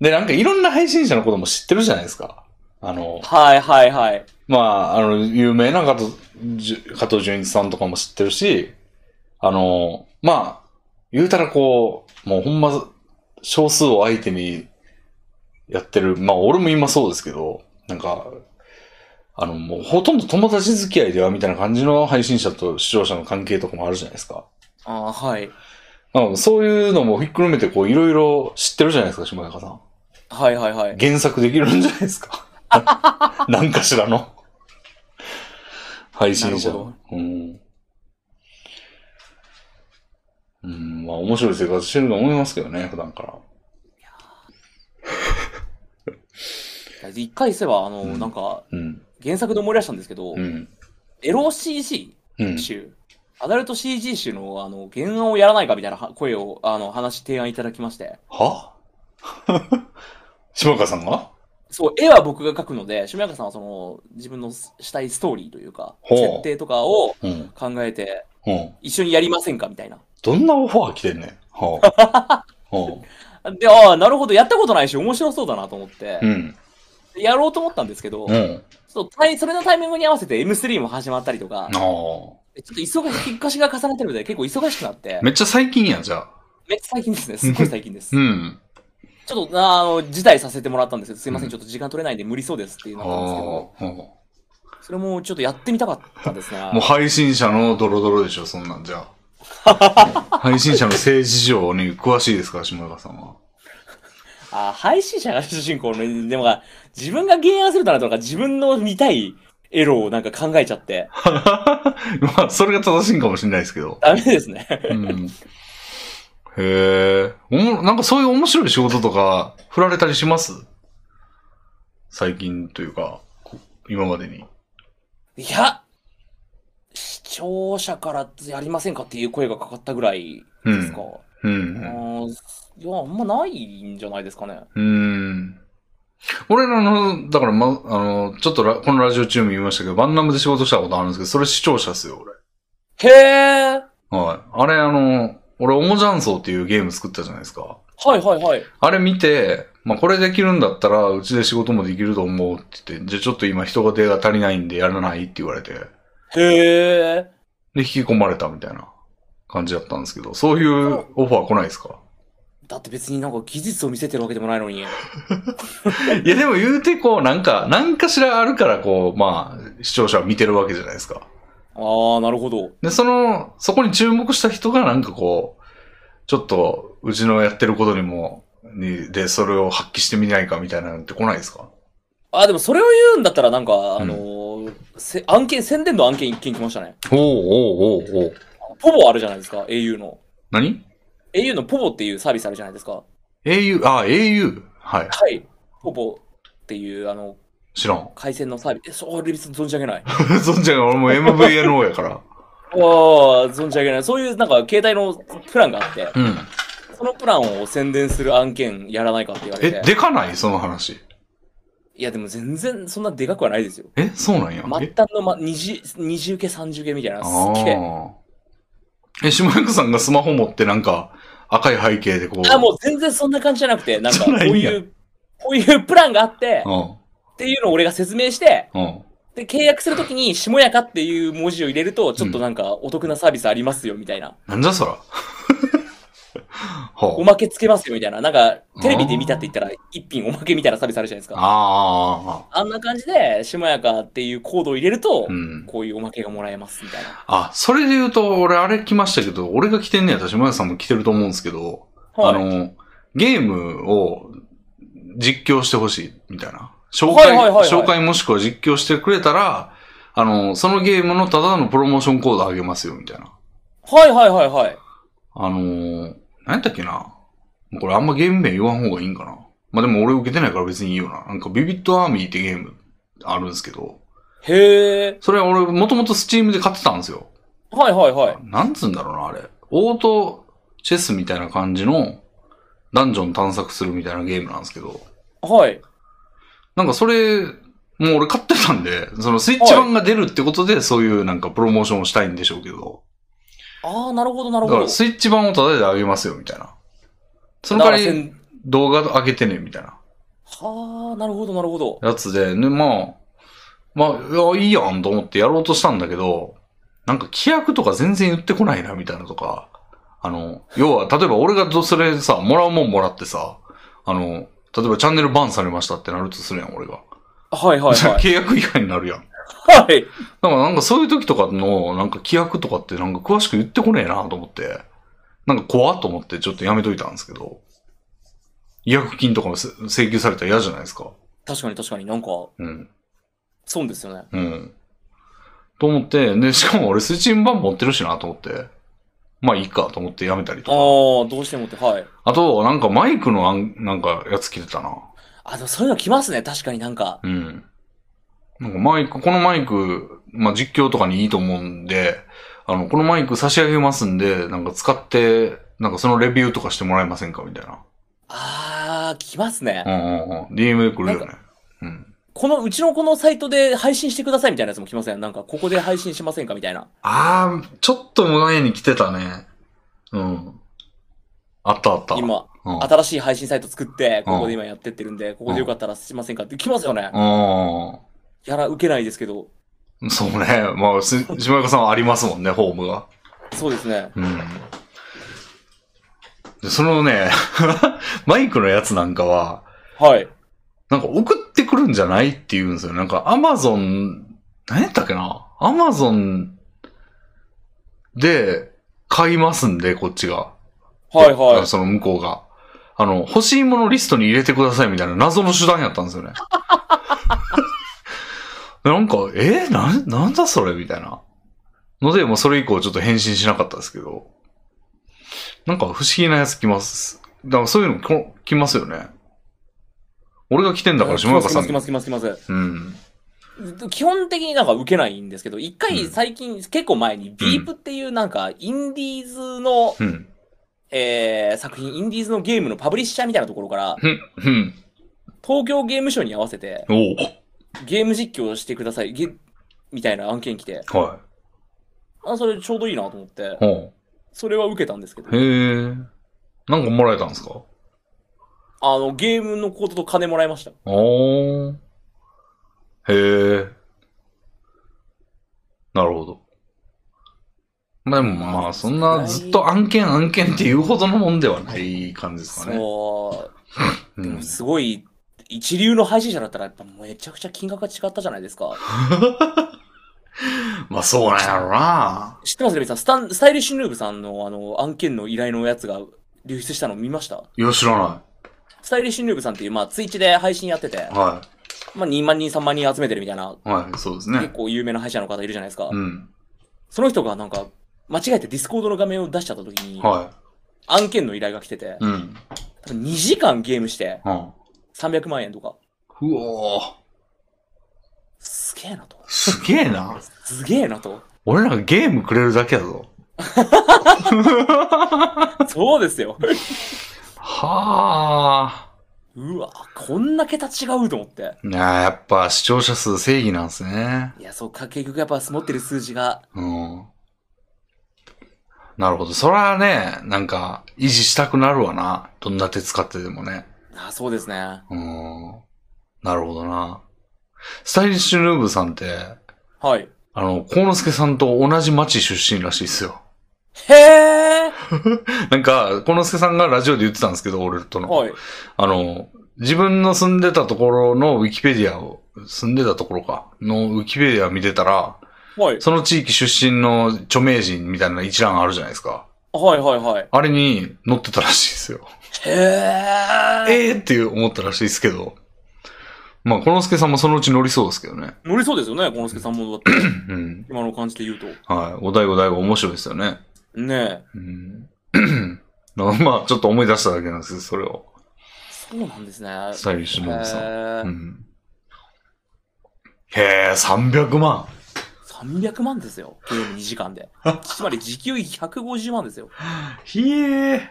[SPEAKER 1] で、なんかいろんな配信者のことも知ってるじゃないですか。あの、
[SPEAKER 2] はいはいはい。
[SPEAKER 1] まあ、あの、有名な加藤、じゅ加藤純一さんとかも知ってるし、あの、まあ、言うたらこう、もうほんま、少数を相手にやってる、まあ俺も今そうですけど、なんか、あの、もうほとんど友達付き合いではみたいな感じの配信者と視聴者の関係とかもあるじゃないですか。
[SPEAKER 2] ああ、はい。
[SPEAKER 1] なんかそういうのもひっくるめてこういろいろ知ってるじゃないですか、島中さん。
[SPEAKER 2] はいはいはい。
[SPEAKER 1] 原作できるんじゃないです *laughs* か。何かしらの。配信者
[SPEAKER 2] なるほ
[SPEAKER 1] の。うん。うん、まあ面白い生活してると思いますけどね、普段から。
[SPEAKER 2] 一回せば、あの、
[SPEAKER 1] うん
[SPEAKER 2] なんか、
[SPEAKER 1] うん、
[SPEAKER 2] 原作で思い出したんですけど、
[SPEAKER 1] うん、
[SPEAKER 2] エロ CG
[SPEAKER 1] うん。
[SPEAKER 2] 集、アダルト CG 集のあの原案をやらないかみたいなは声を、あの、話、提案いただきまして。
[SPEAKER 1] は *laughs* 島川さんが
[SPEAKER 2] そう、絵は僕が描くので、島中さんはその、自分のしたいストーリーというか、
[SPEAKER 1] ほう
[SPEAKER 2] 設定とかを
[SPEAKER 1] うん、
[SPEAKER 2] 考えて、
[SPEAKER 1] うん。
[SPEAKER 2] 一緒にやりませんかみたいな。
[SPEAKER 1] どんなオファー来てんねん。は *laughs* あ、は
[SPEAKER 2] で、ああ、なるほど、やったことないし、面白そうだなと思って
[SPEAKER 1] あ、う、ん、
[SPEAKER 2] やろうと思ったんですけど、
[SPEAKER 1] う
[SPEAKER 2] ち
[SPEAKER 1] ん。
[SPEAKER 2] ょっとタイそれのタイミングに合わせて M3 も始まったりとか
[SPEAKER 1] あ、あ。
[SPEAKER 2] ちょっと忙しい、引っ越しが重なってるので、結構忙しくなって、
[SPEAKER 1] めっちゃ最近や、じゃあ。
[SPEAKER 2] めっちゃ最近ですね、すっごい最近です
[SPEAKER 1] う。ん。
[SPEAKER 2] ちょっと、ああの、辞退させてもらったんですけど、すいませ
[SPEAKER 1] うん
[SPEAKER 2] ん、ちょっと時間取れないんで無理そうですっていう
[SPEAKER 1] あ
[SPEAKER 2] の
[SPEAKER 1] あ
[SPEAKER 2] だったんですけど、
[SPEAKER 1] うん。も
[SPEAKER 2] それもちょっとやってみたかったですね。
[SPEAKER 1] う配信者のドロドロでしょ、そんなんじゃあ。配信者の政治事情に詳しいですから、下中さんは。 *laughs*
[SPEAKER 2] あ配信者が主人公の、でもが、自分が原案するとなるとなんか、自分の見たいエロをなんか考えちゃって、
[SPEAKER 1] まあ、それが正しいんかもしれないですけど。
[SPEAKER 2] ダメですね。 *laughs*
[SPEAKER 1] うん。へえ。おも、なんかそういう面白い仕事とか、振られたりします最近というか、こ今までに。
[SPEAKER 2] いや、視聴者からやりませんかっていう声がかかったぐらいですか。
[SPEAKER 1] う。
[SPEAKER 2] うんん、いや、あんまないんじゃないですかね。
[SPEAKER 1] うん。俺らの、だから、ま、あの、ちょっとラこのラジオ中も言いましたけど、バンナムで仕事したことあるんですけど、それ視聴者っすよ、俺。
[SPEAKER 2] へえ。
[SPEAKER 1] はい。あれ、あの、俺、オモジャンソーっていうゲーム作ったじゃないですか。
[SPEAKER 2] はいはいはい。
[SPEAKER 1] あれ見て、まあ、これできるんだったら、うちで仕事もできると思うって言って、じゃあちょっと今人が手が足りないんでやらないって言われて、で、
[SPEAKER 2] へえ。
[SPEAKER 1] 引き込まれたみたいな感じだったんですけど、そういうオファー来ないですか
[SPEAKER 2] だって別になんか技術を見せてるわけでもないのに。
[SPEAKER 1] いや、でも言うてこう、なんか、なんかしらあるから、こう、まあ、視聴者は見てるわけじゃないですか。
[SPEAKER 2] ああ、なるほど。
[SPEAKER 1] で、その、そこに注目した人がなんかこう、ちょっと、うちのやってることにも、にで、それを発揮してみないかみたいなのって来ないですか
[SPEAKER 2] あ、でもそれを言うんだったらなんか、あのーせ案件、宣伝の案件一件来ましたね。
[SPEAKER 1] おうおうおうおう
[SPEAKER 2] ポボあるじゃないですか、au の。
[SPEAKER 1] 何
[SPEAKER 2] au のポボっていうサービスあるじゃないですか。
[SPEAKER 1] au、あ、au。はい。
[SPEAKER 2] はい。ポボっていう、あの、
[SPEAKER 1] 知らん。 *laughs*
[SPEAKER 2] 回線のサービス。え、それ別に存じ上げない。あ
[SPEAKER 1] そんじゃん、俺も MVNO やから。
[SPEAKER 2] あ、存じ上げない。そういうなんか、携帯のプランがあって、
[SPEAKER 1] うん。
[SPEAKER 2] そのプランを宣伝する案件やらないかって言われ
[SPEAKER 1] え
[SPEAKER 2] て、。
[SPEAKER 1] でかないその話。
[SPEAKER 2] いや、でも全然そんなでかくはないですよ。
[SPEAKER 1] え、そうなんや。
[SPEAKER 2] 末
[SPEAKER 1] え
[SPEAKER 2] 端の、ま、二次、二次受け三次受けみたいな、す
[SPEAKER 1] あ
[SPEAKER 2] っげえ。
[SPEAKER 1] あ。え、下役さんがスマホ持ってなんか、赤い背景でこう。
[SPEAKER 2] あ、もう全然そんな感じじゃなくて、なんか、
[SPEAKER 1] じ
[SPEAKER 2] こ
[SPEAKER 1] ゃ
[SPEAKER 2] う
[SPEAKER 1] ないんや
[SPEAKER 2] いう、こういうプランがあって、っていうのを俺が説明して、
[SPEAKER 1] うん。うん。
[SPEAKER 2] で、契約するときに、しもやかっていう文字を入れると、ちょっとなんか、お得なサービスありますよ、みたいな。
[SPEAKER 1] なんじゃそら。 *laughs*
[SPEAKER 2] お
[SPEAKER 1] は
[SPEAKER 2] まけつけますよ、みたいな。なんか、テレビで見たって言ったら、一品おまけみたいなサービスあるじゃないです
[SPEAKER 1] あ。
[SPEAKER 2] か。
[SPEAKER 1] ああ。
[SPEAKER 2] あんな感じで、しもやかっていうコードを入れると
[SPEAKER 1] う、ん。
[SPEAKER 2] こういうおまけがもらえます、みたいな。
[SPEAKER 1] あ、それで言うと、俺あれ来ましたけど、俺が来てんねやったら下役さんも来てると思うんですけど、あ
[SPEAKER 2] はい。
[SPEAKER 1] の、ゲームを実況してほしい、みたいな。紹
[SPEAKER 2] は
[SPEAKER 1] 介、
[SPEAKER 2] いはいはいはい
[SPEAKER 1] 紹介もしくは実況してくれたら、あの、そのゲームのただのプロモーションコードあげますよ、みたいな。
[SPEAKER 2] はいはいはいはい。
[SPEAKER 1] あのー、何やったっけなこれあんまゲーム名言わん方がいいんかな。まあ、でも俺受けてないから別にいいよな。なんかビビットアーミーってゲームあるんですけど、
[SPEAKER 2] へえ。
[SPEAKER 1] それは俺もともとスチームで買ってたんですよ。
[SPEAKER 2] はいはいはい。
[SPEAKER 1] なんつうんだろうな、あれ。オートチェスみたいな感じのダンジョン探索するみたいなゲームなんですけど、
[SPEAKER 2] はい。
[SPEAKER 1] なんかそれ、もう俺買ってたんで、そのスイッチ版が出るってことで、そういうなんかプロモーションをしたいんでしょうけど、
[SPEAKER 2] ああ、なるほどなる
[SPEAKER 1] だ
[SPEAKER 2] ほ
[SPEAKER 1] か
[SPEAKER 2] ど
[SPEAKER 1] ら。スイッチ版をただであげますよ、みたいな。その代わ
[SPEAKER 2] だからせ
[SPEAKER 1] り
[SPEAKER 2] ん
[SPEAKER 1] 動画上げてね、みたいな
[SPEAKER 2] はあ、なるほどなるほど。
[SPEAKER 1] やつで、ね、まあ、まあ、いやいいやんと思ってやろうとしたんだけど、なんか規約とか全然言ってこないな、みたいなとか、あの、要は、例えば俺がどそれさ、もらうもんもらってさ、あの、例えばチャンネルバンされましたってなるとするやん、俺が。
[SPEAKER 2] はいはい
[SPEAKER 1] じゃあ
[SPEAKER 2] はい。
[SPEAKER 1] *laughs* 契約以外になるやん。
[SPEAKER 2] はい。
[SPEAKER 1] だからなんかそういう時とかの、なんか規約とかってなんか詳しく言ってこねえなと思って、なんか怖っと思ってちょっとやめといたんですけど、違約金とかもせ請求されたら嫌じゃないですか。
[SPEAKER 2] 確かに確かになんか、
[SPEAKER 1] うん。
[SPEAKER 2] 損ですよね。
[SPEAKER 1] うん。と思って、で、しかも俺スチーム版持ってるしなと思って、まあいいかと思ってやめたり
[SPEAKER 2] あ
[SPEAKER 1] と
[SPEAKER 2] あ
[SPEAKER 1] か。
[SPEAKER 2] ー、どうしてもって、はい。
[SPEAKER 1] あと、なんかマイクのあんなんかやつ着てたな。
[SPEAKER 2] あ、でもそういうの来ますね、確かになんか。
[SPEAKER 1] うん。なんかマイク、このマイク、まあ、実況とかにいいと思うんで、あの、このマイク差し上げますんで、なんか使って、なんかそのレビューとかしてもらえませんかみたいな。
[SPEAKER 2] ああ、来ますね
[SPEAKER 1] う。んうんうん。DM で来るよ
[SPEAKER 2] なん
[SPEAKER 1] ね。うん。
[SPEAKER 2] この、うちのこのサイトで配信してくださいみたいなやつも来ませんなんか、ここで配信しませんかみたいな。
[SPEAKER 1] あー、ちょっと前に来てたね。うん。あったあった。
[SPEAKER 2] 今、
[SPEAKER 1] うん。
[SPEAKER 2] 新しい配信サイト作って、ここで今やってってるんで、ここでよかったらしませんかって来ますよね。
[SPEAKER 1] う
[SPEAKER 2] やら、受けないですけど。
[SPEAKER 1] ん。 *laughs* そうね。まあ、す島岡さんはありますもんね、ホームが。
[SPEAKER 2] そうですね。
[SPEAKER 1] うん。で、そのね、 *laughs* マイクのやつなんかは、
[SPEAKER 2] はい。
[SPEAKER 1] なんか送ってくるんじゃないって言うんですよ。なんか Amazon、何やったっけな ?Amazon で買いますんで、こっちが。
[SPEAKER 2] はいは
[SPEAKER 1] その向こうが。あの、欲しいものリストに入れてくださいみたいな謎の手段やったんですよね。 *laughs* なんか、えなん、なんだそれみたいな。ので、もうそれ以降ちょっと返信しなかったですけど。なんか不思議なやつ来ます。だからそういうのこ来ますよね。俺が来てん
[SPEAKER 2] い。
[SPEAKER 1] だから、島岡さん
[SPEAKER 2] 来。ます来ます来ます来ます。
[SPEAKER 1] うん。
[SPEAKER 2] 基本的になんか受けないんですけど、一
[SPEAKER 1] う
[SPEAKER 2] 回
[SPEAKER 1] ん
[SPEAKER 2] 最近、結構前に、ビープっていうなんか、インディーズの、
[SPEAKER 1] うん。
[SPEAKER 2] えー、作品、インディーズのゲームのパブリッシャーみたいなところから、
[SPEAKER 1] うん。うん。
[SPEAKER 2] 東京ゲームショウに合わせて、
[SPEAKER 1] お
[SPEAKER 2] ゲーム実況をしてください、ゲみたいな案件来て、
[SPEAKER 1] おは
[SPEAKER 2] あ、それちょうどいいなと思って
[SPEAKER 1] い。、ほ
[SPEAKER 2] それは受けたんですけど
[SPEAKER 1] う。、へえ。なんかもらえたんですか
[SPEAKER 2] あの、ゲームのコードと金もらいました。
[SPEAKER 1] おー。へえ。なるほど。まあでもまあ、そんなずっと案件案件っていうほどのもんではない感じですかね。
[SPEAKER 2] そうう、で
[SPEAKER 1] ん
[SPEAKER 2] も、すごい、一流の配信者だったら、やっぱめちゃくちゃ金額が違ったじゃないですか。
[SPEAKER 1] まあそうなんやろうな。
[SPEAKER 2] 知ってますレミさん、スタン、スタイリッシュヌーブさんのあの、案件の依頼のやつが流出したの見ました
[SPEAKER 1] いや、知らな
[SPEAKER 2] スタイリッシュヌーブさんっていう、まあ、ツイッチで配信やってて
[SPEAKER 1] い。、は
[SPEAKER 2] まあ、2万人、3万人集めてるみたいな、
[SPEAKER 1] い。はい、そうです
[SPEAKER 2] 結
[SPEAKER 1] ね。
[SPEAKER 2] 構有名な配信者の方いるじゃないですか
[SPEAKER 1] う。ん。
[SPEAKER 2] その人がなんか、間違えてディスコードの画面を出しちゃった時に、
[SPEAKER 1] は
[SPEAKER 2] 案件の依頼が来てて
[SPEAKER 1] い。、うん。
[SPEAKER 2] 多分2時間ゲームして
[SPEAKER 1] うん。
[SPEAKER 2] 300万円とか、
[SPEAKER 1] うおー。
[SPEAKER 2] すげえなと。
[SPEAKER 1] すげえな。
[SPEAKER 2] すげえなと。
[SPEAKER 1] 俺らゲームくれるだけやぞ。
[SPEAKER 2] そうですよ。
[SPEAKER 1] はあ。
[SPEAKER 2] うわ、こんな桁違うと思って。
[SPEAKER 1] いや、やっぱ視聴者数正義なんですね。
[SPEAKER 2] いや、そうか、結局やっぱ持ってる数字が、
[SPEAKER 1] うん。なるほど。それはね、なんか、維持したくなるわな。どんな手使ってでもね。
[SPEAKER 2] あ、そうですね。
[SPEAKER 1] うん。なるほどな。スタイリッシュヌーブさんって、
[SPEAKER 2] はい。
[SPEAKER 1] あの、コ之助さんと同じ町出身らしいですよ。 *laughs*
[SPEAKER 2] へえ。
[SPEAKER 1] なんか、コ之助さんがラジオで言ってたんですけど、俺との。
[SPEAKER 2] はい。
[SPEAKER 1] あの、自分の住んでたところのウィキペディアを、住んでたところか、のウィキペディア見てたら、
[SPEAKER 2] はい。
[SPEAKER 1] その地域出身の著名人みたいな一覧あるじゃないですか。
[SPEAKER 2] はいはいはい。
[SPEAKER 1] あれに載ってたらしいですよ。
[SPEAKER 2] へえ。
[SPEAKER 1] ええー、っていう思ったらしいですけど。まあ、このすけさんもそのうち乗りそうですけどね。
[SPEAKER 2] 乗りそうですよね、このすけさんもだって。
[SPEAKER 1] うん。
[SPEAKER 2] 今の感じで言うと。
[SPEAKER 1] はい。お題お題が面白いですよね。
[SPEAKER 2] ねえ。
[SPEAKER 1] うん。 *clears throat* まあ、ちょっと思い出しただけなんですけど、それを。
[SPEAKER 2] そうなんですね。。
[SPEAKER 1] スタイリッシュモブさん。うんん。へえ、300万。
[SPEAKER 2] 300万ですよ。ゲーム2時間で。つまり時給150万ですよ。
[SPEAKER 1] ひえー。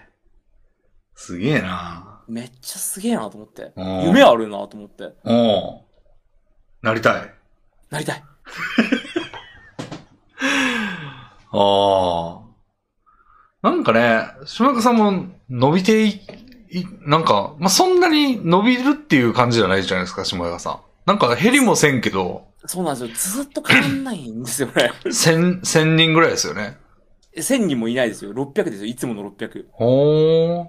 [SPEAKER 1] すげえな
[SPEAKER 2] めっちゃすげえなと思って。
[SPEAKER 1] うん
[SPEAKER 2] 夢あるなと思って。
[SPEAKER 1] おうなりたい。
[SPEAKER 2] なりたい。
[SPEAKER 1] ああ。なんかね、島中さんも伸びてい、いなんか、まあ、そんなに伸びるっていう感じじゃないじゃないですか、島中さん。なんか減りもせんけど、
[SPEAKER 2] そうなんですよ。ずっと変わんないんですよね。 *laughs*
[SPEAKER 1] 千、千人ぐらいですよね。
[SPEAKER 2] 1000人もいないですよ。600ですよ。いつもの600。
[SPEAKER 1] ほー。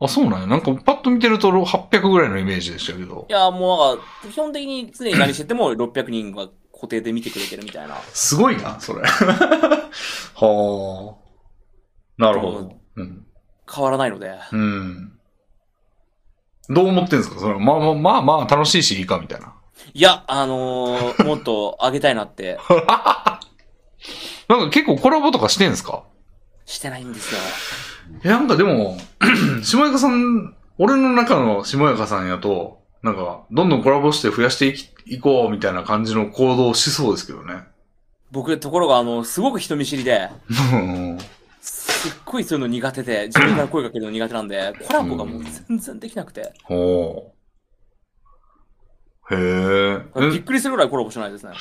[SPEAKER 1] あ、そうなんや。なんかパッと見てると800ぐらいのイメージでしたけど
[SPEAKER 2] い。や、もうなんか、基本的に常に何してても600人が固定で見てくれてるみたいな。
[SPEAKER 1] すごいな、それ。 *laughs* はー。なるほど。うん。
[SPEAKER 2] 変わらないので。
[SPEAKER 1] うん。どう思ってんすかそれはまあまあまあまあ楽しいしいいかみたいな。
[SPEAKER 2] いや、あのー、もっと上げたいなって、
[SPEAKER 1] なんか結構コラボとかしてんすか
[SPEAKER 2] してないんですよ。
[SPEAKER 1] え、なんかでも、 *clears throat* 下中さん、俺の中の下中さんやと、なんか、どんどんコラボして増やしていきいこうみたいな感じの行動をしそうですけどね。
[SPEAKER 2] 僕、ところが、あの、すごく人見知りで、
[SPEAKER 1] *laughs* うん
[SPEAKER 2] すっごいそういうの苦手で、自分から声かけるの苦手なんで、コラボがもう全然できなくて、
[SPEAKER 1] ほう。へえ。え
[SPEAKER 2] びっくりするぐらいコラボしないですね。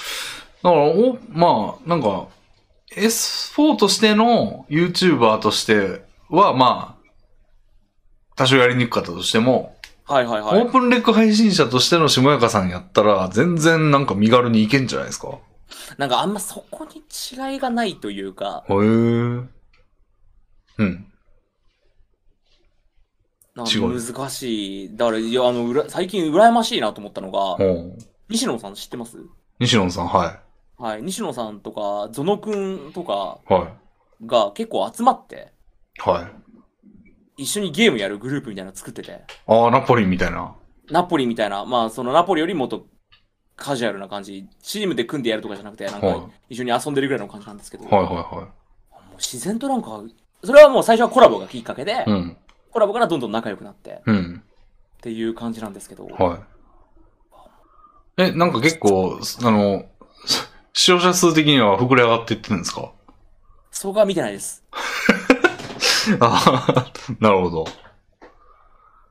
[SPEAKER 1] だから、お、まあ、なんか、S4 としての YouTuber としては、まあ、多少やりにくかったとしても、
[SPEAKER 2] はいはい
[SPEAKER 1] オ
[SPEAKER 2] は
[SPEAKER 1] ー
[SPEAKER 2] い。
[SPEAKER 1] プンレック配信者としての下中さんやったら、全然なんか身軽にいけんじゃないですか。
[SPEAKER 2] なんかあんまそこに違いがないというか、
[SPEAKER 1] へえ。うん。
[SPEAKER 2] なん
[SPEAKER 1] 違
[SPEAKER 2] か
[SPEAKER 1] う
[SPEAKER 2] 難しい。だから、いや、あの、うら最近羨ましいなと思ったのが、
[SPEAKER 1] ほう。
[SPEAKER 2] 西野さん知ってます
[SPEAKER 1] 西野さん、は
[SPEAKER 2] はい。西野さんとか、ゾノくんとか
[SPEAKER 1] い。は
[SPEAKER 2] が結構集まって、
[SPEAKER 1] い。はい。
[SPEAKER 2] 一緒にゲームやるグループみたいなの作ってて、
[SPEAKER 1] ああ、ナポリンみたいな。
[SPEAKER 2] ナポリみたいな、まあそのナポリよりもっとカジュアルな感じ、チームで組んでやるとかじゃなくて、なん
[SPEAKER 1] はい
[SPEAKER 2] か一緒に遊んでるぐらいの感じなんですけど、
[SPEAKER 1] はい
[SPEAKER 2] も
[SPEAKER 1] は
[SPEAKER 2] う自然となんか、それはもう最初はコラボがきっかけで、
[SPEAKER 1] いはい。うん。
[SPEAKER 2] コラボからどんどん仲良くなって
[SPEAKER 1] うん。
[SPEAKER 2] っていう感じなんですけど、
[SPEAKER 1] はい。え、なんか結構、あの、視聴者数的には膨れ上がっていってるんですか
[SPEAKER 2] そこは見てないです。
[SPEAKER 1] あーなるほど。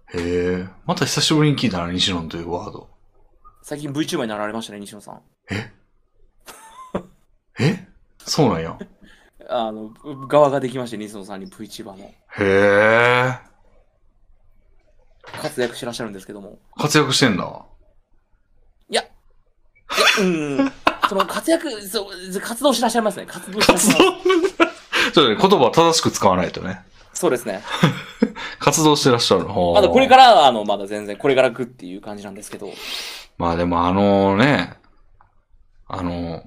[SPEAKER 1] へえ。また久しぶりに聞いたな、西野というワード。
[SPEAKER 2] 最近 VTuber になられましたね、西野さん。
[SPEAKER 1] えそうなんや。
[SPEAKER 2] あの、側ができまして、西野さんに VTuber の
[SPEAKER 1] へえ。
[SPEAKER 2] 活躍してらっしゃるんですけども。
[SPEAKER 1] 活躍してんだ。
[SPEAKER 2] いや
[SPEAKER 1] *laughs*
[SPEAKER 2] うん。その活躍、そう、活動してらっしゃいますね。活動してらっしゃ
[SPEAKER 1] 活
[SPEAKER 2] い
[SPEAKER 1] 動
[SPEAKER 2] ます。
[SPEAKER 1] ちょっとね、言葉を正しく使わないとね。
[SPEAKER 2] そうですね。
[SPEAKER 1] 活動してらっしゃる。ほう
[SPEAKER 2] まだこれから、あの、まだ全然、これからくっていう感じなんですけど。
[SPEAKER 1] まあでもあのね、あの、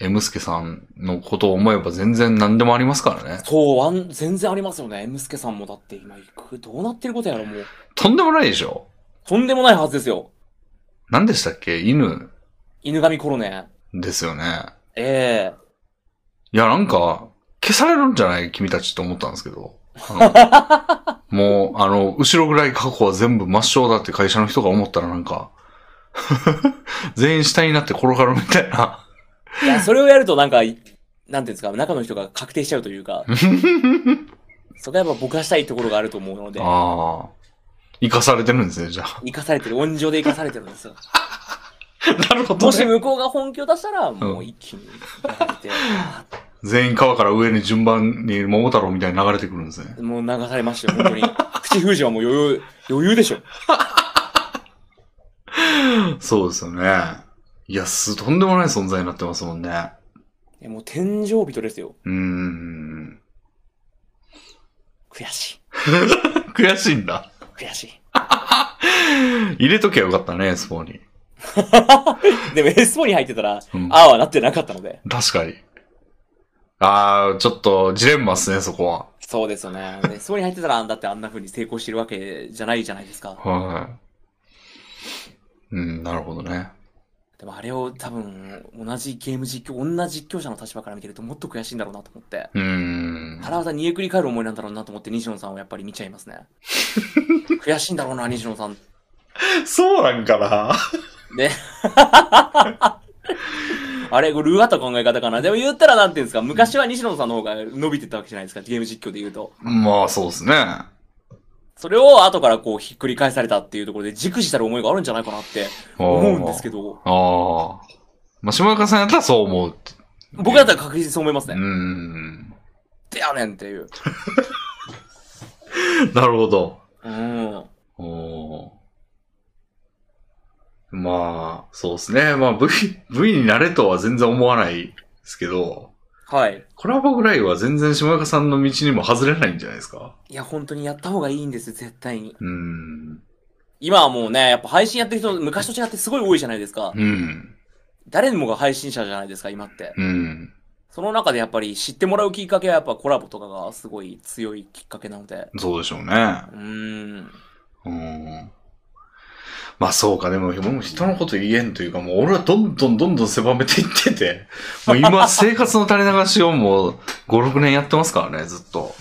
[SPEAKER 1] M スケさんのことを思えば全然何でもありますからね。
[SPEAKER 2] そう、あん全然ありますよね。M スケさんもだって今行く、どうなってることやろ、もう。
[SPEAKER 1] とんでもないでしょ
[SPEAKER 2] とんでもないはずですよ。
[SPEAKER 1] 何でしたっけ犬
[SPEAKER 2] 犬神コロネ。
[SPEAKER 1] ですよね。
[SPEAKER 2] ええ
[SPEAKER 1] いや、なんか、消されるんじゃない君たちと思ったんですけど。あ *laughs* のもう、あの、後ろぐらい過去は全部抹消だって会社の人が思ったらなんか、 *laughs* 全員死体になって転がるみたいな。
[SPEAKER 2] いや、それをやるとなんか、いなんていうんですか、中の人が確定しちゃうという *laughs* か。そこはやっぱぼかしたいところがあると思うので、
[SPEAKER 1] ああ。生かされてるんですね、じゃあ。
[SPEAKER 2] 生かされてる、温情で生かされてるんです *laughs* よ。
[SPEAKER 1] なるほ
[SPEAKER 2] もし向こうが本気を出したら、もう一気にやられて、あ
[SPEAKER 1] 全員川から上に順番に桃太郎みたいに流れてくるんですね。
[SPEAKER 2] ーもう流されましたよ、本当に。口封じはもう余裕、余裕でしょ。
[SPEAKER 1] そうですよね。いや、す、とんでもない存在になってますもんね。
[SPEAKER 2] えもう天井人ですよ。
[SPEAKER 1] うーん。
[SPEAKER 2] 悔し
[SPEAKER 1] 悔しいんだ。
[SPEAKER 2] い。悔しい。
[SPEAKER 1] 入れときゃよかったね、スポーに。
[SPEAKER 2] でも S4 に入ってたら、
[SPEAKER 1] うん
[SPEAKER 2] *laughs* ああはなってなかったので。
[SPEAKER 1] 確かに。あー、ちょっとジレンマっすね、そこは。
[SPEAKER 2] そうですよね。でそこに入ってたら、だってあんな風に成功してるわけじゃないじゃないですか。
[SPEAKER 1] はい。うん、なるほどね。
[SPEAKER 2] でもあれを多分、同じゲーム実況、同じ実況者の立場から見てるともっと悔しいんだろうなと思って。
[SPEAKER 1] うーん。
[SPEAKER 2] 腹渡煮えくり返る思いなんだろうなと思って西野さんをやっぱり見ちゃいますね。 *laughs* 悔しいんだろうな、西野さん。
[SPEAKER 1] そうなんかな
[SPEAKER 2] *laughs* ね。あれ、これ、うがった考え方かな。でも言ったらなんていうんですか、昔は西野さんの方が伸びてたわけじゃないですか、ゲーム実況で言うと。
[SPEAKER 1] まあ、そうですね。
[SPEAKER 2] それを後からこうひっくり返されたっていうところで、軸したる思いがあるんじゃないかなって思うんですけ
[SPEAKER 1] ど。
[SPEAKER 2] ど、
[SPEAKER 1] ああ。まあ、島岡さんやったらそう思うって。
[SPEAKER 2] 僕だったら確実にそう思います
[SPEAKER 1] うー
[SPEAKER 2] ね。
[SPEAKER 1] ん。
[SPEAKER 2] ってやねんっていう。
[SPEAKER 1] なるほど。
[SPEAKER 2] うん。
[SPEAKER 1] おーまあ、そうですね。まあ、V、V になれとは全然思わないですけど、
[SPEAKER 2] はい。
[SPEAKER 1] コラボぐらいは全然島岡さんの道にも外れないんじゃないですか。
[SPEAKER 2] いや、本当にやった方がいいんですよ、絶対に。
[SPEAKER 1] うーん。
[SPEAKER 2] 今はもうね、やっぱ配信やってる人、昔と違ってすごい多いじゃないですか。
[SPEAKER 1] うん。
[SPEAKER 2] 誰でもが配信者じゃないですか、今って。
[SPEAKER 1] うん。
[SPEAKER 2] その中でやっぱり知ってもらうきっかけはやっぱコラボとかがすごい強いきっかけなので。
[SPEAKER 1] そうでしょうね。
[SPEAKER 2] うーん。
[SPEAKER 1] うん。まあそうか、でも、もう人のこと言えんというか、もう俺はどんどんどんどん狭めていって
[SPEAKER 2] *laughs*
[SPEAKER 1] て、もう今生活の垂れ流しをもう5、6年やってますからね、ずっと。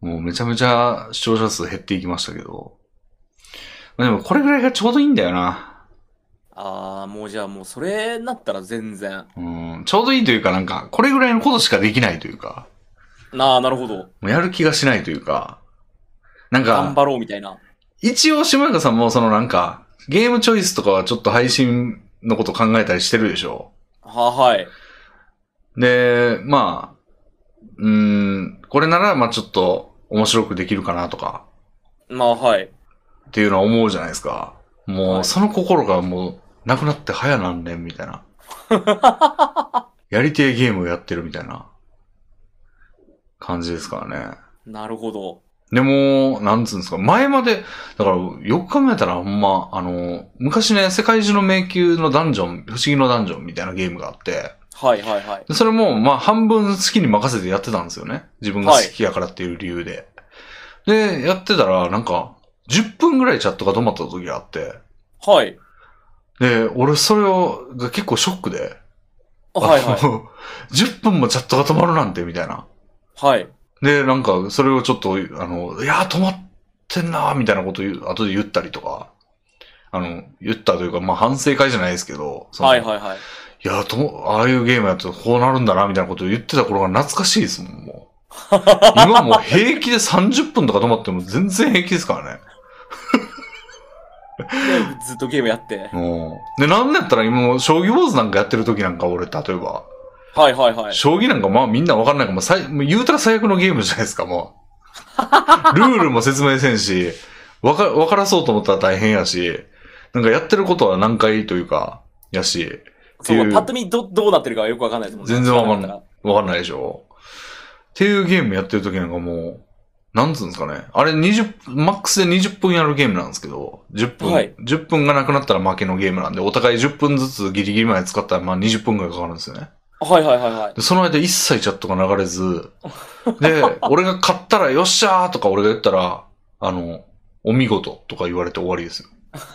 [SPEAKER 1] もうめちゃめちゃ視聴者数減っていきましたけど。まあでもこれぐらいがちょうどいいんだよな。
[SPEAKER 2] あー、もうじゃあもうそれなったら全然。
[SPEAKER 1] うん、ちょうどいいというかなんか、これぐらいのことしかできないというか、
[SPEAKER 2] なあ、なるほど。
[SPEAKER 1] もうやる気がしないというか、なんか、
[SPEAKER 2] 頑張ろうみたいな。
[SPEAKER 1] 一応、島岡さんも、そのなんか、ゲームチョイスとかはちょっと配信のこと考えたりしてるでしょ
[SPEAKER 2] は、はい。
[SPEAKER 1] で、まあ、うーん、これなら、まあちょっと面白くできるかなとか、
[SPEAKER 2] まあ、はい。
[SPEAKER 1] っていうのは思うじゃないですか。も
[SPEAKER 2] は
[SPEAKER 1] う、
[SPEAKER 2] い
[SPEAKER 1] その心がもう、なくなって早何年みたい
[SPEAKER 2] *laughs*
[SPEAKER 1] な。やりてえゲームをやってるみたいな、感じですからね。
[SPEAKER 2] なるほど。
[SPEAKER 1] でも、なんつうんですか、前まで、だから、よく考えたら、ほんま、あの、昔ね、世界中の迷宮のダンジョン、不思議のダンジョンみたいなゲームがあって、
[SPEAKER 2] はい、はい、はい。
[SPEAKER 1] でそれも、まあ、半分好きに任せてやってたんですよね。自分が好きやからっていう理由で。で、やってたら、なんか、10分ぐらいチャットが止まった時があって、
[SPEAKER 2] はい。
[SPEAKER 1] で、俺、それを、が結構ショックで、
[SPEAKER 2] あはい、
[SPEAKER 1] あ
[SPEAKER 2] はい。
[SPEAKER 1] の10分もチャットが止まるなんて、みたいな。 *laughs*
[SPEAKER 2] はい。
[SPEAKER 1] で、なんか、それをちょっと、あの、いやー、止まってんなー、みたいなことを言う後で言ったりとか、あの、言ったというか、まあ、反省会じゃないですけど、その
[SPEAKER 2] はい、
[SPEAKER 1] い
[SPEAKER 2] はい、はい。
[SPEAKER 1] やー、とも、ああいうゲームやるとこうなるんだな、みたいなことを言ってた頃が懐かしいですもん、も
[SPEAKER 2] *laughs*
[SPEAKER 1] う。今もう平気で30分とか止まっても全然平気ですからね。
[SPEAKER 2] でずっとゲームやって。
[SPEAKER 1] もうで、なんだったら今もう、将棋坊主なんかやってる時なんか俺、例えば、
[SPEAKER 2] はい、はい、はい。
[SPEAKER 1] 将棋なんかまあみんなわかんないから、もう最もう言うたら最悪のゲームじゃないですか、も
[SPEAKER 2] *laughs*
[SPEAKER 1] う。ルールも説明せんし、わか、わからそうと思ったら大変やし、なんかやってることは難解というか、やし、って
[SPEAKER 2] そ
[SPEAKER 1] いう
[SPEAKER 2] うか、パッと見ど、どうなってるかはよくわかんないですもんね。
[SPEAKER 1] 全然わかんない
[SPEAKER 2] い。
[SPEAKER 1] わかんないでしょ。っていうゲームやってる時なんかもう、なんつうんですかね。あれ20、マックスで20分やるゲームなんですけど、10分、
[SPEAKER 2] はい
[SPEAKER 1] 10分がなくなったら負けのゲームなんで、お互い10分ずつギリギリまで使ったら、まあ20分くらいかかるんですよね。
[SPEAKER 2] はい、はい、はい、はい。
[SPEAKER 1] で、その間一切チャットが流れず、で、俺が買ったらよっしゃーとか俺が言ったら、あの、お見事とか言われて終わりですよ。 *laughs*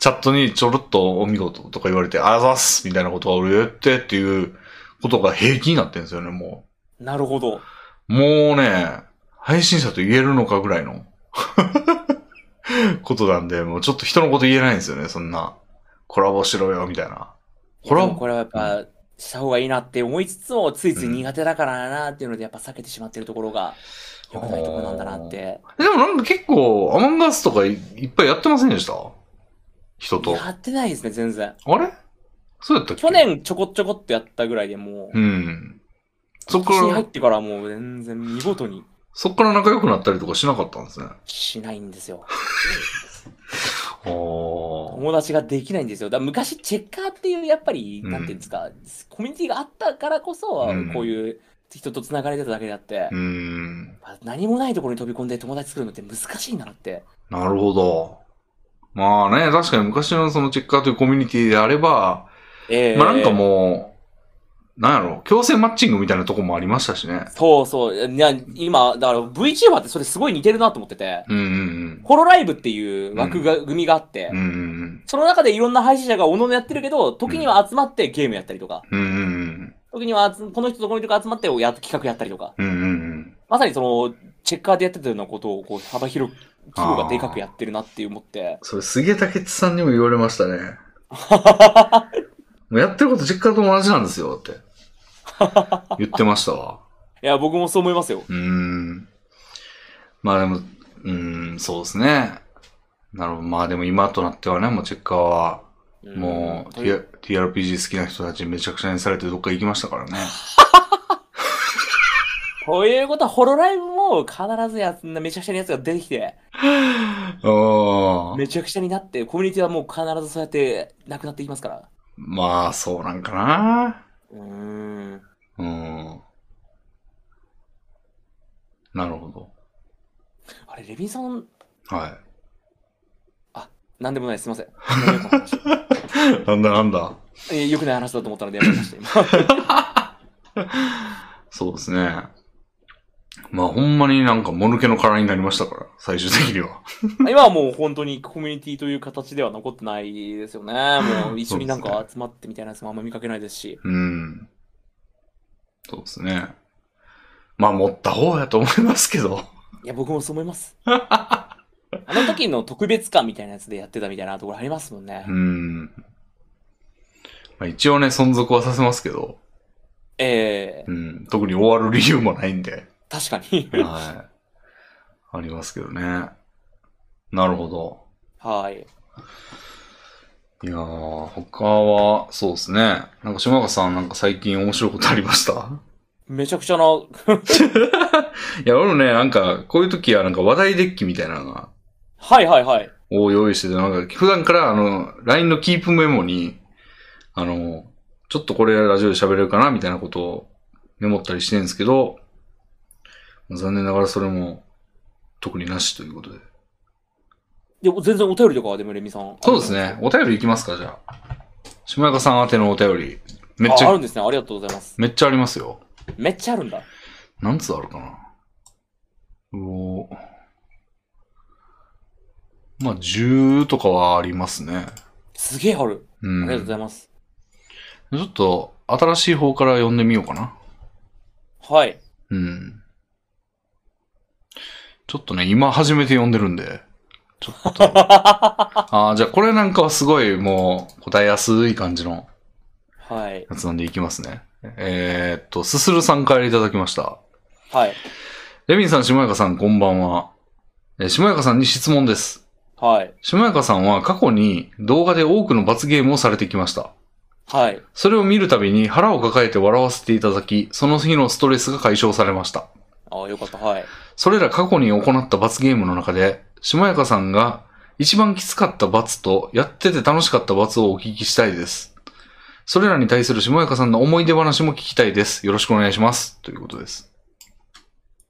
[SPEAKER 1] チャットにちょろっとお見事とか言われて、あざっすみたいなことは俺が言ってっていうことが平気になってるんですよね、も
[SPEAKER 2] なるほど。
[SPEAKER 1] う。もうね、配信者と言えるのかぐらいの *laughs* ことなんで、もうちょっと人のこと言えないんですよね、そんな。コラボしろよ、みたいな。コラ
[SPEAKER 2] でも
[SPEAKER 1] ボ、
[SPEAKER 2] これはやっぱ、した方がいいなって思いつつも、ついつい苦手だからなっていうので、やっぱ避けてしまってるところが、良くないところなんだなって。
[SPEAKER 1] でもなんか結構、アマンガスとかいいっぱいやってませんでした人と。
[SPEAKER 2] やってないですね、全然。
[SPEAKER 1] あれそうやったっけ
[SPEAKER 2] 去年ちょこちょこっとやったぐらいでもう、
[SPEAKER 1] うん。そっか
[SPEAKER 2] 今年に入
[SPEAKER 1] ら
[SPEAKER 2] っ、てからもう全然見事に
[SPEAKER 1] そっから仲良くなったりとかしなかったんですね。
[SPEAKER 2] しないんですよ。
[SPEAKER 1] おー。
[SPEAKER 2] 友達ができないんですよ。だから昔、チェッカーっていう、やっぱり、なんていうんですか、コミュニティがあったからこそ
[SPEAKER 1] うん、
[SPEAKER 2] こういう人と繋がれてただけであって、
[SPEAKER 1] うーん。
[SPEAKER 2] まあ何もないところに飛び込んで友達作るのって難しいんだなって。
[SPEAKER 1] なるほど。まあね、確かに昔のそのチェッカーというコミュニティであれば、
[SPEAKER 2] ええ
[SPEAKER 1] まあなんかもう、なんやろ、強制マッチングみたいなとこもありましたしね。
[SPEAKER 2] そうそう。いや、今、だから VTuber ってそれすごい似てるなと思ってて、
[SPEAKER 1] うんうん
[SPEAKER 2] ホロライブっていう枠が、組があって、
[SPEAKER 1] うん。うんうん
[SPEAKER 2] その中でいろんな配信者がおののやってるけど、時には集まってゲームやったりとか、
[SPEAKER 1] うん。うんうん
[SPEAKER 2] 時には集この人とこの人が集まってや企画やったりとか、
[SPEAKER 1] うん。うんうんうん。
[SPEAKER 2] まさにその、チェッカーでやってたようなことをこう幅広く、規模がでかくやってるなって思って、
[SPEAKER 1] それ、すげえ武智さんにも言われましたね。もうやってること実家と同じなんですよって。言ってましたわ。
[SPEAKER 2] いや、僕もそう思いますよ。
[SPEAKER 1] うーん。まあでも、うーん、そうですね。なるほど。まあでも今となってはね、もうチェッカーは、もう、
[SPEAKER 2] という
[SPEAKER 1] T- TRPG 好きな人たちめちゃくちゃにされてどっか行きましたからね。
[SPEAKER 2] ということは、ホロライブも必ずやつ、めちゃくちゃなやつが出てきて、
[SPEAKER 1] ああ。
[SPEAKER 2] めちゃくちゃになって、コミュニティはもう必ずそうやってなくなっていきますから。
[SPEAKER 1] まあ、そうなんかな。
[SPEAKER 2] うーん。
[SPEAKER 1] うん。なるほ
[SPEAKER 2] あれ、レビンさん、
[SPEAKER 1] ど。はい。
[SPEAKER 2] なんでもないです。すいません。 *laughs*
[SPEAKER 1] なんだなんだ。
[SPEAKER 2] えよくない話だと思ったのでやめました、今。 *laughs*
[SPEAKER 1] そうですね。まあほんまになんかもぬけの殻になりましたから、最終的には。
[SPEAKER 2] 今はもう本当にコミュニティという形では残ってないですよね。 *laughs* もう一緒になん
[SPEAKER 1] そう
[SPEAKER 2] か集まってみたいなやつもあんま見かけないですし。
[SPEAKER 1] うん。そうですね。まあ持った方やと思いますけど。
[SPEAKER 2] いや、僕もそう思います。あの時の特別感みたいなやつでやってたみたいなところありますもんね
[SPEAKER 1] う。ん。まあ一応ね、存続はさせますけど、
[SPEAKER 2] ええ
[SPEAKER 1] うん。特に終わる理由もないんで。
[SPEAKER 2] 確かに。 *laughs*
[SPEAKER 1] はい。ありますけどね。なるほど。
[SPEAKER 2] はい。
[SPEAKER 1] いやー、他は、そうですね。なんか島川さんなんか最近面白いことありました
[SPEAKER 2] めちゃくちゃな、
[SPEAKER 1] いや、俺もね、なんか、こういう時はなんか話題デッキみたいなのが、
[SPEAKER 2] はいはいはい。
[SPEAKER 1] を用意してて、なんか、普段からあの、LINE のキープメモに、あの、ちょっとこれラジオで喋れるかなみたいなことをメモったりしてるんですけど、残念ながらそれも、特になしということで。
[SPEAKER 2] で全然お便りとかはでもレミさん。
[SPEAKER 1] そうですね。お便りいきますか、じゃあ。島中さん宛てのお便り。めっち
[SPEAKER 2] あある
[SPEAKER 1] ゃ、
[SPEAKER 2] んですね。ありがとうございます。
[SPEAKER 1] めっちゃありますよ。
[SPEAKER 2] めっちゃあるんだ。
[SPEAKER 1] 何つあるかなうおーまあ、10とかはありますね。
[SPEAKER 2] すげえある。
[SPEAKER 1] う
[SPEAKER 2] あ
[SPEAKER 1] ん。
[SPEAKER 2] りがとうご
[SPEAKER 1] ち
[SPEAKER 2] ざいます。
[SPEAKER 1] ょっと、新しい方から読んでみようかな。
[SPEAKER 2] はい。
[SPEAKER 1] うん。ちょっとね、今初めて読んでるんで、ちょっと。
[SPEAKER 2] *laughs*
[SPEAKER 1] ああー、じゃあこれなんかはすごいもう答えやすい感じの
[SPEAKER 2] はい。
[SPEAKER 1] やつなんでいきますね。えー、っと、すするさんからいただきました。
[SPEAKER 2] はい。
[SPEAKER 1] レミンさん、しもやかさん、こんばんは。えーしもやかさんに質問です。
[SPEAKER 2] はい。
[SPEAKER 1] しもやかさんは過去に動画で多くの罰ゲームをされてきました。
[SPEAKER 2] はい。
[SPEAKER 1] それを見るたびに腹を抱えて笑わせていただき、その日のストレスが解消されました。
[SPEAKER 2] ああ、よかった。はい。
[SPEAKER 1] それら過去に行った罰ゲームの中で、しもやかさんが一番きつかった罰とやってて楽しかった罰をお聞きしたいです。それらに対するしもやかさんの思い出話も聞きたいです。よろしくお願いします。ということです。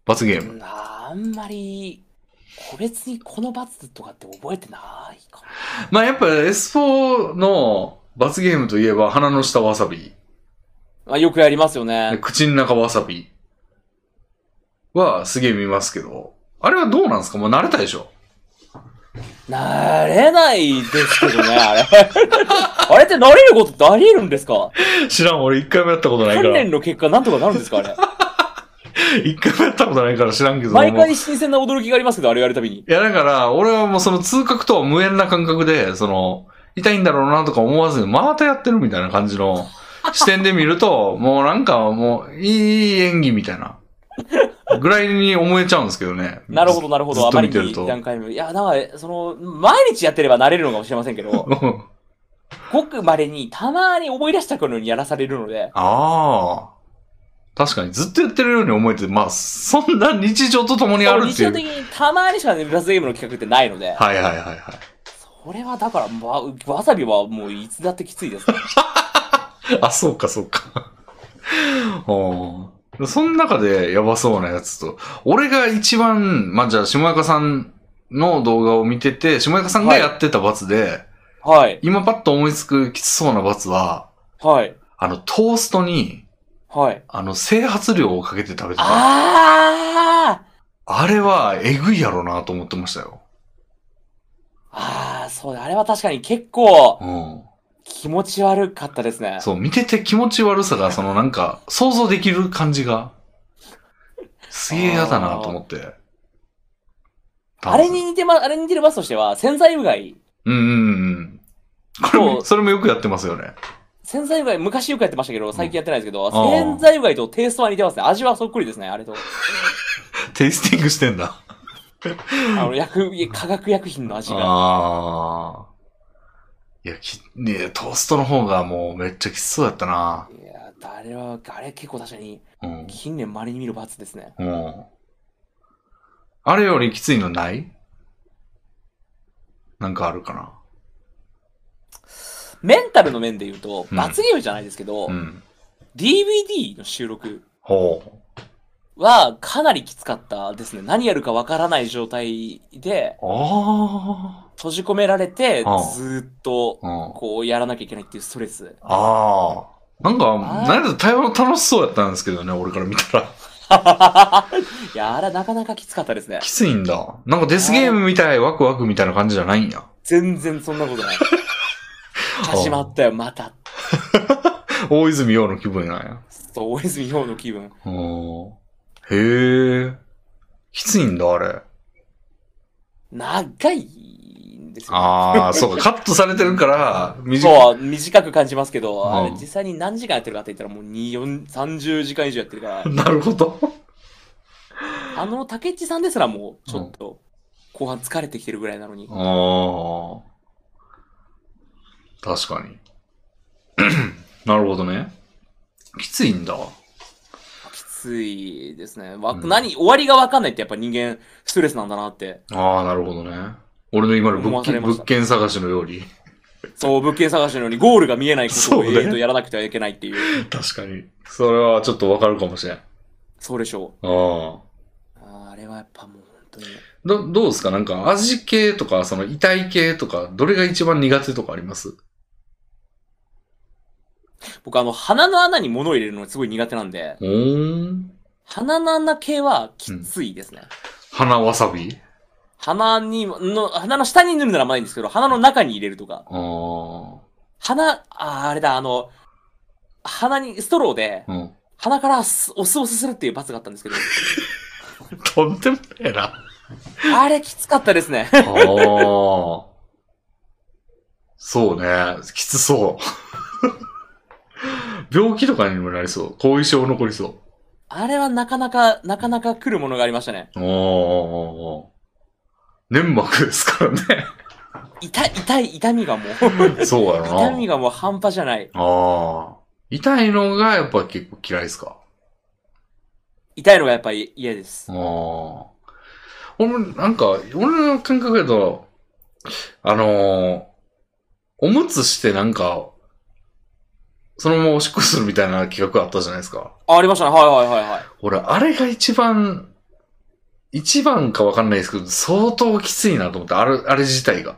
[SPEAKER 1] 罰ゲーム。
[SPEAKER 2] うんあんまり、個別にこの罰とかって覚えてないか
[SPEAKER 1] まあやっぱ S4 の罰ゲームといえば鼻の下わさび。
[SPEAKER 2] な。まあ、よくやりますよ
[SPEAKER 1] で
[SPEAKER 2] ね。
[SPEAKER 1] 口の中わさびはすげえ見ますけど、あれはどうなんですかもう慣れたでしょ
[SPEAKER 2] 慣れないですけどね、あれ。あれって慣れることってあり得るんですか
[SPEAKER 1] 知らん、俺一回もやったことないか
[SPEAKER 2] 訓
[SPEAKER 1] ら。
[SPEAKER 2] 練の結果なんとかなるんですかあれ。
[SPEAKER 1] 一回もやったことないから知らんけど。
[SPEAKER 2] 毎
[SPEAKER 1] もう
[SPEAKER 2] 回新鮮な驚きがありますけど、あれやるたびに。
[SPEAKER 1] いや、だから、俺はもうその痛覚とは無縁な感覚で、その、痛いんだろうなとか思わずに、またやってるみたいな感じ
[SPEAKER 2] *laughs*
[SPEAKER 1] の視点で見ると、もうなんかもう、いい演技みたいな。ぐらいに思えちゃうんですけどね。
[SPEAKER 2] *laughs* なるほど、なるほ
[SPEAKER 1] ず
[SPEAKER 2] ど。
[SPEAKER 1] っ
[SPEAKER 2] あ
[SPEAKER 1] と
[SPEAKER 2] ま
[SPEAKER 1] 見
[SPEAKER 2] り
[SPEAKER 1] てる
[SPEAKER 2] に
[SPEAKER 1] と
[SPEAKER 2] 段階も。いや、なんか、その、毎日やってれば慣れるのかもしれませんけど、
[SPEAKER 1] *laughs* うん
[SPEAKER 2] ごくまれに、たまに思い出した頃にやらされるので、
[SPEAKER 1] ああ。確かに、ずっとやってるように思えて、まあ、そんな日常と共にあるっ
[SPEAKER 2] 日
[SPEAKER 1] てい
[SPEAKER 2] 常
[SPEAKER 1] う。
[SPEAKER 2] 的にたまにしかね、ラスゲームの企画ってないので、
[SPEAKER 1] はいはいはいはい。
[SPEAKER 2] それはだから、わ、わさびはもういつだってきついです。
[SPEAKER 1] あ、そうかそうか。おーその中でやばそうなやつと、俺が一番、まあ、じゃあ、下中さんの動画を見てて、下中さんがやってた罰で、
[SPEAKER 2] はい。
[SPEAKER 1] 今パッと思いつくきつそうな罰は、
[SPEAKER 2] はい。
[SPEAKER 1] あの、トーストに
[SPEAKER 2] はい。
[SPEAKER 1] あの、整髪料をかけて食べてた。あ
[SPEAKER 2] あー
[SPEAKER 1] れは、えぐいやろなと思ってましたよ。
[SPEAKER 2] あー、そうだ。あれは確かに結構
[SPEAKER 1] うん。
[SPEAKER 2] 気持ち悪かったですね。
[SPEAKER 1] そう、見てて気持ち悪さ
[SPEAKER 2] *laughs*
[SPEAKER 1] が、そのなんか、想像できる感じが、すげえ嫌だなと思って。
[SPEAKER 2] あれに似てま、あれに似てるバスとしては、潜在うがい。
[SPEAKER 1] うんうんうん。これ
[SPEAKER 2] そ
[SPEAKER 1] も、
[SPEAKER 2] う
[SPEAKER 1] それもよくやってますよね。
[SPEAKER 2] 潜在うがい、昔よくやってましたけど、最近やってないですけど、
[SPEAKER 1] んあー
[SPEAKER 2] 潜在うがいとテイストは似てますね。味はそっくりですね、あれと。
[SPEAKER 1] テイスティングしてんだ。
[SPEAKER 2] あの、薬、化学薬品の味が。
[SPEAKER 1] ああ。いや、き、ねトーストの方がもうめっちゃきつそうだったな。
[SPEAKER 2] いやー、あれは、あれ結構確かに、
[SPEAKER 1] うん。
[SPEAKER 2] 近年まれに見る罰ですね。
[SPEAKER 1] うん。あれよりきついのないなんかあるかな
[SPEAKER 2] メンタルの面で言うと、
[SPEAKER 1] うん
[SPEAKER 2] 罰ゲームじゃないですけど、
[SPEAKER 1] うん。
[SPEAKER 2] DVD の収録
[SPEAKER 1] ほう。
[SPEAKER 2] はかなりきつかったですね。何やるかわからない状態で、
[SPEAKER 1] あ
[SPEAKER 2] 閉じ込められて、ず
[SPEAKER 1] あ
[SPEAKER 2] ーっと
[SPEAKER 1] あ。、うん。あ
[SPEAKER 2] こう、やらなきゃいけないっていうストレ *laughs* ス。
[SPEAKER 1] あー。なんか、
[SPEAKER 2] あー
[SPEAKER 1] 何だと対話楽しそうやったんですけどね、俺から見たら。 *laughs*
[SPEAKER 2] いや、あれはなかなかきつかったですね
[SPEAKER 1] き。ついんだ。なんかデスゲームみたい、ワクワクみたいな感じじゃないんや。
[SPEAKER 2] *laughs* 全然そんなこと *laughs* ない。始まったよ、また。
[SPEAKER 1] 大泉洋の気分なんや。
[SPEAKER 2] そう、大泉洋の気分。
[SPEAKER 1] うん。へえ。きついんだ、あれ。
[SPEAKER 2] 長いんですよ、ね。
[SPEAKER 1] ああ、そうか、カットされてる
[SPEAKER 2] *laughs*
[SPEAKER 1] から、短い。
[SPEAKER 2] そう、短く感じますけど、
[SPEAKER 1] うん
[SPEAKER 2] あれ実際に何時間やってるかって言ったらもう2、4、30時間以上やってるから、
[SPEAKER 1] なるほど。
[SPEAKER 2] あの竹内さんですらもうちょっと後半疲れてきてるぐらいなのに、
[SPEAKER 1] ああ。確かに。 *clears throat* なるほどね。きついんだ。
[SPEAKER 2] きついですね。わ
[SPEAKER 1] うん
[SPEAKER 2] 何、終わりがわかんないってやっぱ人間ストレスなんだなって。
[SPEAKER 1] ああ、なるほどね。俺の今の
[SPEAKER 2] 思
[SPEAKER 1] 物
[SPEAKER 2] わされ
[SPEAKER 1] 件
[SPEAKER 2] ました
[SPEAKER 1] 物件探しのように。
[SPEAKER 2] そう、物件探しのようにゴールが見えないこと
[SPEAKER 1] そう
[SPEAKER 2] を
[SPEAKER 1] ね
[SPEAKER 2] 永遠とやらなくてはいけないっていう。
[SPEAKER 1] 確かに。それはちょっとわかるかもしれん。あ
[SPEAKER 2] そうでしょ
[SPEAKER 1] あ。
[SPEAKER 2] う。あーあれはやっぱもう本当に。
[SPEAKER 1] ど、どうですかなんか味系とか、その痛い系とか、どれが一番苦手とかあります
[SPEAKER 2] 僕あの鼻の穴に物を入れるのがすごい苦手なんで、
[SPEAKER 1] うーん。
[SPEAKER 2] 鼻の穴系はきついですね。
[SPEAKER 1] 花わさび
[SPEAKER 2] 鼻に、の、鼻の下に塗るならまだいいんですけど、鼻の中に入れるとか。
[SPEAKER 1] ああ。
[SPEAKER 2] 鼻、あーあれだ、あの、鼻に、ストローで、
[SPEAKER 1] うん。
[SPEAKER 2] 鼻からすお酢をすするっていう罰があったんですけど、
[SPEAKER 1] とんでもねえな。
[SPEAKER 2] あれきつかったですね。
[SPEAKER 1] ああ。そうね。きつそう。病気とかにもなりそう。後遺症残りそ
[SPEAKER 2] あれはなかなか、なかなか来るものがありましたね。
[SPEAKER 1] う。ああ。粘膜ですからね。
[SPEAKER 2] 痛い、痛い、痛みがも
[SPEAKER 1] *laughs*
[SPEAKER 2] う、
[SPEAKER 1] そうやろ
[SPEAKER 2] 痛み
[SPEAKER 1] な。
[SPEAKER 2] がもう半端じゃない。
[SPEAKER 1] ああ。痛いのがやっぱ結構嫌いですか。
[SPEAKER 2] 痛いのがやっぱり嫌です
[SPEAKER 1] あ。あ。俺、なんか、俺の感覚だと、あのーおむつしてなんか、そのままおしっこするみたいな企画あったじゃないですか。
[SPEAKER 2] あ、ありましたね。はいはいはいはい。
[SPEAKER 1] 俺、あれが一番、一番かわかんないですけど、相当きついなと思って、あれ、あれ自体が。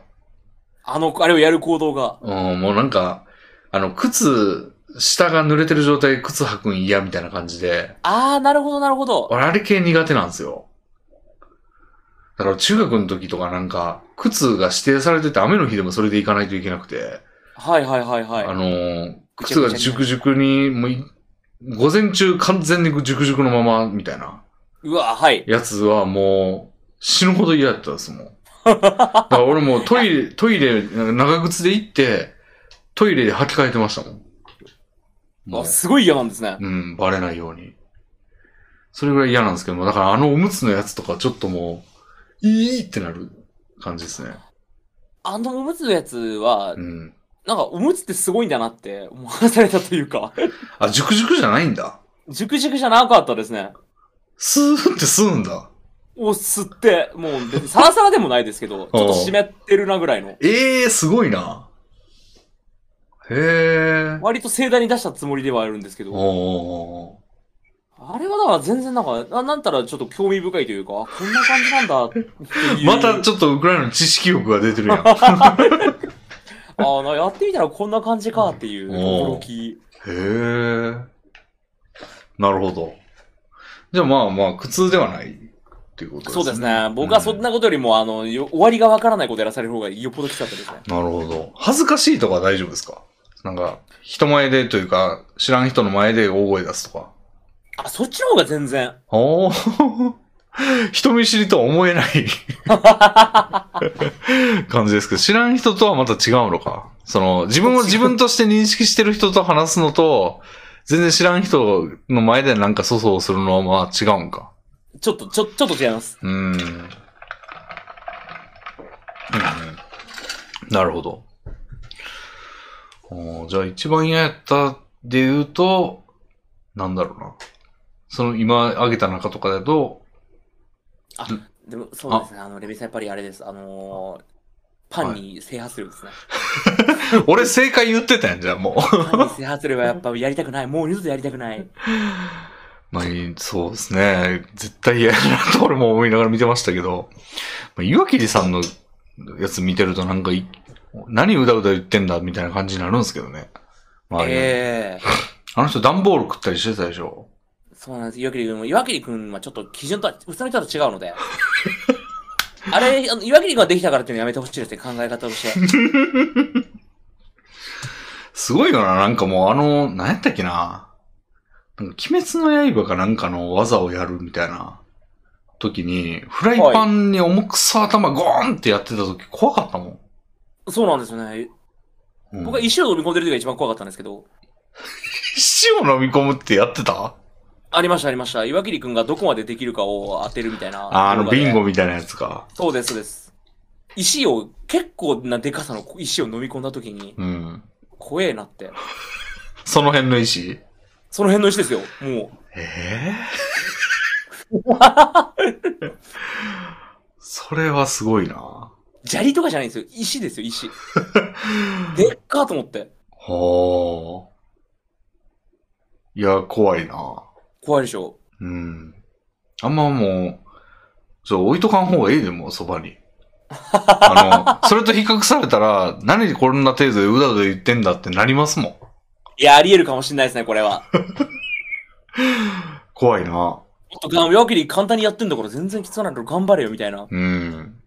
[SPEAKER 2] あの、あれをやる行動が。
[SPEAKER 1] うん、もうなんか、あの、靴、下が濡れてる状態で靴履くん嫌みたいな感じで、
[SPEAKER 2] あー、なるほどなるほど。
[SPEAKER 1] 俺、あれ系苦手なんですよ。だから中学の時とかなんか、靴が指定されてて雨の日でもそれで行かないといけなくて、
[SPEAKER 2] はいはいはいはい。
[SPEAKER 1] あ
[SPEAKER 2] あ
[SPEAKER 1] のー靴がジュクジュクに、もうい、午前中完全にジュクジュクのままみたいな。
[SPEAKER 2] うわ、はい。
[SPEAKER 1] やつはもう死ぬほど嫌だったですもん。
[SPEAKER 2] *laughs*
[SPEAKER 1] だから俺もうトイレ、トイレ、長靴で行って、トイレで履き替えてましたもん。もう
[SPEAKER 2] あ、すごい嫌なんですね。
[SPEAKER 1] うん、バレないように。それぐらい嫌なんですけども、だからあのおむつのやつとかちょっともう、いいってなる感じですね。
[SPEAKER 2] あのおむつのやつは
[SPEAKER 1] う、ん。
[SPEAKER 2] なんかおむつってすごいんだなって思わされたというか、 *laughs*
[SPEAKER 1] あ、熟熟じゃないんだ。
[SPEAKER 2] じゅくじゅくじゃなかったですね。
[SPEAKER 1] スーって吸うんだ。
[SPEAKER 2] を吸って、もう別にサラサラでもないですけど、ちょっと湿ってるなぐらいの。
[SPEAKER 1] ええー、すごいな。へえ。
[SPEAKER 2] 割と盛大に出したつもりではあるんですけ
[SPEAKER 1] おー
[SPEAKER 2] ど、
[SPEAKER 1] おーお
[SPEAKER 2] あれはだから全然なんか、ななんたらちょっと興味深いというか、あこんな感じなんだってい
[SPEAKER 1] ー
[SPEAKER 2] う。
[SPEAKER 1] またちょっとウクライナの知識欲が出てるやん。
[SPEAKER 2] ああ、なやってみたらこんな感じかっていう
[SPEAKER 1] おー
[SPEAKER 2] 驚き。
[SPEAKER 1] へえ。なるほど。じゃあまあまあ、苦痛ではないっていうことです
[SPEAKER 2] そ
[SPEAKER 1] ね。
[SPEAKER 2] うですね。僕はそんなことよりも、あの、よ終わりがわからないことやらされる方がよっぽどきつかったですね。
[SPEAKER 1] なるほど。恥ずかしいとか大丈夫ですかなんか、人前でというか、知らん人の前で大声出すとか。
[SPEAKER 2] あ、そっちの方が全然。
[SPEAKER 1] おー *laughs* 人見知りとは思えない感じですけど、知らん人とはまた違うのか。その、自分を自分として認識してる人と話すのと、全然知らん人の前でなんか粗相するのはまあ違うんか。
[SPEAKER 2] ちょっと、ちょ、ちょっと違います。
[SPEAKER 1] うーん。うんうんなるほど。おーじゃあ一番嫌やったで言うと、なんだろうな。その今挙げた中とかだと、 *laughs*
[SPEAKER 2] でも、そうですね。あの、レビさんやっぱりあれです。あのー、パンに制覇するですね。
[SPEAKER 1] 俺正解言ってたやん、じゃあも
[SPEAKER 2] パンに制覇すればやっぱやりたくない。もう二度とやりたくない。
[SPEAKER 1] *laughs* う。まあ、そうですね。絶対嫌やなと俺も思いながら見てましたけど、まあ、岩切さんのやつ見てるとなんかい、何うだうだ言ってんだみたいな感じになるんですけどね。周りの
[SPEAKER 2] ええ
[SPEAKER 1] あの人段ボール食ったりしてたでしょ。
[SPEAKER 2] そうなんです。岩切君も、岩切君はちょっと基準とは、普通の人とは違うの *laughs* で。あれ、あの岩切君ができたからっていうのやめてほしいですね。考え方と *laughs* して。
[SPEAKER 1] すごいよな、なんかもうあの、何やったっけな。なんか鬼滅の刃かなんかの技をやるみたいな時に、フライパンに重くそ頭ゴーンってやってた時怖かったもん。
[SPEAKER 2] そうなんですよね。
[SPEAKER 1] うん
[SPEAKER 2] 僕は石を飲み込んでる時が一番怖かったんですけど。
[SPEAKER 1] 石を飲み込むってやってた
[SPEAKER 2] ありました、ありました。岩切君がどこまでできるかを当てるみたいな。
[SPEAKER 1] ああの、ビン
[SPEAKER 2] ゴ。
[SPEAKER 1] ゴみたいなやつか。
[SPEAKER 2] そうです、そうです。石を、結構なでかさの石を飲み込んだ時に、
[SPEAKER 1] うん。
[SPEAKER 2] 怖えなって。
[SPEAKER 1] その辺の石
[SPEAKER 2] その辺の石ですよ。もう。 *laughs*
[SPEAKER 1] ええそれはすごいな。
[SPEAKER 2] 砂利とかじゃないんですよ。石です
[SPEAKER 1] *laughs*
[SPEAKER 2] よ、石。でっかと思って。
[SPEAKER 1] はあ。いや、怖いな。
[SPEAKER 2] 怖いでしょ。
[SPEAKER 1] うん。あんまもう、そう、置いとかん方がいいでもう、そば *laughs* に。あの、それと比較されたら、何でこんな程度でうだうだ言ってんだってなりますもん。
[SPEAKER 2] いや、あり得るかもしれないですね、これは。
[SPEAKER 1] 怖いな。
[SPEAKER 2] もっと頑張岩切り簡単にやってんだから全然きつかないから頑張れよ、みたいな。
[SPEAKER 1] うん。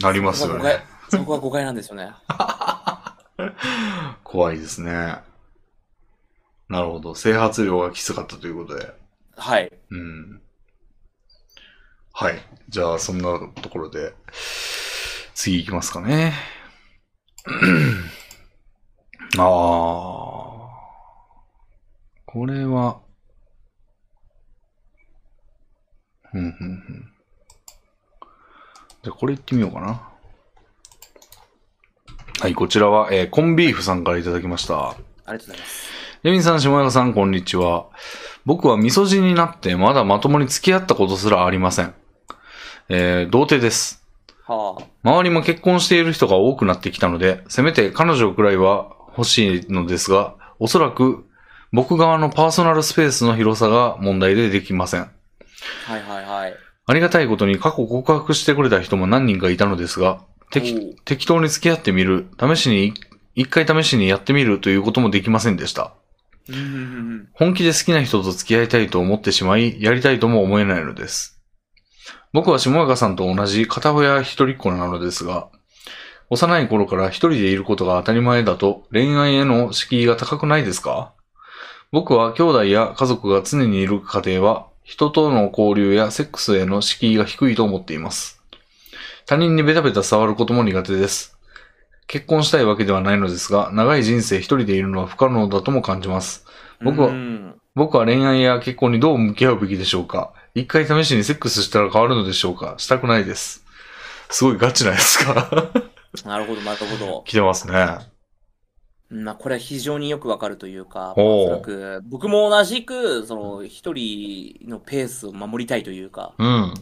[SPEAKER 1] なります
[SPEAKER 2] そこ
[SPEAKER 1] よ
[SPEAKER 2] が誤
[SPEAKER 1] ね
[SPEAKER 2] 解。、そこが誤解なんですよね。
[SPEAKER 1] 怖いですね。なるほど。整髪量がきつかったということで。
[SPEAKER 2] はい。
[SPEAKER 1] うん。はい。じゃあ、そんなところで、次行きますかね。 *clears throat* ああ。これは、うん、うん、うん。じゃあ、これ行ってみようかな。はい、こちらは、えーコンビーフさんからいただきました。
[SPEAKER 2] ありがとうございます。
[SPEAKER 1] レミさん、下山さん、こんにちは。僕は味噌汁になって、まだまともに付き合ったことすらありません。えー、童貞です。
[SPEAKER 2] はあ。
[SPEAKER 1] 周りも結婚している人が多くなってきたので、せめて彼女くらいは欲しいのですが、おそらく僕側のパーソナルスペースの広さが問題でできません。
[SPEAKER 2] はいはいはい。
[SPEAKER 1] ありがたいことに過去告白してくれた人も何人かいたのですが、適
[SPEAKER 2] おう
[SPEAKER 1] 適当に付き合ってみる、試しに、一回試しにやってみるということもできませんでした。
[SPEAKER 2] うんうんうんうん
[SPEAKER 1] 本気で好きな人と付き合いたいと思ってしまい、やりたいとも思えないのです。僕は下中さんと同じ片親一人っ子なのですが、幼い頃から一人でいることが当たり前だと恋愛への敷居が高くないですか僕は兄弟や家族が常にいる家庭は、人との交流やセックスへの敷居が低いと思っています。他人にベタベタ触ることも苦手です。結婚したいわけではないのですが、長い人生一人でいるのは不可能だとも感じます。僕は
[SPEAKER 2] うん
[SPEAKER 1] 僕は恋愛や結婚にどう向き合うべきでしょうか一回試しにセックスしたら変わるのでしょうかしたくないです。すごいガチなやつが
[SPEAKER 2] なるほど、なるほど。
[SPEAKER 1] *laughs* 来てますね。
[SPEAKER 2] まあ、これは非常によくわかるというか、まあ
[SPEAKER 1] おう
[SPEAKER 2] おそらく、僕も同じく、その、一人のペースを守りたいというか、
[SPEAKER 1] うん。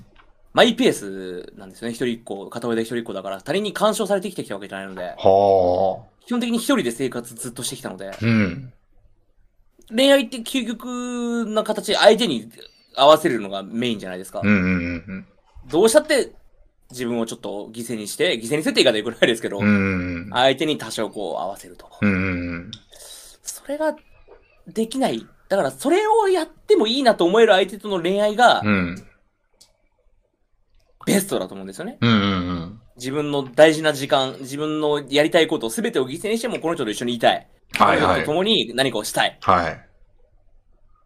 [SPEAKER 2] マイペースなんですよね、一人っ子、片親で一人っ子だから、他人に干渉されてきてきたわけじゃないので、
[SPEAKER 1] は
[SPEAKER 2] 基本的に一人で生活ずっとしてきたので、
[SPEAKER 1] あ。うん。
[SPEAKER 2] 恋愛って究極な形で相手に合わせるのがメインじゃないですか。
[SPEAKER 1] うんうん
[SPEAKER 2] どうしたって自分をちょっと犠牲にして、犠牲にするって言い方よくないですけど、
[SPEAKER 1] うんうん。うん
[SPEAKER 2] 相手に多少こう合わせると。
[SPEAKER 1] うんうん。
[SPEAKER 2] それができないだから、それをやってもいいなと思える相手との恋愛が
[SPEAKER 1] うん。
[SPEAKER 2] ベストだと思うんですよね。
[SPEAKER 1] うんうんうん。
[SPEAKER 2] 自分の大事な時間、自分のやりたいことを全てを犠牲にしてもこの人と一緒にいたい。
[SPEAKER 1] はいは
[SPEAKER 2] この人と
[SPEAKER 1] い。
[SPEAKER 2] 共に何かをしたい。
[SPEAKER 1] はい。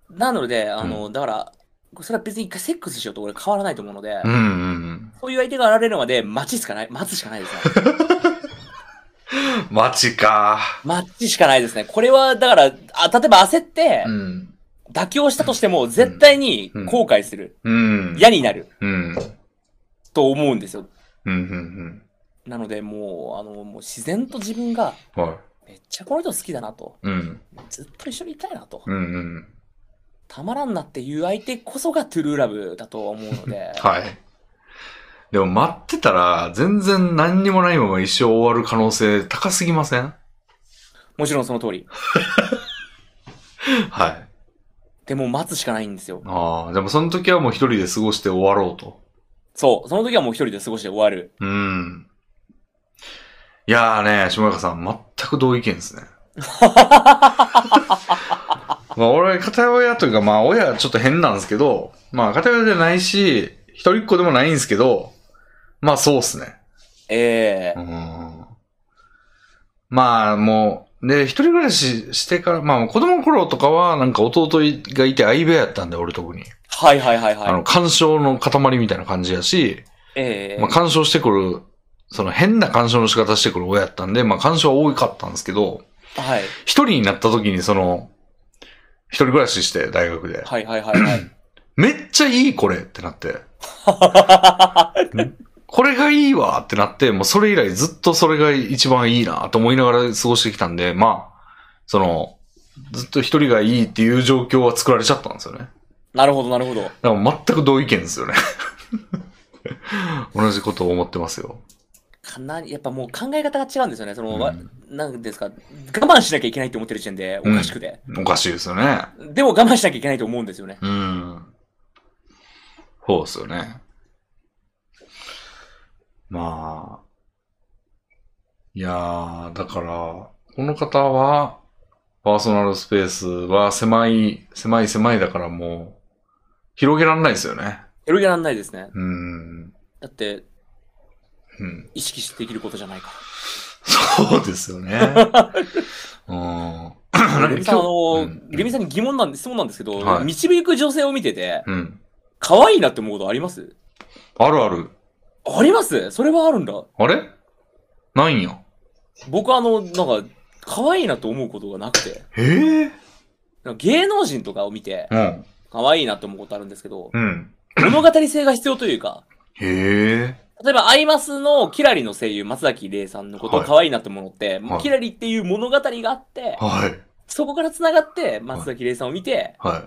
[SPEAKER 2] なので、あの、だから、それは別に一回セックスしようと俺変わらないと思うので、
[SPEAKER 1] うんうん
[SPEAKER 2] そういう相手が現れるまで待ちしかない、待つしかないですね。 *laughs*
[SPEAKER 1] うん。マジか。
[SPEAKER 2] 待ちしかないですね。これは、だから、あ例えば焦って
[SPEAKER 1] う、ん。
[SPEAKER 2] 妥協したとしても、絶対に後悔する。
[SPEAKER 1] うん。
[SPEAKER 2] 嫌になる。
[SPEAKER 1] うん。
[SPEAKER 2] と思うんですよ。
[SPEAKER 1] うんうん
[SPEAKER 2] なので、もう、あの、もう自然と自分が、
[SPEAKER 1] うん。はい。
[SPEAKER 2] めっちゃこの人好きだなと。
[SPEAKER 1] うん。
[SPEAKER 2] ずっと一緒にいたいなと。
[SPEAKER 1] うんうん。。
[SPEAKER 2] たまらんなっていう相手こそがトゥルーラブだと思うので
[SPEAKER 1] *laughs* はい。でも待ってたら、全然何にもないまま一生終わる可能性高すぎません
[SPEAKER 2] もちろんその通り。
[SPEAKER 1] はい。
[SPEAKER 2] でも待つしかないんですよ。
[SPEAKER 1] ああ、でもその時はもう一人で過ごして終わろうと。
[SPEAKER 2] そう。その時はもう一人で過ごして終わる。
[SPEAKER 1] うん。いやーね、下中さん、全く同意見ですね。まあ俺、片親というか、まあ親はちょっと変なんですけど、まあ片親じゃないし、一人っ子でもないんですけど、まあそうっすね。
[SPEAKER 2] ええ
[SPEAKER 1] うんまあもう、で、一人暮らししてから、まあ子供の頃とかはなんか弟がいて相部屋やったんで、俺特に。
[SPEAKER 2] はいはいはい
[SPEAKER 1] あ
[SPEAKER 2] はい。
[SPEAKER 1] の、干渉の塊みたいな感じやし、
[SPEAKER 2] ええ
[SPEAKER 1] まあ干渉してくる、その変な干渉の仕方してくる親やったんで、まあ干渉は多かったんですけど、
[SPEAKER 2] はい。
[SPEAKER 1] 一人になった時にその、一人暮らしして大学で、
[SPEAKER 2] はいはいは
[SPEAKER 1] *laughs*
[SPEAKER 2] いはい。
[SPEAKER 1] めっちゃいいこれってなって、これがいいわってなって、もうそれ以来ずっとそれが一番いいなと思いながら過ごしてきたんで、まあ、その、ずっと一人がいいっていう状況は作られちゃったんですよね。
[SPEAKER 2] なるほどなるほど。
[SPEAKER 1] だから全く同意見ですよね。 *laughs* 同じことを思ってますよ。
[SPEAKER 2] かなり、やっぱもう考え方が違うんですよね。その、
[SPEAKER 1] うん
[SPEAKER 2] わなんですか、我慢しなきゃいけないって思ってる時点でおかしくて。
[SPEAKER 1] おかしいですよね。
[SPEAKER 2] でも我慢しなきゃいけないと思うんですよね。
[SPEAKER 1] うん。そうですよね。まあ。いやー、だから、この方は、パーソナルスペースは狭い、狭い狭いだからもう、広げらんないですよね。
[SPEAKER 2] 広げらんないですね。
[SPEAKER 1] うん。
[SPEAKER 2] だって、
[SPEAKER 1] うん、
[SPEAKER 2] 意識してできることじゃないか
[SPEAKER 1] そうですよ *laughs* ね。うん。
[SPEAKER 2] ら。レミさん、あの
[SPEAKER 1] うん
[SPEAKER 2] レミさんに疑問なんで、質問なんですけど、
[SPEAKER 1] はい
[SPEAKER 2] 導く女性を見てて、
[SPEAKER 1] うん。
[SPEAKER 2] 可愛いなって思うことあります
[SPEAKER 1] あるある。
[SPEAKER 2] ありますそれはあるんだ。
[SPEAKER 1] あれないんや。
[SPEAKER 2] 僕あの、なんか、可愛いなと思うことがなくて、
[SPEAKER 1] ええ
[SPEAKER 2] なんか芸能人とかを見て、
[SPEAKER 1] うん。
[SPEAKER 2] 可愛いなって思うことあるんですけど、
[SPEAKER 1] うん。
[SPEAKER 2] 物語性が必要というか、
[SPEAKER 1] へえ。
[SPEAKER 2] 例えば、アイマスのキラリの声優、松崎玲さんのことを
[SPEAKER 1] はい
[SPEAKER 2] 可愛いなってものって、
[SPEAKER 1] はい
[SPEAKER 2] キラリっていう物語があって、
[SPEAKER 1] はい。
[SPEAKER 2] そこから繋がって、松崎玲さんを見て、
[SPEAKER 1] は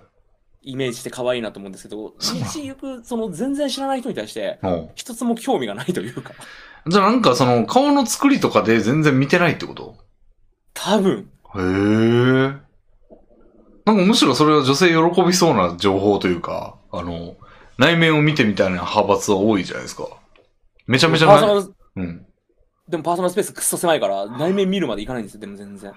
[SPEAKER 2] イメージして可愛いなと思うんですけど、
[SPEAKER 1] そうなの
[SPEAKER 2] 道行く、その全然知らない人に対して、
[SPEAKER 1] い。うん。
[SPEAKER 2] 一つも興味がないというか、 *laughs*
[SPEAKER 1] じゃあなんかその顔の作りとかで全然見てないってこと
[SPEAKER 2] 多分、
[SPEAKER 1] へえ。なんかむしろそれは女性喜びそうな情報というか、あの、内面を見てみたいな派閥は多いじゃないですか。めちゃめちゃ
[SPEAKER 2] パーソナ
[SPEAKER 1] な、
[SPEAKER 2] ル、
[SPEAKER 1] うん。
[SPEAKER 2] でもパーソナルスペースくっそ狭いから、内面見るまでいかないんですよ、でも全然。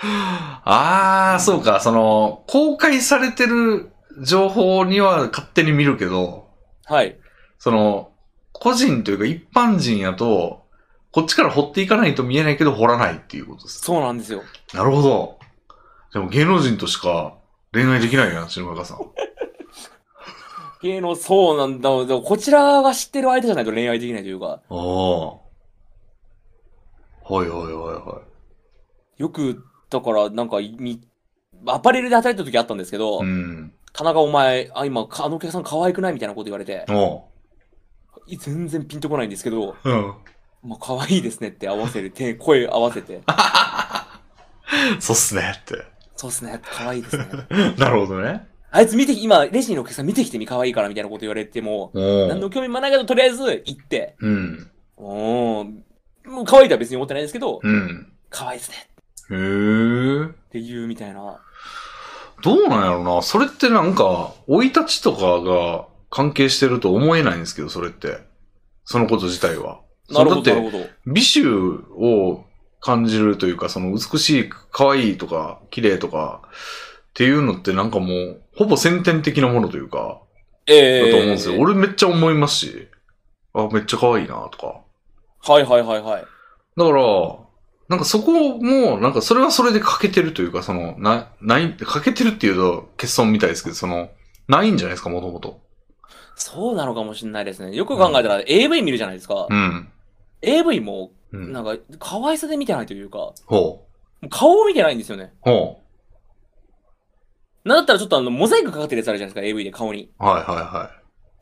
[SPEAKER 1] あー、そうか、その、公開されてる情報には勝手に見るけど、
[SPEAKER 2] はい。
[SPEAKER 1] その、個人というか一般人やと、こっちから掘っていかないと見えないけど掘らないっていうことです。
[SPEAKER 2] そうなんですよ。
[SPEAKER 1] なるほど。でも芸能人としか恋愛できないやん、篠川さん。
[SPEAKER 2] 芸能、そうなんだ。でもこちらが知ってる相手じゃないと恋愛できないというか、
[SPEAKER 1] ああ。はいはいは
[SPEAKER 2] よく、だから、なんか、みアパレルで働いた時あったんですけ
[SPEAKER 1] い
[SPEAKER 2] ど、
[SPEAKER 1] はい。うん。
[SPEAKER 2] 田中お前、あ、今、かあのお客さん可愛くないみたいなこと言われて、
[SPEAKER 1] お
[SPEAKER 2] い全然ピンとこないんですけど、
[SPEAKER 1] う。うん。
[SPEAKER 2] まあ、可愛いですねって合わ
[SPEAKER 1] *laughs*
[SPEAKER 2] せる、手、声合わせて、
[SPEAKER 1] そうっすねっ
[SPEAKER 2] そうっすね、可愛いですね。
[SPEAKER 1] て。なるほどね。
[SPEAKER 2] あいつ見て、今、レジのお客さん見てきてみ、可愛いからみたいなこと言われても、
[SPEAKER 1] お
[SPEAKER 2] 何の興味もないけど、とりあえず行って、
[SPEAKER 1] うん。
[SPEAKER 2] おーもう可愛いとは別に思ってないですけど、
[SPEAKER 1] うん。
[SPEAKER 2] 可愛いですね
[SPEAKER 1] へえ。
[SPEAKER 2] っていうみたいな。
[SPEAKER 1] どうなんやろな。それってなんか、生い立ちとかが関係してると思えないんですけど、それって。そのこと自体は。
[SPEAKER 2] なるほ
[SPEAKER 1] そうだ
[SPEAKER 2] ど、
[SPEAKER 1] っ
[SPEAKER 2] な
[SPEAKER 1] て
[SPEAKER 2] るほど。
[SPEAKER 1] 美醜を感じるというか、その美しい、可愛いとか、綺麗とか、っていうのってなんかもう、ほぼ先天的なものというか、だ
[SPEAKER 2] え
[SPEAKER 1] と
[SPEAKER 2] え
[SPEAKER 1] 思うんですよ。俺めっちゃ思いますし、あ、めっちゃ可愛いな、とか。
[SPEAKER 2] はいはいはいはい。
[SPEAKER 1] だから、なんかそこも、なんかそれはそれで欠けてるというか、その、な、ない、欠けてるっていうと欠損みたいですけど、その、ないんじゃないですか、もともと。
[SPEAKER 2] そうなのかもしれないですね。よく考えたら AV 見るじゃないですか。
[SPEAKER 1] うん。
[SPEAKER 2] AV も、
[SPEAKER 1] うん。
[SPEAKER 2] なんか、可愛さで見てないというか、も
[SPEAKER 1] ほう。
[SPEAKER 2] う顔を見てないんですよね。
[SPEAKER 1] ほ
[SPEAKER 2] なんだったらちょっとあの、モザイクかかってるやつあるじゃないですか、AV で顔に。
[SPEAKER 1] う。はいはいは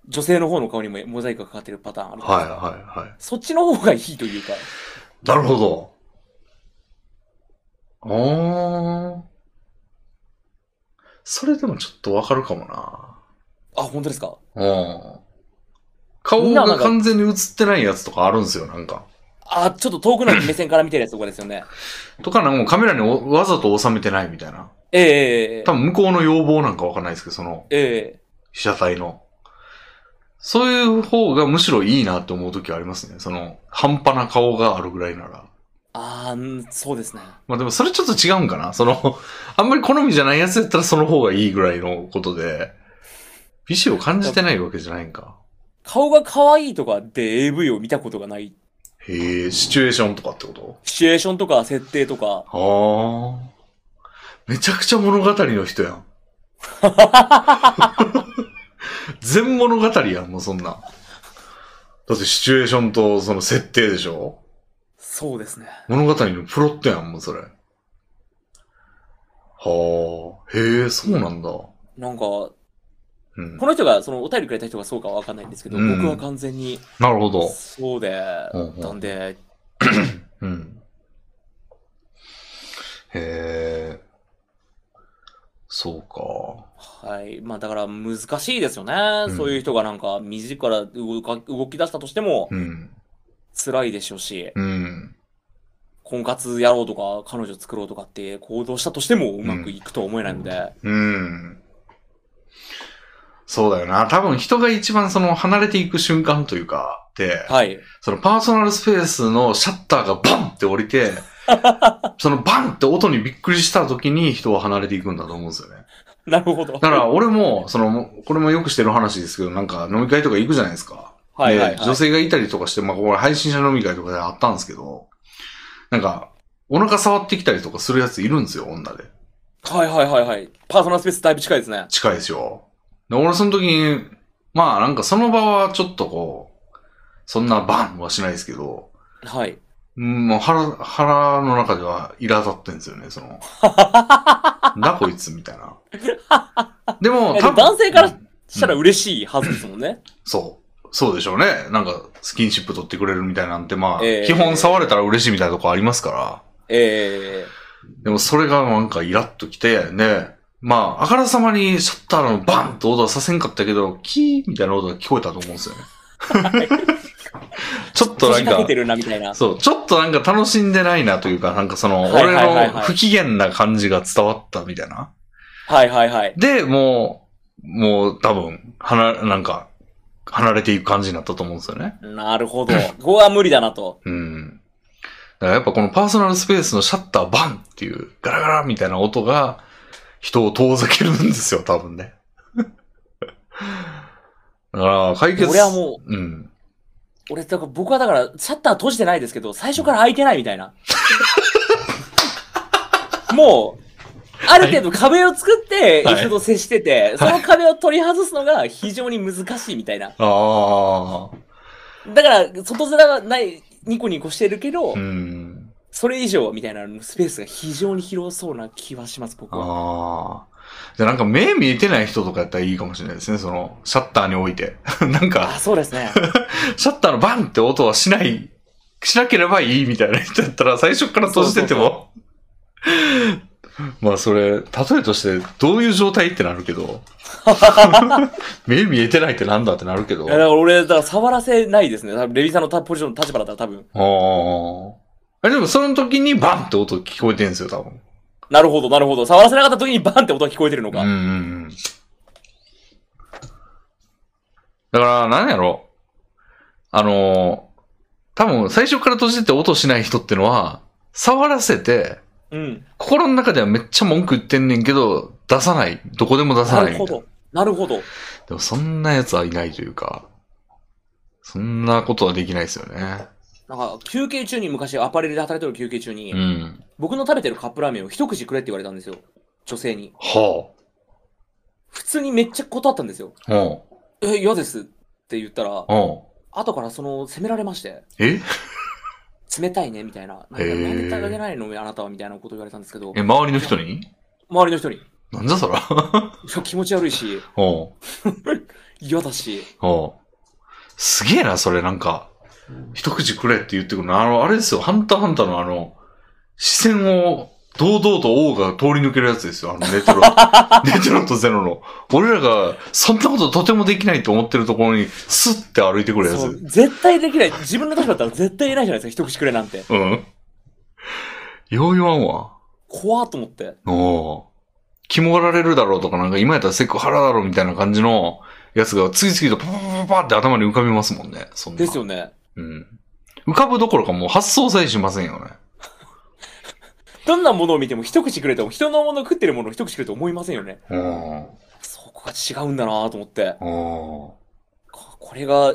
[SPEAKER 2] 女性の方の顔にもモザイクがかかってるパターンある
[SPEAKER 1] い。
[SPEAKER 2] じゃな
[SPEAKER 1] はいい
[SPEAKER 2] ですか
[SPEAKER 1] はいはい。
[SPEAKER 2] そっちの方がいいというか。
[SPEAKER 1] なるほど。あー。それでもちょっとわかるかもな。
[SPEAKER 2] あ、本当ですか
[SPEAKER 1] うん。顔が完全に映ってないやつとかあるんですよ、なんか。
[SPEAKER 2] あ、ちょっと遠くの目線から見てるやつとかですよね。
[SPEAKER 1] とか、なんかもうカメラにおわざと収めてないみたいな。
[SPEAKER 2] ええええ
[SPEAKER 1] 多分向こうの要望なんかわかんないですけど、その、
[SPEAKER 2] ええ
[SPEAKER 1] 被写体の。そういう方がむしろいいなって思う時はありますね。その、半端な顔があるぐらいなら。
[SPEAKER 2] あー、んそうですね。
[SPEAKER 1] まあでもそれちょっと違うんかな。その、あんまり好みじゃないやつやったらその方がいいぐらいのことで、美子を感じてないわけじゃないんか。
[SPEAKER 2] 顔が可愛いとかで AV を見たことがない。
[SPEAKER 1] へえ、シチュエーションとかってこと
[SPEAKER 2] シチュエーションとか設定とか。
[SPEAKER 1] ああ。めちゃくちゃ物語の人やん。全物語やん、もうそんな。だってシチュエーションとその設定でしょ
[SPEAKER 2] そうですね。
[SPEAKER 1] 物語のプロットやん、もうそれ。はあ。へえ、そうなんだ。
[SPEAKER 2] なんか、こ
[SPEAKER 1] うん。
[SPEAKER 2] の人が、そのお便りくれた人がそうかはわかんないんですけど、
[SPEAKER 1] うん
[SPEAKER 2] 僕は完全に
[SPEAKER 1] なるほど。
[SPEAKER 2] そうで、
[SPEAKER 1] うんうん
[SPEAKER 2] なんで、
[SPEAKER 1] うん。へえ。そうか。
[SPEAKER 2] はい。まあだから難しいですよね。
[SPEAKER 1] うん
[SPEAKER 2] そういう人がなんか、自ら動か動き出したとしても
[SPEAKER 1] うん。
[SPEAKER 2] 辛いでしょうし、
[SPEAKER 1] うん。
[SPEAKER 2] 婚活やろうとか、彼女作ろうとかって行動したとしてもうまくいくとは思えないので、
[SPEAKER 1] うん。そうだよな。多分人が一番その離れていく瞬間というか、で、
[SPEAKER 2] はい。
[SPEAKER 1] そのパーソナルスペースのシャッターがバンって降りて、そのバンって音にびっくりした時に人は離れていくんだと思うんですよね。
[SPEAKER 2] なるほど。
[SPEAKER 1] だから俺も、その、これもよくしてる話ですけど、なんか飲み会とか行くじゃないですか。
[SPEAKER 2] はいはい、はい。
[SPEAKER 1] で女性がいたりとかして、まあ、これ配信者飲み会とかであったんですけど、なんか、お腹触ってきたりとかするやついるんですよ、女で。
[SPEAKER 2] はいはいはいはい。パーソナルスペースだいぶ近いですね。
[SPEAKER 1] 近いですよ。で、俺その時に、まあなんかその場はちょっとこう、そんなバンはしないですけど、
[SPEAKER 2] はい。
[SPEAKER 1] うんもう腹、腹の中では苛立ってんですよね、
[SPEAKER 2] *laughs*
[SPEAKER 1] その。なんだこいつみたいな。でも、
[SPEAKER 2] え
[SPEAKER 1] 多分
[SPEAKER 2] 男性から
[SPEAKER 1] うん
[SPEAKER 2] したら嬉しいはずですもんね。
[SPEAKER 1] そう。そうでしょうね。なんか、スキンシップ取ってくれるみたいなんて、まあ、
[SPEAKER 2] ええ
[SPEAKER 1] 基本触れたら嬉しいみたいなとこありますから。
[SPEAKER 2] ええ
[SPEAKER 1] でもそれがなんかイラッときて、ね、まあ、あからさまにシャッターのバンと音はさせんかったけど、キーみたいな音が聞こえたと思うんですよね。ちょっとな
[SPEAKER 2] 年
[SPEAKER 1] ん
[SPEAKER 2] かけ
[SPEAKER 1] か
[SPEAKER 2] て、るなみたいな。
[SPEAKER 1] そう、ちょっとなんか楽しんでないなというか、なんかその、
[SPEAKER 2] はいはい
[SPEAKER 1] 俺
[SPEAKER 2] はいはい
[SPEAKER 1] の不機嫌な感じが伝わったみたいな。
[SPEAKER 2] はいはいはい。
[SPEAKER 1] で、もう、もう多分、離、なんか、離れていく感じになったと思うんですよね。
[SPEAKER 2] な
[SPEAKER 1] *laughs*
[SPEAKER 2] るほど。ここは無理だなと。
[SPEAKER 1] うん。だからやっぱこのパーソナルスペースのシャッターバンっていうガラガラみたいな音が人を遠ざけるんですよ、多分ね。 *laughs* だから解決。
[SPEAKER 2] 俺はも
[SPEAKER 1] う。うん。
[SPEAKER 2] 俺、だから僕はだから、シャッター閉じてないですけど、最初から開いてないみた
[SPEAKER 1] *laughs*
[SPEAKER 2] いな。もう、ある程度壁を作って、
[SPEAKER 1] はい
[SPEAKER 2] 人と接してて、その壁を取り外すのが非常に難しいみたいな。
[SPEAKER 1] ああ。
[SPEAKER 2] だから、外面がない、ニコニコしてるけど、
[SPEAKER 1] うん。
[SPEAKER 2] それ以上みたいなスペースが非常に広そうな気はします、僕は。
[SPEAKER 1] ああ。じゃあなんか目見えてない人とかやったらいいかもしれないですね、その、シャッターに置いて。 *laughs* なん
[SPEAKER 2] あ、
[SPEAKER 1] か、
[SPEAKER 2] そうで
[SPEAKER 1] *laughs*
[SPEAKER 2] すね。
[SPEAKER 1] シャッターのバンって音はしない、しなければいいみたいな人だったら最初から閉じてても。まあそれ、例えとしてどういう状態ってなるけど。目見えてないってなんだってなるけど。
[SPEAKER 2] い
[SPEAKER 1] あ
[SPEAKER 2] や、だから俺、だから触らせないですね。多分レビさんのたポジション、立場だったら多分。
[SPEAKER 1] ーあれでもその時にバンって音聞こえてるんですよ、多分。
[SPEAKER 2] なるほど、なるほど。触らせなかった時にバンって音が聞こえてるの
[SPEAKER 1] うん
[SPEAKER 2] か。
[SPEAKER 1] うんうん。だから、なんやろ。あのー、多分最初から閉じてて音しない人ってのは、触らせて、
[SPEAKER 2] うん。
[SPEAKER 1] 心の中ではめっちゃ文句言ってんねんけど、出さない。どこでも出さ
[SPEAKER 2] な
[SPEAKER 1] ない
[SPEAKER 2] る
[SPEAKER 1] み
[SPEAKER 2] ほ
[SPEAKER 1] たいな。
[SPEAKER 2] ど。なるほど。
[SPEAKER 1] でもそんな奴はいないというか、そんなことはできないですよね。
[SPEAKER 2] なんか、休憩中に、昔アパレルで働いてる休憩中に、
[SPEAKER 1] うん。
[SPEAKER 2] 僕の食べてるカップラーメンを一口くれって言われたんですよ。女性に。
[SPEAKER 1] は
[SPEAKER 2] 普通にめっちゃ断ったんですよ。
[SPEAKER 1] あ。うん。
[SPEAKER 2] え、嫌ですって言ったら、
[SPEAKER 1] うん。
[SPEAKER 2] 後からその、責められまして、
[SPEAKER 1] え
[SPEAKER 2] 冷たいね、みたいな。なんか、
[SPEAKER 1] へー
[SPEAKER 2] なんで食べないのあなたは、みたいなこと言われたんですけど、
[SPEAKER 1] え、周りの人に
[SPEAKER 2] 周りの人に、い
[SPEAKER 1] なんじゃそら。
[SPEAKER 2] や気持ち悪いし、
[SPEAKER 1] うん。
[SPEAKER 2] 嫌だし、
[SPEAKER 1] うん。すげえな、それなんか。一口くれって言ってくるの。あの、あれですよ、ハンターハンターのあの、視線を堂々と王が通り抜けるやつですよ、あの、レ
[SPEAKER 2] *laughs*
[SPEAKER 1] トロ。レトロとゼロの。俺らが、そんなこととてもできないと思ってるところに、スッて歩いてくるや
[SPEAKER 2] そう
[SPEAKER 1] つ。
[SPEAKER 2] 絶対できない。自分の立場だったら絶対言えないじゃないですか、一口くれなんて。
[SPEAKER 1] うん。よう言わんわ。
[SPEAKER 2] 怖っと思って。
[SPEAKER 1] お肝がられるだろうとか、なんか今やったらセクハラだろうみたいな感じのやつが、次々とパパパパパって頭に浮かびますもんね。そんな
[SPEAKER 2] ですよね。
[SPEAKER 1] うん。浮かぶどころかもう発想さえしませんよね。
[SPEAKER 2] どんなものを見ても一口くれても、人のもの食ってるものを一口くれと思いませんよね。
[SPEAKER 1] うん。
[SPEAKER 2] そこが違うんだなと思って。
[SPEAKER 1] うん。
[SPEAKER 2] ここれが、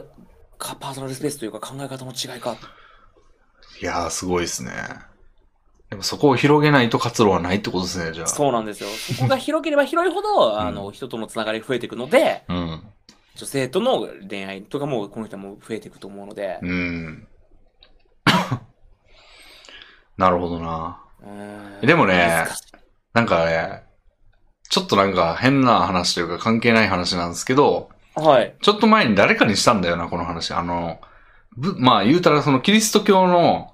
[SPEAKER 2] かパーソナルスペースというか考え方の違いか。
[SPEAKER 1] いやー、すごいですね。でもそこを広げないと活路はないってことですね、じゃあ。
[SPEAKER 2] そうなんですよ。そこが広ければ広いほど、あの、人とのつながりが増えていくので、
[SPEAKER 1] う。うん。
[SPEAKER 2] 女性との恋愛とかも、この人はもう増えていくと思うので、
[SPEAKER 1] うん。なるほどな。
[SPEAKER 2] うーん
[SPEAKER 1] でもね
[SPEAKER 2] 難しい
[SPEAKER 1] なんかね、ちょっとなんか変な話というか関係ない話なんですけど、
[SPEAKER 2] はい。
[SPEAKER 1] ちょっと前に誰かにしたんだよな、この話。あの、ぶまあ言うたらそのキリスト教の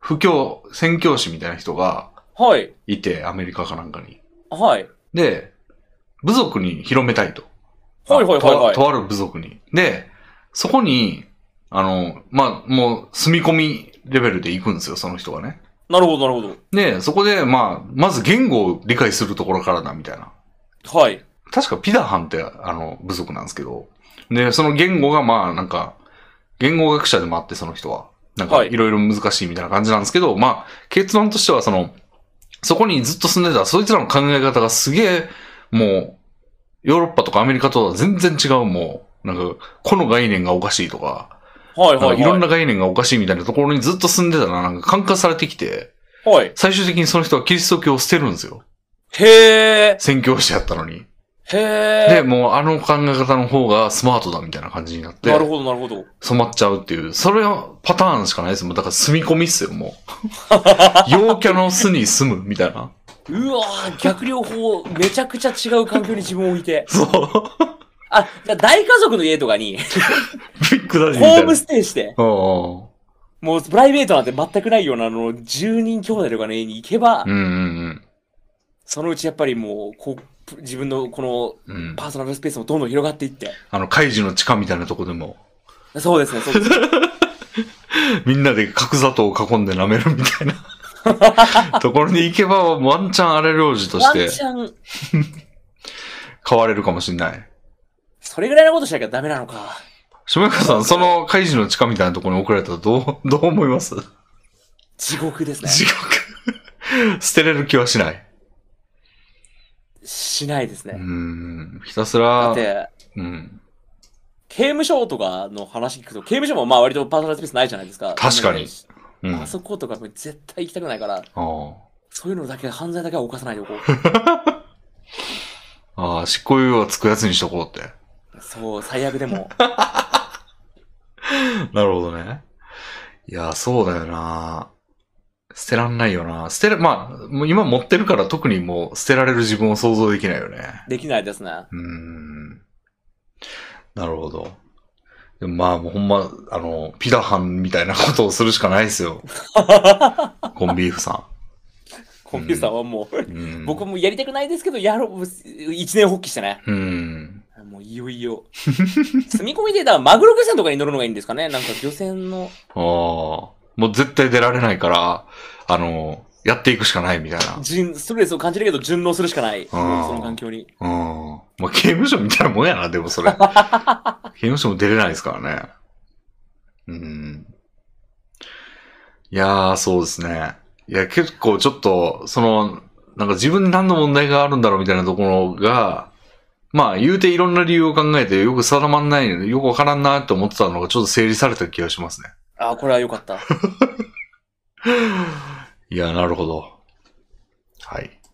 [SPEAKER 1] 布教、宣教師みたいな人が
[SPEAKER 2] はい。
[SPEAKER 1] いて、アメリカかなんかに。
[SPEAKER 2] はい。
[SPEAKER 1] で、部族に広めたいと。
[SPEAKER 2] はいはいはいはい
[SPEAKER 1] とあとある部族に。で、そこに、あの、まあ、もう住み込みレベルで行くんですよ、その人がね。
[SPEAKER 2] なるほど、なるほ
[SPEAKER 1] で、そこで、まあ、まず言語を理解するところからだ、みたいな。
[SPEAKER 2] ど。はい。
[SPEAKER 1] 確かピダハンって、あの、部族なんですけど。で、その言語が、まあ、なんか、言語学者でもあって、その人は。なんか、
[SPEAKER 2] はい
[SPEAKER 1] いろいろ難しいみたいな感じなんですけど、まあ、結論としては、その、そこにずっと住んでた、そいつらの考え方がすげえ、もう、ヨーロッパとかアメリカとは全然違う、もう、なんか、この概念がおかしいとか、
[SPEAKER 2] はい
[SPEAKER 1] なん
[SPEAKER 2] は
[SPEAKER 1] か
[SPEAKER 2] い、はい。
[SPEAKER 1] いろんな概念がおかしいみたいなところにずっと住んでたら、なんか感化されてきて、
[SPEAKER 2] はい。
[SPEAKER 1] 最終的にその人はキリスト教を捨てるんですよ。
[SPEAKER 2] へえ。
[SPEAKER 1] 宣教師やったのに。
[SPEAKER 2] へ
[SPEAKER 1] で、
[SPEAKER 2] え。
[SPEAKER 1] もうあの考え方の方がスマートだみたいな感じになって
[SPEAKER 2] な、るほど、なるほど。
[SPEAKER 1] 染まっちゃうっていう、それはパターンしかないですもん。だから住み込みっすよ、も
[SPEAKER 2] *laughs*
[SPEAKER 1] う。陽キャの巣に住むみたいな。
[SPEAKER 2] うわー逆両方、めちゃくちゃ違う環境に自分を置いて。
[SPEAKER 1] そう。
[SPEAKER 2] あ、じゃあ大家族の家とか
[SPEAKER 1] *laughs*
[SPEAKER 2] に、
[SPEAKER 1] ビッグダディみ
[SPEAKER 2] ホ
[SPEAKER 1] た
[SPEAKER 2] ー
[SPEAKER 1] いな
[SPEAKER 2] ム。ステイして、
[SPEAKER 1] うんうん
[SPEAKER 2] もうプライベートなんて全くないような、あの、10人兄弟とかの家に行けば、
[SPEAKER 1] うんうん
[SPEAKER 2] そのうちやっぱりもう、こう、自分のこ
[SPEAKER 1] うん。うん
[SPEAKER 2] の、パーソナルスペースもどんどん広がっていって。
[SPEAKER 1] あの、怪獣の地下みたいなとこでも、
[SPEAKER 2] そうですね、そうですね。
[SPEAKER 1] みんなで角砂糖を囲んで舐めるみたい
[SPEAKER 2] *laughs*
[SPEAKER 1] なところに行けば、ワンチャン荒療治と
[SPEAKER 2] ワ
[SPEAKER 1] し
[SPEAKER 2] ン
[SPEAKER 1] て
[SPEAKER 2] チャン、
[SPEAKER 1] 買われるかもしんない。
[SPEAKER 2] それぐらいのことしなきゃダメなのか。
[SPEAKER 1] しもやかさん、その怪獣の地下みたいなところに送られたらどう、どう思います
[SPEAKER 2] 地獄ですね。
[SPEAKER 1] 地獄。捨てれる気はしない。
[SPEAKER 2] しないです
[SPEAKER 1] うー
[SPEAKER 2] ね。
[SPEAKER 1] ん。ひたす
[SPEAKER 2] だ
[SPEAKER 1] ら
[SPEAKER 2] っ、て、
[SPEAKER 1] うん。
[SPEAKER 2] 刑務所とかの話聞くと、刑務所もまあ割とパーソナルスペースないじゃないですか。
[SPEAKER 1] 確かにうん。
[SPEAKER 2] あ
[SPEAKER 1] あ
[SPEAKER 2] そことか絶対行きたくないから、
[SPEAKER 1] あ
[SPEAKER 2] そういうのだけ、犯罪だけは犯さないでおこう。
[SPEAKER 1] *laughs* ああ、執行猶予はつくやつにしとこうって。
[SPEAKER 2] そう、最悪でも。
[SPEAKER 1] なるほどね。いや、そうだよな。捨てらんないよな。捨てら、まあ、もう今持ってるから特にもう捨てられる自分を想像できないよね。
[SPEAKER 2] できないですね。
[SPEAKER 1] うーん。なるほど。でもまあ、もうほんま、あの、ピダハンみたいなことをするしかないです
[SPEAKER 2] *laughs*
[SPEAKER 1] よ。コンビーフさ
[SPEAKER 2] コンピューターはもう、
[SPEAKER 1] ん。うん、
[SPEAKER 2] 僕もやりたくないですけど、やろう、一年発起してね。
[SPEAKER 1] うん。
[SPEAKER 2] もういよいよ。住み込みで、だからマグロ漁船とかに乗るのがいいんですかねなんか漁船の。
[SPEAKER 1] ああ。もう絶対出られないから、あの、やっていくしかないみたいな。
[SPEAKER 2] 順ストレスを感じるけど順応するしかない。その環境に。
[SPEAKER 1] うん。まあ、刑務所みたいなもんやな、でもそ *laughs* れ。刑務所も出れないですからね。うん。いやー、そうですね。いや、結構ちょっと、その、なんか自分に何の問題があるんだろうみたいなところが、まあ言うていろんな理由を考えてよく定まんない、よくわからんなって思ってたのがちょっと整理された気がしますね。
[SPEAKER 2] ああ、これは良かった。
[SPEAKER 1] いや、なるほど。はい。じ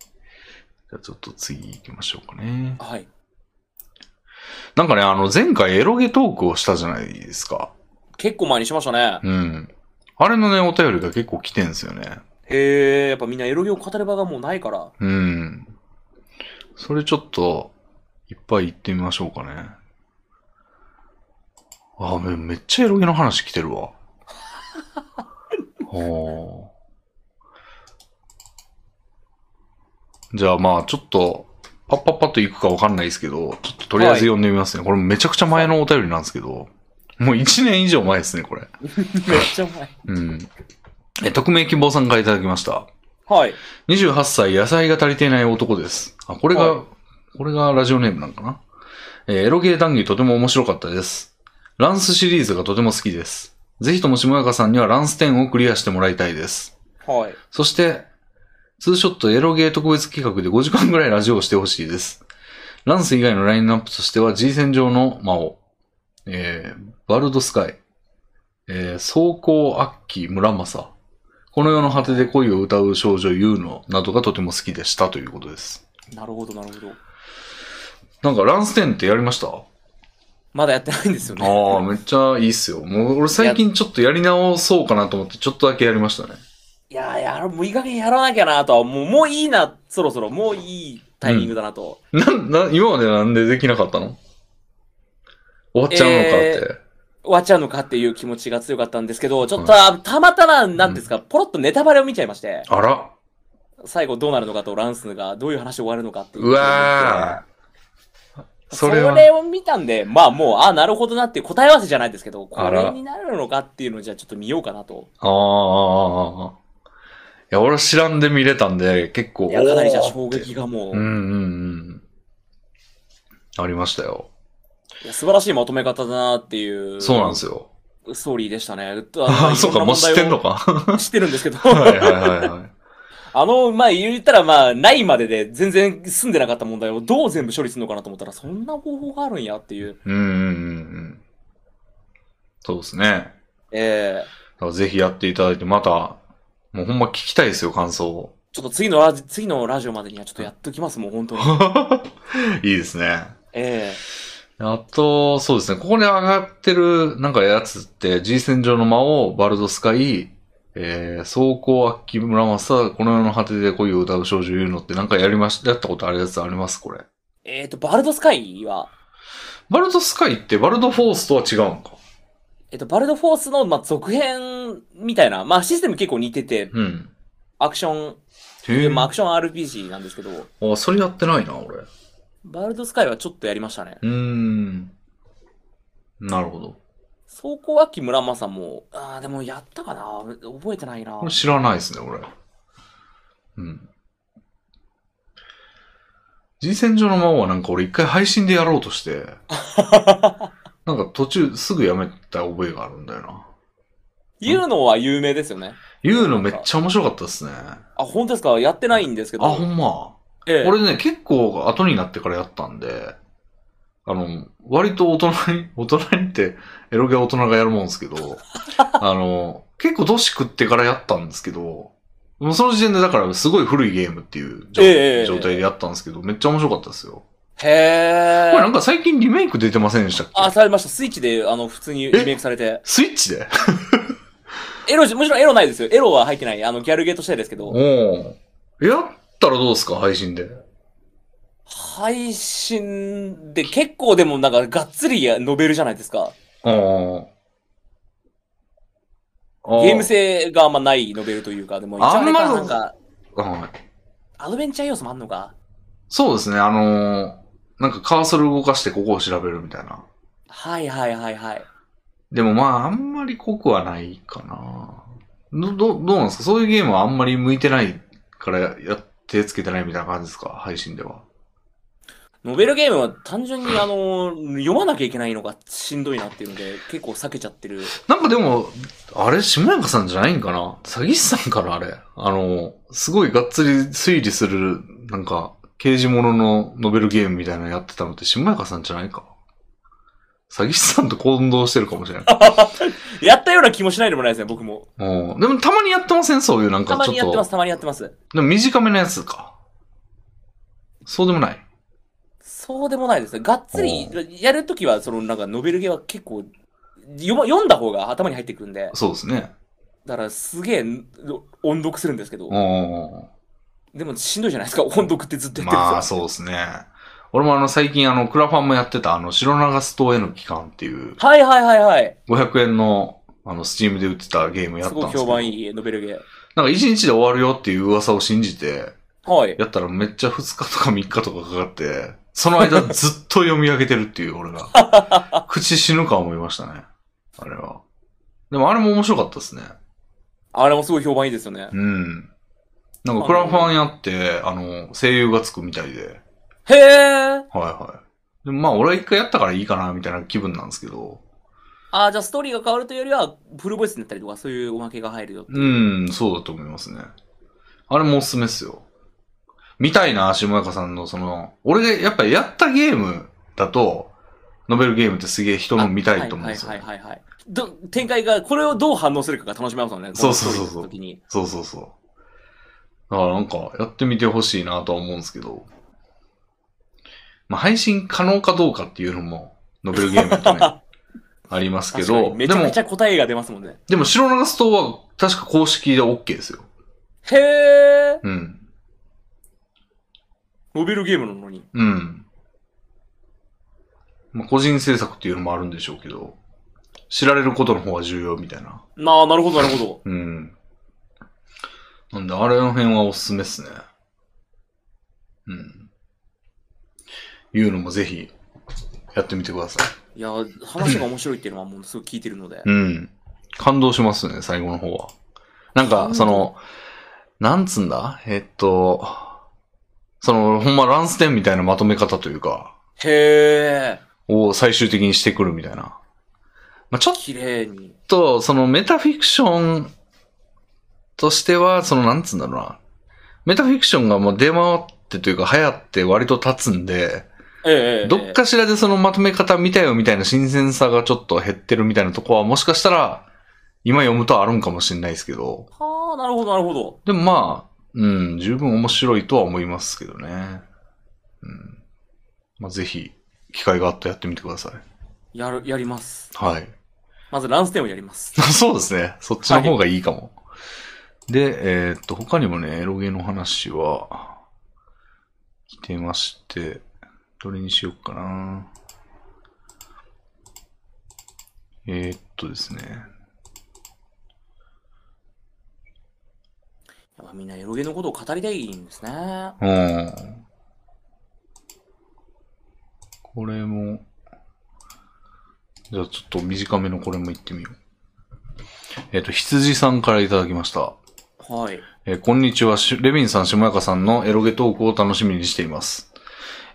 [SPEAKER 1] ゃあちょっと次行きましょうかね。
[SPEAKER 2] はい。
[SPEAKER 1] なんかね、あの前回エロゲトークをしたじゃないですか。
[SPEAKER 2] 結構前にしましたね。
[SPEAKER 1] うん。あれのね、お便りが結構来てんですよね。
[SPEAKER 2] へえ、やっぱみんなエロゲを語る場がもうないから。
[SPEAKER 1] うん。それちょっと、いっぱい行ってみましょうかね。あ、めめっちゃエロゲの話来てるわ。 *laughs* はあ。じゃあまあ、ちょっと、パッパッパッと行くかわかんないですけど、ちょっととりあえず読んでみますね。これめちゃくちゃ前のお便りなんですけど、もう1年以上前ですね、これ。
[SPEAKER 2] *laughs* めっちゃうまい。
[SPEAKER 1] うん。え、匿名希望さんからいただきました。
[SPEAKER 2] はい。
[SPEAKER 1] 28歳、野菜が足りていない男です。あ、これが、
[SPEAKER 2] はい
[SPEAKER 1] これがラジオネームなんかな。えーエロゲー談義とても面白かったです。ランスシリーズがとても好きです。ぜひとも下中さんにはランス10をクリアしてもらいたいです。
[SPEAKER 2] はい。
[SPEAKER 1] そして、ツーショットエロゲー特別企画で5時間ぐらいラジオをしてほしいです。ランス以外のラインナップとしては G 戦場の魔王、えー、バルドスカイ、えー、走行悪鬼村正、この世の果てで恋を歌う少女ユーノなどがとても好きでしたということです。
[SPEAKER 2] なるほど、なるほど。
[SPEAKER 1] なんかランステンってやりましたあ
[SPEAKER 2] まだやってないんですよ
[SPEAKER 1] *laughs*
[SPEAKER 2] ね。
[SPEAKER 1] あ、めっちゃいいっすよ。もう俺最近ちょっとやり直そうかなと思ってちょっとだけやりましたね。
[SPEAKER 2] いやー、やろ、もういい加減やらなきゃなとは、もう、もういいな、そろそろ、もういいタイミングだなと。
[SPEAKER 1] なん、な、今までなんでできなかったの終わっちゃうのかって。
[SPEAKER 2] 終わっちゃうのかっていう気持ちが強かったんですけど、ちょっと、たまたま、なんですか、ポロッとネタバレを見ちゃいまして、
[SPEAKER 1] あら
[SPEAKER 2] 最後どうなるのかと、ランスがどういう話を終わるのかっていう。
[SPEAKER 1] うわぁ。
[SPEAKER 2] そ
[SPEAKER 1] そ
[SPEAKER 2] れ
[SPEAKER 1] れは。
[SPEAKER 2] を見たんで、まあもう、ああ、なるほどなっていう答え合わせじゃないですけど、こ
[SPEAKER 1] あら
[SPEAKER 2] れになるのかっていうのをじゃあちょっと見ようかなと。
[SPEAKER 1] ああ、ああ、ああ。いや、俺知らんで見れたんで、結構。
[SPEAKER 2] いや、かなりじゃあ
[SPEAKER 1] おー
[SPEAKER 2] 衝撃がもう、
[SPEAKER 1] うんうんうん。ありましたよ。
[SPEAKER 2] いや素晴らしいまとめ方だなっていう、
[SPEAKER 1] そうなんですよ。
[SPEAKER 2] よ。ストーリーでし
[SPEAKER 1] *laughs*
[SPEAKER 2] たね。
[SPEAKER 1] ああ、そうか、もう知ってんの
[SPEAKER 2] の
[SPEAKER 1] か。
[SPEAKER 2] 知ってるんですけど、
[SPEAKER 1] *laughs* はいはいはいはい。
[SPEAKER 2] *laughs* あの、まあ言ったらまあ、ないまでで全然済んでなかった問題をどう全部処理するのかなと思ったら、そんな方法があるんやっていう。
[SPEAKER 1] うんうんうんうん。そうですね。だ
[SPEAKER 2] ええ
[SPEAKER 1] からぜひやっていただいて、また、もうほんま聞きたいですよ、感想を。
[SPEAKER 2] ちょっと次のラジ、次のラジオまでにはちょっとやっときます、もう本当に。
[SPEAKER 1] *laughs* いいですね。
[SPEAKER 2] え
[SPEAKER 1] あと、そうですね。ここで上がってる、なんかやつって、G 戦場の魔王、バルドスカイ、えー、走行悪鬼村正、この世の果てで恋を歌う少女言うのってなんかやりまし、やったことあるやつありますこれ。
[SPEAKER 2] ええーと、バルドスカイは、
[SPEAKER 1] バルドスカイってバルドフォースとは違うのか
[SPEAKER 2] えっと、バルドフォースの、まあ、続編みたいな、まあ、システム結構似てて、
[SPEAKER 1] うん。
[SPEAKER 2] アクション、
[SPEAKER 1] へえ。
[SPEAKER 2] まあ、アクション RPG なんですけど、
[SPEAKER 1] あ、それやってないな、俺。う
[SPEAKER 2] バルドスカイはちょっとやりましたね。
[SPEAKER 1] ーん。なるほど。
[SPEAKER 2] 走行悪鬼村正も、ああ、でもやったかな覚えてないな
[SPEAKER 1] これ。知らないですね、俺。うん。人選上の魔王はなんか俺一回配信でやろうとして、なんか途中すぐやめた覚えがあるんだよな。
[SPEAKER 2] 言うのは有名ですよね。
[SPEAKER 1] 言うのめっちゃ面白かったですね。
[SPEAKER 2] あ、本当ですかやってないんですけど。
[SPEAKER 1] あ、ほんま。
[SPEAKER 2] え
[SPEAKER 1] *laughs*
[SPEAKER 2] え
[SPEAKER 1] 俺ね、結構後になってからやったんで、あの、割と大人に、 *laughs* 大人にって、エロゲは大人がやるもんですけ
[SPEAKER 2] *laughs*
[SPEAKER 1] ど、あの、結構年食ってからやったんですけど、もうその時点でだからすごい古いゲームっていう状,、
[SPEAKER 2] ええええ
[SPEAKER 1] 状態でやったんですけど、めっちゃ面白かったですよ。
[SPEAKER 2] へ
[SPEAKER 1] これなん
[SPEAKER 2] ー。
[SPEAKER 1] か最近リメイク出てませんでしたっけ
[SPEAKER 2] あ、されました。スイッチで、あの、普通にリメイクされて。
[SPEAKER 1] スイッチで
[SPEAKER 2] エロじ、もちろんエロないですよ。エロは入ってない。あの、ギャルゲーとしてですけ
[SPEAKER 1] お
[SPEAKER 2] ど。
[SPEAKER 1] おやったらどうですか配信で。
[SPEAKER 2] 配信で結構でもなんか、がっつりノベルじゃないですか。
[SPEAKER 1] あーあ
[SPEAKER 2] ゲーム
[SPEAKER 1] 性
[SPEAKER 2] 性があんまないノベルというか、でも一応あれ
[SPEAKER 1] あん
[SPEAKER 2] か、
[SPEAKER 1] ま
[SPEAKER 2] なんか、
[SPEAKER 1] はい。
[SPEAKER 2] アドベンチャー要素もあんのか。
[SPEAKER 1] そうですね、あのーなんかカーソル動かしてここを調べるみたいな。
[SPEAKER 2] はいはいはいはい。
[SPEAKER 1] でもまあ、あんまり濃くはないかな。ど、ど、どうなんですかそういうゲームはあんまり向いてないからや、やってつけてないみたいな感じですか配信では。
[SPEAKER 2] ノベルゲームは単純にあの、読まなきゃいけないのがしんどいなっていうので、結構避けちゃってる。
[SPEAKER 1] なんかでも、あれ、下中さんじゃないんかな詐欺師さんかなあれ。あの、すごいがっつり推理する、なんか、刑事物のノベルゲームみたいなのやってたのって下中さんじゃないか。詐欺師さんと混同してるかもしれない。
[SPEAKER 2] やったような気もしないでもないですね、僕も。
[SPEAKER 1] うん。でもたまにやってませんそういうなん
[SPEAKER 2] た
[SPEAKER 1] か
[SPEAKER 2] ま
[SPEAKER 1] ちょ
[SPEAKER 2] に
[SPEAKER 1] っ
[SPEAKER 2] やってます、
[SPEAKER 1] と。
[SPEAKER 2] たまにやってます。
[SPEAKER 1] でも短めのやつか。そうでもない。
[SPEAKER 2] そうでもないですね。がっつりやるときは、そのなんかノベルゲーは結構、読ま読んだ方が頭に入ってくるんで、
[SPEAKER 1] そうですね。
[SPEAKER 2] だからすげえの音読するんですけど
[SPEAKER 1] う、ん。
[SPEAKER 2] でもしんどいじゃないですか、音読ってずっとやってるんですよ。
[SPEAKER 1] まあ、そうですね。俺もあの、最近あの、クラファンもやってた、あの、白長ストへの期間っていう、
[SPEAKER 2] はいはいはいはい。
[SPEAKER 1] 500円の、あの、スチームで売ってたゲームやっ
[SPEAKER 2] す
[SPEAKER 1] たんですけど。
[SPEAKER 2] ごい評判いいノベルゲー。
[SPEAKER 1] なんか一日で終わるよっていう噂を信じて、
[SPEAKER 2] はい。
[SPEAKER 1] やったらめっちゃ2日とか3日とかかかって、その間ずっと読み上げてるっていう俺が。口死ぬか思いましたね。あれは。でもあれも面白かったですね。
[SPEAKER 2] あれもすごい評判いいですよね。
[SPEAKER 1] うん。なんかクラファンやって、あの、声優がつくみたいで。
[SPEAKER 2] へえ。
[SPEAKER 1] はいはい。でもまあ俺は一回やったからいいかなみたいな気分なんですけど。
[SPEAKER 2] あーじゃあストーリーが変わるというよりは、フルボイスになったりとか、そういうおまけが入るよ。
[SPEAKER 1] うん、そうだと思いますね。あれもおすすめっすよ。見たいな、下中さんのその、俺がやっぱやったゲームだと、ノベルゲームってすげえ人の見たいと思うんですよ
[SPEAKER 2] はい。はいはいはいはい。ど展開が、これをどう反応するかが楽しめますもんね。
[SPEAKER 1] そうそうそうそう
[SPEAKER 2] このストーリーの時に。
[SPEAKER 1] そうそうそう。だからなんか、やってみてほしいなとは思うんですけど。まあ、配信可能かどうかっていうのも、ノベルゲームと
[SPEAKER 2] *laughs*
[SPEAKER 1] ね、ありますけ
[SPEAKER 2] 確かに
[SPEAKER 1] ど、
[SPEAKER 2] め
[SPEAKER 1] で
[SPEAKER 2] ちゃ
[SPEAKER 1] も
[SPEAKER 2] めち、ゃ答えが出ますもんね。
[SPEAKER 1] でも、白長ストは確か公式で OK ですよ。
[SPEAKER 2] へえ。
[SPEAKER 1] うん。
[SPEAKER 2] ノベルゲームなのに。
[SPEAKER 1] うん。まあ、個人制作っていうのもあるんでしょうけど、知られることの方が重要みたいな。
[SPEAKER 2] なあ、なるほど、なるほど。
[SPEAKER 1] うん。なんで、あれの辺はおすすめっすね。うん。いうのもぜひ、やってみてください。
[SPEAKER 2] *laughs* いや、話が面白いっていうのはもうすごい聞いてるので。
[SPEAKER 1] うん。感動しますね、最後の方は。なん
[SPEAKER 2] 感
[SPEAKER 1] か、
[SPEAKER 2] 動
[SPEAKER 1] その、なんつんだえっと、その、ほんまランステンみたいなまとめ方というか、
[SPEAKER 2] へえ。
[SPEAKER 1] を最終的にしてくるみたいな。まあ、ちょっ
[SPEAKER 2] 綺麗に。
[SPEAKER 1] と、そのメタフィクションとしては、そのなんつうんだろうな。メタフィクションがもう出回ってというか流行って割と立つんで、
[SPEAKER 2] ええええ。
[SPEAKER 1] どっかしらでそのまとめ方見たよみたいな新鮮さがちょっと減ってるみたいなとこはもしかしたら今読むとあるんかもしれないですけど、
[SPEAKER 2] はあ、なるほど、なるほど。
[SPEAKER 1] でもまあ、うん、十分面白いとは思いますけどね。うん。まあぜひ、機会があったらやってみてください。
[SPEAKER 2] やる、やります。
[SPEAKER 1] はい。
[SPEAKER 2] まずランステンをやります。
[SPEAKER 1] *laughs* そうですね。そっちの方がいいかも。で、えーっと、他にもね、エロゲの話は、来てまして、どれにしようかな。えーっとですね。
[SPEAKER 2] やっぱみんなエロゲのことを語りたいんですね。
[SPEAKER 1] うん。これも、じゃあちょっと短めのこれもいってみよう。えーっと、羊さんからいただきました。
[SPEAKER 2] はい。
[SPEAKER 1] えーこんにちは。しレビンさん、下中さんのエロゲトークを楽しみにしています。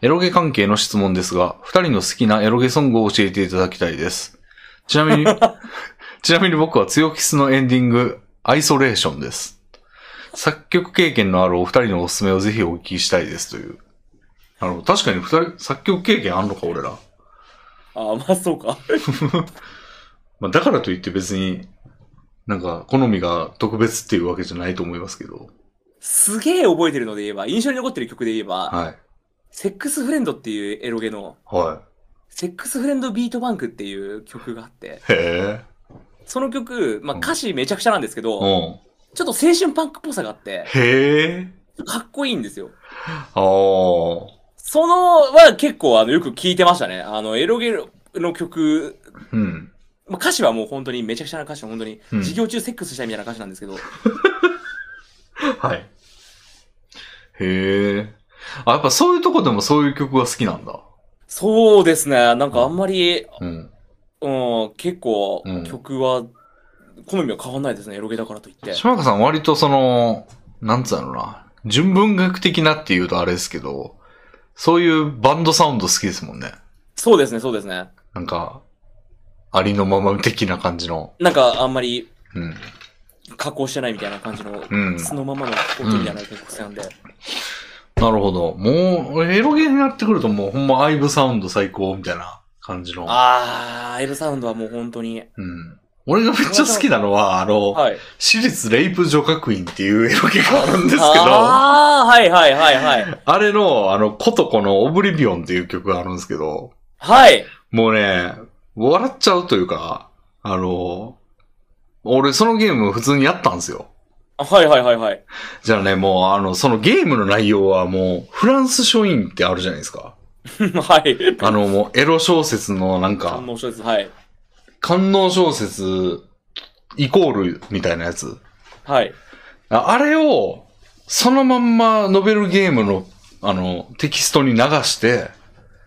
[SPEAKER 1] エロゲ関係の質問ですが、二人の好きなエロゲソングを教えていただきたいです。ちなみに、ちなみに僕は強キスのエンディング、アイソレーションです。作曲経験のあるお二人のおすすめをぜひお聞きしたいですという。なるほど。確かに二人、作曲経験あんのか、俺ら。
[SPEAKER 2] ああ、まあそうか。
[SPEAKER 1] まあ、だからといって別に、なんか、好みが特別っていうわけじゃないと思いますけど。
[SPEAKER 2] すげえ覚えてるので言えば、印象に残ってる曲で言えば、
[SPEAKER 1] はい。
[SPEAKER 2] セックスフレンドっていうエロゲの、
[SPEAKER 1] は
[SPEAKER 2] セックスフレンドビートバンクっていう曲があって、
[SPEAKER 1] い。へえ。
[SPEAKER 2] その曲、まあ
[SPEAKER 1] うん
[SPEAKER 2] 歌詞めちゃくちゃなんですけど、
[SPEAKER 1] うん。
[SPEAKER 2] ちょっと青春パンクっぽさがあって、
[SPEAKER 1] へえ。
[SPEAKER 2] かっこいいんですよ。
[SPEAKER 1] ああ。
[SPEAKER 2] そのは結構あのよく聞いてましたね。あの、エロゲの曲、
[SPEAKER 1] うん。
[SPEAKER 2] まあ、歌詞はもう本当にめちゃくちゃな歌詞、本当に、
[SPEAKER 1] うん
[SPEAKER 2] 授業中セックスしたいみたいな歌詞なんですけど、
[SPEAKER 1] はい。へえ。あ、やっぱそういうとこでもそういう曲が好きなんだ。
[SPEAKER 2] そうですね、なんかあんまり、
[SPEAKER 1] うん。
[SPEAKER 2] うん、結構
[SPEAKER 1] うん
[SPEAKER 2] 曲は、好みは変わんないですね、エロゲだからといって。
[SPEAKER 1] 島中さん割とその、なんつうのな、純文学的なっていうとあれですけど、そういうバンドサウンド好きですもんね。
[SPEAKER 2] そうですね、そうですね。
[SPEAKER 1] なんか、ありのまま的な感じの。
[SPEAKER 2] なんか、あんまり
[SPEAKER 1] うん。
[SPEAKER 2] 加工してないみたいな感じの、
[SPEAKER 1] うん。
[SPEAKER 2] そのままの音みたいなのが結構好きなんで。
[SPEAKER 1] なるほど。もう、エロゲーになってくるともうほんまアイブサウンド最高みたいな感じの。
[SPEAKER 2] あー、エルサウンドはもう本当に。
[SPEAKER 1] うん。俺がめっちゃ好きなのは、あの、
[SPEAKER 2] はい。
[SPEAKER 1] 私立レイプ女学院っていうエロゲがあるんですけど、あ
[SPEAKER 2] あー、はいはいはいはい。
[SPEAKER 1] れの、あの、コトコのオブリビオンっていう曲があるんですけど、
[SPEAKER 2] はい。
[SPEAKER 1] もうね、笑っちゃうというか、あの、俺そのゲーム普通にやったんですよ。
[SPEAKER 2] はいはいはいはい。
[SPEAKER 1] じゃあね、もうあの、そのゲームの内容はもう、フランス書院ってあるじゃないですか。
[SPEAKER 2] はい。
[SPEAKER 1] あの、もうエロ小説のなんか、
[SPEAKER 2] 面白いです。はい。
[SPEAKER 1] 観音小説イコールみたいなやつ。
[SPEAKER 2] はい。
[SPEAKER 1] ああれを、そのまんまノベルゲームの、あの、テキストに流して、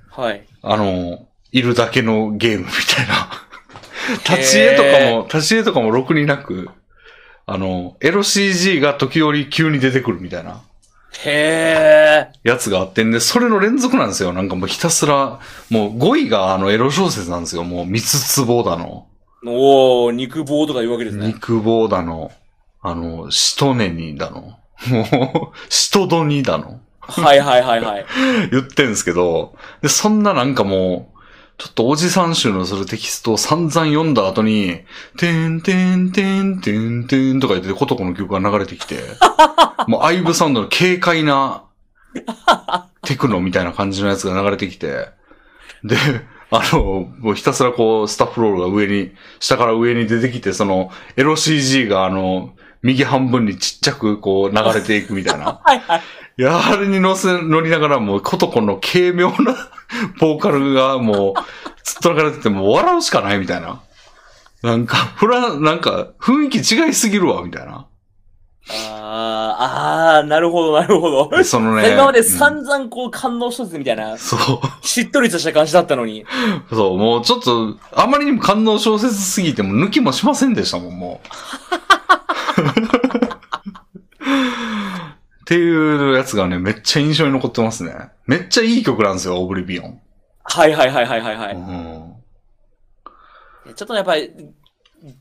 [SPEAKER 2] はい。
[SPEAKER 1] あの、いるだけのゲームみたいな。立ち絵と
[SPEAKER 2] へ
[SPEAKER 1] かも、立ち絵とかもろくになく、あの、エロ CG が時折急に出てくるみたいな
[SPEAKER 2] へ
[SPEAKER 1] やつがあってんで、それの連続なんですよ。なんかもうひたすら、もう5位があのエロ小説なんですよ。もう三つ壺だの。
[SPEAKER 2] ー。おー、肉棒とかいうわけですね。
[SPEAKER 1] 肉棒だの、あの、しとねにだの、もう、しとどにだの、
[SPEAKER 2] はいはいはいはい。
[SPEAKER 1] *laughs* 言ってんすけど、で、そんななんかもう、ちょっとおじさん集のするテキストを散々読んだ後に、てんてんてんてんてんとか言って、ことこの曲が流れてきて、もうアイブサウンドの軽快な、テクノみたいな感じのやつが流れてきて、で、あの、もうひたすらこう、スタッフロールが上に、下から上に出てきて、その、エロ CG があの、右半分にちっちゃくこう流れていくみたいな。
[SPEAKER 2] はいはい。
[SPEAKER 1] いや、あれに乗せ、乗りながらもう、ことこの軽妙な *laughs* ボーカルがもう、つっとらかれてて、もう笑うしかないみたいな。なんか、フラ、なんか、雰囲気違いすぎるわ、みたいな。
[SPEAKER 2] あー、あー、なるほどなるほど。
[SPEAKER 1] でそのね。
[SPEAKER 2] 今まで
[SPEAKER 1] うん
[SPEAKER 2] 散々こう感動一つみたいな、
[SPEAKER 1] そう。 *laughs*
[SPEAKER 2] しっとりとした感じだったのに。
[SPEAKER 1] そう、もうちょっと、あまりにも感動小説すぎて、もう抜きもしませんでしたもん、もう。っていうやつがね、めっちゃ印象に残ってますね。めっちゃいい曲なんですよ、オブリビオン。
[SPEAKER 2] はいはいはいはいはいは
[SPEAKER 1] う
[SPEAKER 2] い。
[SPEAKER 1] ん。
[SPEAKER 2] ちょっとやっぱり、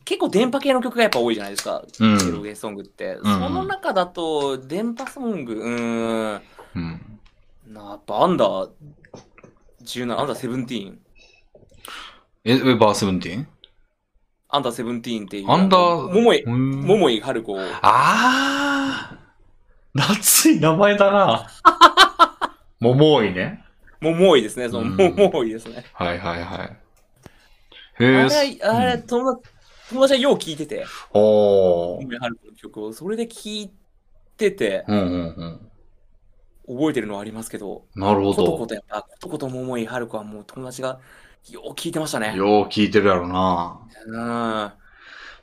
[SPEAKER 2] 結構電波系の曲がやっぱ多いじゃないですか。
[SPEAKER 1] う
[SPEAKER 2] エロ
[SPEAKER 1] ん。
[SPEAKER 2] ゲーソングって。
[SPEAKER 1] うん
[SPEAKER 2] その中だと、電波ソング、うーん。
[SPEAKER 1] うん、
[SPEAKER 2] なやっぱアンダー17、アンダーセブンティーン。
[SPEAKER 1] え、ウェバーセブンティーン
[SPEAKER 2] アンダーセブンティーンっていう。
[SPEAKER 1] アンダー
[SPEAKER 2] 桃井、
[SPEAKER 1] うん
[SPEAKER 2] 桃井春子。
[SPEAKER 1] あー夏い名前だ *laughs* な。桃井ね。
[SPEAKER 2] 桃井ですね、その、
[SPEAKER 1] うん
[SPEAKER 2] 桃井ですね。
[SPEAKER 1] はいはいはい。
[SPEAKER 2] あ
[SPEAKER 1] へえ、
[SPEAKER 2] れ、あれ、友達、友達がよう聞いてて、
[SPEAKER 1] おー。
[SPEAKER 2] 桃井春子の曲を、それで聞いてて、
[SPEAKER 1] うんうんうん。
[SPEAKER 2] 覚えてるのはありますけど、
[SPEAKER 1] なるほ
[SPEAKER 2] こ
[SPEAKER 1] ど。
[SPEAKER 2] とことやっぱ、ことこと桃井春子はもう友達がよう聞いてましたね。
[SPEAKER 1] よう聞いてるやろな。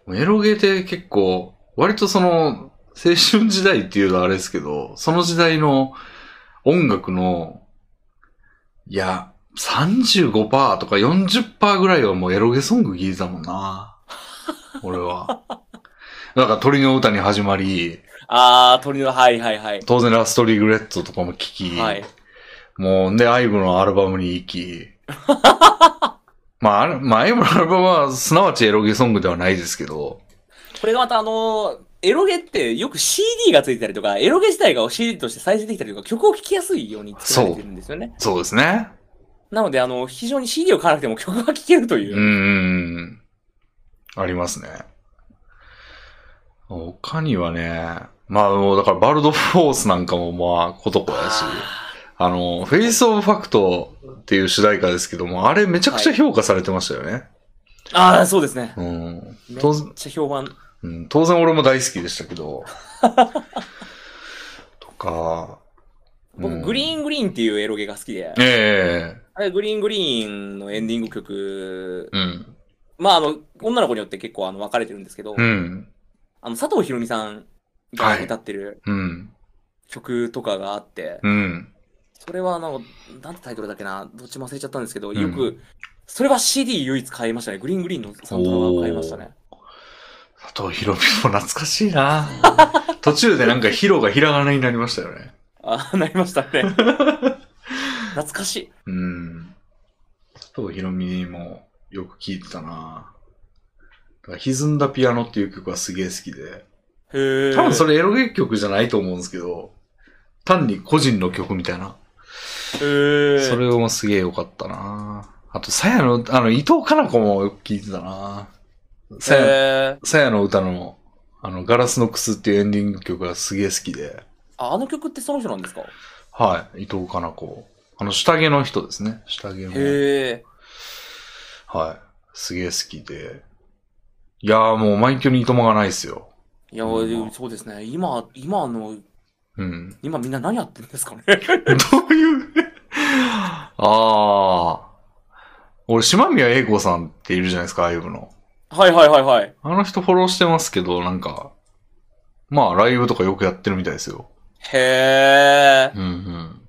[SPEAKER 2] うん。
[SPEAKER 1] エロゲーって結構、割とその、青春時代っていうのはあれですけど、その時代の音楽の、いや、35%とか40%ぐらいはもうエロゲソング聴いてたもんな。俺は。 *laughs* なんか鳥の歌に始まり、
[SPEAKER 2] あー、鳥の、はいはいはい。
[SPEAKER 1] 当然ラストリグレットとかも聴き、
[SPEAKER 2] はい。
[SPEAKER 1] もう、で、アイブのアルバムに行き、 *laughs* まあ、あれまあ、アイブのアルバムは、すなわちエロゲソングではないですけど、
[SPEAKER 2] これがまたあのーエロゲってよく CD がついてたりとか、エロゲ自体が CD として再生できたりとか、曲を聴きやすいように作られてるんですよね。
[SPEAKER 1] そうですね。
[SPEAKER 2] なので、あの、非常に CD を買わなくても曲が聴けるというう。
[SPEAKER 1] んうんうん。ありますね。他にはね、まあ、もうだからバルドフォースなんかもまあ、ことこやし、
[SPEAKER 2] あ
[SPEAKER 1] あの、フェイスオブファクトっていう主題歌ですけども、あれめちゃくちゃ評価されてましたよね。
[SPEAKER 2] ーあー、そうですね。
[SPEAKER 1] うん
[SPEAKER 2] めっ
[SPEAKER 1] 当然
[SPEAKER 2] ちゃ評判。
[SPEAKER 1] うん。当然俺も大好きでしたけ
[SPEAKER 2] *laughs*
[SPEAKER 1] ど。とか、
[SPEAKER 2] 僕、
[SPEAKER 1] うん
[SPEAKER 2] グリーングリーンっていうエロゲが好きで、
[SPEAKER 1] え
[SPEAKER 2] あれ、グリーングリーンのエンディング曲
[SPEAKER 1] え、うん。
[SPEAKER 2] まあ、あの、女の子によって結構あの分かれてるんですけど、
[SPEAKER 1] うん。
[SPEAKER 2] あの、佐藤ひろみさんが歌ってる
[SPEAKER 1] うん。
[SPEAKER 2] 曲とかがあって、
[SPEAKER 1] うん。
[SPEAKER 2] それはあの、なんてタイトルだっけな、どっちも忘れちゃったんですけど、
[SPEAKER 1] ん
[SPEAKER 2] よく、それは CD 唯一買いましたね。グリーングリーンのサントラは買いましたね。
[SPEAKER 1] 佐藤博美も懐かしい
[SPEAKER 2] *laughs*
[SPEAKER 1] な途中でなんかヒロがひらがなになりましたよね。
[SPEAKER 2] ああ、なりましたね。懐かしい。
[SPEAKER 1] うん。佐藤ひろみもよく聴いてたなだから歪んだピアノっていう曲はすげえ好きで。
[SPEAKER 2] へえ。
[SPEAKER 1] 多分そ
[SPEAKER 2] れ。
[SPEAKER 1] れエロゲ曲じゃないと思うんですけど、単に個人の曲みたいな。
[SPEAKER 2] へえ。
[SPEAKER 1] それもすげえ良かったなあと、さやの、あの、伊藤かな子もよく聴いてたなさや、
[SPEAKER 2] へー
[SPEAKER 1] さやの歌の、あの、ガラスの靴っていうエンディング曲がすげえ好きで。
[SPEAKER 2] ああの曲ってその人なんですか
[SPEAKER 1] はい。伊藤かな子。あの、下着の人ですね。下着の。
[SPEAKER 2] へえ。
[SPEAKER 1] はい。すげえ好きで。いやーもう毎挙にいとまがないですよ。
[SPEAKER 2] いや、
[SPEAKER 1] うん
[SPEAKER 2] そうですね。今、今の、
[SPEAKER 1] うん。
[SPEAKER 2] 今みんな何やってんですかね。 *laughs*
[SPEAKER 1] どういうあ *laughs* あ。俺、島宮英子さんっているじゃないですか、アイブの。
[SPEAKER 2] はいはいはいはい。
[SPEAKER 1] あの人フォローしてますけど、なんか、まあ、ライブとかよくやってるみたいですよ。
[SPEAKER 2] へえ。
[SPEAKER 1] うんうん。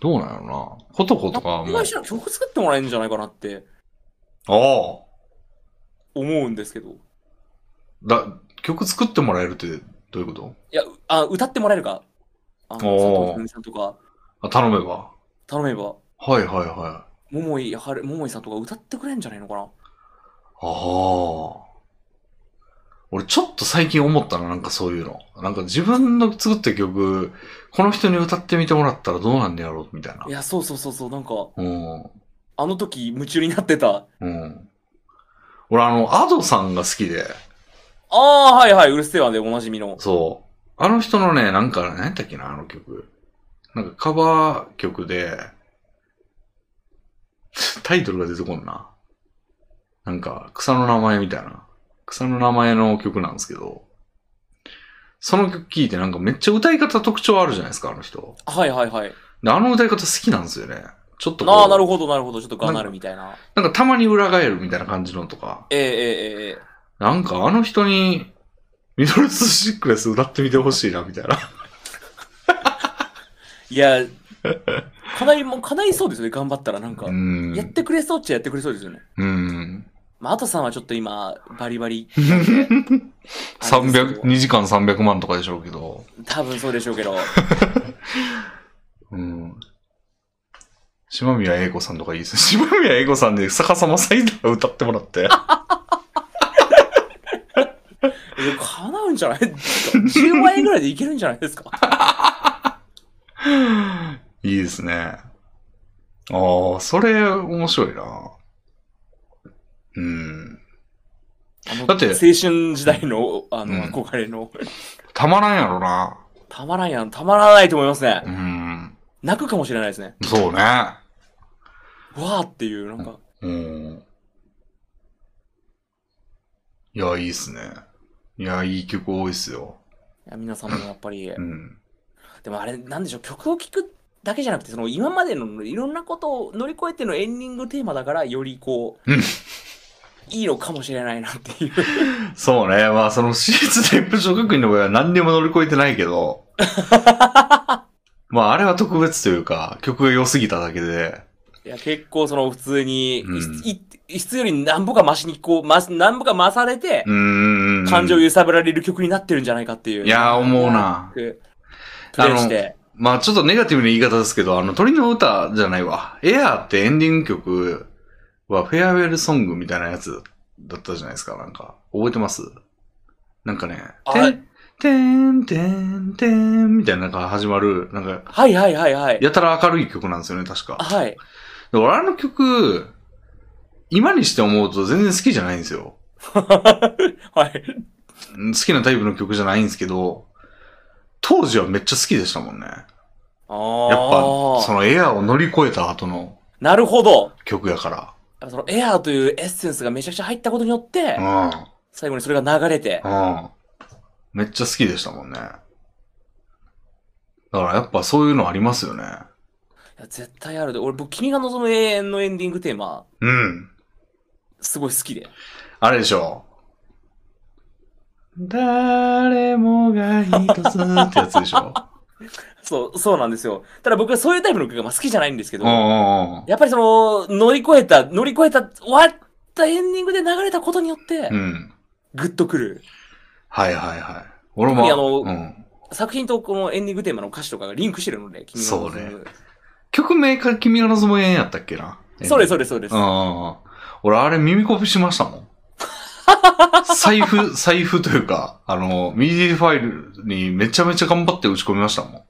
[SPEAKER 1] どうなんやろな。コトコとかはもう
[SPEAKER 2] 今。一緒に曲作ってもらえるんじゃないかなって
[SPEAKER 1] ああ。
[SPEAKER 2] 思うんですけど。
[SPEAKER 1] だ、曲作ってもらえるってどういうこと
[SPEAKER 2] いや、うあ、歌ってもらえるかあの、
[SPEAKER 1] おー
[SPEAKER 2] 佐藤ひろみさんとか、
[SPEAKER 1] あ、頼めば。
[SPEAKER 2] 頼めば、
[SPEAKER 1] はいはいはい。
[SPEAKER 2] 桃井はる、桃井さんとか歌ってくれんじゃないのかな。
[SPEAKER 1] ああ。俺ちょっと最近思ったな、なんかそういうの。なんか自分の作った曲、この人に歌ってみてもらったらどうなんねやろう、みたいない
[SPEAKER 2] や、そうそうそうそう、なんか、
[SPEAKER 1] うん。
[SPEAKER 2] あの時夢中になってた。
[SPEAKER 1] うん。俺あの、アドさんが好きで、
[SPEAKER 2] ああ、はいはい、うるせえわでおなじみの。
[SPEAKER 1] そう。あの人のね、なんか、何やったっけな、あの曲。なんかカバー曲で、タイトルが出てこんな。なんか、草の名前みたいな。草の名前の曲なんですけど、その曲聴いてなんかめっちゃ歌い方特徴あるじゃないですか、あの人。
[SPEAKER 2] はいはいはい。
[SPEAKER 1] で、あの歌い方好きなんですよね。ちょっとこう
[SPEAKER 2] ああ、なるほどなるほど、ちょっとがなるみたいな。
[SPEAKER 1] なんかたまに裏返るみたいな感じのとか。
[SPEAKER 2] ええええええ。
[SPEAKER 1] なんかあの人に、ミドルスシックレス歌ってみてほしいな、みたいな。*laughs*
[SPEAKER 2] いや、かなり、もうかなりそうですよね、頑張ったらなんか
[SPEAKER 1] う。ん。
[SPEAKER 2] やってくれそうっちゃやってくれそうですよね。
[SPEAKER 1] うん。
[SPEAKER 2] まあ、あとさんはちょっと今、バリ
[SPEAKER 1] *laughs*
[SPEAKER 2] バリ。
[SPEAKER 1] 三
[SPEAKER 2] あれです
[SPEAKER 1] 百
[SPEAKER 2] けど
[SPEAKER 1] 2時間300万とかでしょうけど。
[SPEAKER 2] 多分そうでしょうけど。
[SPEAKER 1] うん。島宮英子さんとかいいですね。 *laughs* 島宮英子さんで逆さまサイダー歌ってもらって。 *laughs*
[SPEAKER 2] え叶うんじゃない *laughs* ですか ?10 万円ぐらいでいけるんじゃないですか
[SPEAKER 1] いいですね。ああ、それ面白いな。うん。
[SPEAKER 2] あの
[SPEAKER 1] だって
[SPEAKER 2] 青春時代の、あの、
[SPEAKER 1] うん
[SPEAKER 2] 憧れの。
[SPEAKER 1] たまらんやろな。
[SPEAKER 2] たまらんやん。たまらないと思いますね
[SPEAKER 1] う。ん。
[SPEAKER 2] 泣くかもしれないですね。
[SPEAKER 1] そうね。
[SPEAKER 2] わーっていう、なんか。
[SPEAKER 1] うん。いや、いいっすね。いや、いい曲多いっすよ。
[SPEAKER 2] いや皆さんもやっぱり
[SPEAKER 1] う。ん。
[SPEAKER 2] でもあれ、なんでしょう、曲を聴くだけじゃなくて、その今までのいろんなことを乗り越えてのエンディングテーマだから、よりこう
[SPEAKER 1] うん、
[SPEAKER 2] いいのかもしれないなっていう。
[SPEAKER 1] そうね。まあ、その私立添付小学院の場合は何にも乗り越えてないけ
[SPEAKER 2] *laughs*
[SPEAKER 1] ど。まあ、あれは特別というか、曲が良すぎただけで。
[SPEAKER 2] いや、結構その普通に、い
[SPEAKER 1] うん
[SPEAKER 2] い質より何歩かマシにこう、ま、何歩か増されて
[SPEAKER 1] う、ーん。
[SPEAKER 2] 感情を揺さぶられる曲になってるんじゃないかっていう。
[SPEAKER 1] いやー思うな
[SPEAKER 2] プレイして。
[SPEAKER 1] まあ、ちょっとネガティブな言い方ですけど、あの、鳥の歌じゃないわ。エアーってエンディング曲はフェアウェルソングみたいなやつだったじゃないですか。なんか、覚えてますなんかね、
[SPEAKER 2] あ
[SPEAKER 1] てん、てん、てん、てん、みたいななんか始まる、なんか、
[SPEAKER 2] はいはいはいはい。
[SPEAKER 1] やたら明るい曲なんですよね、確か。
[SPEAKER 2] はい。
[SPEAKER 1] で俺あの曲、今にして思うと全然好きじゃないんですよ。
[SPEAKER 2] はい。
[SPEAKER 1] うん好きなタイプの曲じゃないんですけど、当時はめっちゃ好きでしたもんね。やっ
[SPEAKER 2] あ
[SPEAKER 1] ぱ、そ
[SPEAKER 2] あ。
[SPEAKER 1] のエアーを乗り越えた後の
[SPEAKER 2] なるほど。
[SPEAKER 1] 曲やか
[SPEAKER 2] やっぱそのエアーというエッセンスがめちゃくちゃ入ったことによって、
[SPEAKER 1] ら。
[SPEAKER 2] 最後にそれが流れて
[SPEAKER 1] う。ん。うん。めっちゃ好きでしたもんね。だからやっぱそういうのありますよね。
[SPEAKER 2] いや絶対あるで。俺、僕、君が望む永遠のエンディングテーマ、
[SPEAKER 1] うん。
[SPEAKER 2] すごい好きで。 *laughs*
[SPEAKER 1] あれでしょ誰もが一つってやつでしょ
[SPEAKER 2] そう、そうなんですよ。ただ僕はそういうタイプの曲がまあ好きじゃないんですけ
[SPEAKER 1] う
[SPEAKER 2] ど、
[SPEAKER 1] んうんうん。
[SPEAKER 2] やっぱりその、乗り越えた、乗り越えた、終わったエンディングで流れたことによって
[SPEAKER 1] う、ん。
[SPEAKER 2] グッとくる。
[SPEAKER 1] はいはいはい。俺
[SPEAKER 2] 特に
[SPEAKER 1] も、
[SPEAKER 2] あの
[SPEAKER 1] うん。
[SPEAKER 2] 作品とこのエンディングテーマの歌詞とかがリンクしてるので、君の望む
[SPEAKER 1] そうね曲名から君の望む縁やったっけな。
[SPEAKER 2] そうです、そううです、そうです。
[SPEAKER 1] ん。俺、あれ耳コピしました
[SPEAKER 2] *laughs*
[SPEAKER 1] もん。財布、財布というか、あの、MIDI ファイルにめちゃめちゃ頑張って打ち込みました
[SPEAKER 2] *laughs*
[SPEAKER 1] もん。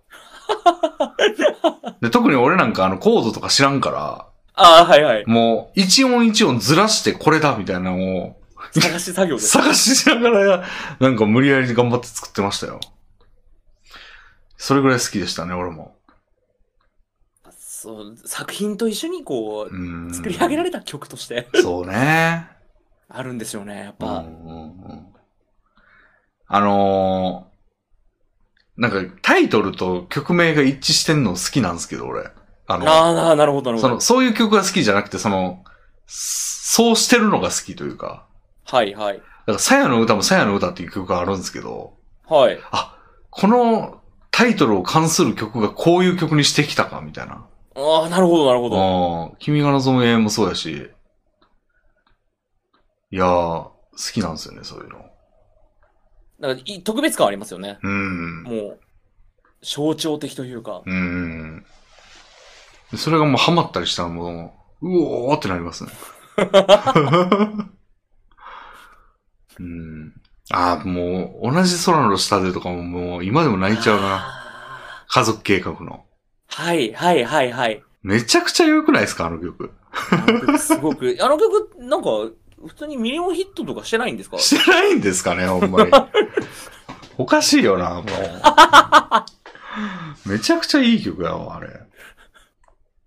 [SPEAKER 1] で特に俺なんかあのコードとか知らんから、
[SPEAKER 2] ああ、はいはい。
[SPEAKER 1] もう一音一音ずらしてこれだみたいなのを
[SPEAKER 2] 探し作業です。
[SPEAKER 1] 探ししながら、なんか無理やり頑張って作ってましたよ。それぐらい好きでしたね、俺も。
[SPEAKER 2] そう、作品と一緒にこ
[SPEAKER 1] う
[SPEAKER 2] う、
[SPEAKER 1] ん
[SPEAKER 2] 作り上げられた曲として、
[SPEAKER 1] そうね。
[SPEAKER 2] あるんですよね、やっ
[SPEAKER 1] うんう
[SPEAKER 2] ぱ。
[SPEAKER 1] んうんあのー、なんかタイトルと曲名が一致してんの好きなんですけど、俺。あの、
[SPEAKER 2] ああなあ、なるほど、なる
[SPEAKER 1] そ
[SPEAKER 2] ほど
[SPEAKER 1] の、。そういう曲が好きじゃなくて、その、そうしてるのが好きというか。
[SPEAKER 2] はいはい。
[SPEAKER 1] だから、さやの歌もさやの歌っていう曲があるんですけど、
[SPEAKER 2] はい。
[SPEAKER 1] このタイトルを関する曲がこういう曲にしてきたか、みたいな。
[SPEAKER 2] ああ、なるほど、なるほど。
[SPEAKER 1] うん。君が望む永遠もそうやし。いやー、好きなんですよね、そういうの。
[SPEAKER 2] なんかい特別感ありますよね。
[SPEAKER 1] うん。
[SPEAKER 2] もう、象徴的というか。
[SPEAKER 1] うん。でそれがもうハマったりしたらもう、うおーってなりますね。うん。ああ、もう、同じ空の下でとかももう、今でも泣いちゃうな。
[SPEAKER 2] あ
[SPEAKER 1] 家族計画の。
[SPEAKER 2] ーはいはいはいはい。
[SPEAKER 1] めちゃくちゃ良くないですか、あの曲。
[SPEAKER 2] あの曲すごく、あ *laughs* の曲、なんか、普通にミリオンヒットとかしてないんですか
[SPEAKER 1] してないんですかね、ほんまに。 *laughs* おかしいよな、もう。めちゃくちゃいい曲やわ、あれ。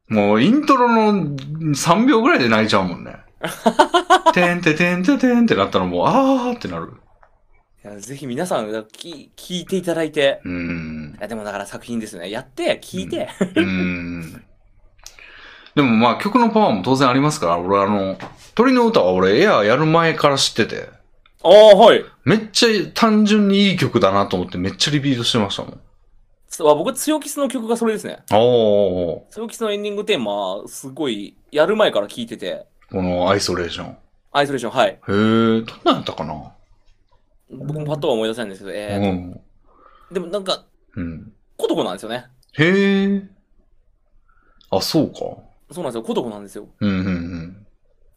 [SPEAKER 1] もう、イントロの3秒ぐらいで泣いちゃうもんね。てんててんててんってなったらもう、あーってなる。
[SPEAKER 2] いやぜひ皆さん、き聞いていただいて。
[SPEAKER 1] うーん
[SPEAKER 2] い。やでもだから作品ですね。やって、聞いて。
[SPEAKER 1] うーん。でもまあ、曲のパワーも当然ありますから、俺あの、鳥の歌は俺、エアーやる前から知ってて、
[SPEAKER 2] ああ、はい。
[SPEAKER 1] めっちゃ単純にいい曲だなと思ってめっちゃリピートしてましたもん。
[SPEAKER 2] つわ僕、強キスの曲がそれですね。
[SPEAKER 1] おー。
[SPEAKER 2] 強キスのエンディングテーマ、すごい、やる前から聞いてて。
[SPEAKER 1] このアイソレーション。へ
[SPEAKER 2] アイソレーション、はい。
[SPEAKER 1] え、どんなんやったかな
[SPEAKER 2] 僕もパッとは思い出せないんですけど、えー
[SPEAKER 1] うん。
[SPEAKER 2] でもなんか、
[SPEAKER 1] うん。
[SPEAKER 2] コトコなんですよね。
[SPEAKER 1] へえ。あ、そうか。
[SPEAKER 2] そうなんですよ、コトコなんですよ。
[SPEAKER 1] うんうんうん。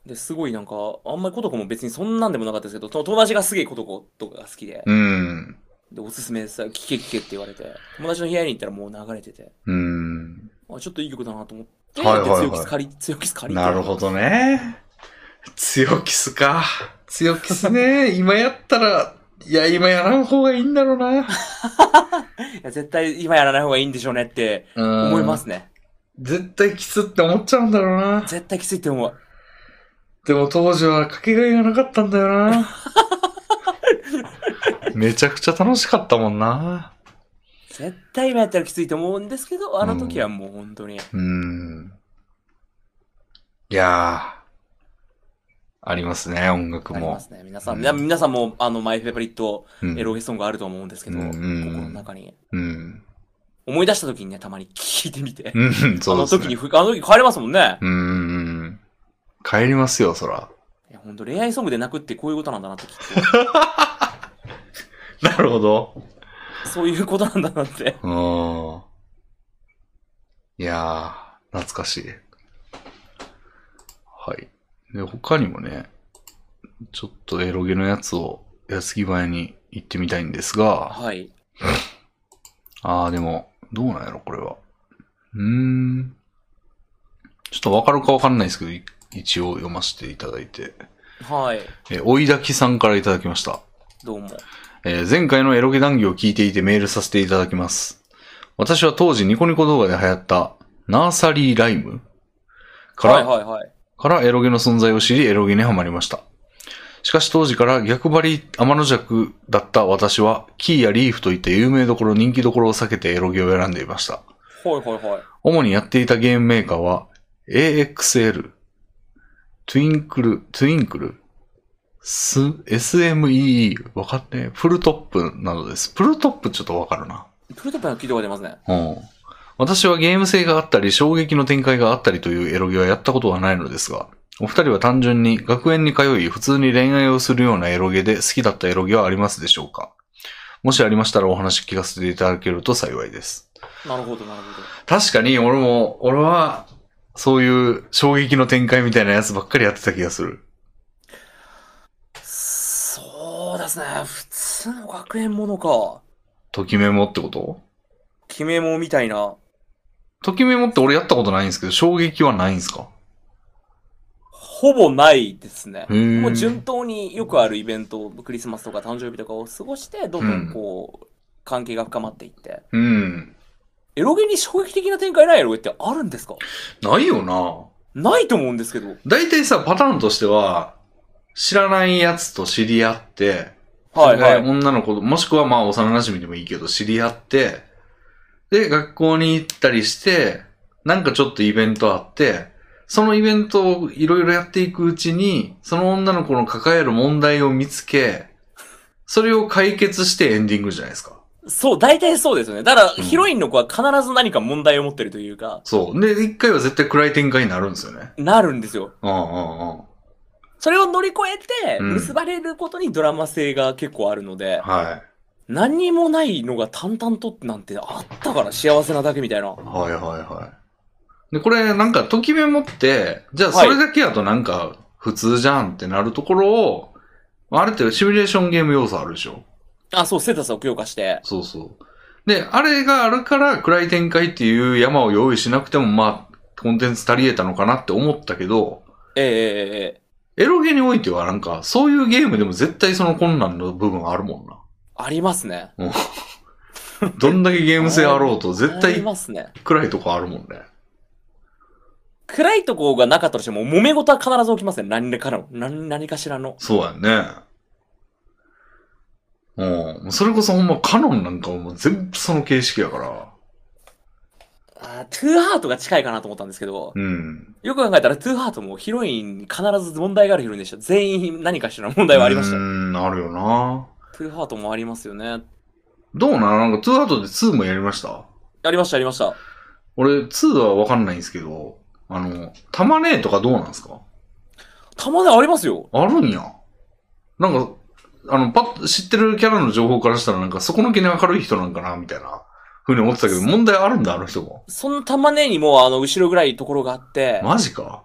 [SPEAKER 2] ですごいなんか、あんまりコトコも別にそんなんでもなかったですけど、その友達がすげえコトコとかが好きで、
[SPEAKER 1] うん。
[SPEAKER 2] で、おすすめさ、聞け聞けって言われて、友達の部屋に行ったらもう流れてて、
[SPEAKER 1] うん。
[SPEAKER 2] あ、ちょっといい曲だなと思って、
[SPEAKER 1] はいはいはい
[SPEAKER 2] で強キス借り、強キス借りて。
[SPEAKER 1] なるほどね。強キスか。強キス
[SPEAKER 2] *laughs*
[SPEAKER 1] ね。今やったら、いや、今やらん方がいいんだろうな。
[SPEAKER 2] いや、絶対今やらない方がいいんでしょうねって
[SPEAKER 1] うん
[SPEAKER 2] 思いま。すね。
[SPEAKER 1] 絶対キスって思っちゃうんだろうな。
[SPEAKER 2] 絶対きついって思う。
[SPEAKER 1] でも当時はかけがえがなかったんだよ
[SPEAKER 2] *laughs*
[SPEAKER 1] な。めちゃくちゃ楽しかったもんな。
[SPEAKER 2] 絶対今やったらきついと思うんですけど、あの時はもう本当に。
[SPEAKER 1] うーん。いやー、ありますね、音楽
[SPEAKER 2] ありま
[SPEAKER 1] も。
[SPEAKER 2] すね。皆さ
[SPEAKER 1] うん
[SPEAKER 2] ん、いや皆さんも、あの、マイフェブリット、
[SPEAKER 1] うん
[SPEAKER 2] エロゲソングあると思うんですけど、
[SPEAKER 1] うん
[SPEAKER 2] 心の中に。
[SPEAKER 1] うん。
[SPEAKER 2] 思い出した時にね、たまに聞いてみて。
[SPEAKER 1] うん、
[SPEAKER 2] あ
[SPEAKER 1] そう
[SPEAKER 2] の
[SPEAKER 1] ですね。
[SPEAKER 2] 時に、ふあの時変わりますもんね。
[SPEAKER 1] うーん。帰りますよ、そら。
[SPEAKER 2] いや、本当恋愛ソングで泣くってこういうことなんだなってきっ
[SPEAKER 1] *laughs* なるほど。
[SPEAKER 2] と、そういうことなんだなって。
[SPEAKER 1] うーん。いやー、懐かしい。はい。で、他にもね、ちょっとエロゲのやつを安木前に行ってみたいんですが、
[SPEAKER 2] はい。
[SPEAKER 1] ああ、でも、どうなんやろ、これは。うーん。ちょっとわかるかわかんないですけど、い一応読ませていただいて。
[SPEAKER 2] はい。
[SPEAKER 1] えー、追いだきさんからいただきました。
[SPEAKER 2] どうも。
[SPEAKER 1] えー前回のエロゲ談義を聞いていてメールさせていただきます。私は当時ニコニコ動画で流行った、ナーサリーライムから、
[SPEAKER 2] はいはいはい。
[SPEAKER 1] からエロゲの存在を知り、エロゲにハマりました。しかし当時から逆張り天の弱だった私は、キーやリーフといった有名どころ、人気どころを避けてエロゲを選んでいました。
[SPEAKER 2] はいはいはい。
[SPEAKER 1] 主にやっていたゲームメーカーは AXL、トゥインクル、トゥインクル、ス SMEE、わかんねえ、プルトップなどです。プルトップちょっとわかるな。
[SPEAKER 2] プルトップの聞いたことありますね。
[SPEAKER 1] うん。私はゲーム性があったり、衝撃の展開があったりというエロゲはやったことはないのですが、お二人は単純に学園に通い、普通に恋愛をするようなエロゲで好きだったエロゲはありますでしょうかもしありましたらお話聞かせていただけると幸いです。
[SPEAKER 2] なるほど、なるほど。
[SPEAKER 1] 確かに、俺も、俺は、そういう衝撃の展開みたいなやつばっかりやってた気がする。
[SPEAKER 2] そうですね。普通の学園ものか。
[SPEAKER 1] ときメモってこと
[SPEAKER 2] 決めもみたいな。
[SPEAKER 1] ときメモって俺やったことないんですけど、衝撃はないんですか
[SPEAKER 2] ほぼないですね。も
[SPEAKER 1] も
[SPEAKER 2] う順当によくあるイベント、クリスマスとか誕生日とかを過ごして、どんどんこう、関係が深まっていって。
[SPEAKER 1] うん。
[SPEAKER 2] エロゲに衝撃的な展開ないエロゲってあるんですか
[SPEAKER 1] ないよな。
[SPEAKER 2] ないと思うんですけど。
[SPEAKER 1] 大体さ、パターンとしては、知らないやつと知り合って、
[SPEAKER 2] はいは
[SPEAKER 1] で
[SPEAKER 2] い。
[SPEAKER 1] 女の子と、もしくはまあ幼馴染でもいいけど、知り合って、で、学校に行ったりして、なんかちょっとイベントあって、そのイベントをいろいろやっていくうちに、その女の子の抱える問題を見つけ、それを解決してエンディングじゃないですか。
[SPEAKER 2] そう、大体そうですよね。だから、
[SPEAKER 1] うん
[SPEAKER 2] ヒロインの子は必ず何か問題を持ってるというか、
[SPEAKER 1] そう。で、一回は絶対暗い展開になるんですよね。
[SPEAKER 2] なるんですよ。
[SPEAKER 1] うんうんうん。
[SPEAKER 2] それを乗り越えて、
[SPEAKER 1] うん
[SPEAKER 2] 結ばれることにドラマ性が結構あるので、
[SPEAKER 1] はい。
[SPEAKER 2] 何にもないのが淡々となんてあったから幸せなだけみたいな。
[SPEAKER 1] はいはいはい。で、これなんか、ときめもって、じゃあそれだけやとなんか、普通じゃんってなるところを、あれってシミュレーションゲーム要素あるでしょ
[SPEAKER 2] あ、そう、セータスを強化して。
[SPEAKER 1] そうそう。で、あれがあるから暗い展開っていう山を用意しなくても、まあ、コンテンツ足り得たのかなって思ったけど、
[SPEAKER 2] ええええええ
[SPEAKER 1] エロゲにおいてはなんか、そういうゲームでも絶対その困難の部分あるもんな。
[SPEAKER 2] ありますね。
[SPEAKER 1] どんだけゲーム性あろうと、絶
[SPEAKER 2] あり
[SPEAKER 1] 対
[SPEAKER 2] ますね。
[SPEAKER 1] 暗いとこあるもんね。
[SPEAKER 2] 暗いとこがなかったとしても、揉め事は必ず起きますね。何らかの。何何かしらの。
[SPEAKER 1] そうやね。うん。それこそほんまカノンなんかもう全部その形式やから。
[SPEAKER 2] あートゥーハートが近いかなと思ったんですけど、
[SPEAKER 1] うん。
[SPEAKER 2] よく考えたらトゥーハートもヒロインに必ず問題があるヒロインでした。全員何かしらの問題はありました
[SPEAKER 1] う。ん、あるよな。
[SPEAKER 2] トゥーハートもありますよね。
[SPEAKER 1] どうななんか2アウトで2もやりました
[SPEAKER 2] ありました、ありました。
[SPEAKER 1] 俺2はわかんないんですけど、あの、玉ねえとかどうなんですか
[SPEAKER 2] たまにありますよ。
[SPEAKER 1] あるんや。なんか、あの、パッと知ってるキャラの情報からしたらなんかそこの気に明るい人なんかなみたいな風に思ってたけど、問題あるんだ、あの人も。
[SPEAKER 2] その玉ねぎにも、あの、後ろぐらいところがあって、
[SPEAKER 1] マジか。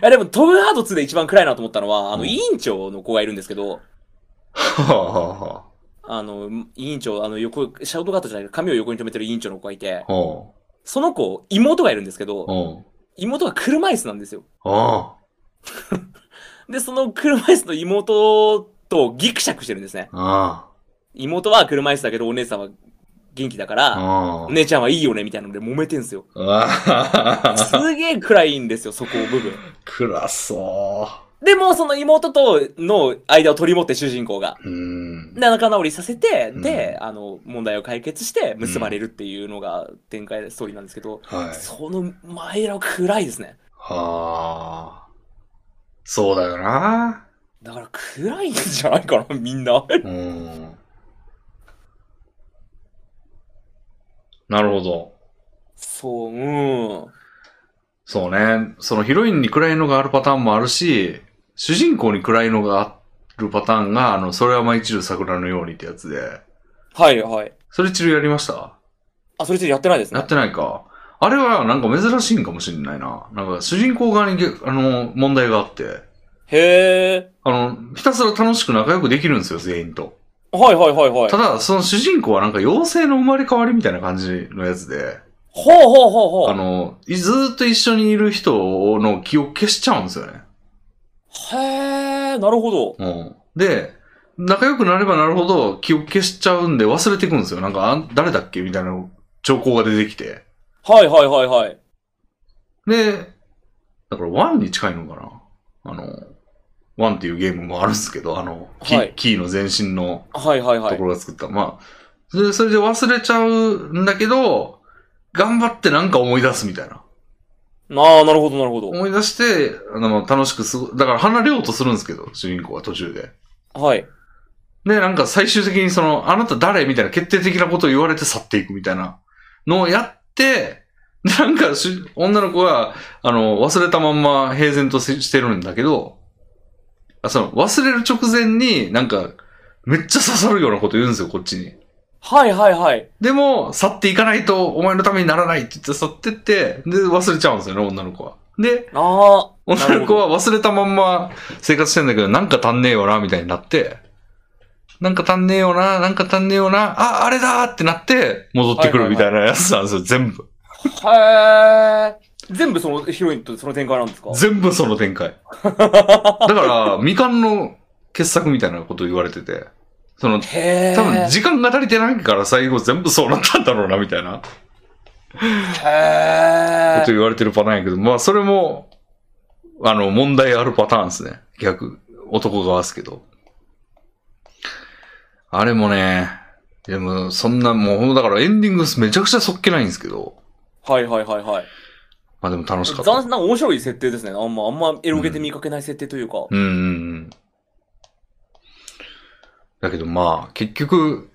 [SPEAKER 2] いやでも、トムハート2で一番暗いなと思ったのは、あの、
[SPEAKER 1] うん
[SPEAKER 2] 委員長の子がいるんですけど、
[SPEAKER 1] はあはあは
[SPEAKER 2] あの、委員長、あの、横、シャウトカットじゃない髪を横に留めてる委員長の子がいて
[SPEAKER 1] あ。、は
[SPEAKER 2] その子、妹がいるんですけど、
[SPEAKER 1] あ。
[SPEAKER 2] 妹が車椅子なんですよ。
[SPEAKER 1] あ
[SPEAKER 2] で、その車椅子の妹とギクシャクしてるんですね。
[SPEAKER 1] あ。ああ。
[SPEAKER 2] 妹は車椅子だけど、お姉さんは元気だから、
[SPEAKER 1] あ
[SPEAKER 2] お姉ちゃんはいいよね、みたいなので揉めてんすよ。
[SPEAKER 1] あ
[SPEAKER 2] す
[SPEAKER 1] あ、
[SPEAKER 2] げえ暗いんですよ、そこ部分。
[SPEAKER 1] *laughs* 暗そ
[SPEAKER 2] でも、その妹との間を取り持って主人公が。
[SPEAKER 1] う。うん。
[SPEAKER 2] で仲直りさせて、で、
[SPEAKER 1] う
[SPEAKER 2] あの、問題を解決して、結ばれるっていうのが展開、ストーリーなんですけど、
[SPEAKER 1] はい。
[SPEAKER 2] その前ら暗いですね。
[SPEAKER 1] はあ。そうだよな。
[SPEAKER 2] だから暗いんじゃないかな、みんな。
[SPEAKER 1] うん。なるほど。
[SPEAKER 2] そう、うん。
[SPEAKER 1] そうね。そのヒロインに暗いのがあるパターンもあるし、主人公に暗いのがあるパターンが、あの、それはまあ一流桜のようにってやつで。
[SPEAKER 2] はい、はい。
[SPEAKER 1] それ一流やりました
[SPEAKER 2] あ、それちょっとやってないです
[SPEAKER 1] や
[SPEAKER 2] ね
[SPEAKER 1] っ。てないか。あれはなんか珍しいんかもしれないな。なんか主人公側にげあの問題があって、
[SPEAKER 2] へえ。
[SPEAKER 1] あの、ひたすら楽しく仲良くできるんですよ、全員と。
[SPEAKER 2] はい、はい、はい、はい。
[SPEAKER 1] ただ、その主人公はなんか妖精の生まれ変わりみたいな感じのやつで、
[SPEAKER 2] ほうほうほうほう。
[SPEAKER 1] あの、いずーっと一緒にいる人の記憶消しちゃうんですよね。
[SPEAKER 2] へえ、なるほど。
[SPEAKER 1] うん。で、仲良くなればなるほど記憶消しちゃうんで忘れていくんですよ。なんか、あ誰だっけみたいな兆候が出てきて。
[SPEAKER 2] はい、はい、はい、はい。
[SPEAKER 1] で、だからワンに近いのかなあの、ワンっていうゲームもあるんですけど、あの、キ,、
[SPEAKER 2] はい
[SPEAKER 1] キーの前身の
[SPEAKER 2] はい、はい、は
[SPEAKER 1] と
[SPEAKER 2] い
[SPEAKER 1] こ。ろが作った。まあ、でそれで忘れちゃうんだけど、頑張ってなんか思い出すみたいな。
[SPEAKER 2] ああ、なるほど、なるほど。
[SPEAKER 1] 思い出して、あの、楽しくすご、だから離れようとするんですけど、主人公は途中で。
[SPEAKER 2] はい。
[SPEAKER 1] で、なんか最終的にその、あなた誰みたいな決定的なことを言われて去っていくみたいなのをやって、で、なんかし、女の子が、あの、忘れたまんま平然とししてるんだけど、あその、忘れる直前になんか、めっちゃ刺さるようなこと言うんですよ、こっちに。
[SPEAKER 2] はいはいはい。
[SPEAKER 1] でも、去っていかないとお前のためにならないって言って去ってって、で、忘れちゃうんですよね、女の子は。で、
[SPEAKER 2] ああ。な
[SPEAKER 1] 女
[SPEAKER 2] る
[SPEAKER 1] の
[SPEAKER 2] ほ
[SPEAKER 1] 子
[SPEAKER 2] ど
[SPEAKER 1] は忘れたまんま生活してんだけど、なんか足んねえよな、みたいになって、なんか足んねえよな、なんか足んねえよな、あ、あれだーってなって、戻ってくるみたいなやつなんですよ、全部。
[SPEAKER 2] へえ。全部そのヒロインとその展開なんですか
[SPEAKER 1] 全部その展
[SPEAKER 2] *laughs*
[SPEAKER 1] 開。だから、未完の傑作みたいなこと言われてて、その、
[SPEAKER 2] へえ。
[SPEAKER 1] 多分時間が足りてないから最後全部そうなったんだろうな、みたいな。
[SPEAKER 2] へ
[SPEAKER 1] こと
[SPEAKER 2] え。
[SPEAKER 1] 言われてるパターンやけど、まあそれも、あの、問題あるパターンですね。逆、男側ですけど。あれもね、でも、そんな、もうほんとだからエンディングめちゃくちゃそっけないんですけど、
[SPEAKER 2] はいはいはいはい。
[SPEAKER 1] まあでも楽しかっ
[SPEAKER 2] 斬
[SPEAKER 1] た。
[SPEAKER 2] なんか面白い設定ですね。あんま、あんまエロゲで見かけない設定というか。
[SPEAKER 1] うんうんうん。だけどまあ、結局、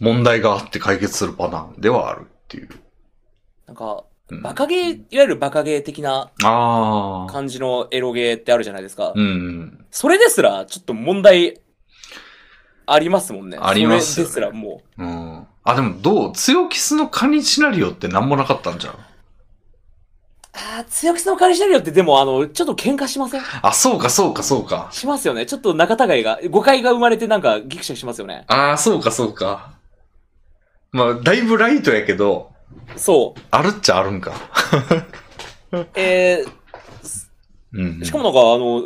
[SPEAKER 1] 問題があって解決するパターンではあるっていう。
[SPEAKER 2] なんか、
[SPEAKER 1] うん
[SPEAKER 2] バカゲー、いわゆるバカゲー的な
[SPEAKER 1] ああ。
[SPEAKER 2] 感じのエロゲーってあるじゃないですか。
[SPEAKER 1] うんうん。
[SPEAKER 2] それですら、ちょっと問題、ありますもんね。
[SPEAKER 1] あります
[SPEAKER 2] そ
[SPEAKER 1] よね
[SPEAKER 2] れですら、もう。
[SPEAKER 1] うん。あ、でもどう強キスのカニシナリオってなんもなかったんじゃん。
[SPEAKER 2] ああ、強くその代わりしてるよって、でも、あの、ちょっと喧嘩しません
[SPEAKER 1] あ、そうか、そうか、そうか。
[SPEAKER 2] しますよね。ちょっと仲違いが、誤解が生まれてなんかギクシャクしますよね。
[SPEAKER 1] ああ、そうか、そうか。まあ、だいぶライトやけど、
[SPEAKER 2] そ
[SPEAKER 1] あるっちゃあるんか。
[SPEAKER 2] う。え
[SPEAKER 1] うん、
[SPEAKER 2] ー、しかも、なんか、あの、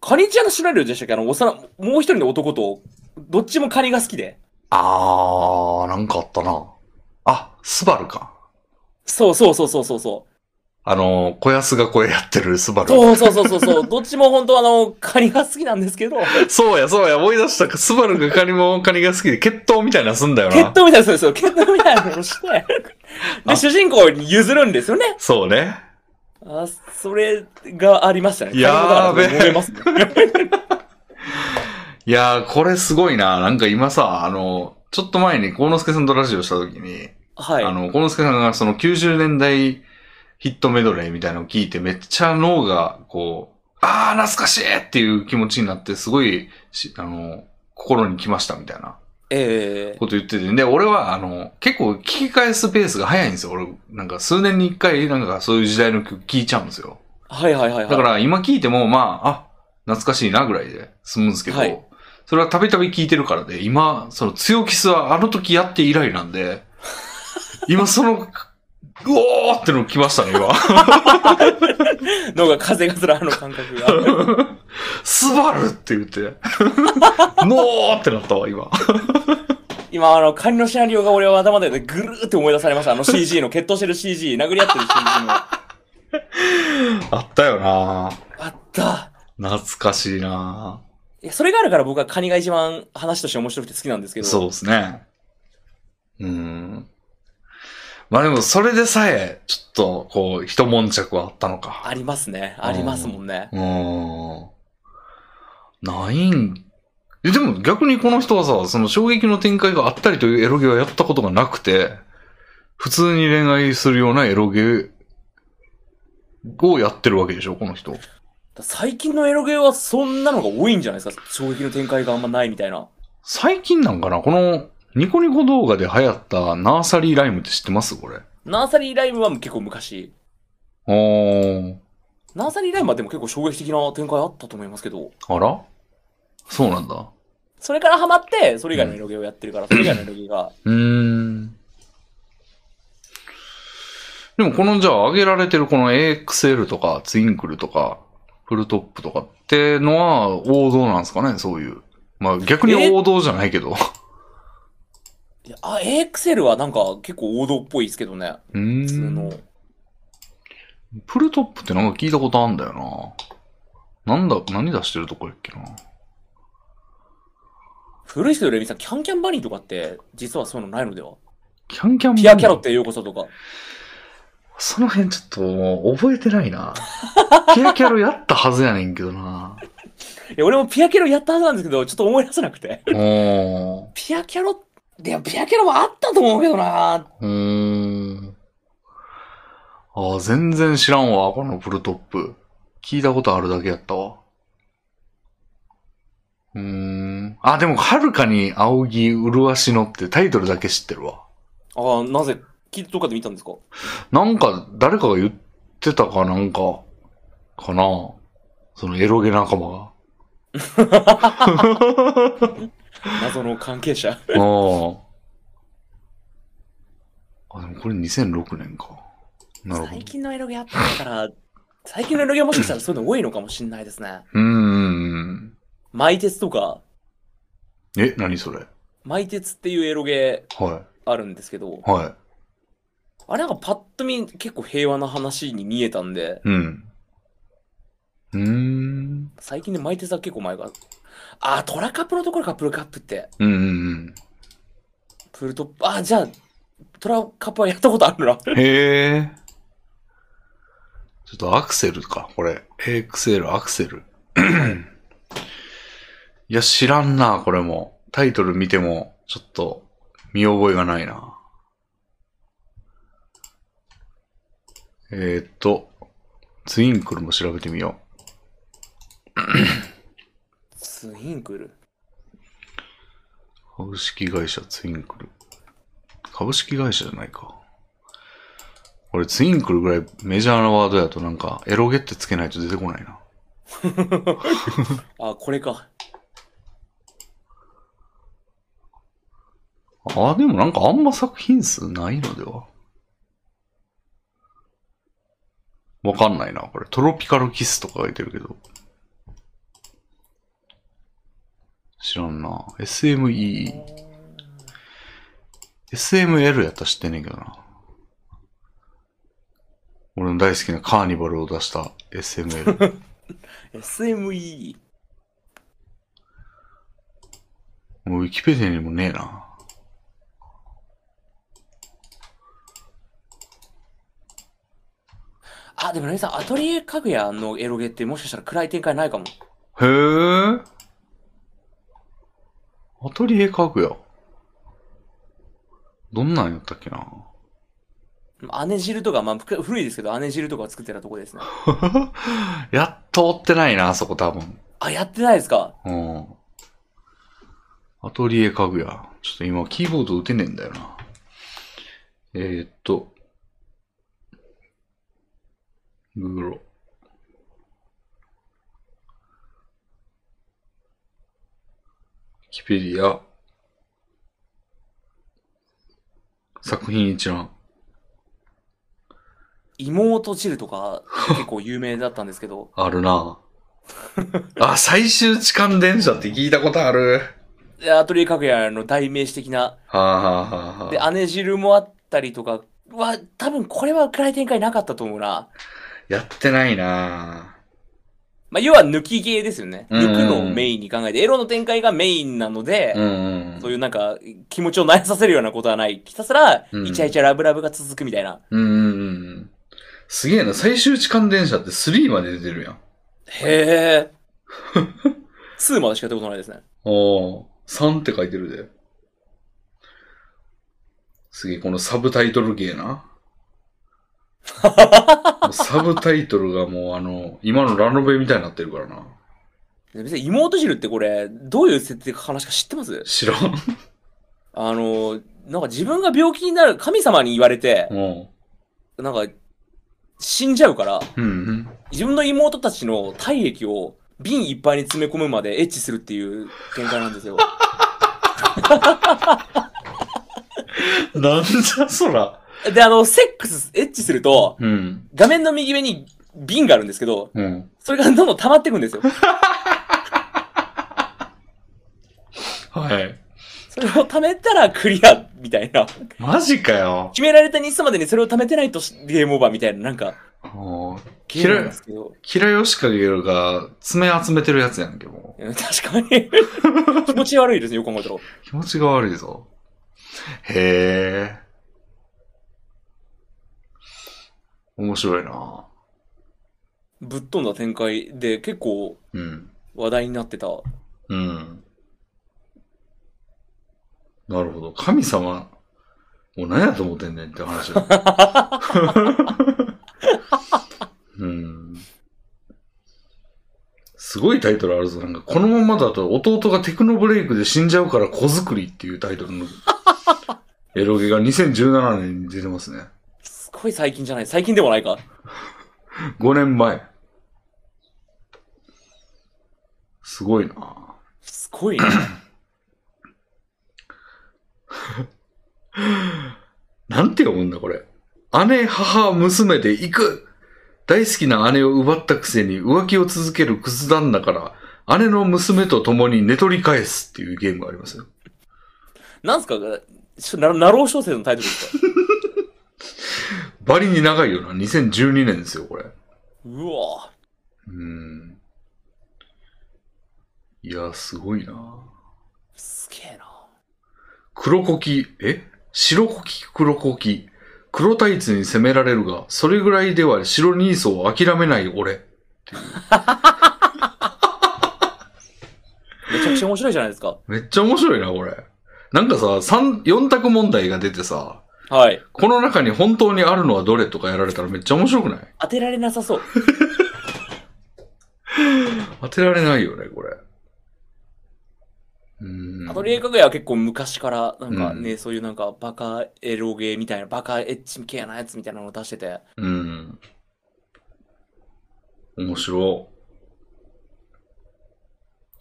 [SPEAKER 2] カニちゃんのシナリオでしたっけあの、おさもう一人の男と、どっちもカニが好きで。
[SPEAKER 1] あー、なんかあったな。あ、スバルか。
[SPEAKER 2] そうそうそうそうそうそう。
[SPEAKER 1] あの、小安が声やってるスバル。
[SPEAKER 2] そうそうそうそ
[SPEAKER 1] *laughs*
[SPEAKER 2] うそう。どっちも本当あの、カニが好きなんですけど、
[SPEAKER 1] そうや、そうや、思い出した。スバルがカニもカニが好きで、決闘みたいなのすんだよ
[SPEAKER 2] 決
[SPEAKER 1] な。
[SPEAKER 2] 闘みたいなそうですよ。決闘みたいなの
[SPEAKER 1] *laughs*
[SPEAKER 2] をして、
[SPEAKER 1] あ
[SPEAKER 2] で、主人公に譲るんですよね。
[SPEAKER 1] そうね。
[SPEAKER 2] あ、それがありましたね。
[SPEAKER 1] やーべ
[SPEAKER 2] カニの中で揉めますね。
[SPEAKER 1] いやー、これすごいな。なんか今さ、あの、ちょっと前に、幸之助さんとラジオした時に、
[SPEAKER 2] はい。
[SPEAKER 1] あの、コ之助さんがその90年代ヒットメドレーみたいなのを聞いてめっちゃ脳がこう、あー懐かしいっていう気持ちになってすごいし、あの、心に来ましたみたいな
[SPEAKER 2] ええ
[SPEAKER 1] こと言ってて。で、俺はあの、結構聞き返すペースが早いんですよ。俺、なんか数年に一回なんかそういう時代の曲聞いちゃうんですよ。
[SPEAKER 2] はいはいはいはい。
[SPEAKER 1] だから今聞いてもまあ、あ、懐かしいなぐらいで済むんですけど、
[SPEAKER 2] はい
[SPEAKER 1] それはたびたび聞いてるからで、今、その強キスはあの時やって以来なん
[SPEAKER 2] *laughs*
[SPEAKER 1] で、今その、うおーっての来ましたね、
[SPEAKER 2] *laughs*
[SPEAKER 1] 今。
[SPEAKER 2] のが風がするあの感覚が。
[SPEAKER 1] スバルって
[SPEAKER 2] *laughs*
[SPEAKER 1] 言って、ノーってなったわ、今。
[SPEAKER 2] 今、あの、カニのシナリオが俺は頭でぐるーって思い出されました。あの CG の、決闘してる CG、殴り合ってる
[SPEAKER 1] *laughs*
[SPEAKER 2] CG の。あ
[SPEAKER 1] あったよな
[SPEAKER 2] った。
[SPEAKER 1] 懐かしいない
[SPEAKER 2] や、それがあるから僕はカニが一番話として面白くて好きなんですけど。
[SPEAKER 1] そうですね。うん。まあでも、それでさえ、ちょっと、こう、一悶着はあったのか。
[SPEAKER 2] ありますね。ありますもんね。
[SPEAKER 1] うーん。ないん。えでも逆にこの人はさ、その衝撃の展開があったりというエロゲはやったことがなくて、普通に恋愛するようなエロゲをやってるわけでしょ、この人。
[SPEAKER 2] 最近のエロゲーはそんなのが多いんじゃないですか衝撃の展開があんまないみたいな。
[SPEAKER 1] 最近なんかなこのニコニコ動画で流行ったナーサリーライムって知ってますこれ。
[SPEAKER 2] ナーサリーライブは結構昔。
[SPEAKER 1] おー。
[SPEAKER 2] ナーサリーライブはでも結構衝撃的な展開あったと思いますけど、
[SPEAKER 1] あらそうなんだ。
[SPEAKER 2] それからハマって、それ以外のエロゲーをやってるから、それ以外のエロゲーが。
[SPEAKER 1] うーん。でもこのじゃあ上げられてるこの AXL とかツインクルとかフルトップとかってのは王道なんですかねそういう。まあ逆に
[SPEAKER 2] え
[SPEAKER 1] 王道じゃないけど。
[SPEAKER 2] いやあ、AXL はなんか結構王道っぽいですけどね。
[SPEAKER 1] う
[SPEAKER 2] *laughs* 普通の
[SPEAKER 1] ーん。。フルトップってなんか聞いたことあんだよな。なんだ、何出してるとこやっけな。
[SPEAKER 2] 古い人よりレミさん、キャンキャンバニーとかって、実はそういうのないのでは
[SPEAKER 1] キャンキャン
[SPEAKER 2] ピアキャロってようこそとか。
[SPEAKER 1] その辺ちょっともう覚えてないな。ピアキャロやったはずやねんけど
[SPEAKER 2] *laughs*
[SPEAKER 1] な。
[SPEAKER 2] いや、俺もピアキャロやったはずなんですけど、ちょっと思い出せなくて。
[SPEAKER 1] おー。
[SPEAKER 2] ピアキャロ、いや、ピアキャロもあったと思うけどな
[SPEAKER 1] うーん。ああ、全然知らんわ、このプルトップ。聞いたことあるだけやったわ。うーん。うん。あ、でも、はるかに仰ぎ麗しのってタイトルだけ知ってるわ。
[SPEAKER 2] ああ、なぜ、聞いてどっかで見たんですか
[SPEAKER 1] なんか、誰かが言ってたかなんか、かなそのエロゲ仲間が。
[SPEAKER 2] 謎の関係者。
[SPEAKER 1] あーあ。でもこれ2006年か。なるほど
[SPEAKER 2] 最。近のエロゲやってないから、最近のエロゲはもしかしたらそういうの多いのかもしれないですね。
[SPEAKER 1] うーん。
[SPEAKER 2] マイテツとか、
[SPEAKER 1] え、何それ
[SPEAKER 2] マイテツっていうエロゲ
[SPEAKER 1] は
[SPEAKER 2] あるんですけど、
[SPEAKER 1] い。は
[SPEAKER 2] あれなんかパッと見結構平和な話に見えたんで、
[SPEAKER 1] い。うん。うーん。
[SPEAKER 2] 最近でマイテツは結構前から。あー、トラカップのところか、プルカップって。
[SPEAKER 1] うんうん
[SPEAKER 2] プルトップ、あー、じゃあ、トラカップはやったことあるな。
[SPEAKER 1] うん。へえ。ちょっとアクセルか、これ。AXL、アクセル。いや、知らんな、これも。タイトル見ても、ちょっと、見覚えがないな。えー、っと、ツインクルも調べてみよ
[SPEAKER 2] ツインクル。
[SPEAKER 1] う。株式会社ツインクル。株式会社じゃないか。俺、ツインクルぐらいメジャーなワードやとなんか、エロゲってつけないと出てこないな。
[SPEAKER 2] あー、これか。
[SPEAKER 1] ああ、でもなんかあんま作品数ないのでは。わかんないな、これ。トロピカルキスとか書いてるけど。知らんな。SME。SML やったら知ってんねんけどな。俺の大好きなカーニバルを出した *laughs* SML。
[SPEAKER 2] SME。
[SPEAKER 1] もうウィキペディアにもねえな。
[SPEAKER 2] あ、でもねさん、アトリエ家具屋のエロゲってもしかしたら暗い展開ないかも。
[SPEAKER 1] へえ。アトリエ家具や。どんなんやったっけ *laughs* な。
[SPEAKER 2] 姉汁とか、まあふく古いですけど、姉汁とかを作ってたとこですね。
[SPEAKER 1] やっと追ってないな、あそこ多分。
[SPEAKER 2] あ、やってないですか
[SPEAKER 1] うん。アトリエ家具や。ちょっと今キーボード打てねえんだよな。えー、っと。グーグロ。キペリア。作品一覧。、
[SPEAKER 2] 妹汁とか、結構有名だったんですけど *laughs*
[SPEAKER 1] あるなあ、最終痴漢電車って聞いたことある。
[SPEAKER 2] でアトリエ家具屋の代名詞的な、
[SPEAKER 1] はあ、はあはあ
[SPEAKER 2] で
[SPEAKER 1] はあ、、
[SPEAKER 2] 姉汁もあったりとかは、多分これは暗い展開なかったと思うな。
[SPEAKER 1] やってないな
[SPEAKER 2] まあ、要は抜き芸ですよね。
[SPEAKER 1] うんうんうん
[SPEAKER 2] 抜くのをメインに考えて、エロの展開がメインなので
[SPEAKER 1] ぁ、うん
[SPEAKER 2] そういうなんか、気持ちを萎えさせるようなことはない。ひたすら、
[SPEAKER 1] うん
[SPEAKER 2] イチャイチャラブラブが続くみたいな。
[SPEAKER 1] うん。うんうんうん。すげえな、最終痴漢電車って3まで出てるやん。
[SPEAKER 2] *laughs* へえ。2までしかやったことないですね。
[SPEAKER 1] おー、3って書いてるで。すげえ、このサブタイトル芸 *laughs* な。もうサブタイトルがもうあの、今のラノベみたいになってるからな。
[SPEAKER 2] で別に妹汁ってこれ、どういう設定か話か知ってます
[SPEAKER 1] 知ら *laughs* ん。
[SPEAKER 2] あの、なんか自分が病気になる、神様に言われて、
[SPEAKER 1] うん。
[SPEAKER 2] なんか、死んじゃうから、
[SPEAKER 1] うんうん。
[SPEAKER 2] 自分の妹たちの体液を瓶いっぱいに詰め込むまでエッチするっていう展開なんですよ。
[SPEAKER 1] なんだそら。
[SPEAKER 2] で、あの、セックス、エッチすると、
[SPEAKER 1] うん。
[SPEAKER 2] 画面の右上に瓶があるんですけど、
[SPEAKER 1] うん。
[SPEAKER 2] それがどんどん溜まっていくんですよ。
[SPEAKER 1] はい。
[SPEAKER 2] それを溜めたらクリア、みたいな。
[SPEAKER 1] マジかよ。
[SPEAKER 2] 決められた日数までにそれを溜めてないとゲームオーバーみたいな、なんか、
[SPEAKER 1] もう、
[SPEAKER 2] ゲームなんですけど。
[SPEAKER 1] キラヨシカゲルが爪集めてるやつやんけ、も
[SPEAKER 2] うん確かに。 *laughs* 気持ち悪いですね、よく考えたら。
[SPEAKER 1] う。気持ちが悪いぞ。へえ。面白いな
[SPEAKER 2] ぶっ飛んだ展開で結構
[SPEAKER 1] うん。
[SPEAKER 2] 話題になってた。
[SPEAKER 1] うん。なるほど。神様、もう何やと思ってんねんって話だ。うん。すごいタイトルあるぞ。なんか、このままだと弟がテクノブレイクで死んじゃうから子作りっていうタイトルのエロゲが2017年に出てますね。
[SPEAKER 2] すごい最近じゃない最近でもないか。
[SPEAKER 1] 5年前。すごいな
[SPEAKER 2] すごいね。
[SPEAKER 1] なんて読むんだ、これ。姉、母、娘で行く大好きな姉を奪ったくせに浮気を続けるクズ旦那から、姉の娘と共に寝取り返すっていうゲームがありますよ。
[SPEAKER 2] なんすかしなナロー小説のタイトルですか
[SPEAKER 1] バリに長いよな。2012年ですよ、これ。
[SPEAKER 2] うわ
[SPEAKER 1] うん。いや、すごいな
[SPEAKER 2] すげえな。
[SPEAKER 1] 黒コキ、え白コキ、黒コキ。黒タイツに攻められるが、それぐらいでは白ニーソを諦めない俺。
[SPEAKER 2] めちゃくちゃ面白いじゃないですか。
[SPEAKER 1] めっちゃ面白いな、これ。なんかさ、三、四択問題が出てさ、
[SPEAKER 2] はい。
[SPEAKER 1] この中に本当にあるのはどれとかやられたらめっちゃ面白くない
[SPEAKER 2] 当てられなさそう。
[SPEAKER 1] 当てられないよね、これ。うーん。
[SPEAKER 2] アトリエかぐやは結構昔から、なんかね、
[SPEAKER 1] う
[SPEAKER 2] そういうなんかバカエロゲーみたいな、バカエッチ系なやつみたいなのを出してて、
[SPEAKER 1] うん。面白い。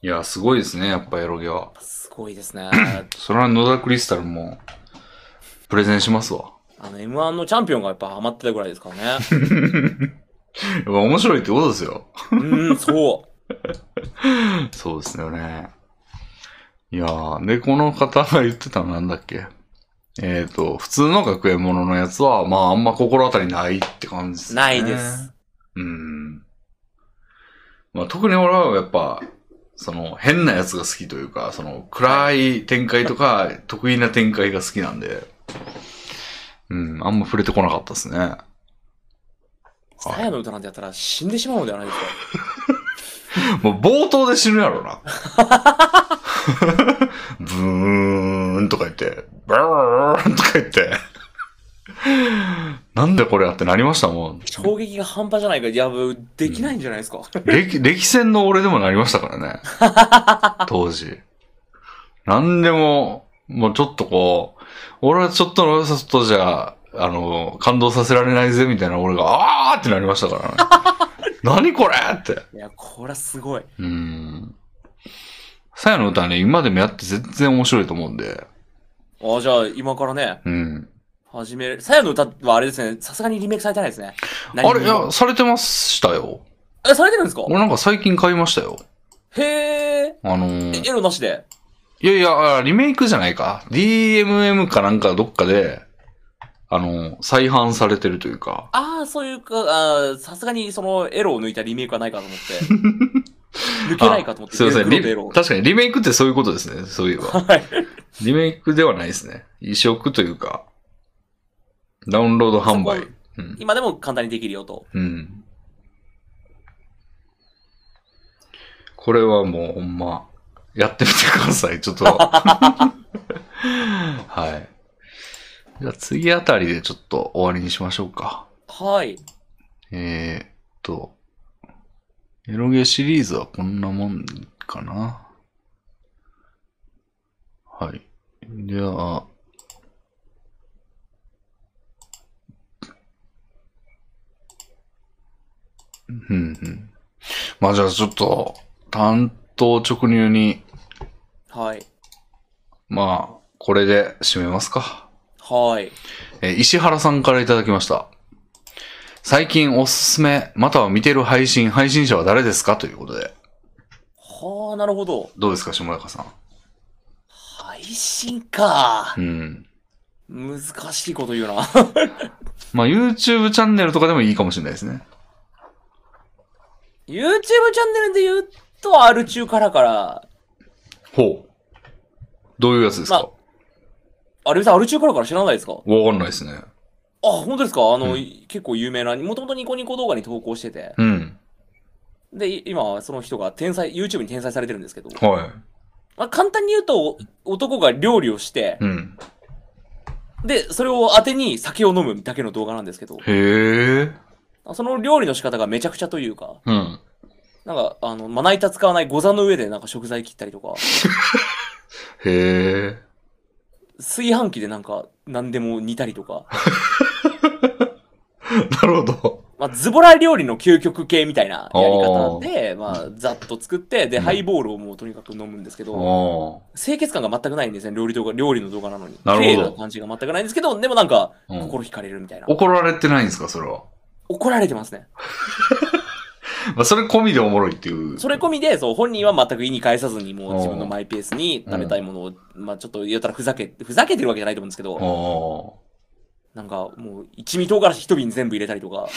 [SPEAKER 1] いや、すごいですね、やっぱエロゲは。
[SPEAKER 2] すごい *laughs* ですね。
[SPEAKER 1] それは野田クリスタルも、プレゼンしますわ。
[SPEAKER 2] あの、M1 のチャンピオンがやっぱハマってたぐらいですから *laughs* ね。
[SPEAKER 1] やっぱ面白いってことですよ。
[SPEAKER 2] うーん、そ
[SPEAKER 1] そうですよね。いやー、で、この方が言ってたのなんだっけ。えっ、ー、と、普通の学園もののやつは、まあ、あんま心当たりないって感じで
[SPEAKER 2] う。
[SPEAKER 1] すね。
[SPEAKER 2] ないです。。
[SPEAKER 1] うん。まあ、特に俺はやっぱ、その、変なやつが好きというか、その、暗い展開とか、得意な展開が好きなんで、うん、あんま触れてこなかったですね。
[SPEAKER 2] サヤの歌なんてやったら死んでしまうのではないですか。
[SPEAKER 1] もう冒頭で死ぬやろな。ブーンとか言って、ブーンとか言って、なんでこれやってなりましたもん。
[SPEAKER 2] 衝撃が半端じゃないから、いや、できないんじゃないですか。
[SPEAKER 1] 歴、歴戦の俺でもなりましたからね。当時。なんでも、もうちょっとこう、俺はちょっとの良さとじゃ、あの、感動させられないぜ、みたいな俺が、あーってなりましたから *laughs* ね。何これって。
[SPEAKER 2] いや、これはすごい。
[SPEAKER 1] うん。さやの歌はね、今でもやって全然面白いと思うんで。
[SPEAKER 2] あじゃあ、今からね、
[SPEAKER 1] うん。
[SPEAKER 2] 始める。サヤの歌はあれですね、さすがにリメイクされてないですね。何
[SPEAKER 1] あ
[SPEAKER 2] も
[SPEAKER 1] れ、いや、されてましたよ。
[SPEAKER 2] え、されてるんですか
[SPEAKER 1] 俺なんか最近買いましたよ。
[SPEAKER 2] へー。
[SPEAKER 1] あの
[SPEAKER 2] え
[SPEAKER 1] ー、
[SPEAKER 2] エロなしで。
[SPEAKER 1] いやいや、あリメイクじゃないか。DMM かなんかどっかで、あのー、再販されてるというか。
[SPEAKER 2] ああ、そういうか、あーさすがにそのエロを抜いたリメイクはないかと
[SPEAKER 1] *laughs*
[SPEAKER 2] 思って。抜けないかと思って。
[SPEAKER 1] あすいません。
[SPEAKER 2] 黒
[SPEAKER 1] リ
[SPEAKER 2] とエロを。
[SPEAKER 1] 確かにリメイクってそういうことですね。そういえ
[SPEAKER 2] *laughs*
[SPEAKER 1] ば。
[SPEAKER 2] はい。
[SPEAKER 1] リメイクではないですね。移植というか、ダウンロード販売
[SPEAKER 2] そこ。
[SPEAKER 1] うん。
[SPEAKER 2] 今でも簡単にできるよと。
[SPEAKER 1] うん。これはもうほんま、やってみてください。ちょっと。はい。じゃあ次あたりでちょっと終わりにしましょうか。
[SPEAKER 2] はい。
[SPEAKER 1] えー、っと、エロゲシリーズはこんなもんかな。はい。じゃあ、うんうん。まあじゃあちょっと、担当直入に、
[SPEAKER 2] はい。
[SPEAKER 1] まあ、これで締めますか。
[SPEAKER 2] はい。
[SPEAKER 1] えー石原さんからいただきました。最近おすすめ、または見てる配信、配信者は誰ですかということで。
[SPEAKER 2] はあ、なるほど。
[SPEAKER 1] どうですか、下中さ
[SPEAKER 2] 配信か
[SPEAKER 1] ん。う。ん。
[SPEAKER 2] 難しいこと言うな。 *laughs*
[SPEAKER 1] まあ、YouTube チャンネルとかでもいいかもしれないですね。
[SPEAKER 2] YouTube チャンネルで言うと、R 中からから、
[SPEAKER 1] ほう。どういうやつですか、
[SPEAKER 2] あれさん、R 中からから知らないですかあ、
[SPEAKER 1] わかんないですね。
[SPEAKER 2] 本当ですかあの、
[SPEAKER 1] う
[SPEAKER 2] 結構有名な、もともとニコニコ動画に投稿してて、
[SPEAKER 1] うん。
[SPEAKER 2] で、い今、その人が転載、YouTube に転載されてるんですけど、
[SPEAKER 1] は
[SPEAKER 2] まあ、簡単に言うと、お男が料理をして
[SPEAKER 1] い。、うん。
[SPEAKER 2] で、それを当てに酒を飲むだけの動画なんですけど、
[SPEAKER 1] へえ。
[SPEAKER 2] その料理の仕方がめちゃくちゃというか、
[SPEAKER 1] うん。
[SPEAKER 2] なんか、あの、まな板使わないゴザの上でなんか食材切ったりとか、
[SPEAKER 1] へえ。
[SPEAKER 2] 炊飯器でなんか何でも煮たりとか、
[SPEAKER 1] なるほど。
[SPEAKER 2] まあ、ズボラ料理の究極系みたいなやり方で、まあ、ざっと作って、で、
[SPEAKER 1] うん
[SPEAKER 2] ハイボールをもうとにかく飲むんですけど、
[SPEAKER 1] お
[SPEAKER 2] 清潔感が全くないんですね、料理動画、料理の動画なのに。
[SPEAKER 1] なるほど
[SPEAKER 2] 綺麗な感じが全くないんですけど、でもなんか、
[SPEAKER 1] ーうん
[SPEAKER 2] 心惹かれるみたいな。
[SPEAKER 1] 怒られてないんですか、それは。
[SPEAKER 2] 怒られてますね。
[SPEAKER 1] まあ、それ込みでおもろいっていう。
[SPEAKER 2] それ込みで、そう、本人は全く意に返さずに、もう自分のマイペースに食べたいものを、まあちょっと言ったらふざけ、ふざけてるわけじゃないと思うんですけど、
[SPEAKER 1] お
[SPEAKER 2] なんかもう一味唐辛子一瓶全部入れたりとか、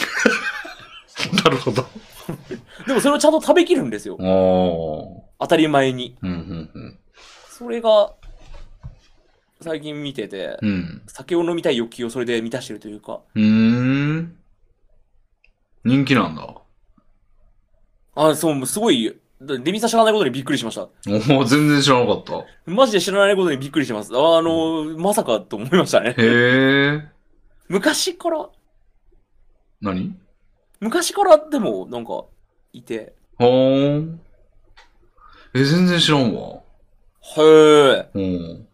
[SPEAKER 1] ー *laughs* なるほど。
[SPEAKER 2] でもそれをちゃんと食べきるんですよ。
[SPEAKER 1] おー
[SPEAKER 2] 当たり前に。
[SPEAKER 1] うん、うん、
[SPEAKER 2] それが、最近見てて、
[SPEAKER 1] うん。うん。
[SPEAKER 2] 酒を飲みたい欲求をそれで満たしてるというか、
[SPEAKER 1] うーん。人気なんだ。お
[SPEAKER 2] あ、そう、もうすごい、レミさん知らないことにびっくりしました。
[SPEAKER 1] ー全然知らなかった。
[SPEAKER 2] マジで知らないことにびっくりしてます。ああの、まさかと思いましたね。
[SPEAKER 1] へえ。
[SPEAKER 2] 昔から、
[SPEAKER 1] 何
[SPEAKER 2] 昔からでも、なんか、いて。
[SPEAKER 1] ほーん。え、全然知らんわ。
[SPEAKER 2] へえ。
[SPEAKER 1] うん。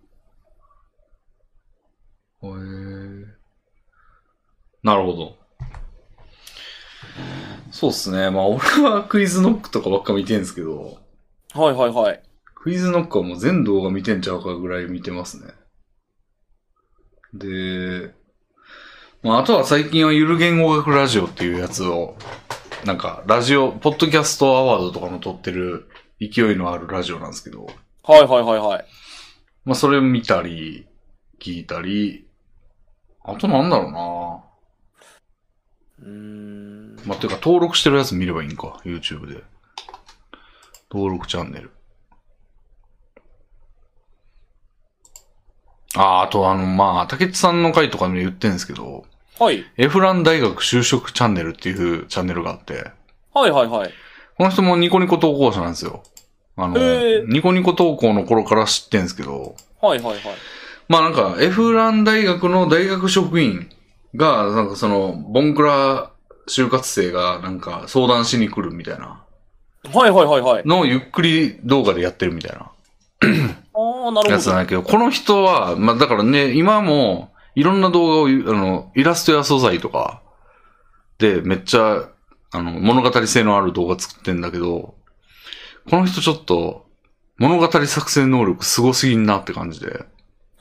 [SPEAKER 1] へーなるほど。そうっすね。まあ、俺はクイズノックとかばっか見てんすけど、
[SPEAKER 2] はいはいはい。
[SPEAKER 1] クイズノックはもう全動画見てんちゃうかぐらい見てますね。で、まあ、あとは最近はゆる言語学ラジオっていうやつを、なんか、ラジオ、ポッドキャストアワードとかも撮ってる勢いのあるラジオなんですけど、
[SPEAKER 2] はいはいはいはい。
[SPEAKER 1] まあ、それ見たり、聞いたり、あとなんだろうな
[SPEAKER 2] うーん。
[SPEAKER 1] まあ、ていうか登録してるやつ見ればいいんか、YouTube で。登録チャンネル。ああ、あとあの、まあ、竹内さんの回とかで言ってんですけど、
[SPEAKER 2] はい。
[SPEAKER 1] エフラン大学就職チャンネルっていうチャンネルがあって、
[SPEAKER 2] はいはいはい。
[SPEAKER 1] この人もニコニコ投稿者なんですよ。あの、
[SPEAKER 2] へー
[SPEAKER 1] ニコニコ投稿の頃から知ってんですけど、
[SPEAKER 2] はいはいはい。
[SPEAKER 1] まあなんか、エフラン大学の大学職員が、なんかその、ボンクラ就活生がなんか相談しに来るみたいな
[SPEAKER 2] はいはいはいはい。
[SPEAKER 1] のをゆっくり動画でやってるみたいな
[SPEAKER 2] ああ、なる
[SPEAKER 1] や
[SPEAKER 2] ほ
[SPEAKER 1] つな
[SPEAKER 2] ど。
[SPEAKER 1] んだけど、この人は、まあだからね、今もいろんな動画を、あの、イラストや素材とかでめっちゃ、あの、物語性のある動画作ってんだけど、この人ちょっと物語作成能力すごすぎんなって感じで。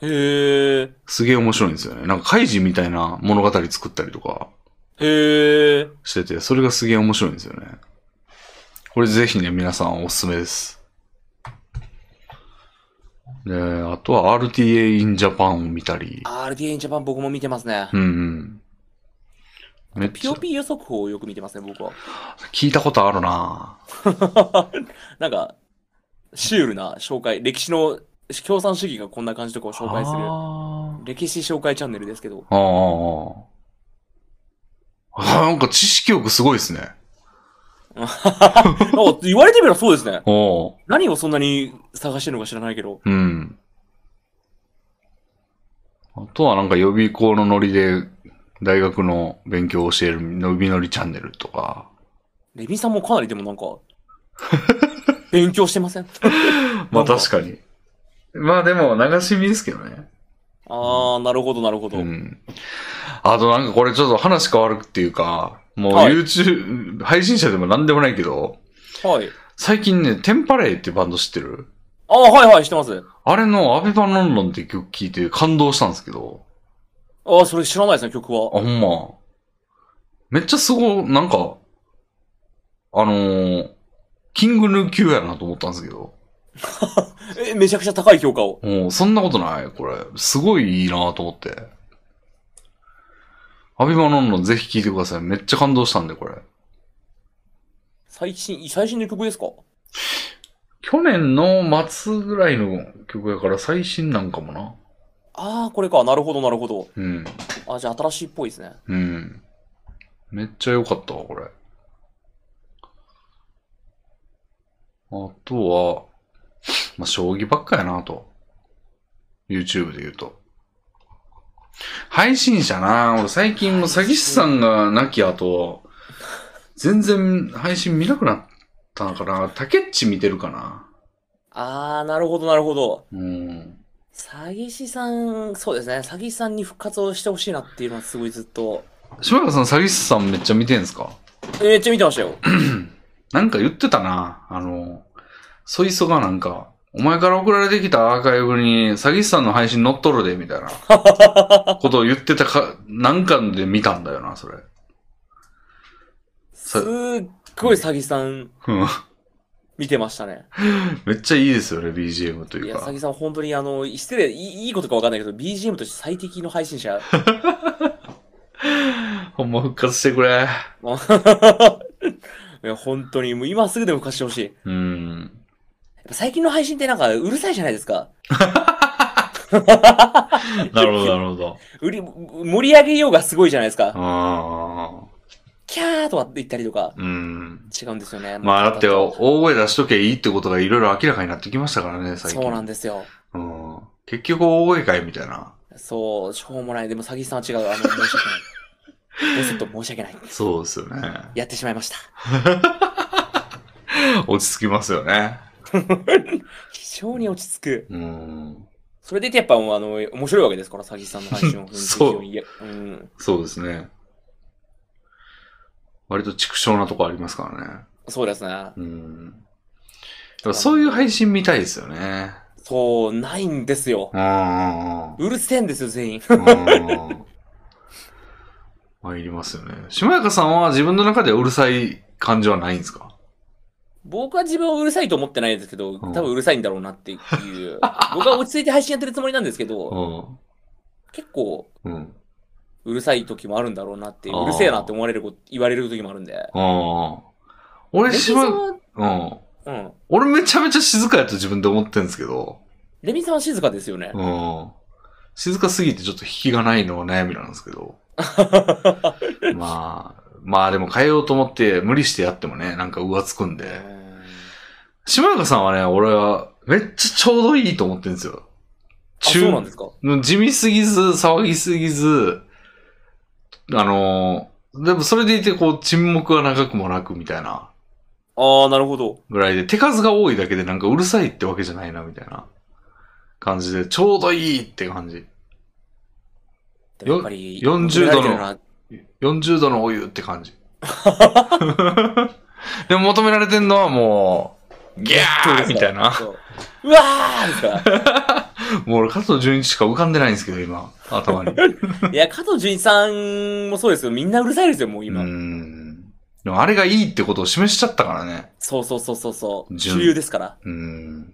[SPEAKER 2] へえ。
[SPEAKER 1] すげえ面白いんですよね。なんか、カイジみたいな物語作ったりとか
[SPEAKER 2] へえ。
[SPEAKER 1] してて、それがすげえ面白いんですよね。これぜひね、皆さんおすすめです。で、あとは RTA in Japan を見たり。
[SPEAKER 2] RTA ジャパン僕も見てますね
[SPEAKER 1] う。んうん。めっちゃ
[SPEAKER 2] POP 予測法をよく見てますね、僕は。
[SPEAKER 1] 聞いたことあるな
[SPEAKER 2] なんか、シュールな紹介、歴史の共産主義がこんな感じとかを紹介する、
[SPEAKER 1] あ
[SPEAKER 2] 歴史紹介チャンネルですけど、
[SPEAKER 1] あーあー。なんか知識欲すごいですね。
[SPEAKER 2] なんか言われてみればそうですね。
[SPEAKER 1] おー
[SPEAKER 2] 何をそんなに探してるのか知らないけど。
[SPEAKER 1] うん。あとはなんか予備校のノリで大学の勉強を教える伸びのりチャンネルとか。
[SPEAKER 2] レビンさんもかなりでもな
[SPEAKER 1] *laughs*
[SPEAKER 2] んか、勉強してません
[SPEAKER 1] まあ確かに。まあでも流し見ですけどね。
[SPEAKER 2] あー、なるほど、なるほど。
[SPEAKER 1] うん。あとなんかこれちょっと話変わるっていうか、もう
[SPEAKER 2] はい
[SPEAKER 1] YouTube、配信者でも何でもないけど、
[SPEAKER 2] はい。
[SPEAKER 1] 最近ね、テンパレイっていうバンド知ってる
[SPEAKER 2] あー、はいはい、してます。
[SPEAKER 1] あれのアビバロンロンっていう曲聴いて感動したんですけど、
[SPEAKER 2] あー、それ知らないですね、曲
[SPEAKER 1] あ、
[SPEAKER 2] は。
[SPEAKER 1] ほんま。めっちゃすご、なんか、あのー、キングヌー級やなと思ったんですけど。
[SPEAKER 2] え、めちゃくちゃ高い評価を。
[SPEAKER 1] もう、そんなことないこれ。すごいいいなと思って。アビバノンのぜひ聴いてください。めっちゃ感動したんで、これ。
[SPEAKER 2] 最新、最新の曲ですか
[SPEAKER 1] 去年の末ぐらいの曲やから最新なんかもな。
[SPEAKER 2] あー、これか。なるほど、なるほど。
[SPEAKER 1] うん。
[SPEAKER 2] あ、じゃあ新しいっぽいですね。
[SPEAKER 1] うん。めっちゃ良かったわ、これ。あとは、まあ、将棋ばっかやなと。YouTube で言うと。配信者な俺最近も詐欺師さんが亡き後、全然配信見なくなったのかな。竹っち見てるかな。
[SPEAKER 2] あー、なるほど、なるほど。
[SPEAKER 1] うん。
[SPEAKER 2] 詐欺師さん、そうですね。詐欺師さんに復活をしてほしいなっていうのはすごいずっと。
[SPEAKER 1] 島原さん、詐欺師さんめっちゃ見てんすか
[SPEAKER 2] めっちゃ見てましたよ。
[SPEAKER 1] なんか言ってたな。あの、そいそがなんか、お前から送られてきたアーカイブに、詐欺師さんの配信乗っとるで、みたいな、
[SPEAKER 2] *laughs*
[SPEAKER 1] ことを言ってたか、なんかで見たんだよな、それ。
[SPEAKER 2] すっごい詐欺師さん
[SPEAKER 1] うん
[SPEAKER 2] 見てましたね。
[SPEAKER 1] めっちゃいいですよね、BGM と
[SPEAKER 2] い
[SPEAKER 1] いう
[SPEAKER 2] や、
[SPEAKER 1] か。
[SPEAKER 2] 詐欺師さん本当にあの、失礼、いいいいことかわかんないけど、BGM として最適の配
[SPEAKER 1] *laughs*
[SPEAKER 2] 信者。
[SPEAKER 1] ほんま復活してくれ。
[SPEAKER 2] もういや、本当に、もう今すぐでも復活してほしい。やっ
[SPEAKER 1] うん。
[SPEAKER 2] ぱ最近の配信ってなんかうるさいじゃないですか。
[SPEAKER 1] なるほど、なるほ
[SPEAKER 2] *laughs*
[SPEAKER 1] ど。
[SPEAKER 2] うり、盛り上げようがすごいじゃないですか。
[SPEAKER 1] あ
[SPEAKER 2] キャーとかって言ったりとか
[SPEAKER 1] あ。、うん。
[SPEAKER 2] 違うんですよね。
[SPEAKER 1] まあ、だって、
[SPEAKER 2] なんか
[SPEAKER 1] 大声出しとけばいいってことがいろいろ明らかになってきましたからね、最近。
[SPEAKER 2] そうなん
[SPEAKER 1] だ。
[SPEAKER 2] ですよ。
[SPEAKER 1] うん。結局、大声かいみたいな。
[SPEAKER 2] そう、しょうもない。でも、詐欺師さんは違う。あの、申し訳ない。もうちょっと申し訳ない。
[SPEAKER 1] そうですよね。
[SPEAKER 2] やってしまいました。
[SPEAKER 1] 落ち着きますよね。
[SPEAKER 2] 非常に落ち着く。
[SPEAKER 1] うん。
[SPEAKER 2] それでいて、やっぱ、もうあの、面白いわけですから、詐欺師さんの配信を。
[SPEAKER 1] *laughs* そう
[SPEAKER 2] 非常にいやうん。
[SPEAKER 1] そうですね。割と畜生なとこありますからね。
[SPEAKER 2] そうですね。
[SPEAKER 1] うん。やっぱそういう配信見たいですよね。
[SPEAKER 2] そう、ないんですよ。
[SPEAKER 1] うん。
[SPEAKER 2] うるせえんですよ、全員。
[SPEAKER 1] *laughs* うん参りますよね。しもやかさんは自分の中でうるさい感じはないんですか
[SPEAKER 2] 僕は自分をうるさいと思ってないですけど、多分うるさいんだろう
[SPEAKER 1] *laughs*
[SPEAKER 2] なっていう。僕は落ち着いて配信やってるつもりなんですけ
[SPEAKER 1] う
[SPEAKER 2] ど、
[SPEAKER 1] ん。
[SPEAKER 2] 結構
[SPEAKER 1] うん。
[SPEAKER 2] うるさい時もあるんだろうなっていう、
[SPEAKER 1] あー
[SPEAKER 2] うるせえなって思われること、言われる時もあるんで。
[SPEAKER 1] うん。俺、
[SPEAKER 2] レミ
[SPEAKER 1] し
[SPEAKER 2] さん
[SPEAKER 1] も、
[SPEAKER 2] は、
[SPEAKER 1] うん。
[SPEAKER 2] うん。
[SPEAKER 1] 俺めちゃめちゃ静かやと自分で思ってるんですけど、
[SPEAKER 2] レミさんは静かですよね。
[SPEAKER 1] うん。静かすぎてちょっと引きがないのは悩みなんですけ
[SPEAKER 2] *laughs*
[SPEAKER 1] ど。まあ、まあでも変えようと思って無理してやってもね、なんか浮つくん
[SPEAKER 2] う
[SPEAKER 1] で。
[SPEAKER 2] ん
[SPEAKER 1] しもやかさんはね、俺はめっちゃちょうどいいと思ってるんですよ。
[SPEAKER 2] あ、そうなんですか
[SPEAKER 1] 地味すぎず、騒ぎすぎず、あのーでもそれでいてこう沈黙が長くもなくみたいな
[SPEAKER 2] ああ、なるほど。
[SPEAKER 1] ぐらいで、手数が多いだけでなんかうるさいってわけじゃないなみたいな感じで、ちょうどいいって感じ。
[SPEAKER 2] でもやっぱり、
[SPEAKER 1] よ40度の
[SPEAKER 2] 求められてるな
[SPEAKER 1] 40度のお湯って感じ。でも求められてんのはもう、ギャーみたいな。
[SPEAKER 2] そううわーですか
[SPEAKER 1] もう俺加藤純一しか浮かんでないんですけど、今、頭に。
[SPEAKER 2] ら。いや、加藤純一さんもそうですよ。みんなうるさいですよ、もう今。
[SPEAKER 1] うん。でもあれがいいってことを示しちゃったからね。
[SPEAKER 2] そうそうそうそうそう。
[SPEAKER 1] 純
[SPEAKER 2] 主流ですから。
[SPEAKER 1] うん。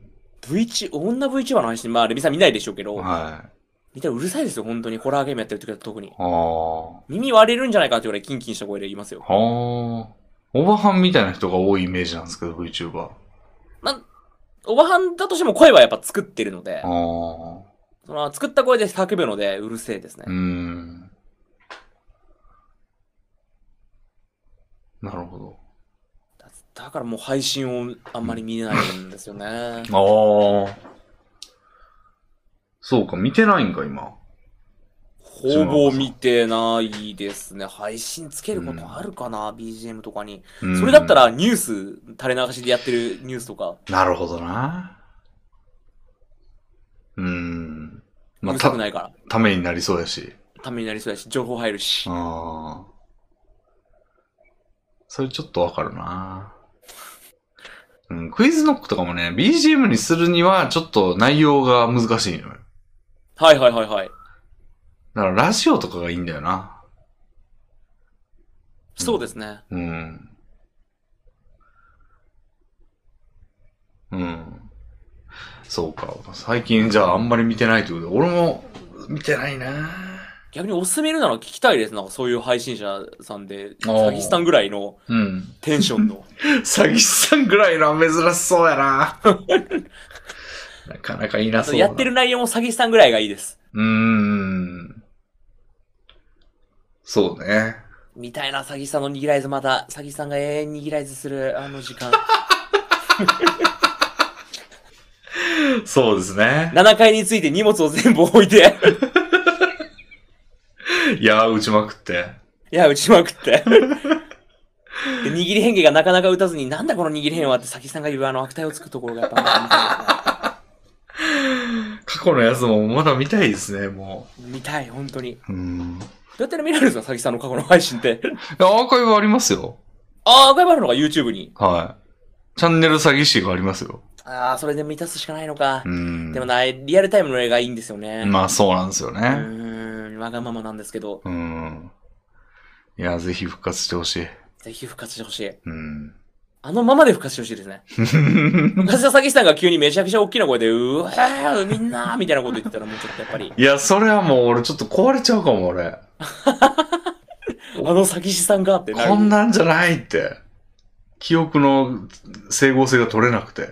[SPEAKER 2] V チ女 VTuber の配信、まあ、レミさん見ないでしょうけど、
[SPEAKER 1] はい。
[SPEAKER 2] 見たらうるさいですよ、本当に。ホラーゲームやってる時は特に。
[SPEAKER 1] ああ。
[SPEAKER 2] 耳割れるんじゃないかってぐらいキンキンした声で言いますよ。
[SPEAKER 1] あー。おばはんみたいな人が多いイメージなんですけど、VTuber。
[SPEAKER 2] おばはんだとしても声はやっぱ作ってるので
[SPEAKER 1] あ、ー。
[SPEAKER 2] その作った声で叫ぶので、うるせえですね
[SPEAKER 1] うー。ん。なるほ
[SPEAKER 2] だだからもう配信をあんまり見ないんですよね。
[SPEAKER 1] ど。ああ。そうか、見てないんか、今。
[SPEAKER 2] ほぼ見てないですね。配信つけることあるかな、BGM とかに。
[SPEAKER 1] うん
[SPEAKER 2] それだった。らニュース、垂れ流しでやってるニュースとか、
[SPEAKER 1] なるほどな。うーん。
[SPEAKER 2] う
[SPEAKER 1] まあ、
[SPEAKER 2] るさく
[SPEAKER 1] た、
[SPEAKER 2] ないから、
[SPEAKER 1] ためになりそうやし。
[SPEAKER 2] ためになりそうだし、情報入るし。
[SPEAKER 1] ああ。それちょっとわかるな。うん、クイズノックとかもね、BGM にするにはちょっと内容が難しいのよ。
[SPEAKER 2] はいはいはいはい。
[SPEAKER 1] だからラジオとかがいいんだよな。
[SPEAKER 2] そうですね。
[SPEAKER 1] うん。うん。そうか。最近じゃああんまり見てないということで、俺も見てないな。
[SPEAKER 2] 逆におすすめるなら聞きたいです。なんかそういう配信者さんで、
[SPEAKER 1] あー
[SPEAKER 2] 詐欺師さんぐらいの
[SPEAKER 1] うん。
[SPEAKER 2] テンショ *laughs* ンの。
[SPEAKER 1] 詐欺師さんぐらいのは珍しそうやな。 *laughs* なかなかいな
[SPEAKER 2] あ
[SPEAKER 1] そ
[SPEAKER 2] と
[SPEAKER 1] うだ
[SPEAKER 2] やってる内容も詐欺師さんぐらいがいいです。
[SPEAKER 1] うーん。そうね。
[SPEAKER 2] みたいな詐欺師さんの握らいずまた、詐欺師さんが永遠に握らいずするあの時間。
[SPEAKER 1] そうですね。
[SPEAKER 2] 7階について荷物を全部置いて、 *laughs*
[SPEAKER 1] いやー、打ちまくって。
[SPEAKER 2] いや、打ちまくって。で、で、握り変化がなかなか打たずに、なんだこの握り変はって、さきさんが言うあの悪態をつくところがやっぱ、
[SPEAKER 1] 過去のやつもまだ見たいですね、も
[SPEAKER 2] 見たい、本当に。ど
[SPEAKER 1] う。うん。
[SPEAKER 2] うやって見られるんですか、さきさんの過去の配信って。
[SPEAKER 1] アーカイブありますよ。
[SPEAKER 2] あー、アーカイブあるのか、YouTube に。
[SPEAKER 1] はい。チャンネル詐欺師がありますよ。
[SPEAKER 2] あー、それで満たすしかないのか
[SPEAKER 1] う。ん。
[SPEAKER 2] でもない、リアルタイムの映画いいんですよね。
[SPEAKER 1] まあそうなんですよ
[SPEAKER 2] う
[SPEAKER 1] ね。
[SPEAKER 2] ーん、わがままなんですけど、
[SPEAKER 1] うん。いや、ぜひ復活してほしい。
[SPEAKER 2] ぜひ復活してほしい。
[SPEAKER 1] うん。
[SPEAKER 2] あのままで復活してほしいです
[SPEAKER 1] *laughs*
[SPEAKER 2] ね。昔は詐欺師さんが急にめちゃくちゃ大きな声で、うわー、みんなーみたいなこと言ってたら、もうちょっとやっぱ
[SPEAKER 1] *laughs*
[SPEAKER 2] り、
[SPEAKER 1] いや、それはもう俺ちょっと壊れちゃうかも、俺。
[SPEAKER 2] あの詐欺師さんがってなる。
[SPEAKER 1] こんなんじゃないって。記憶の整合性が取れなくて。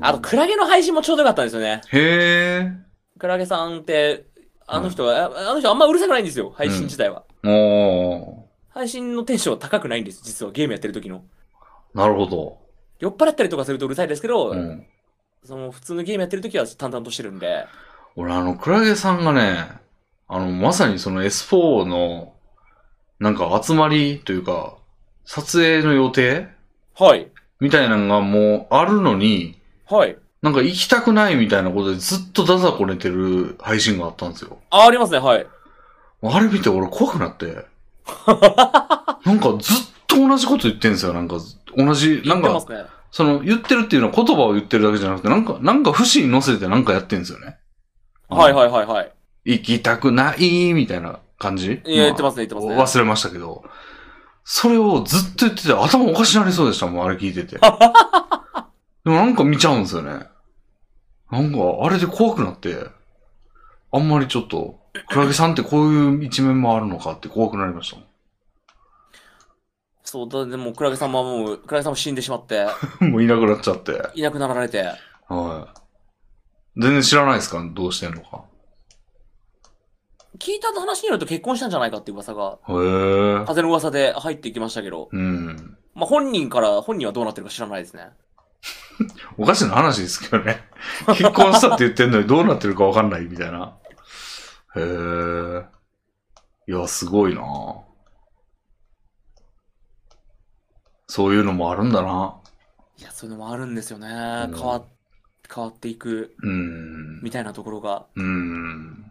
[SPEAKER 2] あと、クラゲの配信もちょうどよかったんですよね。
[SPEAKER 1] へえ。
[SPEAKER 2] クラゲさんって、あの人は、ああの人あんまうるさくないんですよ、配信自体は。
[SPEAKER 1] お
[SPEAKER 2] 配信のテンションは高くないんです、実はゲームやってる時の。
[SPEAKER 1] ー。なるほど。
[SPEAKER 2] 酔っ払ったりとかするとうるさいですけど、
[SPEAKER 1] うん。
[SPEAKER 2] その普通のゲームやってる時は淡々としてるんで。
[SPEAKER 1] 俺あの、クラゲさんがね、あの、まさにその S4 の、なんか集まりというか、撮影の予定
[SPEAKER 2] はい。
[SPEAKER 1] みたいなのがもうあるのに、
[SPEAKER 2] はい。
[SPEAKER 1] なんか行きたくないみたいなことでずっとダザこねてる配信があったんですよ。
[SPEAKER 2] あ、ありますね、はい。
[SPEAKER 1] あれ見て俺怖くな
[SPEAKER 2] *laughs*
[SPEAKER 1] って。なんかずっと同じこと言ってんすよ。なんかず、同じ、なん
[SPEAKER 2] 言ってま
[SPEAKER 1] か、
[SPEAKER 2] すね。
[SPEAKER 1] その言ってるっていうのは言葉を言ってるだけじゃなくて、なんか、なんか節に乗せてなんかやってんすよね。
[SPEAKER 2] はい
[SPEAKER 1] い。
[SPEAKER 2] はいはいはい。
[SPEAKER 1] 行きたくないみたいな感じ
[SPEAKER 2] いや、言ってますね、言
[SPEAKER 1] ま
[SPEAKER 2] って
[SPEAKER 1] あ
[SPEAKER 2] ますね。
[SPEAKER 1] 忘れましたけど。それをずっと言ってて頭おかしなりそうでしたもん、あれ聞いて
[SPEAKER 2] *laughs*
[SPEAKER 1] て。でもなんか見ちゃうんですよね。なんか、あれで怖くなって、あんまりちょっと、クラゲさんってこういう一面もあるのかって怖くなりましたもん。
[SPEAKER 2] そう、だでも、クラゲさんももう、クラゲさんも死んでしまって、
[SPEAKER 1] *laughs* もういなくなっちゃって。
[SPEAKER 2] いなくなられて。
[SPEAKER 1] はい。全然知らないですかどうしてんのか。
[SPEAKER 2] 聞いた話によると結婚したんじゃないかっていう噂が、
[SPEAKER 1] へえ。
[SPEAKER 2] 風の噂で入ってきましたけど、
[SPEAKER 1] うん。
[SPEAKER 2] まあ、本人から、本人はどうなってるか知らないですね。
[SPEAKER 1] おかしな話ですけどね。 *laughs* 結婚したって言ってんのにどうなってるかわかんないみたいな。へえ。いや、すごいなそういうのもあるんだない
[SPEAKER 2] や、そういうのもあるんですよね。変わ、変わっていく、
[SPEAKER 1] うん。
[SPEAKER 2] みたいなところが。
[SPEAKER 1] うん。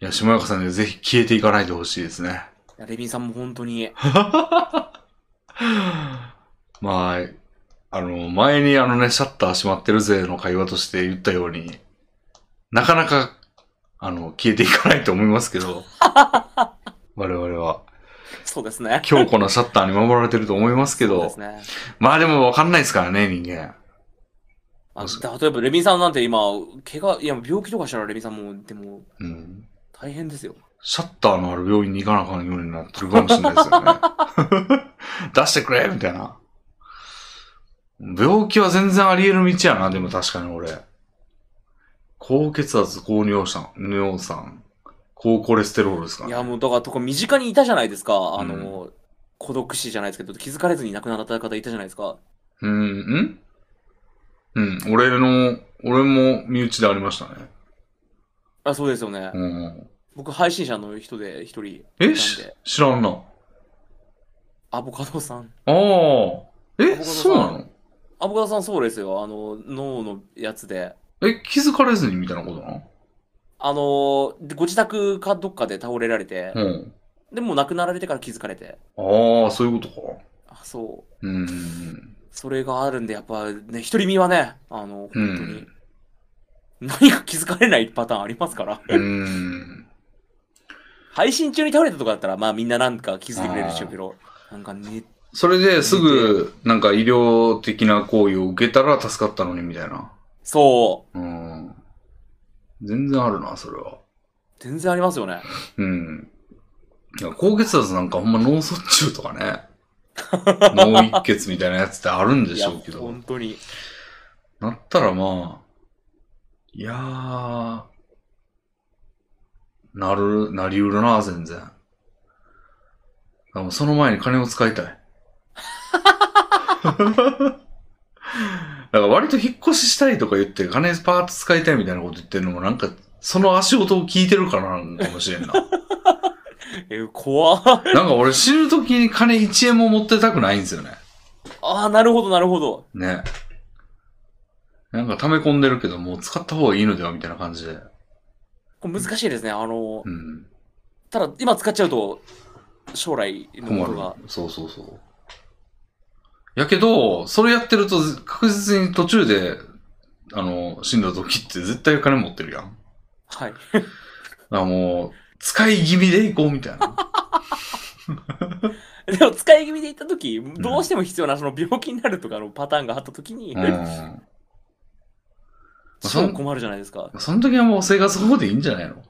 [SPEAKER 1] いや、下中さんね、ぜひ消えていかないでほしいですね。
[SPEAKER 2] いやレビンさんも本
[SPEAKER 1] *laughs*
[SPEAKER 2] 当に、
[SPEAKER 1] まあ、あの、前にあのね、シャッター閉まってるぜの会話として言ったように、なかなか、あの、消えていかないと思いますけ
[SPEAKER 2] *laughs*
[SPEAKER 1] ど、我々は、
[SPEAKER 2] そうですね。
[SPEAKER 1] 強固なシャッターに守られてると思いますけ
[SPEAKER 2] そうで
[SPEAKER 1] ど
[SPEAKER 2] す、ね。
[SPEAKER 1] まあでもわかんないですからね、人間。
[SPEAKER 2] あだ例えば、レビンさんなんて今、怪我、いや、病気とかしたらレビンさんも、でも、
[SPEAKER 1] うん。
[SPEAKER 2] 大変ですよ。
[SPEAKER 1] シャッターのある病院に行かなあかんようになってるかもしれないですよ
[SPEAKER 2] *laughs*
[SPEAKER 1] ね。出してくれみたいな。病気は全然あり得る道やな、でも確かに俺。高血圧、高尿酸、尿酸、高コレステロールですか
[SPEAKER 2] い
[SPEAKER 1] ね。
[SPEAKER 2] や、もう、だから、とか、身近にいたじゃないですか。あの、孤独死じゃないですけど、気づかれずに亡くなった方いたじゃないですか。
[SPEAKER 1] うん、んうん、俺の、俺も身内でありましたね。
[SPEAKER 2] あ、そうですよね。
[SPEAKER 1] うん。
[SPEAKER 2] 僕、配信者の人で一人いた
[SPEAKER 1] え、
[SPEAKER 2] んで。
[SPEAKER 1] し知らんな。あ
[SPEAKER 2] アボカドさん。
[SPEAKER 1] あ。え、
[SPEAKER 2] さん
[SPEAKER 1] そうなの
[SPEAKER 2] アボカドさんそうですよ。あの、脳のやつで。
[SPEAKER 1] え、気づかれずにみたいなことなの
[SPEAKER 2] あの、でご自宅かどっかで倒れられて、
[SPEAKER 1] うん。
[SPEAKER 2] でもう亡くなられてから気づかれて。
[SPEAKER 1] ああ、そういうことか。
[SPEAKER 2] あ、そう。
[SPEAKER 1] うん。
[SPEAKER 2] それがあるんで、やっぱね、一人身はね、あの、本当に、何か気づかれないパターンありますから。
[SPEAKER 1] うん。
[SPEAKER 2] 配信中に倒れたとかだったら、まあみんななんか気づいてくれるでしょうけど、なんかね、
[SPEAKER 1] それですぐ、なんか医療的な行為を受けたら助かったのにみたいな。
[SPEAKER 2] そう。
[SPEAKER 1] うん。全然あるな、それは。
[SPEAKER 2] 全然ありますよね。
[SPEAKER 1] うん。いや高血圧なんかほんま脳卒中とか
[SPEAKER 2] *laughs*
[SPEAKER 1] ね。脳一血みたいなやつってあるんで
[SPEAKER 2] い
[SPEAKER 1] し
[SPEAKER 2] や、
[SPEAKER 1] ょうけど。
[SPEAKER 2] 本当に。
[SPEAKER 1] なったらまあ、いやー、なる、なりうるな、全然。でもその前に金を使いたい。だから割と引っ越ししたいとか言って金パーッと使いたいみたいなこと言ってるのもなんかその足音を聞いてるからなのかもしれんな。
[SPEAKER 2] えー、怖っ
[SPEAKER 1] なんか俺死ぬ時に金1円も持ってたくないんですよね。
[SPEAKER 2] ああ、なるほど、なるほど。
[SPEAKER 1] ね。なんか溜め込んでるけど、もう使った方がいいのではみたいな感じで。
[SPEAKER 2] これ難しいですね。あの
[SPEAKER 1] う、ん。
[SPEAKER 2] ただ、今使っちゃうと、将来の
[SPEAKER 1] 困
[SPEAKER 2] ことが
[SPEAKER 1] る。そうそうそう。やけど、それやってると確実に途中で、あの、死んだ時って絶対金持ってるやん。だか
[SPEAKER 2] はい。
[SPEAKER 1] らもう、使い気味でいこうみたいな。
[SPEAKER 2] でも、使い気味で行ったとき、どうしても必要な、その病気になるとかのパターンがあったときに、
[SPEAKER 1] うん。
[SPEAKER 2] 超困るじゃないですか。
[SPEAKER 1] その時はもう生活保護でいいんじゃないの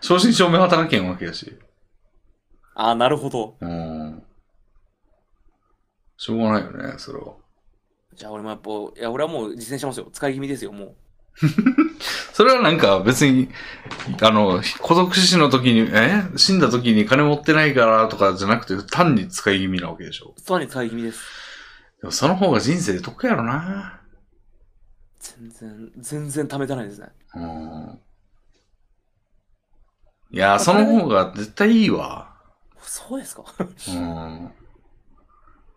[SPEAKER 1] 正真正銘働けんわけやし。
[SPEAKER 2] ああ、なるほど。
[SPEAKER 1] うん。しょうがないよね、それは。
[SPEAKER 2] じゃあ、俺もやっぱ、いや、俺はもう実践しますよ。使い気味ですよ、もう。
[SPEAKER 1] それはなんか別に、あの、孤独死の時に、え死んだ時に金持ってないからとかじゃなくて、単に使い気味なわけでしょ。
[SPEAKER 2] つまり使い気味です。
[SPEAKER 1] でもその方が人生得やろな。
[SPEAKER 2] 全然、全然貯めてないですね。
[SPEAKER 1] うん。いや、その方が絶対いいわ。
[SPEAKER 2] そうですか
[SPEAKER 1] うん。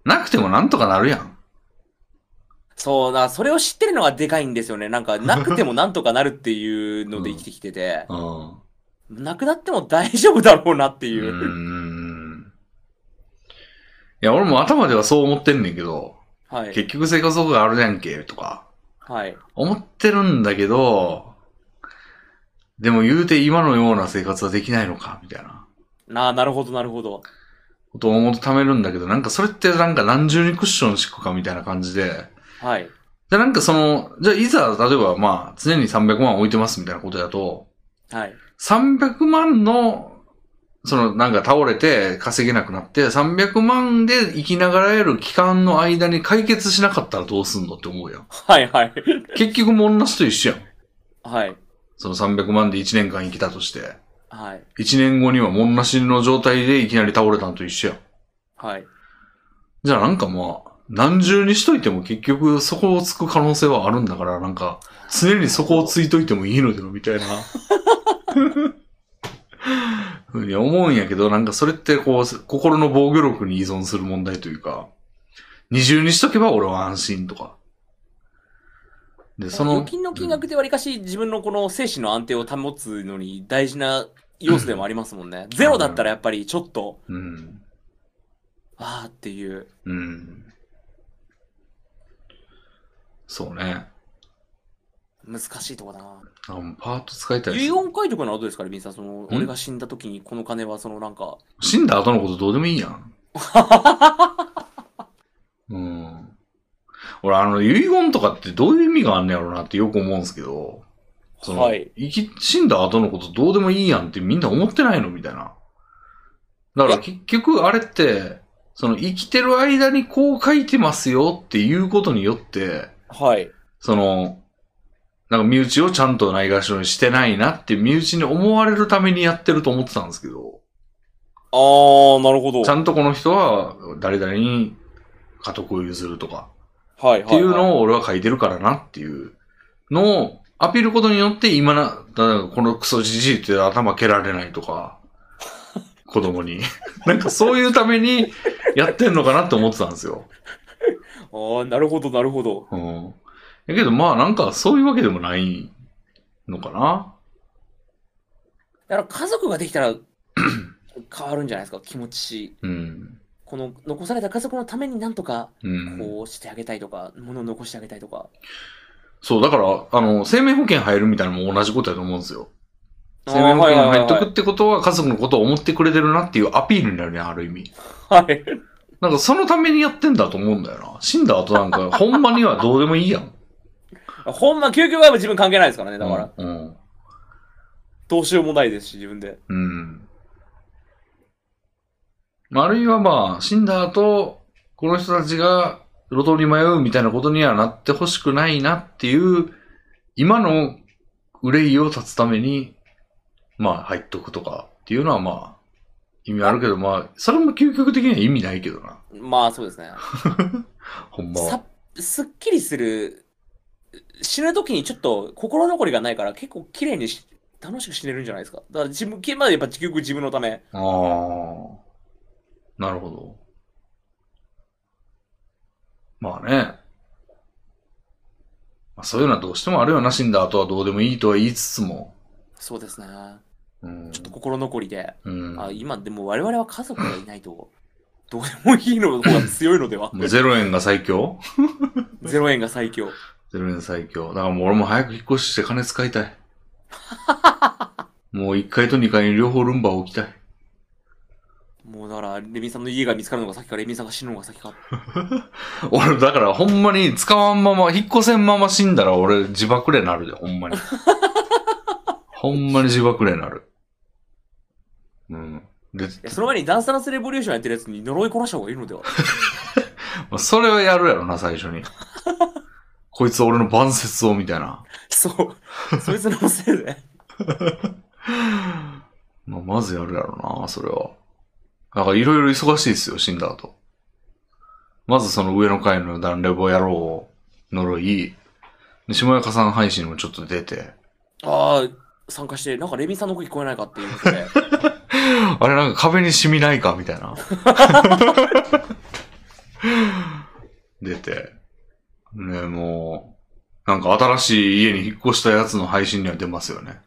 [SPEAKER 1] なくてもなんとかなるやん。
[SPEAKER 2] そうだ、それを知ってるのがでかいんですよね。なんか、なくてもなんとかなるっていうので生きてきてて、
[SPEAKER 1] うん。
[SPEAKER 2] なくなっても大丈夫だろうなっていう
[SPEAKER 1] ー
[SPEAKER 2] う。
[SPEAKER 1] んいや、俺も頭ではそう思ってんねんけど、
[SPEAKER 2] はい。
[SPEAKER 1] 結局生活保護があるじゃんけ、とか、
[SPEAKER 2] はい。
[SPEAKER 1] 思ってるんだけど、でも言うて今のような生活はできないのか、みたいな
[SPEAKER 2] なあ、なるほど、なるほど。
[SPEAKER 1] ことを思って貯めるんだけど、なんかそれってなんか何重にクッション敷くか、みたいな感じで、
[SPEAKER 2] はい。
[SPEAKER 1] じゃあなんかその、じゃあいざ、例えばまあ、常に300万置いてます、みたいなことだと、
[SPEAKER 2] はい。
[SPEAKER 1] 300万の、そのなんか倒れて稼げなくなって、300万で生きながらえる期間の間に解決しなかったらどうすんのって思うやん。
[SPEAKER 2] はい、はい。
[SPEAKER 1] 結局もう同じと一緒やん。
[SPEAKER 2] はい。
[SPEAKER 1] その300万で1年間生きたとして。
[SPEAKER 2] はい。
[SPEAKER 1] 1年後にはもんなしの状態でいきなり倒れたんと一緒やん。
[SPEAKER 2] はい。
[SPEAKER 1] じゃあなんかまあ、何重にしといても結局そこをつく可能性はあるんだから、なんか常にそこをついといてもいいのではみたいな。ふうに思うんやけど、なんかそれってこう、心の防御力に依存する問題というか、二重にしとけば俺は安心とか。で、その、
[SPEAKER 2] 預金の金額でわりかし自分のこの精神の安定を保つのに大事な要素でもありますもんね。ゼロだったらやっぱりちょっと、
[SPEAKER 1] うん。
[SPEAKER 2] ああっていう。
[SPEAKER 1] うん。そうね。
[SPEAKER 2] 難しいとこだな。
[SPEAKER 1] あもうパート使いたいです
[SPEAKER 2] 遺言書いとくのはどうですかね、ビンさん。その、俺が死んだ時にこの金は、そのなんか、
[SPEAKER 1] 死んだ後のことどうでもいいや
[SPEAKER 2] *laughs*
[SPEAKER 1] ん。うん。俺、あの、遺言とかってどういう意味があんねやろうなってよく思うんですけど、その、
[SPEAKER 2] はい。
[SPEAKER 1] 生き、死んだ後のことどうでもいいやんってみんな思ってないのみたいな。だから結局あれって、その生きてる間にこう書いてますよっていうことによって、
[SPEAKER 2] はい。
[SPEAKER 1] その、なんか身内をちゃんとないがしろにしてないなって身内に思われるためにやってると思ってたんですけど、
[SPEAKER 2] あー、なるほど。
[SPEAKER 1] ちゃんとこの人は誰々に家督を譲るとか
[SPEAKER 2] はい、
[SPEAKER 1] っていう
[SPEAKER 2] を。
[SPEAKER 1] のを俺は書いてるからなっていうのをアピールことによって今な、だからこのクソじじいって頭蹴られないと
[SPEAKER 2] *laughs*
[SPEAKER 1] か、子供に。なんかそういうためにやってんのかなって思ってたんですよ。
[SPEAKER 2] あー、なるほど、なるほど。
[SPEAKER 1] うん。だけどまあなんかそういうわけでもないのかな。
[SPEAKER 2] だから家族ができたら、変わるんじゃないですか、気持ち。
[SPEAKER 1] うん。
[SPEAKER 2] この、残された家族のためになんとか、
[SPEAKER 1] うん。
[SPEAKER 2] こうしてあげたいとか、物を残してあげたいとか。
[SPEAKER 1] そう、だから、あの、生命保険入るみたいなのも同じことだと思うんですよ。
[SPEAKER 2] あー
[SPEAKER 1] 生命保険
[SPEAKER 2] はい
[SPEAKER 1] 入
[SPEAKER 2] は
[SPEAKER 1] っ
[SPEAKER 2] いは
[SPEAKER 1] と
[SPEAKER 2] い
[SPEAKER 1] くってことは家族のことを思ってくれてるなっていうアピールになるね、ある意味。
[SPEAKER 2] はい。
[SPEAKER 1] なんかそのためにやってんだと思うんだよな。死んだ後なんか、 *laughs* ほんまにはどうでもいいやん。
[SPEAKER 2] ほんま、究極は自分関係ないですからね。だから、
[SPEAKER 1] うん。
[SPEAKER 2] どうしようもないですし、自分で。
[SPEAKER 1] うん。まああるいはまあ、死んだ後、この人たちが路頭に迷うみたいなことにはなってほしくないなっていう、今の憂いを断つために、まあ入っとくとかっていうのはまあ、意味あるけど、まあ、それも究極的には意味ないけどな。
[SPEAKER 2] まあ、そうですね。
[SPEAKER 1] ほんまは
[SPEAKER 2] さ。すっきりする、死ぬ時にちょっと心残りがないから結構綺麗にし楽しく死ねるんじゃないですか。だから自分、結までやっぱ結局自分のため。
[SPEAKER 1] ああ。なるほど。まあね。まあ、そういうのはどうしてもあるよな、死んだ後はどうでもいいとは言いつつも。
[SPEAKER 2] そうですね。
[SPEAKER 1] うん。
[SPEAKER 2] ちょっと心残りで。
[SPEAKER 1] うん。
[SPEAKER 2] あ今、でも我々は家族がいないと、 *laughs* どうでもいいのの方が強いの
[SPEAKER 1] *laughs*
[SPEAKER 2] では。
[SPEAKER 1] もうゼロ円が最強
[SPEAKER 2] ゼロ円が最強。
[SPEAKER 1] ゼロ円最強。だからもう俺も早く引っ越しして金使いたい。もう1階と2階に両方ルンバを置きたい。
[SPEAKER 2] もうだから、レミさんの家が見つかるのが先か、レミさんが死ぬのが先か。
[SPEAKER 1] *laughs* 俺、だからほんまに使わんまま、引っ越せんまま死んだら俺自爆霊なるで、ほんま
[SPEAKER 2] *laughs*
[SPEAKER 1] に。ほんまに自爆霊なる。うん。で、
[SPEAKER 2] いやその前にダンスダンスレボリューションやってるやつに呪い殺した方がいいの
[SPEAKER 1] *laughs*
[SPEAKER 2] では。
[SPEAKER 1] まあそれはやるやろな、最
[SPEAKER 2] *laughs*
[SPEAKER 1] 初に。こいつ俺の晩節を、みたいな。
[SPEAKER 2] そう。そいつのせいで。
[SPEAKER 1] まあ、まずやるやろな、それは。なんかいろいろ忙しいですよ、死んだ後。まずその上の階のダンレボやろう、呪い。で、下中さん配信もちょっと出て。
[SPEAKER 2] ああ、参加して、なんかレミさんの声聞こえないかっていうこと
[SPEAKER 1] *laughs*
[SPEAKER 2] で。
[SPEAKER 1] あれなんか壁に染みないかみたいな。出て。ねもう、なんか新しい家に引っ越したやつの配信には出ますよね。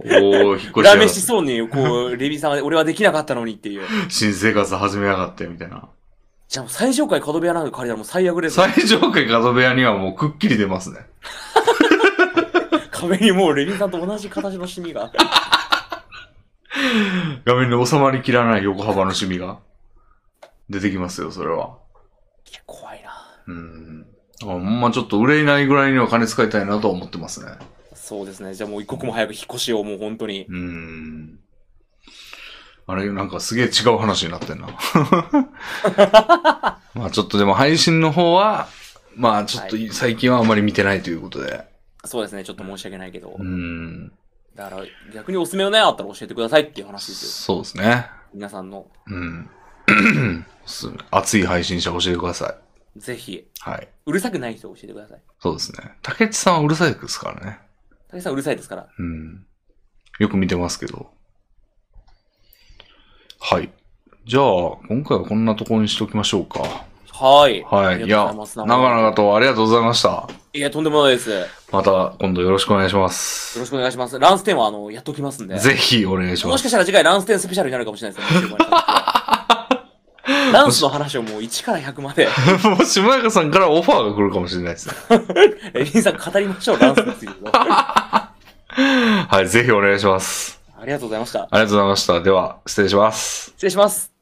[SPEAKER 1] おー、引っ越しや
[SPEAKER 2] 裏
[SPEAKER 1] がっ
[SPEAKER 2] 飯そうに、こ
[SPEAKER 1] *laughs*
[SPEAKER 2] う、レミさんは、俺はできなかったのにっていう。
[SPEAKER 1] 新生活始めやがって、みたいな。
[SPEAKER 2] じゃあもう最上階角部屋なんか借りたらもう最悪です。
[SPEAKER 1] 最上階角部屋にはもうくっきり出ますね。
[SPEAKER 2] 壁にもうレミさんと同じ形のシミが。 *laughs*
[SPEAKER 1] 画面に収まりきらない横幅のシミが出てきますよ、それは。
[SPEAKER 2] 怖いな。
[SPEAKER 1] うん。あほんまちょっと憂いないぐらいには金使いたいなとは思ってますね。
[SPEAKER 2] そうですね。じゃあもう一刻も早く引っ越しをもう本当に。
[SPEAKER 1] うーん。あれ、なんかすげえ違う話になってんな。
[SPEAKER 2] *laughs*
[SPEAKER 1] まあちょっとでも配信の方は、まあちょっと
[SPEAKER 2] はい
[SPEAKER 1] 最近はあんまり見てないということで。
[SPEAKER 2] そうですね。ちょっと申し訳ないけど
[SPEAKER 1] うー。ん。
[SPEAKER 2] だから逆におすすめのね、あったら教えてくださいっていう話ですよ。
[SPEAKER 1] そうですね。
[SPEAKER 2] 皆さんの。
[SPEAKER 1] うん。 *coughs* す熱い配信者教えてください。
[SPEAKER 2] ぜひ、
[SPEAKER 1] はい。
[SPEAKER 2] うるさくない人を教えてください。
[SPEAKER 1] そうですね。竹内さんはうるさいですからね。
[SPEAKER 2] 竹さんうるさいですから。
[SPEAKER 1] うん。よく見てますけど。はい。じゃあ、今回はこんなところにしときましょうか。
[SPEAKER 2] はーい。
[SPEAKER 1] はい。い
[SPEAKER 2] ありが
[SPEAKER 1] や、
[SPEAKER 2] とうござ
[SPEAKER 1] 長
[SPEAKER 2] いま
[SPEAKER 1] 々。
[SPEAKER 2] す
[SPEAKER 1] とありがとうございました。
[SPEAKER 2] いや、とんでもないです。よ
[SPEAKER 1] また今度よろしくお願いします。
[SPEAKER 2] ろしくお願いします。ランス10は、あの、やっときますんで。
[SPEAKER 1] ぜひお願いし
[SPEAKER 2] も
[SPEAKER 1] ま
[SPEAKER 2] し
[SPEAKER 1] す。
[SPEAKER 2] かしたら次回ランス10スペシャルになるかもしれない
[SPEAKER 1] *laughs*
[SPEAKER 2] ですね。ランスの話をもう1から100まで、
[SPEAKER 1] *laughs* もう、島中さんからオファーが来るかもしれないですね。
[SPEAKER 2] レビンさん語りましょう、ランス
[SPEAKER 1] *laughs*
[SPEAKER 2] について。あ
[SPEAKER 1] はい、ぜひお願いします。
[SPEAKER 2] りがとうございました。
[SPEAKER 1] ありがとうございました。では、失礼します。
[SPEAKER 2] 失礼します。